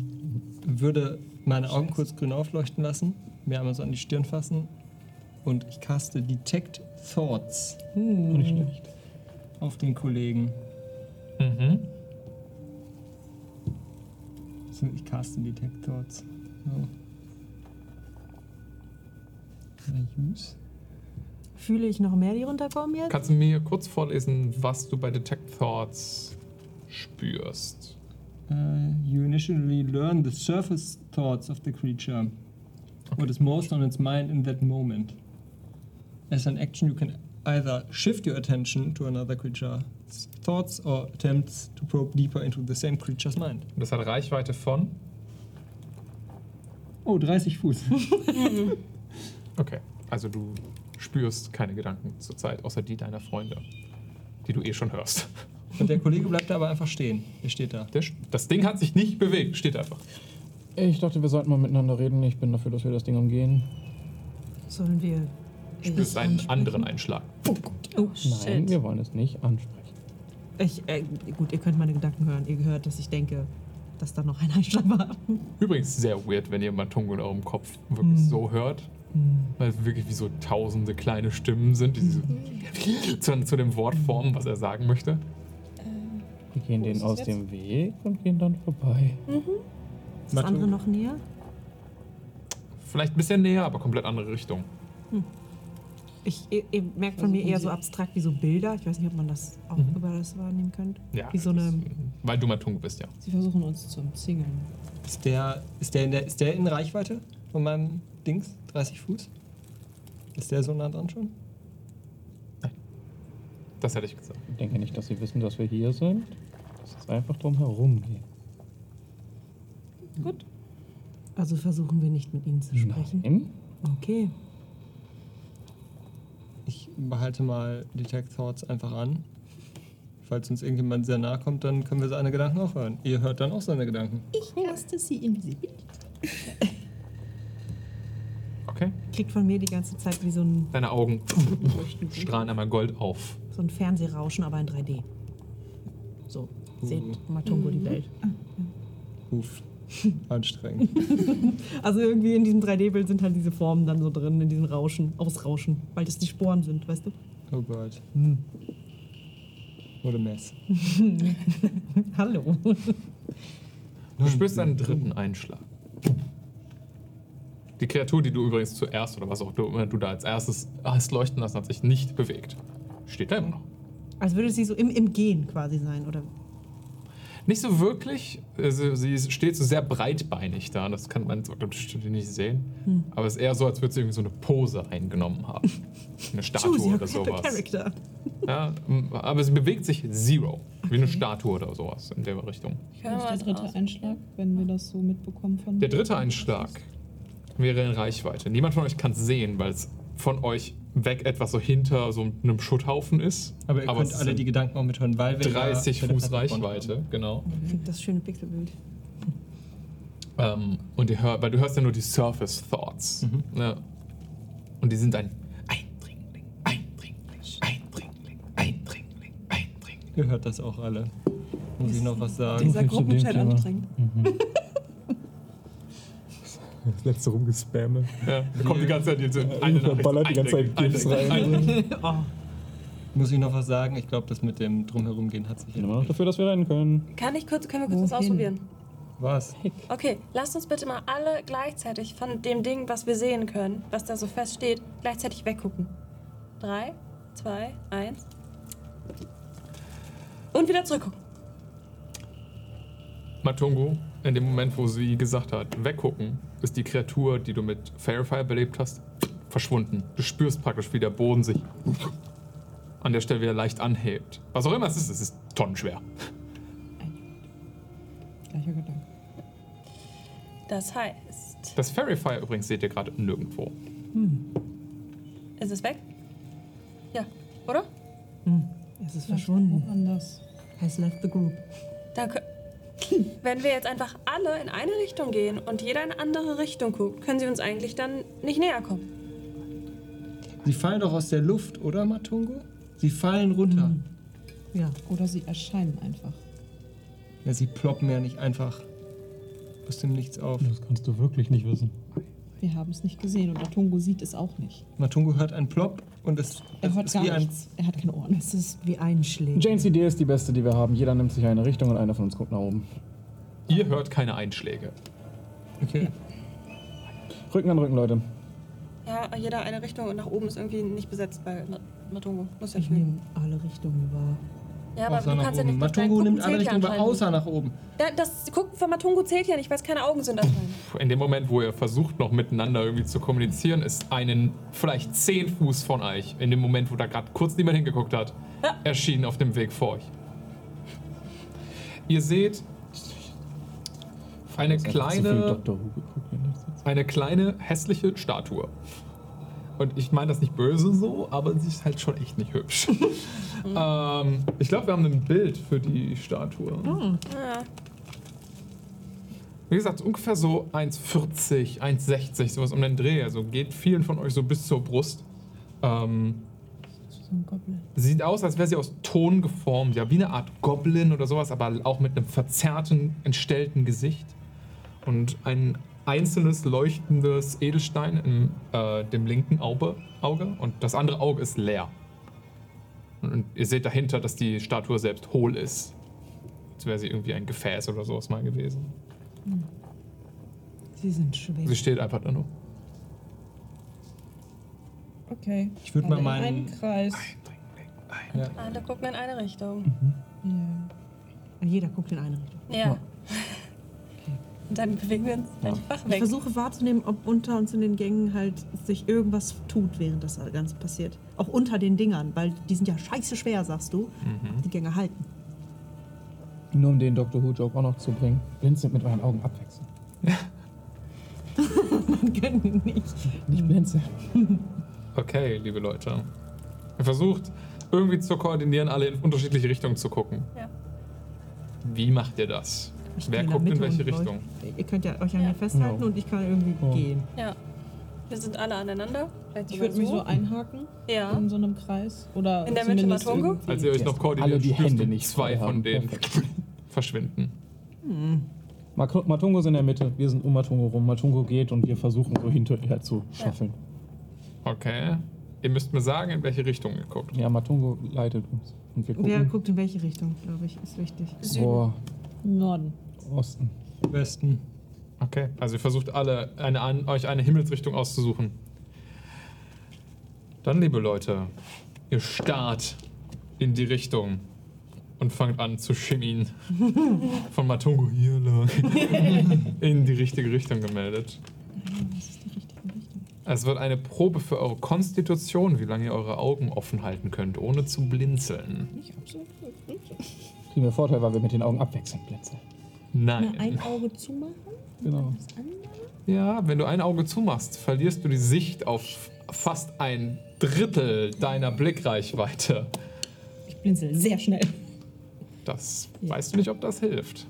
S10: würde meine Augen kurz grün aufleuchten lassen, mir einmal so an die Stirn fassen und ich caste Detect Thoughts
S19: Nicht schlecht.
S10: auf den Kollegen.
S2: Mhm.
S10: So, Ich caste Detect Thoughts. So. Can I use?
S8: Fühle ich noch mehr, die runterkommen jetzt?
S2: Kannst du mir kurz vorlesen, was du bei Detect Thoughts spürst?
S10: Uh, you initially learn the surface thoughts of the creature, what is most on its mind in that moment. As an action, you can either shift your attention to another creature's thoughts or attempts to probe deeper into the same creature's mind.
S2: Das hat Reichweite von?
S10: Oh, 30 Fuß.
S2: Okay, also du spürst keine Gedanken zurzeit, außer die deiner Freunde, die du eh schon hörst.
S10: Und der Kollege bleibt da aber einfach stehen. Der steht da.
S2: Der, Sch- das Ding hat sich nicht bewegt, steht einfach.
S4: Ich dachte, wir sollten mal miteinander reden. Ich bin dafür, dass wir das Ding umgehen.
S8: Sollen wir.
S2: Spürst einen anderen Einschlag.
S8: Oh,
S4: Nein, wir wollen es nicht ansprechen.
S8: Ich, äh, gut, ihr könnt meine Gedanken hören. Ihr gehört, dass ich denke, dass da noch ein Einschlag war.
S2: Übrigens sehr weird, wenn ihr Matungo in eurem Kopf wirklich
S8: Hm.
S2: so hört, weil es wirklich wie so tausende kleine Stimmen sind, die
S8: Hm.
S2: so zu, zu dem Wort formen, was er sagen möchte.
S4: Wir gehen denen
S9: ist es
S4: aus
S9: jetzt?
S4: dem Weg und gehen dann vorbei.
S8: Ist das andere noch näher?
S2: Vielleicht ein bisschen näher, aber komplett andere Richtung.
S8: Ich, ihr, ihr merkt von mir
S11: Versuchen
S8: eher so
S11: Sie-
S8: abstrakt wie so Bilder. Ich weiß nicht, ob man das auch
S2: Also Mhm.
S8: über das wahrnehmen könnt.
S2: Ja, äh,
S8: Wie so eine.
S2: Weil du Matungo bist, ja.
S9: Sie versuchen uns zu umzingeln.
S10: Ist der, ist, der in der, ist der in Reichweite von meinem Dings? 30 Fuß? Ist der so nah dran schon?
S2: Das hätte ich gesagt.
S7: Ich denke nicht, dass sie wissen, dass wir hier sind. Das ist einfach drum herumgehen.
S8: Gut. Also versuchen wir nicht mit ihnen zu sprechen. Okay.
S10: Ich behalte mal Detect Thoughts einfach an. Falls uns irgendjemand sehr nahe kommt, dann können wir seine Gedanken auch hören. Ihr hört dann auch seine Gedanken.
S20: Ich lasse sie invisibel.
S8: Kriegt von mir die ganze Zeit wie so ein,
S2: Deine Augen strahlen einmal Gold auf.
S8: so ein Fernsehrauschen, aber in 3D. So,
S2: Hm.
S8: seht Matungo die Welt.
S10: Uff. Anstrengend.
S8: Also irgendwie in diesem 3D-Bild sind halt diese Formen dann so drin, in diesem Rauschen, Ausrauschen, weil das die Sporen sind, weißt du?
S10: Oh Gott. What a mess.
S8: Hallo.
S2: Du spürst einen dritten Einschlag. Die Kreatur, die du übrigens zuerst oder was auch du, immer du da als erstes hast leuchten lassen, hat sich nicht bewegt. Steht da immer noch.
S11: Als würde sie so im, im Gehen quasi sein, oder?
S2: Nicht so wirklich. Also sie steht so sehr breitbeinig da. Das kann man so bestimmt nicht sehen.
S11: Hm.
S2: Aber es ist eher so, als würde sie irgendwie so eine Pose eingenommen haben. Eine Statue
S11: Choose your
S2: oder sowas.
S11: Character.
S2: Ja, m- aber sie bewegt sich zero. Wie eine Statue oder sowas in der Richtung.
S3: Können wir
S9: Ist der
S3: was
S9: dritte Einschlag, wenn wir das so mitbekommen von
S2: Der dritte Einschlag wäre in Reichweite. Niemand von euch kann es sehen, weil es von euch weg etwas so hinter so einem Schutthaufen ist.
S10: Aber ihr könnt
S2: es
S10: alle
S2: sind
S10: die Gedanken auch mithören, weil wir ja
S2: 30
S10: bei der
S2: Fuß
S10: Plattform
S2: Reichweite, genau.
S8: Mhm.
S11: Das schöne Pixelbild.
S2: Ähm, und ihr hört, weil du hörst ja nur die Surface Thoughts.
S7: Mhm.
S2: Ne? Und die sind ein
S10: Ihr hört das auch alle. Muss ich noch was sagen?
S7: Dieser So viel zu dem Gruppenchat Thema. anstrengend.
S2: Das letzte rumgespamme. Ja, da kommt die ganze Zeit jetzt eine
S7: Irgendwer
S2: Nachricht.
S7: Äh, ballert die ganze Zeit
S2: Eindringen,
S7: Gifs
S2: Eindringen,
S7: rein.
S2: Eindringen.
S10: Muss ich noch was sagen? Ich glaube, das mit dem Drumherumgehen hat sich immer
S7: noch dafür, dass wir rennen können.
S3: Kann ich kurz, können wir kurz was ausprobieren?
S10: Was?
S3: Okay, lasst uns bitte mal alle gleichzeitig von dem Ding, was wir sehen können, was da so fest steht, gleichzeitig weggucken. Drei, zwei, eins. Und wieder zurückgucken.
S2: Matungo, in dem Moment, wo sie gesagt hat, weggucken, ist die Kreatur, die du mit Fairfire belebt hast, verschwunden. Du spürst praktisch, wie der Boden sich an der Stelle wieder leicht anhebt. Was auch immer es ist, es ist tonnenschwer.
S9: gleicher Gedanke.
S3: Das heißt,
S2: Das Fairfire übrigens seht ihr gerade nirgendwo.
S3: ist es weg? Ja, oder?
S8: Es ist verschwunden.
S9: Anders.
S8: Has left the group.
S3: Dann kö- Wenn wir jetzt einfach alle in eine Richtung gehen und jeder in eine andere Richtung guckt, können sie uns eigentlich dann nicht näher kommen.
S10: Sie fallen doch aus der Luft, oder Matungo? Sie fallen runter.
S8: Ja.
S9: Oder sie erscheinen einfach.
S10: Ja, sie ploppen ja nicht einfach aus dem Nichts auf.
S15: Das kannst du wirklich nicht wissen.
S9: Wir haben es nicht gesehen und der Tungo sieht es auch nicht.
S10: Matungo hört einen Plop und es,
S9: Er
S10: es
S9: hört
S10: ist
S9: gar
S10: wie ein
S9: nichts. Er hat keine Ohren.
S8: Es ist wie Einschläge.
S7: Janes Idee ist die beste, die wir haben. Jeder nimmt sich eine Richtung und einer von uns guckt nach oben.
S2: Ihr hört keine Einschläge.
S10: Okay.
S7: Rücken an Rücken, Leute.
S3: Ja, jeder eine Richtung und nach oben ist irgendwie nicht besetzt bei Ma- Matungo. Muss ja
S8: Ich
S3: fühlen.
S8: nehme alle Richtungen wahr.
S3: Ja, aber
S10: Mhm. außer
S3: du
S10: nach
S3: kannst ja
S10: oben.
S3: nicht das
S10: Matungo
S3: Gucken
S10: nimmt alle
S3: zählt ja
S10: Richtungen, wahr,
S3: anscheinend.
S10: außer nach oben.
S3: Da- Das Gucken von Matungo zählt ja nicht, weil es keine Augen sind. anscheinend.
S2: In dem Moment, wo ihr versucht, noch miteinander irgendwie zu kommunizieren, ist einen vielleicht 10 Fuß von euch, in dem Moment, wo da gerade kurz niemand hingeguckt hat, erschienen auf dem Weg vor euch. Ihr seht eine kleine, eine kleine hässliche Statue. Und ich meine das nicht böse so, aber sie ist halt schon echt nicht hübsch. ähm, ich glaube, wir haben ein Bild für die Statue.
S3: Ja.
S2: Wie gesagt, ungefähr so 1,40, 1,60, sowas um den Dreh. Also geht vielen von euch so bis zur Brust. Ähm,
S9: So ein Goblin.
S2: sieht aus, als wäre sie aus Ton geformt. Ja, wie eine Art Goblin oder sowas, aber auch mit einem verzerrten, entstellten Gesicht. Und ein einzelnes leuchtendes Edelstein in äh, dem linken Auge, Auge. Und das andere Auge ist leer. Und, und ihr seht dahinter, dass die Statue selbst hohl ist. Als wäre sie irgendwie ein Gefäß oder sowas mal gewesen.
S8: Hm. Sie sind schwer.
S2: Sie steht einfach da nur.
S9: Okay.
S10: Ich würd mal
S9: Alle in
S10: meinen-
S9: Einen Kreis.
S10: Ja. Mhm.
S3: Alle Ah, gucken in eine Richtung.
S8: Und jeder guckt in eine Richtung.
S3: Ja. Und dann bewegen wir uns einfach
S8: Ich
S3: weg.
S8: versuche wahrzunehmen, ob unter uns in den Gängen halt sich irgendwas tut, während das Ganze passiert. Auch unter den Dingern, weil die sind ja scheiße schwer, sagst du.
S2: Mhm.
S8: Die Gänge halten.
S4: Nur um den Dr. Who-Joke auch noch zu bringen. Blinzelt mit euren Augen abwechselnd.
S8: Können
S9: Genau.
S8: nicht.
S2: Hm.
S4: Nicht blinzeln.
S2: Okay, liebe Leute. Ihr versucht irgendwie zu koordinieren, alle in unterschiedliche Richtungen zu gucken.
S3: Ja.
S2: Wie macht ihr das?
S8: Ich
S2: Wer
S8: gehe
S2: guckt in
S8: Mitte
S2: welche
S8: und wollt-
S2: Richtung?
S8: Ihr könnt ja euch an mir festhalten
S2: Ja.
S8: und ich kann irgendwie
S2: Oh.
S8: gehen.
S3: Ja. Wir sind alle aneinander. Vielleicht
S9: Ich
S3: sogar
S9: würde mich so einhaken.
S3: Ja.
S10: Mhm.
S9: In so einem Kreis. Oder
S3: In der Mitte
S9: zumindest
S3: Matongo?
S9: irgendwie-
S2: Als ihr euch noch koordiniert,
S4: Alle die
S2: spürst
S4: Hände
S2: du
S4: nicht
S2: zwei
S4: frei
S2: von
S4: haben.
S2: denen verschwinden.
S4: Mak- Matungo ist in der Mitte, wir sind um Matungo rum. Matungo geht und wir versuchen so hinterher zu schaffeln.
S2: Okay. Ihr müsst mir sagen, in welche Richtung ihr guckt.
S4: Ja, Matungo leitet uns. Und wir gucken.
S8: Wer guckt in welche Richtung, glaube ich, ist wichtig.
S4: Boah,
S9: Norden.
S4: Osten.
S10: Westen.
S2: Okay. Also ihr versucht alle, eine, an, euch eine Himmelsrichtung auszusuchen. Dann, liebe Leute, ihr starrt in die Richtung und fangt an zu schimmin. Von Matungo hier lang. in die richtige Richtung gemeldet. Es wird eine Probe für eure Konstitution, wie lange ihr eure Augen offen halten könnt, ohne zu blinzeln.
S9: Nicht absolut.
S4: Kriegen wir Vorteil, weil wir mit den Augen abwechselnd blinzeln.
S2: Nein.
S9: Mal ein Auge zumachen.
S4: Genau.
S2: Ja, wenn du ein Auge zumachst, verlierst du die Sicht auf fast ein Drittel deiner Blickreichweite.
S9: Ich blinzel sehr schnell.
S2: Das weißt du nicht, ob das hilft.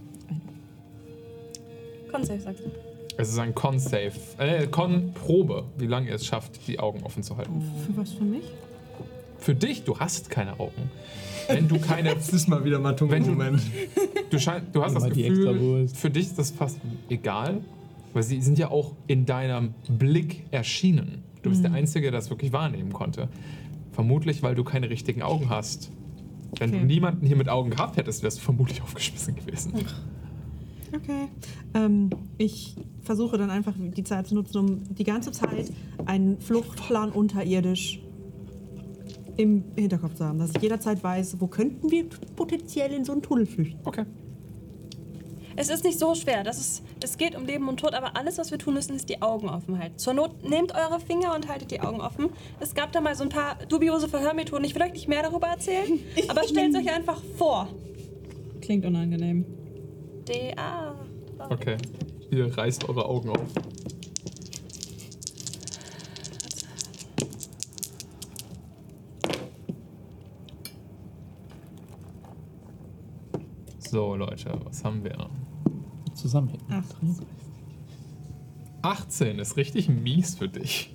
S3: Consafe sagst du.
S2: Es ist ein Con-Save, äh, Con-Probe, wie lange ihr es schafft, die Augen offen zu halten.
S8: Für was für mich?
S2: Für dich, du hast keine Augen. Wenn du keine.
S10: Das ist mal wieder Matungo-Moment.
S2: Du, schein, du hast das
S10: Immer die
S2: Gefühl, für dich ist das fast egal, weil sie sind ja auch in deinem Blick erschienen. Du bist der Einzige, der das wirklich wahrnehmen konnte. Vermutlich, weil du keine richtigen Augen hast. Wenn du
S8: Okay.
S2: niemanden hier mit Augen gehabt hättest, wärst du vermutlich aufgeschmissen gewesen.
S8: Okay. Ähm, ich versuche dann einfach die Zeit zu nutzen, um die ganze Zeit einen Fluchtplan unterirdisch im Hinterkopf zu haben, dass ich jederzeit weiß, wo könnten wir potenziell in so einen Tunnel flüchten.
S2: Okay.
S3: Es ist nicht so schwer. Das ist, es geht um Leben und Tod, aber alles, was wir tun müssen, ist die Augen offen halten. Zur Not nehmt eure Finger und haltet die Augen offen. Es gab da mal so ein paar dubiose Verhörmethoden. Ich will euch nicht mehr darüber erzählen, aber stellt es euch einfach vor.
S9: Klingt unangenehm.
S3: DA.
S2: Okay. Ihr reißt eure Augen auf. So, Leute, was haben wir?
S4: Zusammen.
S2: 18 ist richtig mies für dich.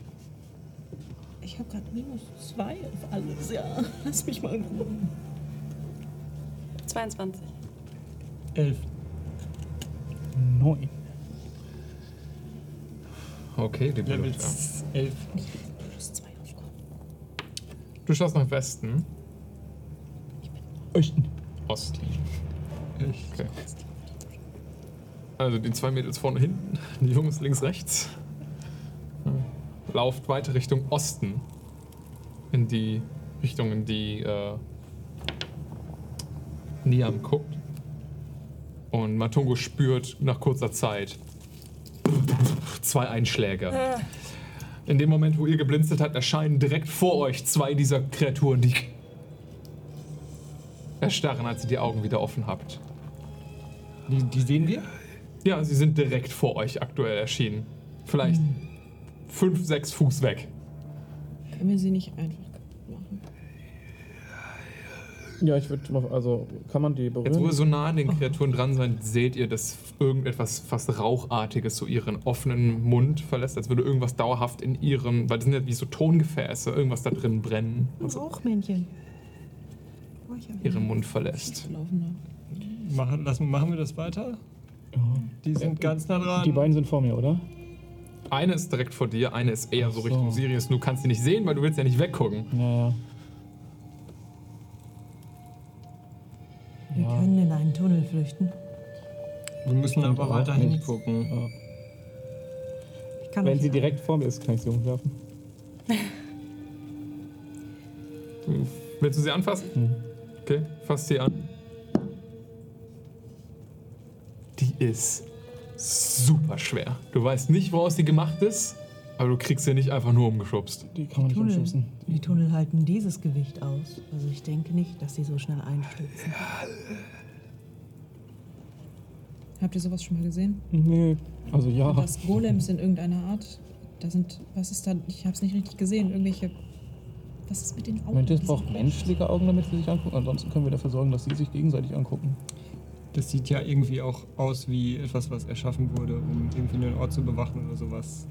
S9: Ich habe gerade minus zwei auf alles, ja. Lass mich mal gucken.
S3: 22.
S10: Elf.
S4: Neun.
S2: Okay, die
S10: Level
S2: Leute.
S10: elf.
S9: Plus zwei auf
S2: Du schaust nach Westen.
S4: Osten.
S2: Osten. Okay. Also die zwei Mädels vorne hinten, die Jungs links rechts. äh, Lauft weiter Richtung Osten. In die Richtung, in die äh, Niam guckt. Und Matungo spürt nach kurzer Zeit zwei Einschläge. In dem Moment, wo ihr geblinzelt habt, erscheinen direkt vor euch zwei dieser Kreaturen, die erstarren, als ihr die Augen wieder offen habt.
S21: Die, die sehen wir?
S2: Ja, sie sind direkt vor euch aktuell erschienen. Vielleicht fünf, sechs Fuß weg.
S9: Können wir sie nicht einfach kaputt machen?
S4: Ja, ich würde, also kann man die berühren?
S2: Jetzt, wo ihr so nah an den Kreaturen dran seid, seht ihr, dass irgendetwas fast Rauchartiges so ihren offenen Mund verlässt, als würde irgendwas dauerhaft in ihren, weil das sind ja wie so Tongefäße, irgendwas da drin brennen,
S8: Und Rauchmännchen. Oh, ich hab-
S2: ihren Mund verlässt.
S10: Machen, lassen, machen wir das weiter? Die sind ganz nah dran.
S4: Die beiden sind vor mir, oder?
S2: Eine ist direkt vor dir, eine ist eher so
S4: Ach so.
S2: Richtung Sirius. Du kannst sie nicht sehen, weil du willst ja nicht weggucken.
S4: Ja, ja.
S8: Wir können in einen Tunnel flüchten.
S10: Wir müssen
S4: Stimmt
S10: aber
S4: auch
S10: weiter
S4: nicht.
S10: hingucken.
S8: Ich kann
S4: Wenn
S8: nicht
S4: sie direkt vor mir ist, kann ich sie umwerfen.
S2: Hm. Willst du sie anfassen? Okay, fass sie an. Die ist super schwer. Du weißt nicht, woraus sie gemacht ist, aber du kriegst sie nicht einfach nur umgeschubst.
S4: Die kann man nicht
S8: Tunnel,
S4: umschubsen.
S8: die Tunnel halten dieses Gewicht aus. Also ich denke nicht, dass sie so schnell einstürzen.
S9: Habt ihr sowas schon mal gesehen?
S4: Nee, also ja.
S9: Das Golems in irgendeiner Art. Da sind, was ist da? Ich hab's nicht richtig gesehen. Irgendwelche. Was ist mit den Augen?
S4: Moment, es braucht menschliche Augen, damit sie sich angucken. Ansonsten können wir dafür sorgen, dass sie sich gegenseitig angucken.
S10: Das sieht ja irgendwie auch aus wie etwas, was erschaffen wurde, um irgendwie einen Ort zu bewachen oder sowas.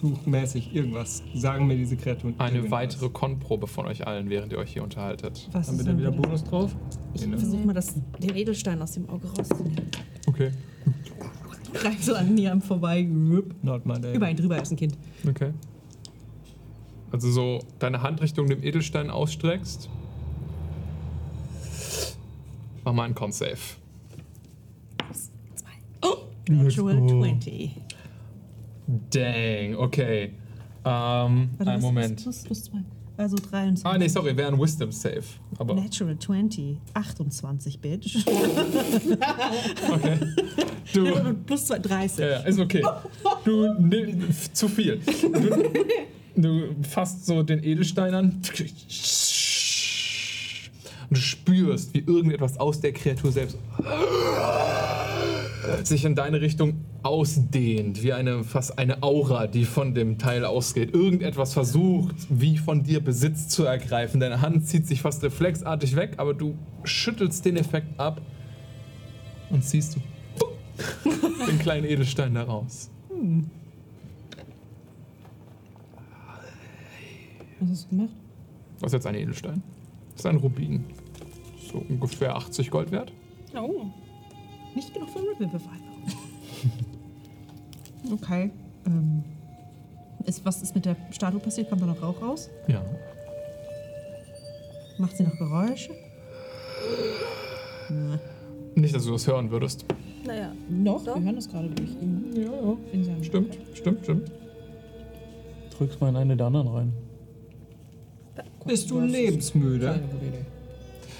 S10: Fluchmäßig irgendwas. Sagen mir diese Kreaturen.
S2: Eine
S10: irgendwas.
S2: weitere Konprobe von euch allen, während ihr euch hier unterhaltet.
S8: Was
S10: Haben wir
S8: ist
S10: da
S8: denn
S10: wieder
S8: wieder-
S10: Bonus drauf?
S8: Ich
S10: Genau.
S8: versuche mal, das, den Edelstein aus dem Auge rauszunehmen.
S2: Okay.
S8: Greif so an Niam vorbei. Rüpp.
S10: Not my day.
S8: Über ihn drüber ist ein Kind.
S2: Okay. Also so deine Hand Richtung dem Edelstein ausstreckst. Mach mal einen Con-Save.
S8: Natural 20.
S2: Dang, okay. Ähm,
S8: Warte,
S2: einen
S8: was-
S2: Moment.
S8: was- Plus 2. Also 23.
S2: Ah, nee, sorry, wäre ein Wisdom-Save. Aber
S8: Natural 20. 28, Bitch.
S2: du...
S8: Plus 2, 30.
S2: Ja, ja, ist okay. Du nimmst zu viel. Du, du fasst so den Edelstein an. Und du spürst, wie irgendetwas aus der Kreatur selbst sich in deine Richtung ausdehnt, wie eine fast eine Aura, die von dem Teil ausgeht. Irgendetwas versucht, wie von dir Besitz zu ergreifen. Deine Hand zieht sich fast reflexartig weg, aber du schüttelst den Effekt ab und ziehst du den kleinen Edelstein da raus.
S9: Was hast du gemacht?
S2: Was ist jetzt ein Edelstein? Das ist ein Rubin. So ungefähr 80 Gold wert.
S8: Oh. Nicht genug für Ripple-Beweihung. okay. Ähm, ist, was ist mit der Statue passiert? Kommt da noch Rauch raus?
S2: Ja.
S8: Macht sie noch Geräusche?
S2: Nicht, dass du das hören würdest.
S9: Naja. Noch? Wir hören das gerade durch Mhm. ihn.
S2: Ja, ja.
S9: In seinem
S2: Stimmt, stimmt, stimmt.
S4: Drück's mal in eine der anderen rein.
S10: Bist du lebensmüde?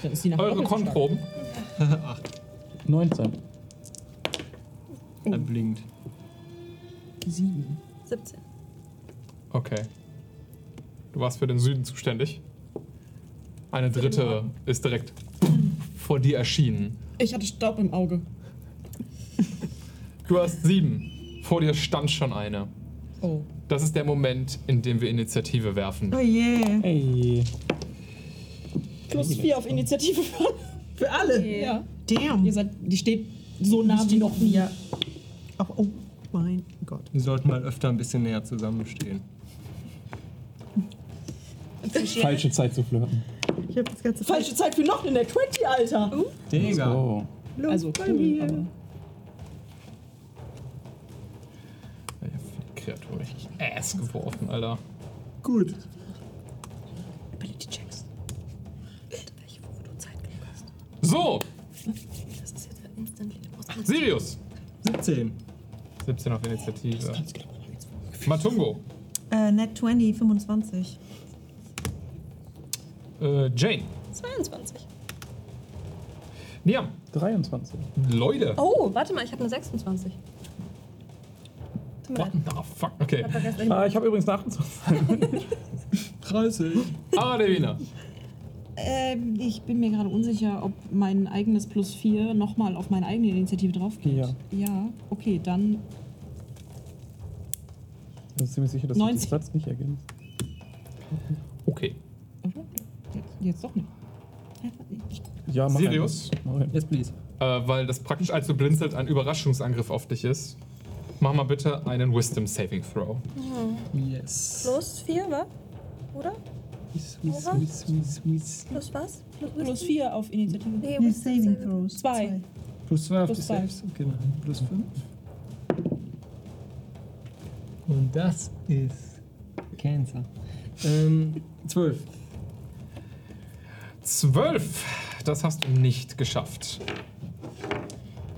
S9: Dann ist die nach
S2: Eure
S9: Orgel zu schlagen.
S2: Konproben.
S10: Acht.
S4: 19.
S10: Er blinkt.
S9: Sieben.
S3: 17.
S2: Okay. Du warst für den Süden zuständig. Eine dritte ist direkt vor dir erschienen.
S9: Ich hatte Staub im Auge.
S2: Du hast sieben. Vor dir stand schon eine.
S9: Oh.
S2: Das ist der Moment, in dem wir Initiative werfen.
S8: Oh je.
S4: Ey.
S9: Plus vier auf Initiative für, für alle. Ja.
S8: Damn.
S9: Ihr seid, die steht so nah wie noch nie.
S8: Ach, oh mein Gott.
S10: Wir sollten mal öfter ein bisschen näher zusammenstehen.
S4: Falsche Zeit zu flirten.
S8: Ich hab das ganze
S22: Falsche Zeit für noch in der 20, Alter.
S9: Uh,
S10: Digga.
S4: So.
S9: Also cool, aber
S2: Ich hab die Kreatur richtig ass geworfen, Alter.
S10: Gut.
S3: Ability Checks. Welche wo du Zeit gepasst?
S2: So,
S3: Das ist jetzt instantly. Du musst nicht-
S2: Sirius.
S10: 17.
S2: 17 auf Initiative. Matungo.
S8: Äh, Net 20, 25.
S2: Äh, Jane.
S3: 22.
S2: Niam.
S4: 23.
S2: Leute.
S3: Oh, warte mal, ich habe eine 26. Tut mir
S2: What
S3: leid.
S2: the fuck? Okay.
S3: Ich hab vergessen, ich-
S4: Ah, ich habe übrigens eine 28.
S10: 30.
S2: Ah, der Wiener.
S9: Ähm, ich bin mir gerade unsicher, ob mein eigenes Plus 4 nochmal auf meine eigene Initiative drauf geht.
S4: Ja.
S9: Ja, okay, dann
S4: Ich bin ziemlich sicher, dass du den
S9: 19.
S4: Satz nicht ergänzt.
S2: Okay.
S9: jetzt doch nicht.
S4: Ja, mach
S2: Sirius?
S4: einfach. Mach einfach.
S10: Yes, please.
S2: Äh, weil das praktisch, als du blinzelt, ein Überraschungsangriff auf dich ist. Mach mal bitte einen Wisdom Saving Throw.
S10: Yes.
S3: Plus 4, wa? Oder?
S10: Swiss, Swiss, Swiss, Swiss, Swiss.
S3: Plus was? Hm. Plus,
S9: Plus 4 auf Initiative.
S3: Nee,
S23: Die
S3: Wisdom
S23: Saving
S3: Saving.
S23: Throws.
S9: Zwei.
S10: Plus 2 auf
S9: Plus
S10: die
S9: zwei.
S10: Saves. Genau. Plus 5. Und das ist Cancer. Ähm, 12.
S2: Zwölf. Das hast du nicht geschafft.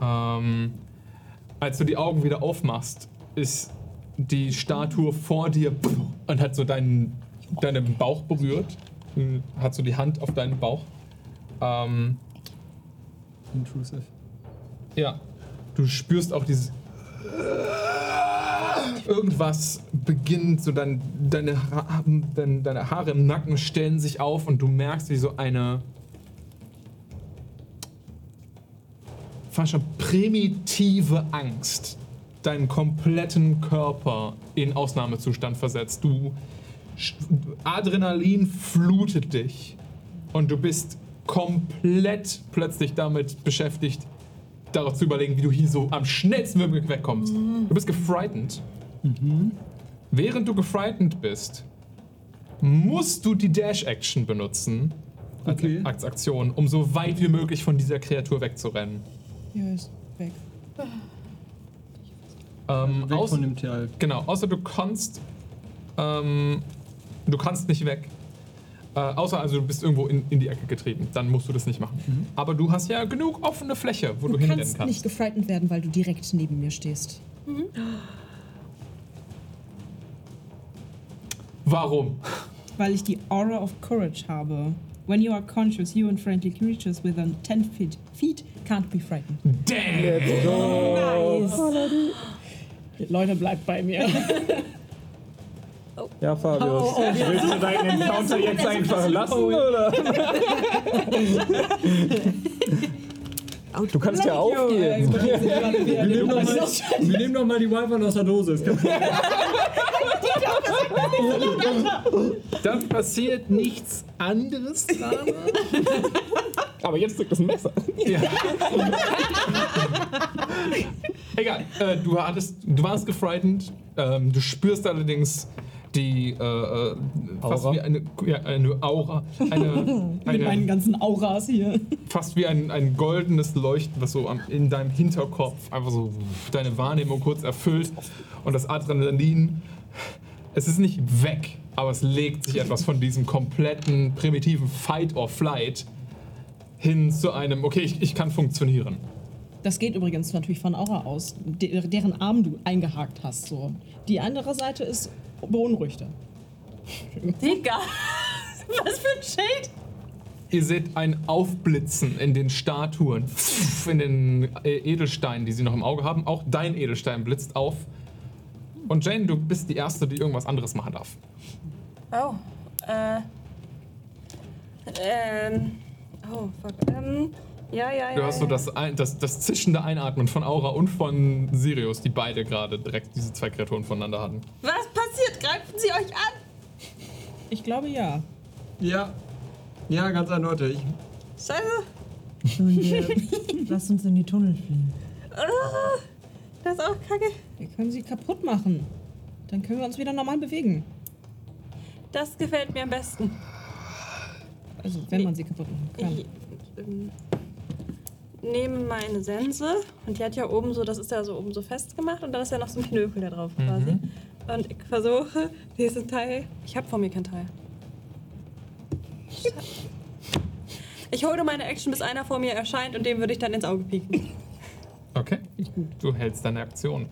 S2: Ähm, als du die Augen wieder aufmachst, ist die Statue vor dir und hat so deinen, deinen Bauch berührt Hm, Hat so die Hand auf deinen Bauch. Ähm, Intrusive. Ja. Du spürst auch dieses. Irgendwas beginnt, so dein, deine, Ha- dein, deine Haare im Nacken stellen sich auf und du merkst, wie so eine fast schon primitive Angst deinen kompletten Körper in Ausnahmezustand versetzt. Du sch- Adrenalin flutet dich und du bist komplett plötzlich damit beschäftigt, darauf zu überlegen, wie du hier so am schnellsten möglich wegkommst.
S9: Mhm.
S2: Du bist gefrightened.
S16: Mhm.
S2: Während du gefrightened bist, musst du die Dash-Action benutzen, als als Aktion, um so weit wie möglich von dieser Kreatur wegzurennen.
S9: Ja, ist weg.
S2: Ähm,
S16: Weg
S2: aus-
S16: von dem Teil.
S2: Genau, außer du kannst. Ähm, du kannst nicht weg. Äh, außer also du bist irgendwo in, in die Ecke getrieben. Dann musst du das nicht machen.
S16: Mhm.
S2: Aber du hast ja genug offene Fläche, wo du,
S9: Du
S2: hinrennen
S9: kannst
S2: kannst.
S9: nicht gefrightened werden, weil du direkt neben mir stehst.
S2: Warum?
S9: Weil ich die Aura of Courage habe. When you are conscious, you and friendly creatures within 10 feet, feet can't be frightened.
S2: Damn! Let's
S9: go! Nice!
S20: Leute, bleibt bei mir.
S4: Ja, Fabio.
S20: Oh, oh, oh, wir-
S4: willst du deinen Encounter jetzt einfach lassen, oder? Du kannst ja aufgehen.
S16: Wir nehmen noch mal- wir nehmen nochmal die Wi-Fi aus der Dose. Ist kein Problem.
S2: Dann passiert nichts anderes.
S4: Aber jetzt drückt das Messer.
S2: Egal, äh, du, hattest, du warst gefrightened. Ähm, du spürst allerdings die äh, äh, fast
S16: Aura?
S2: wie eine, ja, eine Aura, eine,
S9: Mit meinen
S2: eine,
S9: ganzen Auras hier.
S2: fast wie ein, ein goldenes Leuchten, was so am, in deinem Hinterkopf einfach so deine Wahrnehmung kurz erfüllt und das Adrenalin. Es ist nicht weg, aber es legt sich etwas von diesem kompletten primitiven Fight or Flight hin zu einem, okay, ich, ich kann funktionieren.
S9: Das geht übrigens natürlich von Aura aus, de deren Arm du eingehakt hast. So. Die andere Seite ist beunruhigter.
S3: Digga! Was für ein Schild!
S2: Ihr seht ein Aufblitzen in den Statuen, in den äh, Edelsteinen, die sie noch im Auge haben. Auch dein Edelstein blitzt auf. Und Jane, du bist die Erste, die irgendwas anderes machen darf.
S3: Oh. Äh. Ähm. Oh, fuck. Ähm. Ja, ja, ja.
S2: Du hast so
S3: ja.
S2: das, ein, das, das zischende Einatmen von Aura und von Sirius, die beide gerade direkt diese zwei Kreaturen voneinander hatten.
S3: Was passiert? Greifen sie euch an!
S9: Ich glaube ja.
S16: Ja. Ja, ganz eindeutig.
S3: Scheiße!
S8: Nun, wir, lass uns in die Tunnel fliehen.
S3: Ah, Das ist auch kacke.
S9: Wir können sie kaputt machen. Dann können wir uns wieder normal bewegen.
S3: Das gefällt mir am besten.
S9: Also, wenn man sie kaputt machen kann.
S3: Ich ähm, nehme meine Sense und die hat ja oben so, das ist ja so oben so festgemacht und dann ist ja noch so ein Knöchel da drauf quasi. Und ich versuche, diesen Teil. Ich habe von mir keinen Teil. Ich hole meine Action, bis einer vor mir erscheint und dem würde ich dann ins Auge pieken.
S2: Okay. Du hältst deine Aktion.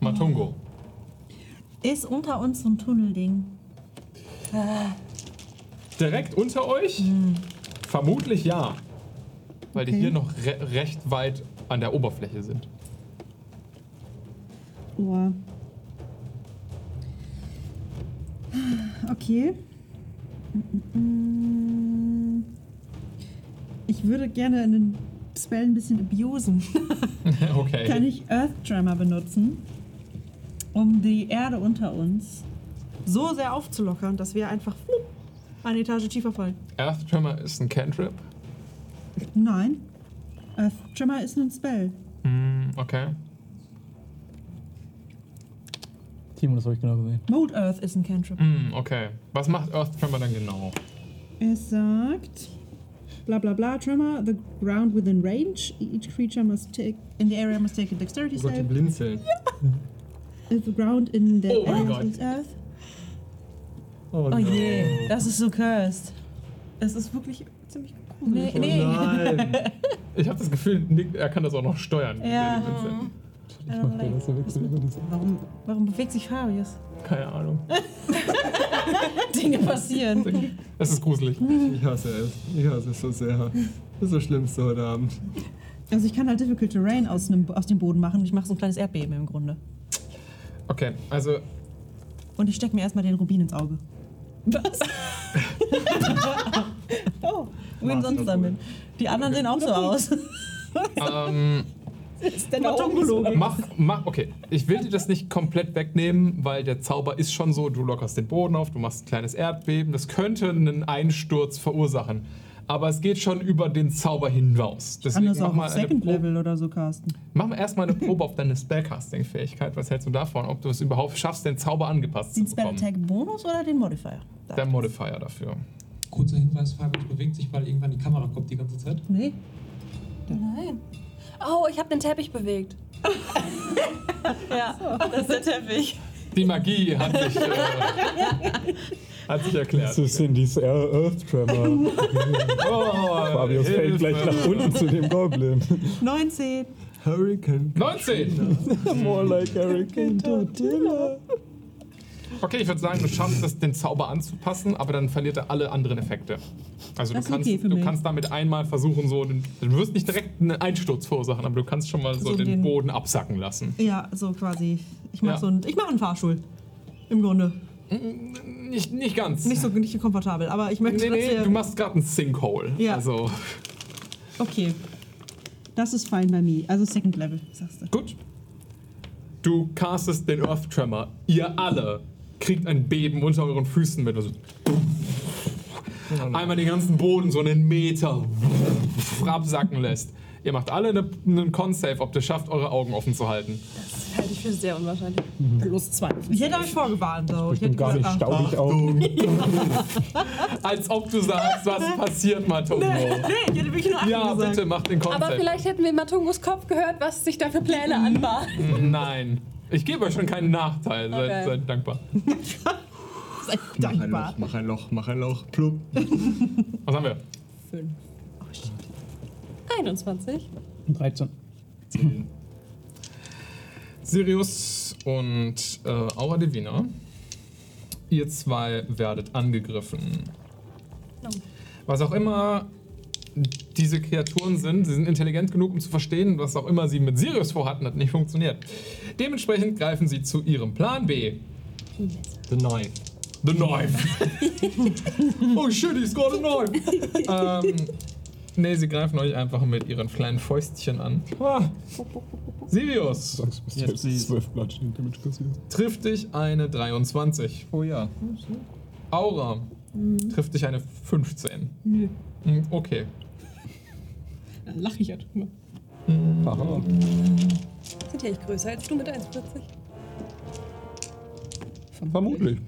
S2: Matungo.
S11: Ist unter uns so ein Tunnelding.
S2: Direkt unter euch? Vermutlich ja. Weil die
S11: Okay.
S2: hier noch re recht weit an der Oberfläche sind.
S11: Boah. Okay. Ich würde gerne einen Spell ein bisschen abusen.
S2: okay.
S11: Kann ich Earth Tremor benutzen, um die Erde unter uns
S8: So sehr aufzulockern, dass wir einfach flup, eine Etage tiefer fallen.
S2: Earth Tremor ist ein Cantrip.
S11: Nein. Earth Tremor ist ein Spell.
S2: Hm, okay.
S7: Timo, das habe ich genau gesehen.
S8: Mold Earth ist ein Cantrip.
S2: Hm, okay. Was macht Earth Tremor dann genau?
S11: Er sagt. Bla bla bla, Tremor, the ground within range. Each creature must take. In the area must take a dexterity
S16: Oh Gott, die
S11: save.
S16: blinzeln.
S11: If the ground in the
S16: Oh mein
S11: area
S16: Gott.
S11: is earth.
S16: Oh,
S11: Oh
S16: no.
S11: je, das ist so cursed. Es ist wirklich ziemlich cool. Nee,
S2: Oh nein. Ich habe das Gefühl, Nick, er kann das auch noch steuern.
S11: Ja.
S2: mit dem Vincent.
S11: Warum, warum bewegt sich Fabius?
S2: Keine Ahnung.
S24: Dinge passieren.
S10: Es ist gruselig. Ich hasse es. Ich hasse es so sehr. Das ist das Schlimmste heute Abend.
S8: Also ich kann halt Difficult Terrain aus, einem, aus dem Boden machen und ich mache so ein kleines Erdbeben im Grunde.
S2: Okay, also
S8: Und ich stecke mir erstmal den Rubin ins Auge. Was? oh, wohin sonst damit? Die anderen sehen auch so aus.
S2: ähm,
S8: Ist denn auch Tongologe?
S2: Mach, mach, okay. Ich will dir das nicht komplett wegnehmen, weil der Zauber ist schon so, du lockerst den Boden auf, du machst ein kleines Erdbeben, das könnte einen Einsturz verursachen. Aber es geht schon über den Zauber hinaus.
S8: Kann
S2: Deswegen
S8: das
S2: mach
S8: auch
S2: mal,
S8: auf
S2: eine,
S8: Second Level oder so casten.
S2: mach mal erstmal eine Probe auf deine Spellcasting-Fähigkeit. Was hältst du davon? Ob du es überhaupt schaffst, den Zauber angepasst zu
S8: Den Spell
S2: bekommen.
S8: Attack Bonus oder den Modifier? Da.
S2: Der Modifier dafür.
S25: Kurzer Hinweis, Fabian bewegt sich, weil irgendwann die Kamera kommt die ganze Zeit.
S8: Nee.
S3: Nein. Oh, ich habe den Teppich bewegt. ja, das ist der Teppich.
S2: Die Magie hat sich, äh, hat sich erklärt. Oh,
S7: Das sind diese Earth Tremor. Fabius fällt gleich nach unten zu dem Goblin.
S8: 19.
S10: Hurricane.
S2: 19!
S7: More like Hurricane Tortilla.
S2: Okay, ich würde sagen, du schaffst es, den Zauber anzupassen, aber dann verliert er alle anderen Effekte. Also du
S8: Das ist
S2: kannst,
S8: okay für
S2: du
S8: mich.
S2: kannst damit einmal versuchen, so den, du wirst nicht direkt einen Einsturz verursachen, aber du kannst schon mal so,
S8: So
S2: den,
S8: den-
S2: Boden absacken lassen.
S8: Ja, so quasi. Ich mache
S2: Ja.
S8: so ein, ich mach einen Fahrstuhl. Im Grunde.
S2: Nicht, nicht ganz.
S8: Nicht so nicht so komfortabel, aber ich möchte
S2: nee, nee,
S8: trotzdem-
S2: du machst gerade einen Sinkhole.
S8: Ja.
S2: Also
S8: Okay.
S26: Das ist fine bei mir. Also Second Level, sagst du.
S2: Gut. du castest den Earth Tremor. Ihr alle kriegt ein Beben unter euren Füßen mit. Also, einmal den ganzen Boden so einen Meter absacken lässt. Ihr macht alle eine, einen Con-Save, ob ihr schafft, eure Augen offen zu halten.
S3: Das halte ich für sehr unwahrscheinlich.
S8: Plus 2. Ich hätte euch vorgewarnt. So. Ich hätte
S7: Bestimmt gar nicht
S8: gesagt, ah. ach,
S7: staubig auf.
S2: Als ob du sagst, was passiert, Matomo.
S8: Nee, ich hätte wirklich nur
S2: Ja, bitte, mach den Concept.
S3: Aber vielleicht hätten wir Matungos Kopf gehört, was sich da für Pläne anbahnen.
S2: Nein. Ich gebe euch schon keinen Nachteil. Seid,
S3: Okay.
S2: seid dankbar.
S10: Mach ein Loch, mach ein Loch, mach ein Loch. Plupp.
S2: Was haben wir?
S3: 21.
S27: 13.
S2: Sirius und äh, Aura Divina. Ihr zwei werdet angegriffen. Was auch immer diese Kreaturen sind, sie sind intelligent genug, um zu verstehen, was auch immer sie mit Sirius vorhatten, hat nicht funktioniert. Dementsprechend greifen sie zu ihrem Plan B. The Knife. The Knife. oh shit, he's got a knife. ähm, nee, sie greifen euch einfach mit ihren kleinen Fäustchen an. Ah, Sirius.
S4: Bis jetzt 12 Bloodstone Damage kassiert.
S2: Trifft dich eine 23. Oh ja. Aura. Trifft dich eine 15.
S9: Nö.
S2: Hm, Okay.
S9: Dann lache ich ja drüber.
S2: Aha.
S3: Sind ja nicht größer als du mit 1,40.
S4: Vermutlich.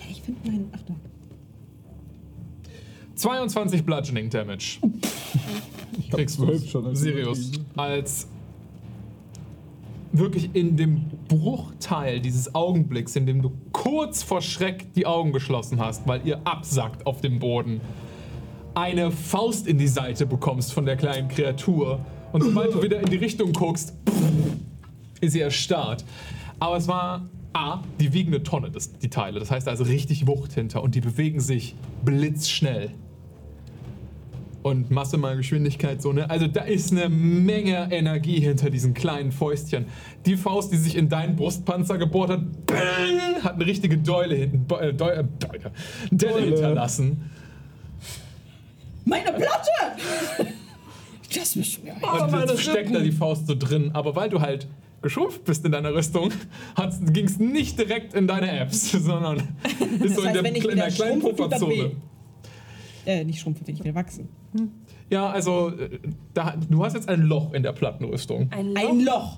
S9: Ja, ich finde meinen. Ach da.
S2: 22 Bludgeoning Damage. Ich
S4: hab 12 schon also als
S2: Sirius. Als wirklich in dem Bruchteil dieses Augenblicks, in dem du kurz vor Schreck die Augen geschlossen hast, weil ihr absackt auf dem Boden, eine Faust in die Seite bekommst von der kleinen Kreatur. Und sobald du wieder in die Richtung guckst, ist sie erstarrt. Aber es war A, die wiegende Tonne, das, die Teile. Das heißt, da ist richtig Wucht hinter und die bewegen sich blitzschnell. Und Masse mal Geschwindigkeit, so, ne? Also da ist eine Menge Energie hinter diesen kleinen Fäustchen. Die Faust, die sich in deinen Brustpanzer gebohrt hat, bang, hat eine richtige Deule hinten, Bo- äh, Deu, äh, Deule, Delle hinterlassen.
S9: Meine Platte! Lass mich mir ein.
S2: und jetzt steckt da die Faust so drin. Aber weil du halt geschrumpft bist in deiner Rüstung, ging es nicht direkt in deine Apps, sondern ist so
S9: heißt,
S2: in,
S9: wenn
S2: der,
S9: ich
S2: in der
S9: wieder
S2: kleinen
S9: schrumpfe, tut das
S2: Pufferzone.
S9: weh. Äh, nicht schrumpfen, wenn ich wieder wachsen.
S2: Ja, also äh, da, du hast jetzt ein Loch in der Plattenrüstung.
S3: Ein
S9: Loch.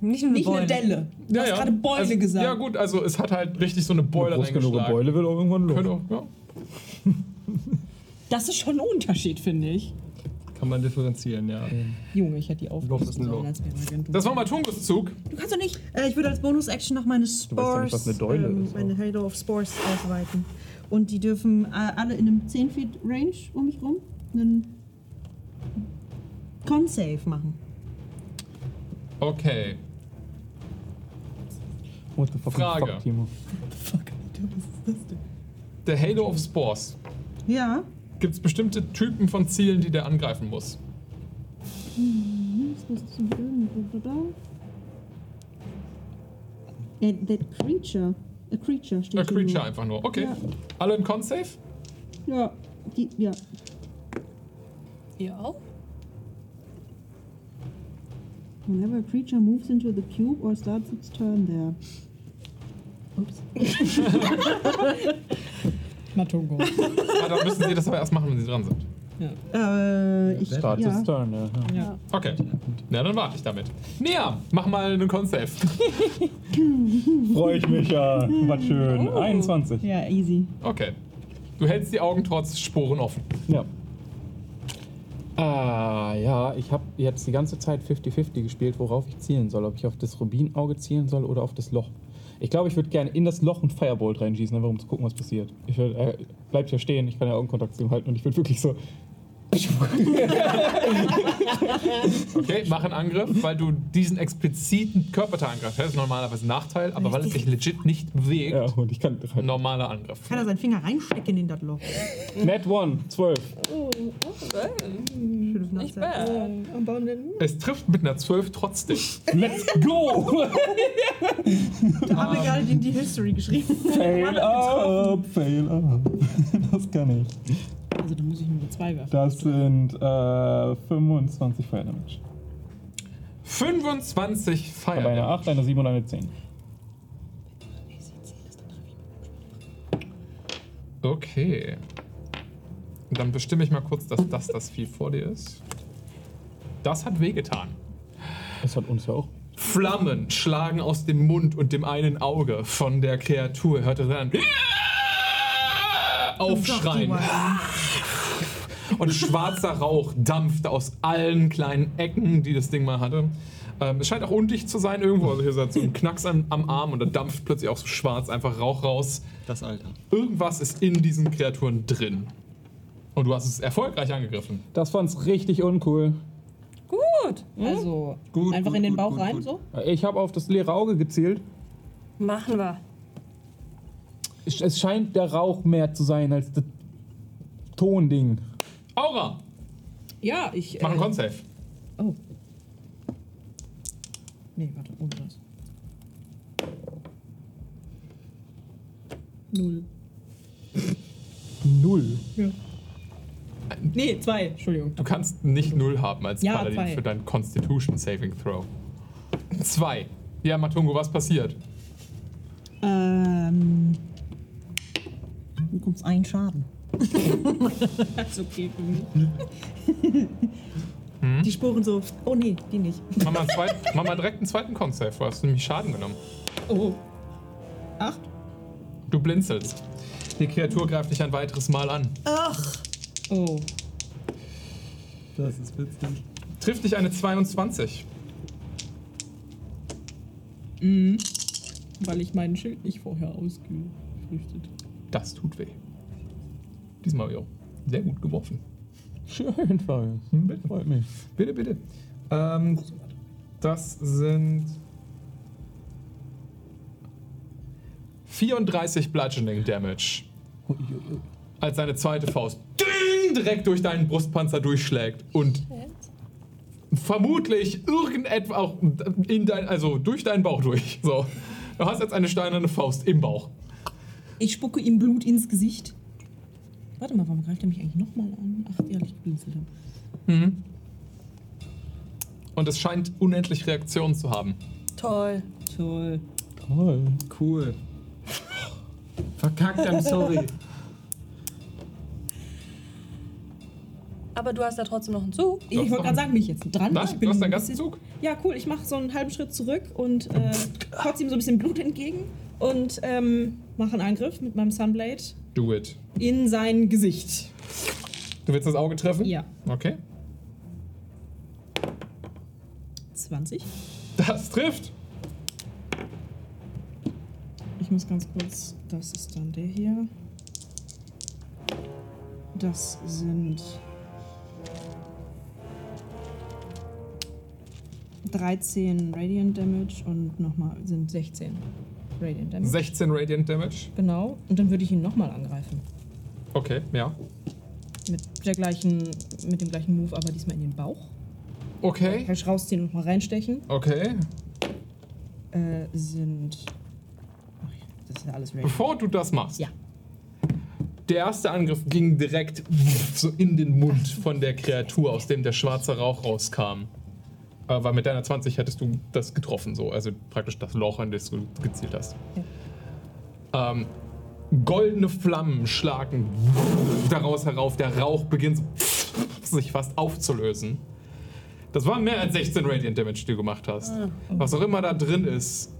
S8: Nicht,
S9: Nicht eine Delle. Du hast gerade Beule
S2: also,
S9: gesagt.
S2: Ja gut, also es hat halt richtig so eine Beule
S4: groß genug um
S2: reingeschlagen.
S4: Beule wird auch irgendwann los.
S2: Könnte auch, ja.
S9: Das ist schon ein Unterschied, finde ich.
S10: Kann man differenzieren, ja.
S9: Junge, ich hätte die
S10: Loch ist
S9: aufgerufen
S10: ein Loch.
S9: sollen, als wäre Agentur.
S2: Das war mal Tungus Zug.
S8: Du kannst doch nicht. Äh, ich würde als Bonus-Action noch meine
S4: doch
S8: Spores. ähm,
S4: nicht, was eine Deule ist,
S8: meine Halo of Spores ausweiten.
S24: Und die dürfen äh, alle in einem 10 Feet Range um mich rum. Einen
S8: Con-Save machen.
S2: Okay.
S4: What the fuck,
S2: Frage.
S4: fuck Timo.
S8: Was ist das denn?
S2: Der Halo of Spores.
S8: Ja.
S2: Gibt es bestimmte Typen von Zielen, die der angreifen muss?
S8: Hm, Ist das zum Böden? blablabla. Äh, That creature. A creature steht
S2: A
S8: hier nur.
S2: Creature einfach nur. Okay.
S8: Ja.
S2: Alle in Con-Save?
S8: Ja, die, ja.
S3: Ihr auch?
S8: Whenever a creature moves into the cube or starts its turn there. Ups.
S9: Matongo.
S2: Ah, dann müssen Sie das aber erst machen, wenn Sie dran sind.
S8: Äh, ich,
S4: Start
S8: ja.
S4: is turn, ja.
S9: Ja.
S2: Okay. Na, dann warte ich damit. Nea, mach mal einen Con-Save.
S4: Freue ich mich ja. Was schön.
S9: Oh.
S4: 21.
S9: Ja, easy.
S2: Okay. Du hältst die Augen trotz Sporen offen.
S4: Ja. Ah, ja, ich habe jetzt die ganze Zeit 50-50 gespielt, worauf ich zielen soll. Ob ich auf das Rubinauge zielen soll oder auf das Loch. Ich glaube, ich würde gerne in das Loch einen Firebolt reinschießen, einfach um zu gucken, was passiert. Ich würd, er bleibt hier stehen, ich kann ja Augenkontakt zu ihm halten und ich würde wirklich so.
S2: Okay, mach einen Angriff, weil du diesen expliziten Körperteilangriff hast. Normalerweise Nachteil, aber weil es sich legit nicht bewegt. Ja,
S4: und ich kann. halt.
S2: Normaler Angriff.
S8: Kann er seinen Finger reinstecken in das Loch?
S4: Net One, 12.
S8: Nicht bad.
S2: Es trifft mit einer 12 trotzdem.
S4: Let's go!
S8: Da haben wir gerade die, die History geschrieben.
S4: Fail up, fail up. Das kann ich.
S9: Also da muss ich nur zwei werfen.
S4: Das sind äh, 25 Fire Damage.
S2: 25 Fire.
S4: Aber eine 8, eine 7 und eine 10.
S2: Okay. Dann bestimme ich mal kurz, dass das das Vieh vor dir ist. Das hat wehgetan.
S4: Das hat uns ja auch.
S2: Flammen schlagen aus dem Mund und dem einen Auge von der Kreatur. Hört ihr dann aufschreien. Und schwarzer Rauch dampfte aus allen kleinen Ecken, die das Ding mal hatte. Ähm, es scheint auch undicht zu sein irgendwo. Also hier ist so ein Knacks am, am Arm und da dampft plötzlich auch so schwarz einfach Rauch raus.
S10: Das Alter.
S2: Irgendwas ist in diesen Kreaturen drin. Und du hast es erfolgreich angegriffen.
S4: Das fand's richtig uncool.
S3: Gut.
S9: Also einfach in den Bauch rein so?
S4: Ich habe auf das leere Auge gezielt.
S3: Machen wir.
S4: Es es scheint der Rauch mehr zu sein als das Tonding.
S2: Aura!
S9: Ja, ich.
S2: Mach einen
S9: äh,
S2: Con-Save.
S9: Oh. Nee, warte, ohne das. Null.
S4: Null.
S9: Ja. Nee, zwei, Entschuldigung.
S2: Du kannst nicht null haben als
S9: Ja,
S2: Paladin
S9: zwei.
S2: für deinen Constitution Saving Throw. Zwei. Ja, Matungo, was passiert?
S8: Ähm. Du bekommst einen Schaden.
S9: Das ist okay für mich.
S8: Die Sporen so. Oh nee, die nicht.
S2: Mach mal, einen zweiten, mach mal direkt einen zweiten Con-Save. Du hast nämlich Schaden genommen.
S9: Oh.
S2: Du blinzelst. Die Kreatur greift dich ein weiteres Mal an.
S9: Ach. Oh.
S28: Das ist witzig.
S2: Trifft dich eine 22.
S9: Mhm. Weil ich meinen Schild nicht vorher ausgefrüchtet
S2: Das tut weh. Diesmal, jo. Sehr gut geworfen.
S4: Schön, Fabius.
S2: Bitte,
S4: Freut mich.
S2: bitte. bitte. Ähm, das sind 34 Bludgeoning Damage. Als seine zweite Faust ding, direkt durch deinen Brustpanzer durchschlägt und vermutlich irgendetwas auch in dein, also durch deinen Bauch durch. So. Du hast jetzt eine steinerne Faust im Bauch.
S9: Ich spucke ihm Blut ins Gesicht. Warte mal, warum greift er mich eigentlich nochmal an? Ach, ja, ich geblinzelt habe.
S2: Mhm. Und es scheint unendlich Reaktionen zu haben.
S3: Toll.
S9: Toll.
S4: Toll.
S10: Cool. Verkackt, I'm sorry.
S3: Aber du hast ja trotzdem noch einen Zug.
S9: Ich wollte gerade sagen, bin ich jetzt dran?
S2: Was?
S9: ich
S2: Du
S9: bin
S2: hast deinen
S9: ein
S2: ganzen
S9: bisschen-
S2: Zug?
S9: Ja, cool. Ich mache so einen halben Schritt zurück und äh, kotze ihm so ein bisschen Blut entgegen und ähm, mache einen Angriff mit meinem Sunblade
S2: Do it.
S9: in sein Gesicht.
S2: Du willst das Auge treffen?
S9: Ja.
S2: Okay.
S9: 20.
S2: Das trifft.
S9: Ich muss ganz kurz. Das ist dann der hier. Das sind. 13 Radiant Damage und nochmal sind 16. Radiant Damage.
S2: 16 Radiant Damage.
S9: Genau. Und dann würde ich ihn nochmal angreifen.
S2: Okay, ja.
S9: Mit der gleichen, mit dem gleichen Move, aber diesmal in den Bauch.
S2: Okay.
S9: Kann ich rausziehen und mal reinstechen.
S2: Okay.
S9: Äh, sind. Ach, das ist ja alles Radiant.
S2: Bevor du das machst.
S9: Ja.
S2: Der erste Angriff ging direkt so in den Mund von der Kreatur, aus dem der schwarze Rauch rauskam. Äh, weil mit deiner 20 hättest du das getroffen, so. Also praktisch das Loch, an das du gezielt hast. Ähm, goldene Flammen schlagen daraus herauf. Der Rauch beginnt so sich fast aufzulösen. Das waren mehr als 16 Radiant Damage, die du gemacht hast.
S29: Ah.
S2: Was auch immer da drin ist,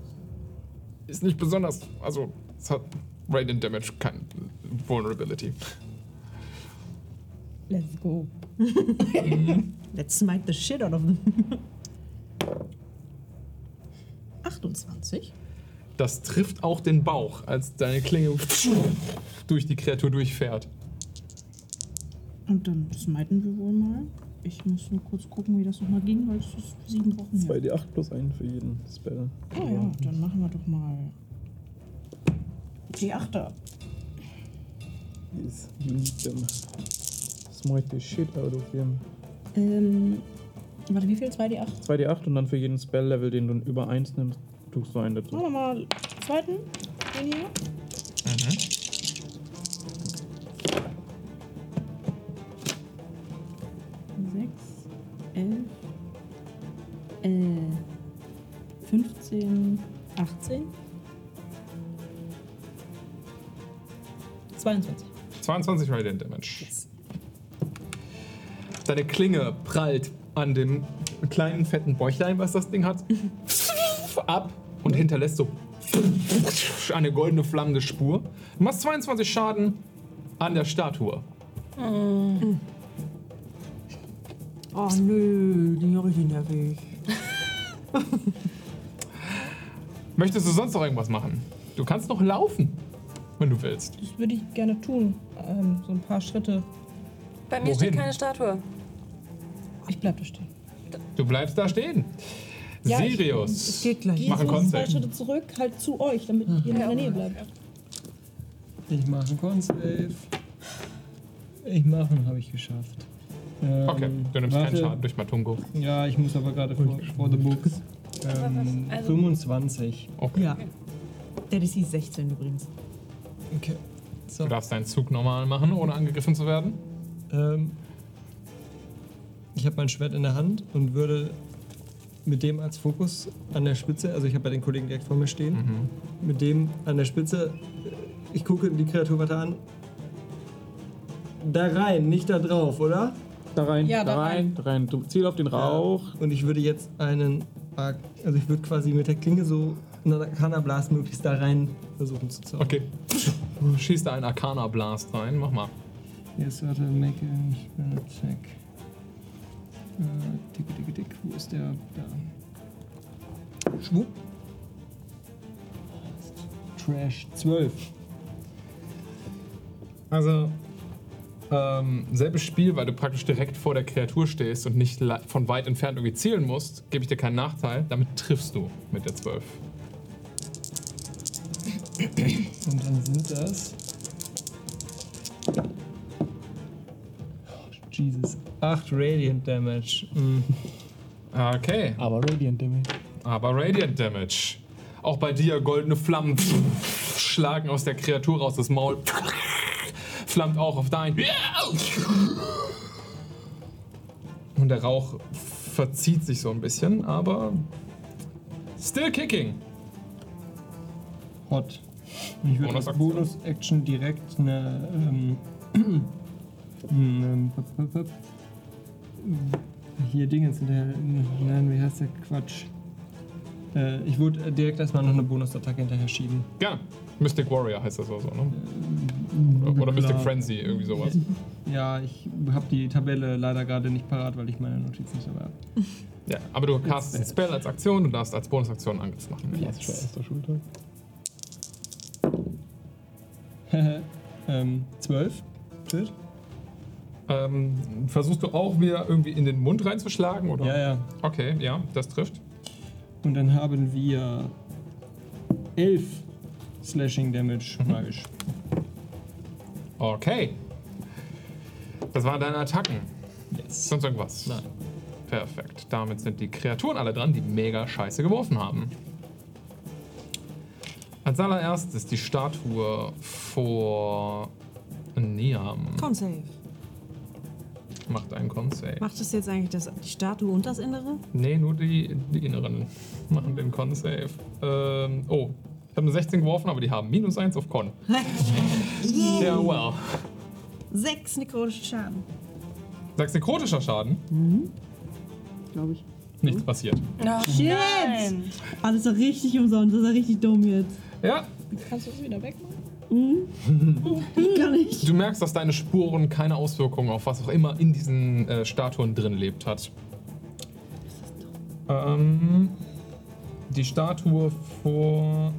S2: ist nicht besonders. Also, es hat Radiant Damage, kein Vulnerability.
S9: Let's go.
S8: Let's smite the shit out of them.
S9: 28.
S2: Das trifft auch den Bauch, als deine Klinge durch die Kreatur durchfährt.
S30: Und dann smiten wir wohl mal. Ich muss nur kurz gucken, wie das nochmal ging, weil es ist sieben Wochen her.
S4: 2d8 plus 1 für jeden Spell.
S30: Oh ja, dann machen wir doch mal die Achter.
S4: Yes, you need them. Smite the shit out of him.
S9: Ähm, warte, wie viel? 2d8?
S4: 2d8 und dann für jeden Spell-Level, den du über 1 nimmst, tust du einen dazu.
S30: Machen wir mal zweiten, den hier.
S9: Mhm.
S30: Sechs, elf, äh, 15, 18.
S9: 22.
S2: 22 Radiant Damage. Deine Klinge prallt an dem kleinen fetten Bäuchlein, was das Ding hat, ab und hinterlässt so eine goldene flammende Spur. Du machst 22 Schaden an der Statue.
S30: Ah,
S8: Oh nö, die bin ich nervig.
S2: Möchtest du sonst noch irgendwas machen? Du kannst noch laufen, wenn du willst.
S9: Das würde ich gerne tun. Ähm, so ein paar Schritte.
S3: Bei mir
S2: Wohin?
S3: steht keine Statue.
S9: Ich bleib da stehen.
S2: Du bleibst da stehen.
S9: Ja, ich-
S2: Sirius,
S9: es geht gleich.
S2: mach einen
S30: Jesus, zwei
S2: Konzept.
S30: Schritte zurück, halt zu euch, damit ihr in der Nähe bleibt.
S10: Ich mache einen Con-Save. Ich mache einen, habe ich geschafft. Ähm,
S2: Okay, du nimmst keinen
S10: warte.
S2: Schaden durch Matungo.
S10: Ja, ich muss aber gerade vor, vor the books. Ähm,
S8: was- also-
S10: 25.
S2: Okay.
S8: Ja. Der DC ist 16 übrigens.
S10: Okay.
S2: Du darfst deinen Zug normal machen, ohne angegriffen zu werden.
S10: Ähm, ich habe mein Schwert in der Hand und würde mit dem als Fokus an der Spitze, also ich habe bei den Kollegen direkt vor mir stehen, mit dem an der Spitze, äh, ich gucke die Kreatur weiter an. Da rein, nicht da drauf, oder?
S4: Da rein,
S10: Ja,
S4: da
S10: da
S4: rein,
S10: rein.
S4: da rein. Du ziel auf den Rauch.
S10: Und ich würde jetzt einen, Arc- also ich würde quasi mit der Klinge so einen Arcana Blast möglichst da rein versuchen zu zaubern.
S2: Okay. Schießt da einen Arcana Blast rein. Mach mal.
S10: Yes, warte, make a spell check. Äh, dick, dick, dick, wo ist der? Da. Schwupp. Trash 12.
S2: Also, ähm, selbes Spiel, weil du praktisch direkt vor der Kreatur stehst und nicht le- von weit entfernt irgendwie zielen musst, gebe ich dir keinen Nachteil. Damit triffst du mit der 12.
S10: Und dann sind das. Oh, Jesus. 8 Radiant Damage. Mhm.
S2: Okay.
S31: Aber Radiant Damage.
S2: Aber Radiant Damage. Auch bei dir goldene Flammen schlagen aus der Kreatur raus. Das Maul flammt auch auf dein. Und der Rauch verzieht sich so ein bisschen, aber still kicking.
S10: Hot. Und ich würde als
S2: Bonusaktion.
S10: Bonus-Action direkt eine. Ähm, ähm, pop, pop, pop. Hier Dingens hinterher. Nein, wie heißt der Quatsch? Äh, ich würde äh, direkt erstmal noch eine Bonusattacke hinterher schieben.
S2: Gerne. Mystic Warrior heißt das oder so, ne?
S10: Oder,
S2: oder Mystic Frenzy, irgendwie sowas.
S10: Ja, ich habe die Tabelle leider gerade nicht parat, weil ich meine Notizen nicht dabei habe.
S2: Ja, aber du castest ein Spell als Aktion und darfst als Bonusaktion einen Angriff machen.
S31: Erster Schulter.
S10: ähm, 12. Bild?
S2: Ähm, versuchst du auch wieder irgendwie in den Mund reinzuschlagen, oder?
S10: Ja, ja.
S2: Okay, ja, das trifft.
S10: Und dann haben wir 11 Slashing Damage magisch.
S2: Okay. Das waren deine Attacken.
S10: Yes.
S2: Sonst irgendwas? Nein. Perfekt. Damit sind die Kreaturen alle dran, die mega scheiße geworfen haben. Als allererstes die Statue vor Niam.
S8: Con Save.
S2: Macht einen Con-Save.
S8: Macht das jetzt eigentlich das, die Statue und das Innere?
S2: Nee, nur die, die Inneren machen den Con-Save. Ähm, oh, ich habe eine 16 geworfen, aber die haben minus 1 auf Con.
S8: Yay.
S2: Yeah, well.
S8: Sechs nekrotischen Schaden.
S2: Sagst nekrotischer Schaden?
S8: Glaube Mhm. ich.
S2: Nichts passiert.
S8: Oh,
S9: Shit!
S8: Alles so richtig umsonst, das ist ja richtig dumm jetzt.
S2: Ja,
S9: Kannst du es wieder wegmachen?
S8: Mhm. Kann ich.
S2: Du merkst, dass deine Spuren keine Auswirkungen auf was auch immer in diesen äh, Statuen drin lebt hat. Ähm, die Statue vor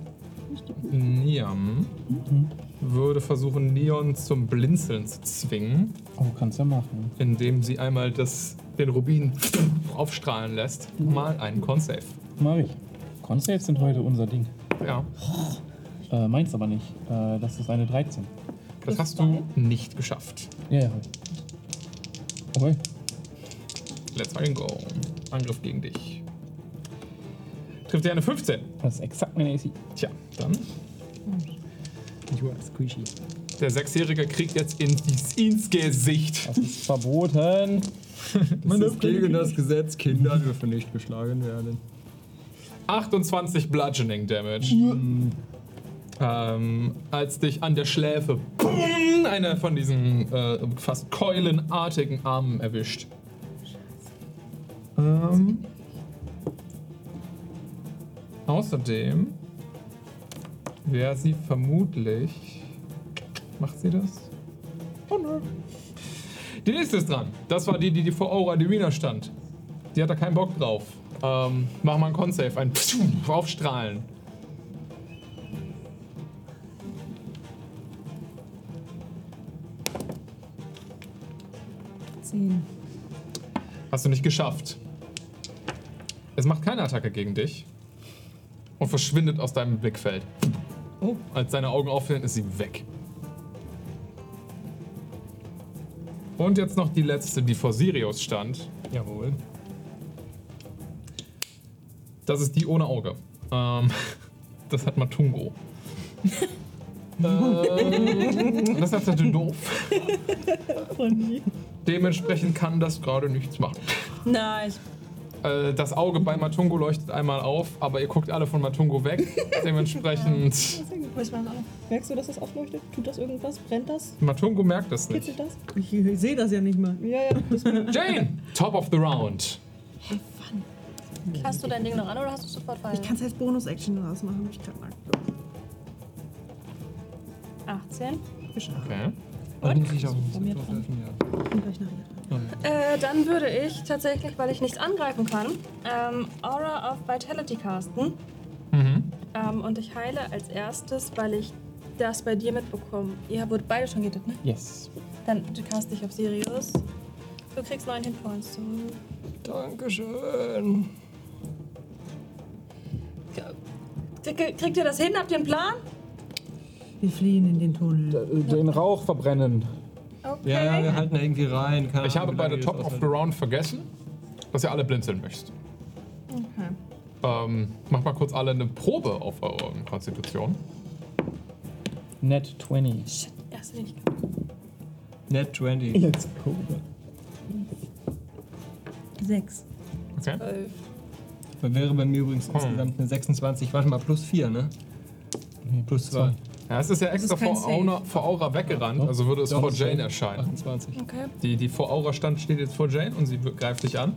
S2: Niam würde versuchen, Neon zum Blinzeln zu zwingen.
S4: Oh, kannst du machen.
S2: Indem sie einmal das, den Rubin aufstrahlen lässt. Mal einen Con-Save.
S4: Mach ich. Consaves sind heute unser Ding.
S2: Ja.
S4: Äh, meins aber nicht. Äh, das ist eine 13.
S2: Das hast du nicht geschafft.
S4: Ja, ja. Okay.
S2: Let's fucking go. Angriff gegen dich. Trifft dir eine 15.
S4: Das ist exakt meine AC.
S2: Tja, dann.
S4: You are squishy.
S2: Der Sechsjährige kriegt jetzt ins, ins Gesicht.
S4: Das ist verboten.
S10: Das ist gegen das Gesetz, Kinder dürfen nicht geschlagen werden.
S2: 28 Bludgeoning Damage. Ähm, als dich an der Schläfe pum, einer von diesen äh, fast keulenartigen Armen erwischt. Ähm, außerdem wäre sie vermutlich. Macht sie das? Oh nö. Die nächste ist dran. Das war die, die, die vor Aura Divina stand. Die hat da keinen Bock drauf. Ähm, mach mal einen Con-Save, ein Aufstrahlen.
S32: Zehn.
S2: Hast du nicht geschafft. Es macht keine Attacke gegen dich und verschwindet aus deinem Blickfeld.
S32: Oh.
S2: Als seine Augen aufhören, ist sie weg. Und jetzt noch die letzte, die vor Sirius stand. Jawohl. Das ist die ohne Auge. Ähm, das hat Matungo. ähm, das ist natürlich doof. Dementsprechend kann das gerade nichts machen.
S9: Nice.
S2: Äh, das Auge bei Matungo leuchtet einmal auf, aber ihr guckt alle von Matungo weg. Dementsprechend.
S9: Merkst du, dass das aufleuchtet? Tut das irgendwas? Brennt das?
S2: Matungo merkt das nicht.
S9: Kitzelt das?
S8: Ich, ich sehe das ja nicht mal.
S9: Ja, ja. Das
S2: Jane! Top of the round.
S3: Hast du dein Ding noch an oder hast du es sofort fallen?
S8: Ich kann es als Bonus-Action rausmachen, hab ich gerade mal.
S3: 18.
S2: Okay.
S33: Dann muss ich auch
S9: Bei mir dran.
S8: Komm gleich nach ihr.
S3: Äh, dann würde ich tatsächlich, weil ich nichts angreifen kann, ähm, Aura of Vitality casten.
S2: Mhm.
S3: Ähm, und ich heile als erstes, weil ich das bei dir mitbekomme. Ihr wurdet beide schon getötet, ne?
S4: Yes.
S3: Dann du cast dich auf Sirius. Du kriegst 9 Hitpoints zurück.
S10: Dankeschön.
S3: Krieg- Kriegt ihr das hin? Habt ihr einen Plan?
S34: Wir fliehen in den Tunnel.
S7: Äh,
S35: Den Rauch verbrennen.
S3: Okay.
S10: Ja, ja, wir halten irgendwie rein. Keine
S2: Ich
S10: Ahnung,
S2: habe
S10: wie
S2: bei
S10: lange
S2: der
S10: wir
S2: Top
S10: das halt
S2: of the Round vergessen, dass ihr alle blinzeln möchtet.
S3: Okay.
S2: Ähm, macht mal kurz alle eine Probe auf eure Konstitution.
S4: Net 20.
S3: Shit, erst wenig.
S10: aushalten. Net 20.
S4: Let's go.
S8: Sechs.
S2: Okay.
S10: Das wäre bei mir übrigens
S2: Hm.
S10: insgesamt eine 26. Warte mal, plus 4, ne? Nee, plus 2.
S2: Ja, es ist ja extra
S10: ist kein
S2: vor Aura, vor Aura weggerannt, also würde es
S10: Doch,
S2: vor
S10: das
S2: Jane
S10: war
S2: erscheinen.
S10: 28.
S3: Okay.
S2: Die, die vor Aura stand, steht jetzt vor Jane und sie greift dich an.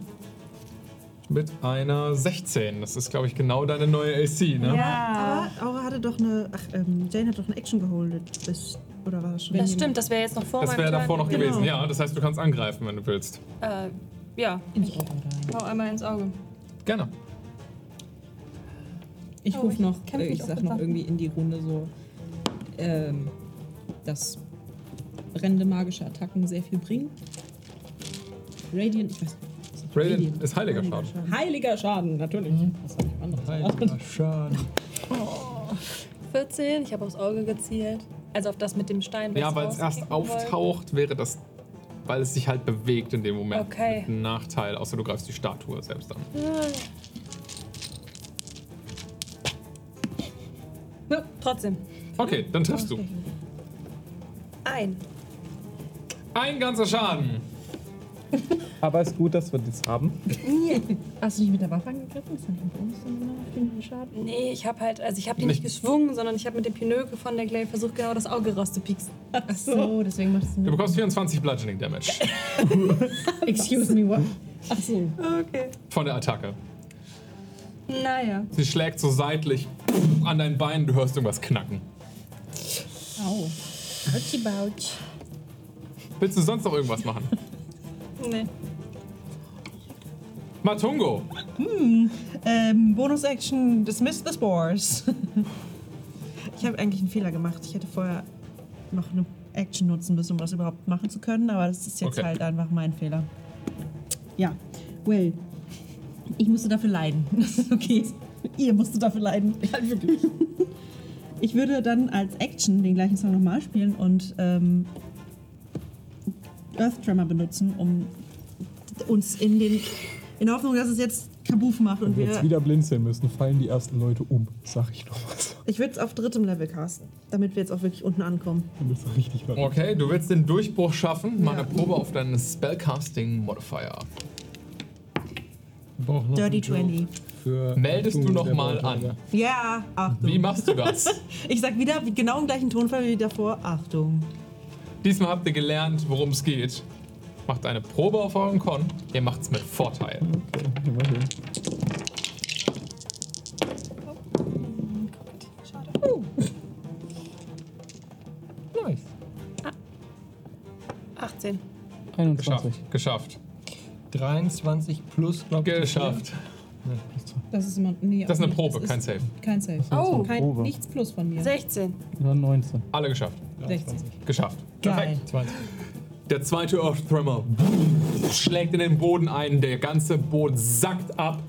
S2: Mit einer 16. Das ist, glaube ich, genau deine neue AC, ne?
S9: Ah.
S8: Ja. Aber Aura hatte doch eine. Ach, ähm, Jane hat doch eine Action geholdet. Bis, oder war das schon?
S3: Das stimmt, das wäre jetzt noch vor
S2: Das
S3: meinem
S2: wäre
S3: Turn
S2: davor noch gewesen, ja. Das heißt, du kannst angreifen, wenn du willst.
S3: Äh, ja. Ich hau einmal ins Auge.
S2: Gerne.
S9: Ich
S3: Oh,
S9: rufe
S3: ich
S9: noch,
S3: kämpf
S9: äh,
S3: mich
S9: ich
S3: auf
S9: sag
S3: den
S9: noch
S3: Button.
S9: irgendwie in die Runde so, ähm, dass brennende magische Attacken sehr viel bringen. Radiant, ich weiß nicht.
S2: Radiant ist heiliger Schaden.
S9: Heiliger Schaden, natürlich. Was hab ich anderes
S10: Heiliger Schaden.
S3: 14, ich habe aufs Auge gezielt. Also auf das mit dem Stein.
S2: Ja, weil es erst auftaucht, wäre das. Weil es sich halt bewegt in dem Moment.
S3: Okay.
S2: Mit einem Nachteil, außer du greifst die Statue selbst an.
S3: Ja, trotzdem.
S2: Okay, dann triffst du.
S3: Ein.
S2: Ein ganzer Schaden.
S7: Aber ist gut, dass wir das haben.
S9: Hast du nicht mit der Waffe angegriffen? Ist das nicht ein Bonus dann genau auf den Schaden?
S3: Nee, ich habe halt, also ich habe die nicht geschwungen, sondern ich habe mit dem Pinöke von der Glaive versucht, genau das Auge rauszupieksen.
S9: Ach so, deswegen macht es
S2: Du
S9: nur.
S2: bekommst 24 Bludgeoning Damage
S9: Excuse me, what? Ach so.
S3: Okay.
S2: von der Attacke.
S3: Naja.
S2: Sie schlägt so seitlich an dein Bein, du hörst irgendwas knacken.
S9: Au. Ouchie Bouch.
S2: Willst du sonst noch irgendwas machen?
S3: Nee.
S2: Matungo!
S8: Hm, ähm, Bonus-Action, dismiss the spores. ich habe eigentlich einen Fehler gemacht. Ich hätte vorher noch eine Action nutzen müssen, um das überhaupt machen zu können, aber das ist jetzt
S2: Okay.
S8: halt einfach mein Fehler.
S9: Ja, well. Ich musste dafür leiden. Das ist okay.
S36: Ihr musstet dafür leiden.
S9: Ja, wirklich.
S8: Ich würde dann als Action den gleichen Song nochmal spielen und ähm, Earth Tremor benutzen, um uns in den. in der Hoffnung, dass es jetzt Kabuff macht und
S7: Wenn wir
S8: wir.
S7: jetzt wieder blinzeln müssen, fallen die ersten Leute um. Sag ich noch was.
S8: Ich würde es auf drittem Level casten, damit wir jetzt auch wirklich unten ankommen.
S7: Damit es richtig war.
S2: Okay, du willst den Durchbruch schaffen. Mach eine Probe auf deinen Spellcasting Modifier.
S10: Wir brauchen noch
S8: Dirty
S10: einen Joke
S8: 20.
S10: Für
S2: Meldest du
S10: Zungen
S2: noch
S10: der
S2: mal
S10: Leute,
S2: an?
S10: oder?
S8: Ja, Achtung.
S2: Wie machst du das?
S8: Ich sag wieder wie- genau im gleichen Tonfall wie davor. Achtung.
S2: Diesmal habt ihr gelernt, worum es geht. Macht eine Probe auf euren Con. Ihr macht's mit Vorteil.
S7: Immerhin.
S10: Nice.
S3: 18.
S7: 21.
S2: Geschafft. Geschafft.
S10: 23 plus, glaube ich.
S2: Geschafft.
S9: Das ist immer. Nee,
S2: Das ist eine
S9: auch nicht.
S2: Probe,
S9: ist
S2: kein Save.
S9: Kein Safe.
S3: Oh,
S9: Kein,
S7: Probe.
S9: nichts plus von mir.
S3: 16.
S7: Nur 19.
S2: Alle geschafft.
S9: 16.
S2: Geschafft.
S8: Geil.
S10: 20.
S2: Der zweite Earth Tremor schlägt in den Boden ein, der ganze Boden sackt ab.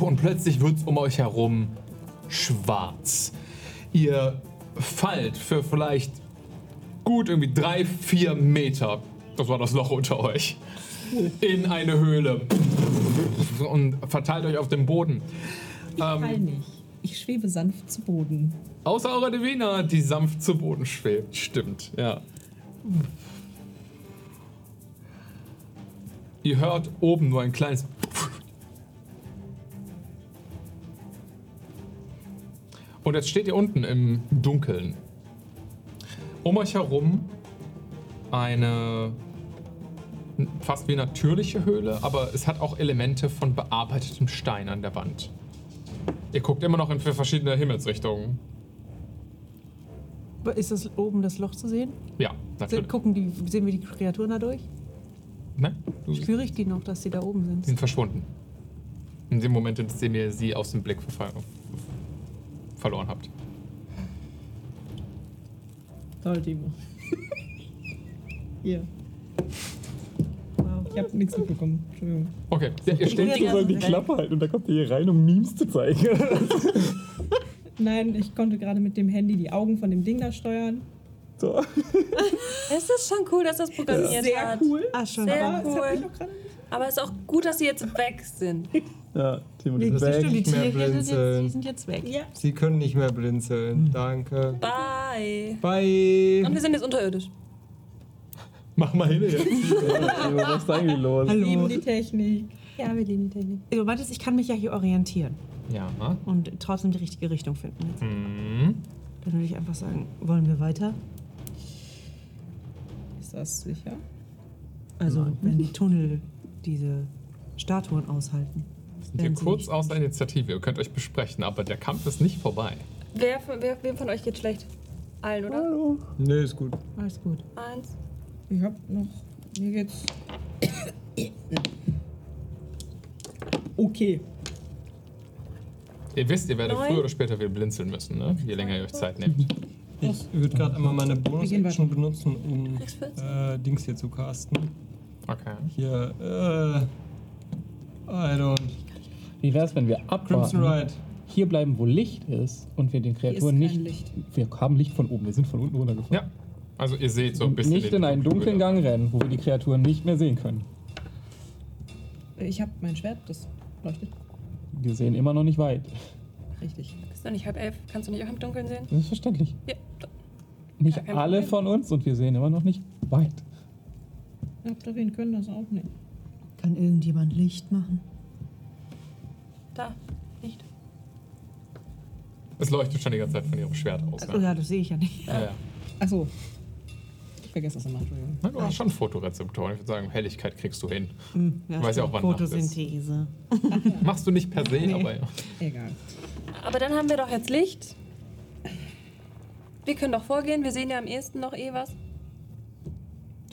S2: Und plötzlich wird's um euch herum schwarz. Ihr fallt für vielleicht gut irgendwie drei, vier Meter. Das war das Loch unter euch. In eine Höhle. Und verteilt euch auf dem Boden.
S9: Fall nicht. Ich schwebe sanft zu Boden.
S2: Außer Aura Divina, die sanft zu Boden schwebt. Stimmt, ja. Ihr hört oben nur ein kleines. Und jetzt steht ihr unten im Dunkeln. Um euch herum eine fast wie natürliche Höhle, aber es hat auch Elemente von bearbeitetem Stein an der Wand. Ihr guckt immer noch in vier verschiedene Himmelsrichtungen.
S37: Ist das oben das Loch zu sehen?
S2: Ja,
S37: Sind,
S2: natürlich.
S37: gucken die, sehen wir die Kreaturen dadurch?
S2: Nein, du, sie
S37: Spüre ich die noch, dass die da oben sind?
S2: ne? sind verschwunden. In dem Moment, in dem ihr sie aus dem Blick verfallen, verloren habt.
S9: Toll, Timo. Hier.
S8: Wow.
S9: Ich habe nichts mitbekommen. Entschuldigung.
S2: Okay, ja, ihr steht.
S7: Du sollst die Klappe halten und da kommt ihr hier rein, um Memes zu zeigen.
S9: Nein, ich konnte gerade mit dem Handy die Augen von dem Ding da steuern.
S7: So.
S3: Es ist schon cool, dass das programmiert hat.
S9: cool.
S8: Ah, schon.
S3: Sehr
S8: Aber-
S9: Das hab ich
S3: cool.
S9: auch gerade
S3: Aber es ist auch gut, dass sie jetzt weg sind.
S7: Ja, Timo,
S37: Nee,
S7: das
S37: das stimmt, die
S10: nicht mehr
S37: Tiere sind jetzt, die
S10: blinzeln. Hm.
S37: sind jetzt weg.
S8: Ja.
S10: Sie können nicht mehr blinzeln. Danke.
S3: Bye.
S10: Bye.
S3: Und wir sind jetzt unterirdisch.
S2: Mach mal hin jetzt.
S7: Timo, was ist eigentlich los?
S9: Wir lieben
S37: Hallo.
S9: die Technik.
S3: Ja, wir lieben Technik.
S37: Du meintest, ich kann mich ja hier orientieren
S2: Ja. ne?
S37: und trotzdem die richtige Richtung finden. Jetzt.
S2: Mhm.
S37: Dann würde ich einfach sagen, wollen wir weiter?
S9: Ist das sicher?
S37: Also,
S2: Mhm.
S37: wenn die Tunnel diese Statuen aushalten.
S2: Sind ihr
S37: werden sie
S2: kurz
S37: nicht-
S2: aus der Initiative? Ihr könnt euch besprechen, aber der Kampf ist nicht vorbei.
S3: Wer, von- wer, wem von euch geht schlecht? Allen, oder?
S10: Nee, ist gut.
S37: Alles gut.
S3: Eins.
S9: Ich hab noch. Mir geht's. Okay.
S2: Ihr wisst, ihr werdet
S3: Neun.
S2: früher oder später wieder blinzeln müssen, ne? je länger ihr euch Zeit nehmt.
S10: Ich würde gerade einmal meine
S9: gehen
S10: Bonus-Action benutzen, um
S3: Sechs, vierzehn.
S10: äh, Dings hier zu casten.
S2: Okay.
S10: Hier, äh. I don't.
S4: Wie wär's, wenn wir
S10: Crimson
S4: abwarten
S10: Ride.
S4: hier bleiben, wo Licht ist und wir den Kreaturen
S2: ist kein
S4: nicht. Wir haben Licht von oben, wir sind von unten runtergefallen.
S2: Also ihr seht so ein bisschen.
S4: nicht
S2: den
S4: in einen dunklen
S2: Dunkelbilder.
S4: Gang rennen, wo wir die Kreaturen nicht mehr sehen können.
S38: Ich habe mein Schwert, das leuchtet.
S4: Wir sehen immer noch nicht weit.
S38: Richtig.
S3: Ist noch nicht halb elf. Kannst du nicht auch im Dunkeln sehen?
S4: Das ist verständlich.
S3: Ja.
S4: Nicht
S3: kein
S4: alle
S3: Problem.
S4: von uns und wir sehen immer noch nicht weit.
S9: Habt ihr wen können das auch nicht?
S8: Kann irgendjemand Licht machen?
S3: Da. Nicht.
S2: Es leuchtet schon die ganze Zeit von ihrem Schwert aus. ne?
S8: Also, ja, das sehe ich ja nicht.
S2: Ja, ja.
S9: Achso. Ich vergesse das immer, Entschuldigung.
S2: Na, du hast schon Fotorezeptoren. Ich würde sagen, Helligkeit kriegst du hin.
S8: Hm,
S2: Du weißt ja auch, wann Nacht ist.
S8: Photosynthese.
S2: Machst du nicht per se,
S8: Nee.
S2: aber ja.
S9: Egal.
S3: Aber dann haben wir doch jetzt Licht. Wir können doch vorgehen. Wir sehen ja am ehesten noch eh was.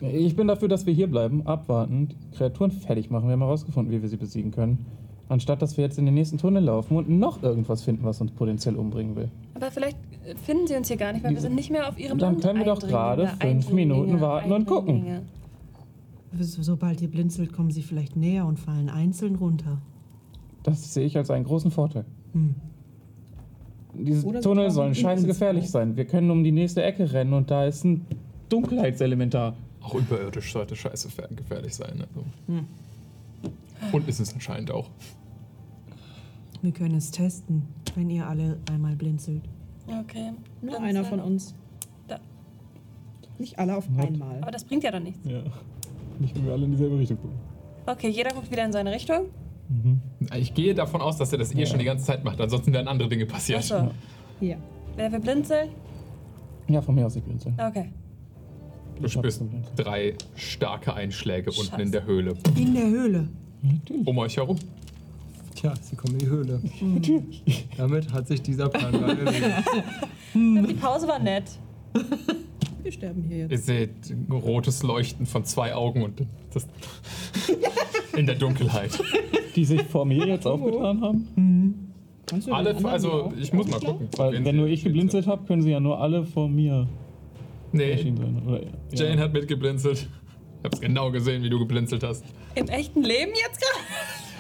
S4: Ich bin dafür, dass wir hier bleiben, abwarten, die Kreaturen fertig machen. Wir haben herausgefunden, wie wir sie besiegen können. Anstatt dass wir jetzt in den nächsten Tunnel laufen und noch irgendwas finden, was uns potenziell umbringen will.
S3: Aber vielleicht äh, finden sie uns hier gar nicht, weil wir sind nicht mehr auf ihrem
S4: Und dann
S3: Land.
S4: können wir doch gerade
S3: Eindringlinge,
S4: fünf Minuten warten und gucken.
S3: Eindringlinge.
S8: So- Sobald ihr blinzelt, kommen sie vielleicht näher und fallen einzeln runter.
S4: Das sehe ich als einen großen Vorteil.
S8: Hm.
S4: Diese
S8: Oder sie
S4: Tunnel
S8: tauchen
S4: sollen
S8: in
S4: scheiße
S8: uns
S4: gefährlich sein. Wir können um die nächste Ecke rennen und da ist ein Dunkelheitselementar.
S2: Auch überirdisch sollte scheiße fe- gefährlich sein. Also.
S8: Hm.
S2: Und ist es anscheinend auch.
S8: Wir können es testen, wenn ihr alle einmal blinzelt.
S3: Okay.
S9: Nur
S3: Dann
S9: einer
S3: ist
S9: von
S3: ja-
S9: uns.
S3: Da.
S9: Nicht alle auf einmal.
S3: Aber das bringt ja dann nichts.
S4: Ja. Nicht, wenn wir alle in dieselbe Richtung gucken.
S3: Okay, jeder guckt wieder in seine Richtung.
S2: Ich gehe davon aus, dass er das eh schon die ganze Zeit macht. Ansonsten wären andere Dinge passiert.
S3: Achso.
S9: Ja.
S3: Wer will blinzeln?
S4: Ja, von mir aus, ich blinzel.
S3: Okay.
S2: Du spürst drei starke Einschläge unten
S8: Scheiße.
S2: in der Höhle.
S8: In der Höhle.
S2: Um euch herum.
S10: Tja, sie kommen in die Höhle. Damit hat sich dieser Plan gerade erledigt.
S3: Die Pause war nett.
S9: Wir sterben hier jetzt.
S2: Ihr seht rotes Leuchten von zwei Augen und das in der Dunkelheit.
S4: Die sich vor mir jetzt aufgetan haben?
S9: Kannst du
S2: Alle,
S9: den anderen
S2: also
S9: auch?
S2: ich muss mal gucken.
S4: Weil, wenn nur ich geblinzelt habe, können sie ja nur alle vor mir
S2: Nee,
S4: erschienen sein. Oder,
S2: Jane hat mitgeblinzelt. Ich hab's genau gesehen, wie du geblinzelt hast.
S3: Im echten Leben jetzt gerade?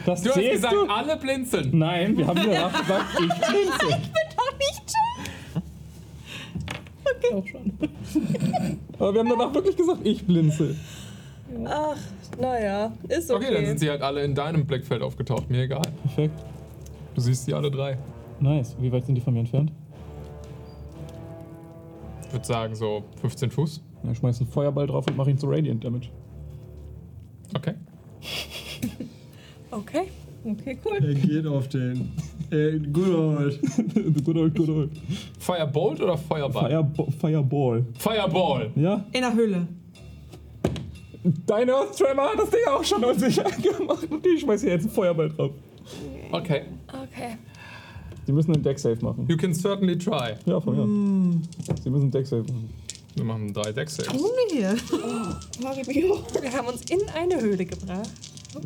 S4: Das
S2: Du hast
S4: zählst
S2: gesagt,
S4: du?
S2: alle blinzeln.
S4: Nein, wir haben danach gesagt, ich blinzel.
S3: Ich bin doch nicht schön.
S9: Okay. Auch schon.
S4: Aber wir haben danach wirklich gesagt, ich blinzel.
S3: Ach, naja, ist okay.
S2: Okay, dann sind sie halt alle in deinem Blickfeld aufgetaucht. Mir egal.
S4: Perfekt.
S2: Du siehst die alle drei.
S4: Nice. Wie weit sind die von mir entfernt?
S2: Ich würde sagen so 15 Fuß.
S4: Ja, ich schmeiß einen Feuerball drauf und mach ihn zu Radiant Damage.
S2: Okay.
S3: okay.
S9: Okay, cool.
S10: Er geht auf den. Äh, good old.
S4: good old, good old.
S2: Firebolt oder Feuerball?
S4: Firebo Fireball.
S2: Fireball.
S4: Ja?
S8: In der Höhle.
S4: Deine Earth Tremor hat das Ding auch schon unsicher gemacht und ich schmeiß hier jetzt einen Feuerball drauf.
S2: Okay.
S3: Okay.
S4: Sie müssen einen Deck-Save machen.
S2: You can certainly try.
S4: Ja, von mir. aus. Sie müssen einen Deck-Save machen.
S2: Wir machen drei Deck Saves.
S8: Ohne hier.
S3: Wir haben uns in eine Höhle gebracht.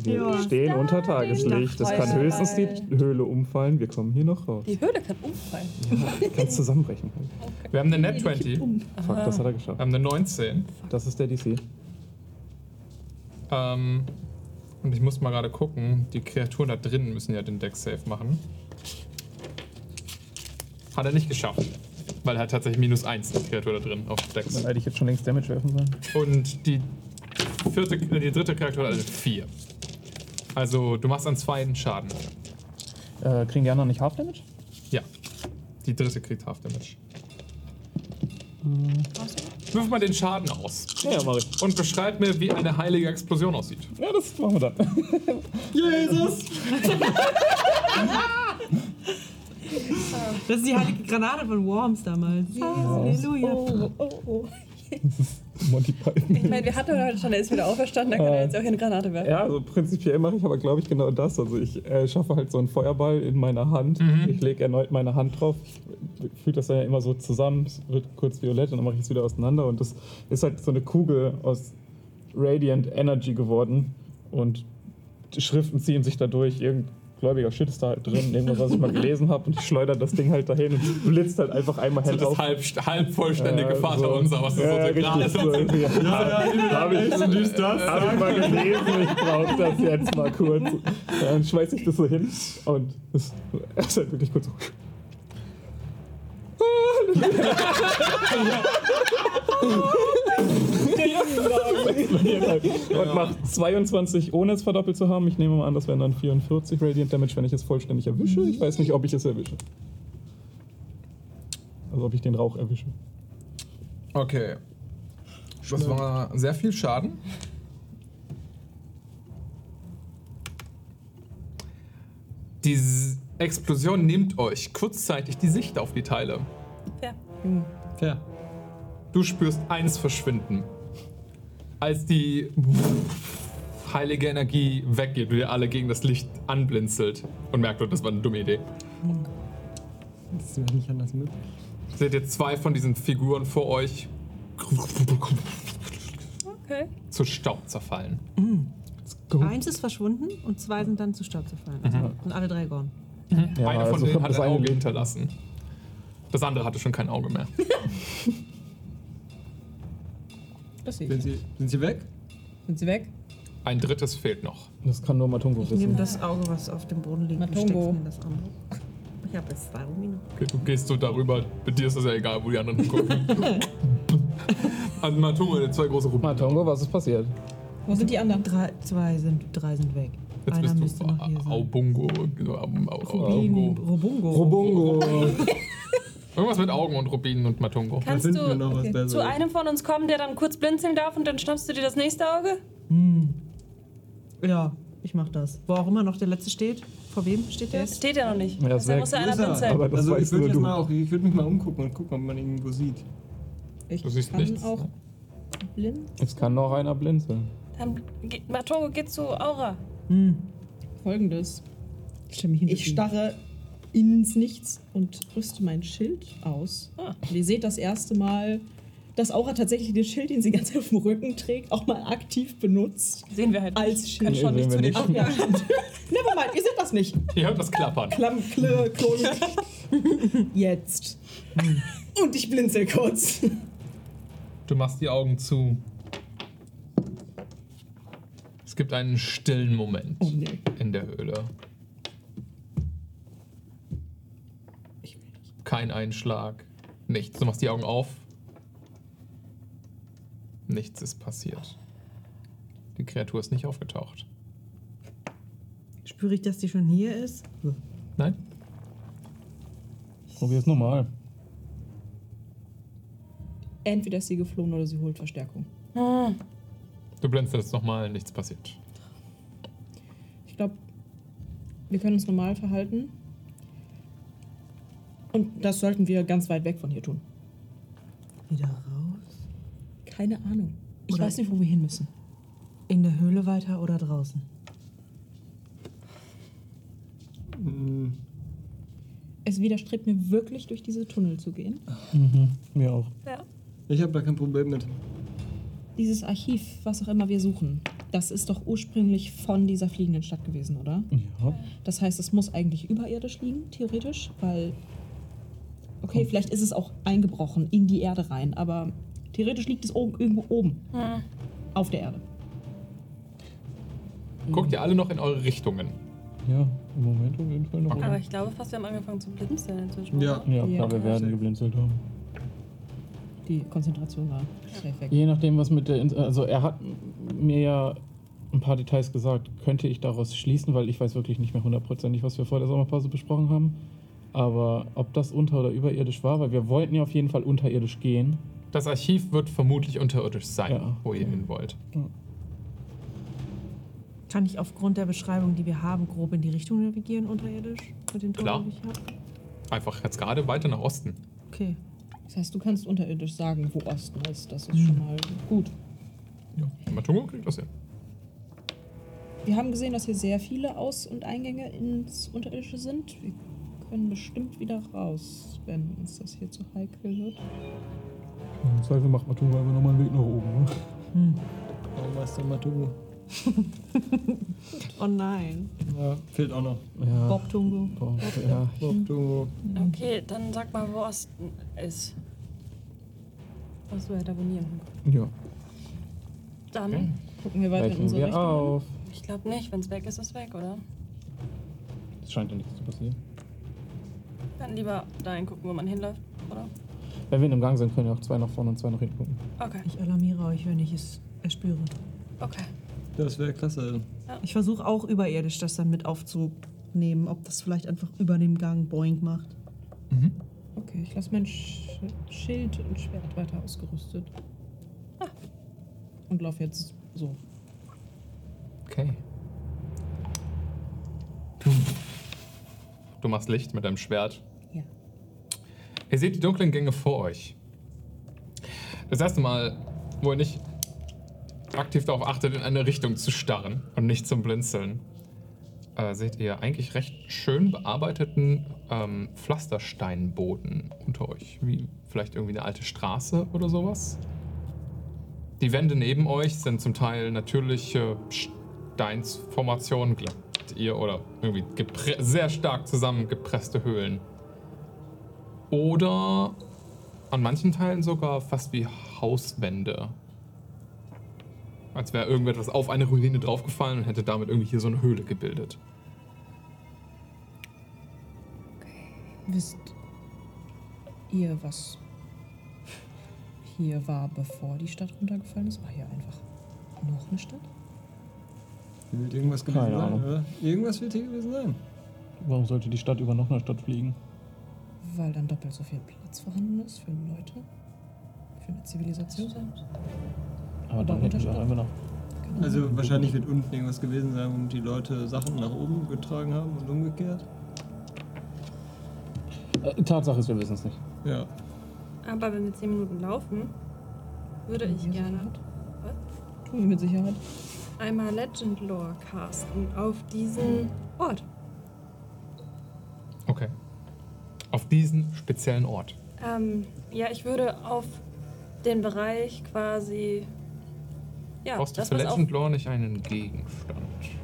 S4: Wir stehen unter Tageslicht. Das kann höchstens die Höhle umfallen. Wir kommen hier noch raus.
S3: Die Höhle kann um. umfallen.
S4: Kannst zusammenbrechen.
S2: Wir haben eine Net 20. Wir
S4: Fuck, das hat er geschafft.
S2: haben eine 19.
S4: Das ist der DC.
S2: Ähm, und ich muss mal gerade gucken. Die Kreaturen da drinnen müssen ja den Deck Save machen. Hat er nicht geschafft. Weil er hat tatsächlich minus 1 die Kreatur da drin auf Decks.
S4: Dann hätte ich jetzt schon längst Damage werfen sollen.
S2: Und die, vierte, äh, die dritte Charakter hat eine 4. Also du machst an zwei einen Schaden.
S4: Äh, kriegen die anderen nicht Half-Damage?
S2: Ja. Die dritte kriegt Half Damage. Wirf mal den Schaden aus.
S4: Ja, mach ich.
S2: Und beschreib mir, wie eine heilige Explosion aussieht.
S4: Ja, das machen wir dann.
S10: Jesus!
S8: Das ist die heilige Granate von Worms damals. Halleluja.
S9: Oh, oh, oh.
S4: Monty Python.
S3: Ich meine, wir hatten heute schon, er ist wieder auferstanden, da kann er
S4: Äh.
S3: jetzt auch hier eine Granate werfen.
S4: Ja, also prinzipiell mache ich aber, glaube ich, genau das. Also ich äh, schaffe halt so einen Feuerball in meiner Hand.
S2: Mhm.
S4: Ich lege erneut meine Hand drauf. Ich fühle das dann ja immer so zusammen. Es wird kurz violett und dann mache ich es wieder auseinander. Und das ist halt so eine Kugel aus Radiant Energy geworden. Und die Schriften ziehen sich dadurch. Irgend
S7: gläubiger Shit ist da halt drin, irgendwas, was ich mal gelesen habe, und ich schleudere das Ding halt dahin und blitzt halt einfach einmal
S2: So
S7: hell
S2: das
S7: auf.
S2: halb, halb vollständige
S7: Ja,
S4: Äh,
S2: Vater
S7: so.
S2: unser, was
S7: Ja,
S2: ist so gerade
S7: richtig, so irgendwie. Ja, ja, nimm
S2: Hab
S7: mir das.
S2: ich-
S7: Nimmst das?
S10: äh,
S7: Hab ich mal gelesen, ich brauch das jetzt mal kurz. Ja, dann schmeiß ich das so hin und es es ist halt wirklich kurz so. Und macht 22, ohne es verdoppelt zu haben. Ich nehme mal an, das wären dann 44 Radiant Damage, wenn ich es vollständig erwische. Ich weiß nicht, ob ich es erwische. Also ob ich den Rauch erwische.
S2: Okay. Das war sehr viel Schaden. Die S- Explosion nimmt euch kurzzeitig die Sicht auf die Teile.
S3: Fair.
S2: Ja. Du spürst eins verschwinden. Als die heilige Energie weggeht und ihr alle gegen das Licht anblinzelt und merkt, oh, das war eine dumme Idee.
S10: Das ist mir nicht anders möglich.
S2: Seht ihr zwei von diesen Figuren vor euch
S8: Okay.
S2: zu Staub zerfallen.
S8: Eins ist verschwunden und zwei sind dann zu Staub zerfallen. Also
S2: Mhm.
S8: sind alle drei gone.
S2: Einer von
S7: also
S2: denen
S7: kommt
S2: hat
S7: das
S2: ein
S7: eine
S2: Auge
S7: Licht.
S2: hinterlassen. Das andere hatte schon kein Auge mehr.
S9: Das sehe
S10: Sind
S9: ich.
S10: sie, sind sie weg?
S9: Sind sie weg?
S2: Ein drittes fehlt noch.
S7: Das kann nur Matungo
S8: Ich nehme
S7: wissen.
S8: das Auge, was auf dem Boden liegt, und
S9: Matungo.
S8: steck's in das andere. Ich habe jetzt zwei Rumine.
S2: Okay, du gehst so darüber, bei dir ist das ja egal, wo die anderen hingucken. An Matuma, der zwei große Rubinen.
S7: Matongo, was ist passiert?
S9: Wo sind die anderen?
S8: Drei, zwei sind, drei sind weg.
S2: Jetzt
S8: Einer
S2: bist
S8: müsste
S2: du
S8: noch hier sein.
S2: Aubungo. genau, Au- Au-
S8: Rubin,
S2: Aubungo.
S8: Robungo.
S7: Robungo.
S2: Irgendwas mit Augen und Rubinen und Matungo.
S3: Kannst du zu einem von uns kommen, der dann kurz blinzeln darf und dann schnappst du dir das nächste Auge?
S8: Ja, ich mach das. Wo auch immer noch der letzte steht. Vor wem steht der?
S3: Steht ja noch nicht.
S7: Ja,
S3: Deshalb muss ja einer blinzeln.
S7: Aber das
S10: also ich
S7: weißt
S10: würde
S7: nur
S10: jetzt
S7: du.
S10: mal auch, ich würde mich mal umgucken und gucken, ob man ihn irgendwo sieht.
S9: Ich
S2: Du siehst
S9: kann
S2: nichts.
S9: auch blind
S7: Es kann noch einer blinzeln.
S3: Dann ge- Matongo geht zu Aura.
S9: folgendes.
S39: Ich stelle mich hinter
S9: Ich starre ins Nichts und rüste mein Schild aus. Ah, und ihr seht das erste Mal, dass Aura tatsächlich den Schild, den sie ganz auf dem Rücken trägt, auch mal aktiv benutzt.
S3: Sehen wir halt.
S9: Als
S3: Kann
S9: Schild.
S7: Nee,
S3: schon
S7: sehen
S3: nicht zu den
S7: wir nicht.
S9: Ach ja, stimmt. Nevermind, ihr seht das nicht.
S2: Ihr hört das Klappern.
S9: Klamm, klirr, klunk. Jetzt. Und ich blinzel kurz.
S2: Du machst die Augen zu. Es gibt einen stillen Moment
S9: Oh nee.
S2: in der Höhle. Kein Einschlag, nichts. Du machst die Augen auf. Nichts ist passiert. Die Kreatur ist nicht aufgetaucht.
S8: Spüre ich, dass die schon hier ist?
S2: Nein?
S7: Probier's nochmal.
S9: Entweder ist sie geflohen oder sie holt Verstärkung.
S2: Du blinzelst nochmal, nichts passiert.
S9: Ich glaube, wir können uns normal verhalten. Und das sollten wir ganz weit weg von hier tun.
S8: Wieder raus?
S9: Keine Ahnung. Ich
S8: Oder-
S9: weiß nicht, wo wir hin müssen.
S8: In der Höhle weiter oder draußen?
S9: Es widerstrebt mir wirklich, durch diese Tunnel zu gehen.
S7: Mir auch.
S10: Ich habe da kein Problem mit.
S9: Dieses Archiv, was auch immer wir suchen, das ist doch ursprünglich von dieser fliegenden Stadt gewesen, oder?
S7: Ja.
S9: Das heißt, es muss eigentlich überirdisch liegen, theoretisch, weil. Okay, vielleicht ist es auch eingebrochen in die Erde rein, aber theoretisch liegt es oben, irgendwo oben.
S7: Mhm.
S9: Auf der Erde.
S2: Guckt ihr alle noch in eure Richtungen.
S7: Ja, im Moment auf jeden Fall noch.
S3: Aber ich glaube fast, wir haben angefangen zu blinzeln inzwischen.
S10: Ja.
S7: Ja,
S9: Ja,
S7: klar, wir werden geblinzelt haben.
S9: Die Konzentration war safe weg.
S7: Je nachdem, was mit der. In also, er hat mir ja ein paar Details gesagt. Könnte ich daraus schließen, weil ich weiß wirklich nicht mehr hundertprozentig, was wir vor der Sommerpause besprochen haben. Aber ob das unter- oder überirdisch war, weil wir wollten ja auf jeden Fall unterirdisch gehen.
S2: Das Archiv wird vermutlich unterirdisch sein,
S7: Ja.
S2: wo ihr hin wollt.
S8: Kann ich aufgrund der Beschreibung, die wir haben, grob in die Richtung navigieren, unterirdisch? Mit den
S2: Klar.
S8: Toren, die ich habe?
S2: Einfach jetzt gerade weiter nach Osten.
S8: Okay.
S9: Das heißt, du kannst unterirdisch sagen, wo Osten ist. Das ist schon mal gut.
S2: Ja. Matungo kriegt das hin.
S9: Wir haben gesehen, dass hier sehr viele Aus- und Eingänge ins Unterirdische sind. Wir können bestimmt wieder raus, wenn uns das hier zu heikel wird.
S7: Im Zweifel macht Matunga einfach nochmal einen Weg nach oben.
S10: Baumeister Matugo.
S11: Oh nein.
S16: Ja, fehlt auch noch.
S11: Bob Tungo.
S16: Bob, ja. Bob Tungo.
S3: Okay, dann sag mal, wo Osten ist. Achso, er hat abonnieren.
S7: Ja.
S3: Dann
S7: Okay.
S3: gucken wir weiter in
S7: Brechen
S3: unsere
S7: wir
S3: Richtung.
S7: auf.
S3: Ich glaube nicht, wenn es weg ist, ist es weg, oder?
S7: Es scheint ja nichts zu passieren.
S3: Dann lieber dahin gucken, wo man hinläuft, oder?
S7: Wenn wir in einem Gang sind, können wir auch zwei nach vorne und zwei nach hinten gucken.
S3: Okay.
S11: Ich alarmiere euch, wenn ich es erspüre.
S3: Okay.
S16: Das also, wäre klasse.
S11: Ich versuche auch überirdisch das dann mit aufzunehmen, ob das vielleicht einfach über dem Gang Boing macht.
S9: Okay, ich lasse mein Sch Schild und Schwert weiter ausgerüstet. Ah. Und laufe jetzt so.
S2: Okay. Du machst Licht mit deinem Schwert.
S9: Ja.
S2: Ihr seht die dunklen Gänge vor euch. Das erste Mal, wo ihr nicht aktiv darauf achtet, in eine Richtung zu starren und nicht zum Blinzeln, äh, seht ihr eigentlich recht schön bearbeiteten ähm, Pflastersteinboden unter euch. Wie vielleicht irgendwie eine alte Straße oder sowas. Die Wände neben euch sind zum Teil natürliche Steinsformationen, glaubt ihr, oder irgendwie gepre- sehr stark zusammengepresste Höhlen. Oder an manchen Teilen sogar fast wie Hauswände. Als wäre irgendetwas auf eine Ruine draufgefallen und hätte damit irgendwie hier so eine Höhle gebildet.
S9: Wisst ihr, was hier war, bevor die Stadt runtergefallen ist? War hier einfach noch eine Stadt?
S16: Hier wird irgendwas gewesen
S15: Keine
S16: sein,
S15: Ahnung.
S16: oder? Irgendwas wird hier gewesen sein.
S15: Warum sollte die Stadt über noch eine Stadt fliegen?
S9: Weil dann doppelt so viel Platz vorhanden ist für Leute, für eine Zivilisation.
S15: Aber dann hätten wir auch einfach noch.
S9: Genau.
S16: Also wahrscheinlich wird unten irgendwas gewesen sein, wo die Leute Sachen nach oben getragen haben und umgekehrt.
S15: Äh, Tatsache ist, wir wissen es nicht.
S16: Ja.
S3: Aber wenn wir 10 Minuten laufen, würde ich gerne
S7: halt.
S9: Tun wir mit Sicherheit.
S3: einmal Legend Lore casten auf diesen Ort.
S2: Okay. Auf diesen speziellen Ort.
S3: Ähm, ja, ich würde auf den Bereich quasi. Ja,
S2: Brauchst du
S3: das
S2: für
S3: was auf.
S2: Legend Lore nicht einen Gegenstand? Ich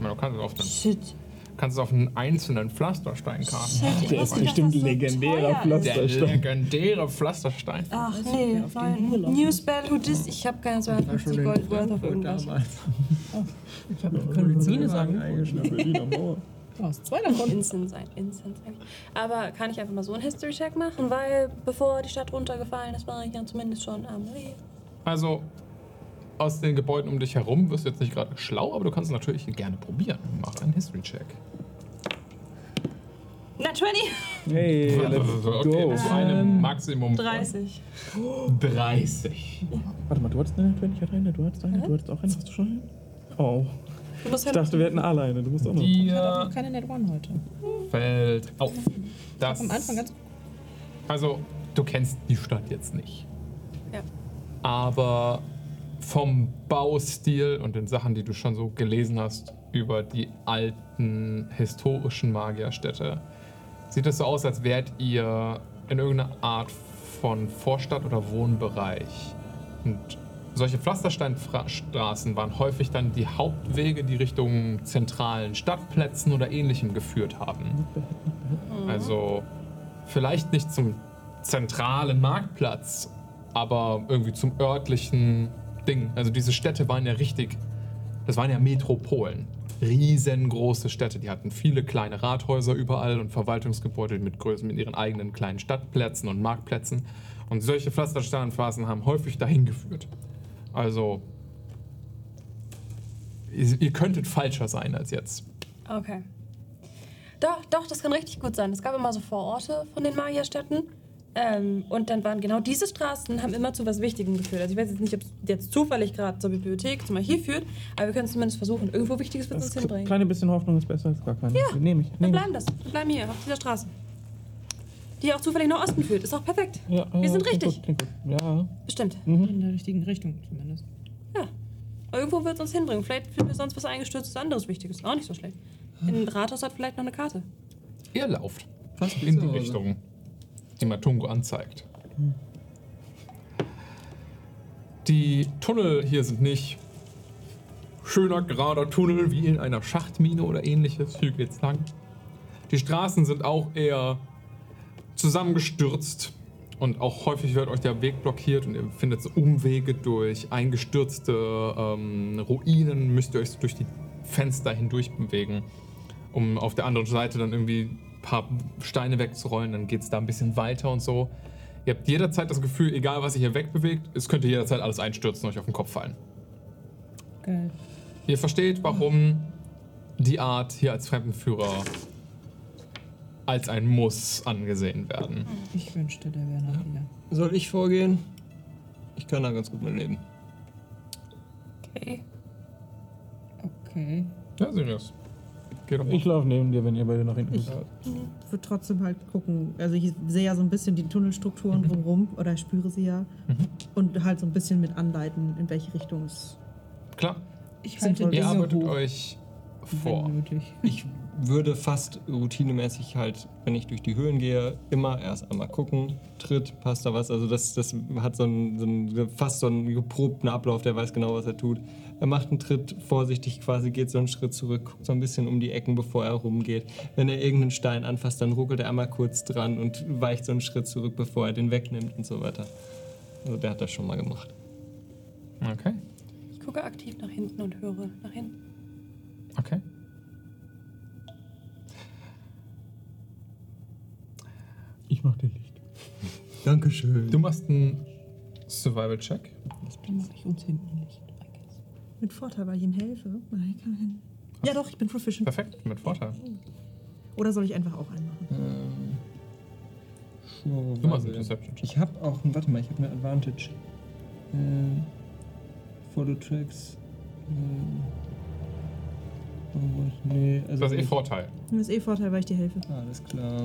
S2: meine, du kannst es auf den.
S3: Shit.
S2: Kannst es auf einen einzelnen Pflasterstein casten.
S15: Shit, ich Der ist wusste, dass bestimmt das so legendärer teuer ist. Pflasterstein.
S2: Der legendäre Pflasterstein.
S3: Ach nee, nein. New Spell, who dis? Ich habe keine 250 Gold worth auf irgendwas.
S9: Ich hab, können wir Mine sagen?
S3: Du hast zwei davon. Instant sein, Instant sein. Aber kann ich einfach mal so einen History-Check machen? Weil bevor die Stadt runtergefallen ist, war ich ja zumindest schon am Leben.
S2: Also, aus den Gebäuden um dich herum wirst du jetzt nicht gerade schlau, aber du kannst es natürlich gerne probieren. Mach einen History-Check.
S3: Na, 20!
S15: Hey,
S2: okay, bis zu einem Maximum. von
S3: 30.
S2: 30.
S15: Warte mal, du hattest eine, du hattest eine, du hattest eine, du hattest auch eine. Hast du schon eine? Oh.
S3: Du musst halt
S15: Ich
S3: ja-
S15: dachte, wir hätten alle eine. Du musst auch noch.
S2: Dir
S9: Keine Net One heute.
S2: fällt auf. Das
S9: Am Anfang ganz
S2: Also, du kennst die Stadt jetzt nicht.
S3: Ja.
S2: Aber vom Baustil und den Sachen, die du schon so gelesen hast über die alten historischen Magierstädte, sieht es so aus, als wärt ihr in irgendeiner Art von Vorstadt oder Wohnbereich. Und solche Pflastersteinstraßen waren häufig dann die Hauptwege, die Richtung zentralen Stadtplätzen oder ähnlichem geführt haben. Also vielleicht nicht zum zentralen Marktplatz, aber irgendwie zum örtlichen Ding. Also diese Städte waren ja richtig, das waren ja Metropolen. Riesengroße Städte, die hatten viele kleine Rathäuser überall und Verwaltungsgebäude mit Größen, mit ihren eigenen kleinen Stadtplätzen und Marktplätzen. Und solche Pflastersteinphasen haben häufig dahin geführt. Also, ihr, ihr könntet falscher sein als jetzt.
S3: Okay. Doch, doch, das kann richtig gut sein. Es gab immer so Vororte von den Magierstädten. Ähm, und dann waren genau diese Straßen, haben immer zu was Wichtigem geführt. Also ich weiß jetzt nicht, ob es jetzt zufällig gerade zur Bibliothek, zum Archiv führt, aber wir können es zumindest versuchen. Irgendwo Wichtiges wird es uns
S15: Ein
S3: hinbringen.
S15: kleines bisschen Hoffnung ist besser als gar keine.
S3: Ja,
S15: Nehme ich.
S3: Wir
S15: Nehme
S3: bleiben das. Wir bleiben hier, auf dieser Straße. Die auch zufällig nach Osten führt. Ist auch perfekt.
S15: ich. Ja,
S3: Wir
S15: ja,
S3: sind
S15: klingt
S3: richtig.
S15: Gut, Hm. klingt gut. Ja.
S3: Bestimmt.
S9: in der richtigen Richtung zumindest.
S3: Irgendwo wird es uns hinbringen. Vielleicht finden wir sonst was eingestürztes anderes Wichtiges. Auch nicht so schlecht. Ein Rathaus hat vielleicht noch eine Karte.
S2: Ihr lauft in die Richtung, die Matungo anzeigt. Die Tunnel hier sind nicht Schöner gerader Tunnel wie in einer Schachtmine oder ähnliches. Hier geht's lang. Die Straßen sind auch eher zusammengestürzt und auch häufig wird euch der Weg blockiert und ihr findet so Umwege durch eingestürzte ähm, Ruinen, müsst ihr euch so durch die Fenster hindurch bewegen, um auf der anderen Seite dann irgendwie ein paar Steine wegzurollen, dann geht es da ein bisschen weiter und so. Ihr habt jederzeit das Gefühl, egal was ihr hier wegbewegt, es könnte jederzeit alles einstürzen und euch auf den Kopf fallen.
S9: Geil.
S2: Ihr versteht, warum die Art hier als Fremdenführer als ein Muss angesehen werden.
S9: Ich wünschte, der wäre noch hier.
S10: Soll ich vorgehen? Ich kann da ganz gut mit leben.
S3: Okay.
S9: Okay.
S2: Ja, Sirius. Geh doch
S7: Ich laufe neben dir, wenn ihr beide nach hinten
S11: Ich
S7: kommt.
S11: würde trotzdem halt gucken. Also ich sehe ja so ein bisschen die Tunnelstrukturen drumherum oder spüre sie ja. Und halt so ein bisschen mit anleiten, in welche Richtung es.
S2: Klar.
S9: Ich
S11: halte
S2: Ihr
S11: Dinge
S2: arbeitet
S11: hoch,
S2: euch vor.
S10: Ich würde fast routinemäßig halt, wenn ich durch die Höhlen gehe, immer erst einmal gucken, tritt, passt da was. Also das, das hat so einen, so einen fast so einen geprobten Ablauf, der weiß genau, was er tut. Er macht einen Tritt vorsichtig quasi, geht so einen Schritt zurück, guckt so ein bisschen um die Ecken, bevor er rumgeht. Wenn er irgendeinen Stein anfasst, dann ruckelt er einmal kurz dran und weicht so einen Schritt zurück, bevor er den wegnimmt und so weiter. Also der hat das schon mal gemacht.
S2: Okay.
S3: Ich gucke aktiv nach hinten und höre nach hinten.
S2: Okay.
S7: Ich mach dir Licht.
S10: Dankeschön.
S2: Du machst einen Survival-Check.
S9: Dann mache ich uns hinten Licht.
S11: Mit Vorteil, weil ich ihm helfe. Nein, kann hin. Ja doch, ich bin proficient.
S2: Perfekt, mit Vorteil.
S11: Oder soll ich einfach auch einmachen?
S16: Ähm, sure,
S2: Du machst einen Deception-Check.
S16: Ich habe auch, warte mal, ich habe eine Advantage. Ähm, Follow Tracks. Ähm, oh, what? nee, also.
S2: Das ist eh Vorteil.
S11: Das ist eh Vorteil, weil ich dir helfe.
S16: Alles klar.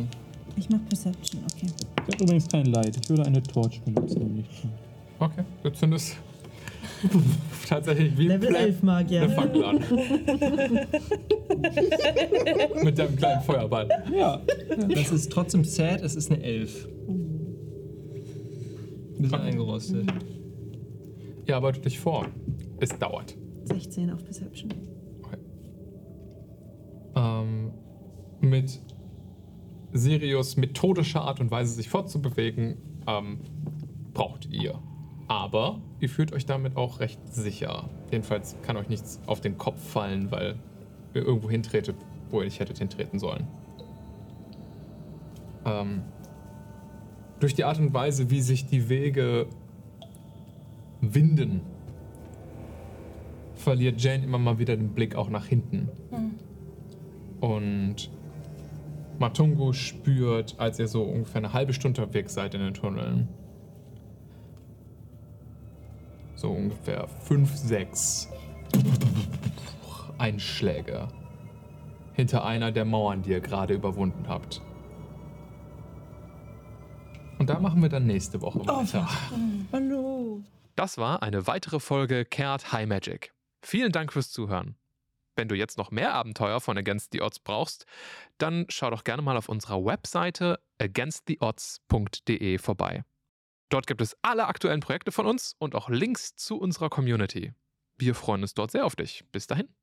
S11: Ich mach Perception, okay.
S7: Ich habe übrigens kein Leid. Ich würde eine Torch benutzen, um Licht zu machen.
S2: Okay, du zündest tatsächlich wie
S11: Level
S2: Plan
S11: 11 Magier.
S2: eine Fackel an. mit deinem kleinen Feuerball.
S10: Ja. Das ist trotzdem sad, es ist eine 11. Bisschen eingerostet.
S2: Ihr arbeitet dich vor. Es dauert.
S11: 16 auf Perception.
S2: ähm, mit Sirius methodischer Art und Weise sich fortzubewegen, ähm, braucht ihr. Aber ihr fühlt euch damit auch recht sicher. Jedenfalls kann euch nichts auf den Kopf fallen, weil ihr irgendwo hintretet, wo ihr nicht hättet hintreten sollen. Ähm, durch die Art und Weise, wie sich die Wege winden, verliert Jane immer mal wieder den Blick auch nach hinten. Und Matungo spürt, als ihr so ungefähr eine halbe Stunde unterwegs seid in den Tunneln, so ungefähr fünf, sechs Einschläge hinter einer der Mauern, die ihr gerade überwunden habt. Und da machen wir dann nächste Woche weiter.
S11: Hallo.
S1: Das war eine weitere Folge Kehrt High Magic. Vielen Dank fürs Zuhören. Wenn du jetzt noch mehr Abenteuer von Against the Odds brauchst, dann schau doch gerne mal auf unserer Webseite againsttheodds.de vorbei. Dort gibt es alle aktuellen Projekte von uns und auch Links zu unserer Community. Wir freuen uns dort sehr auf dich. Bis dahin.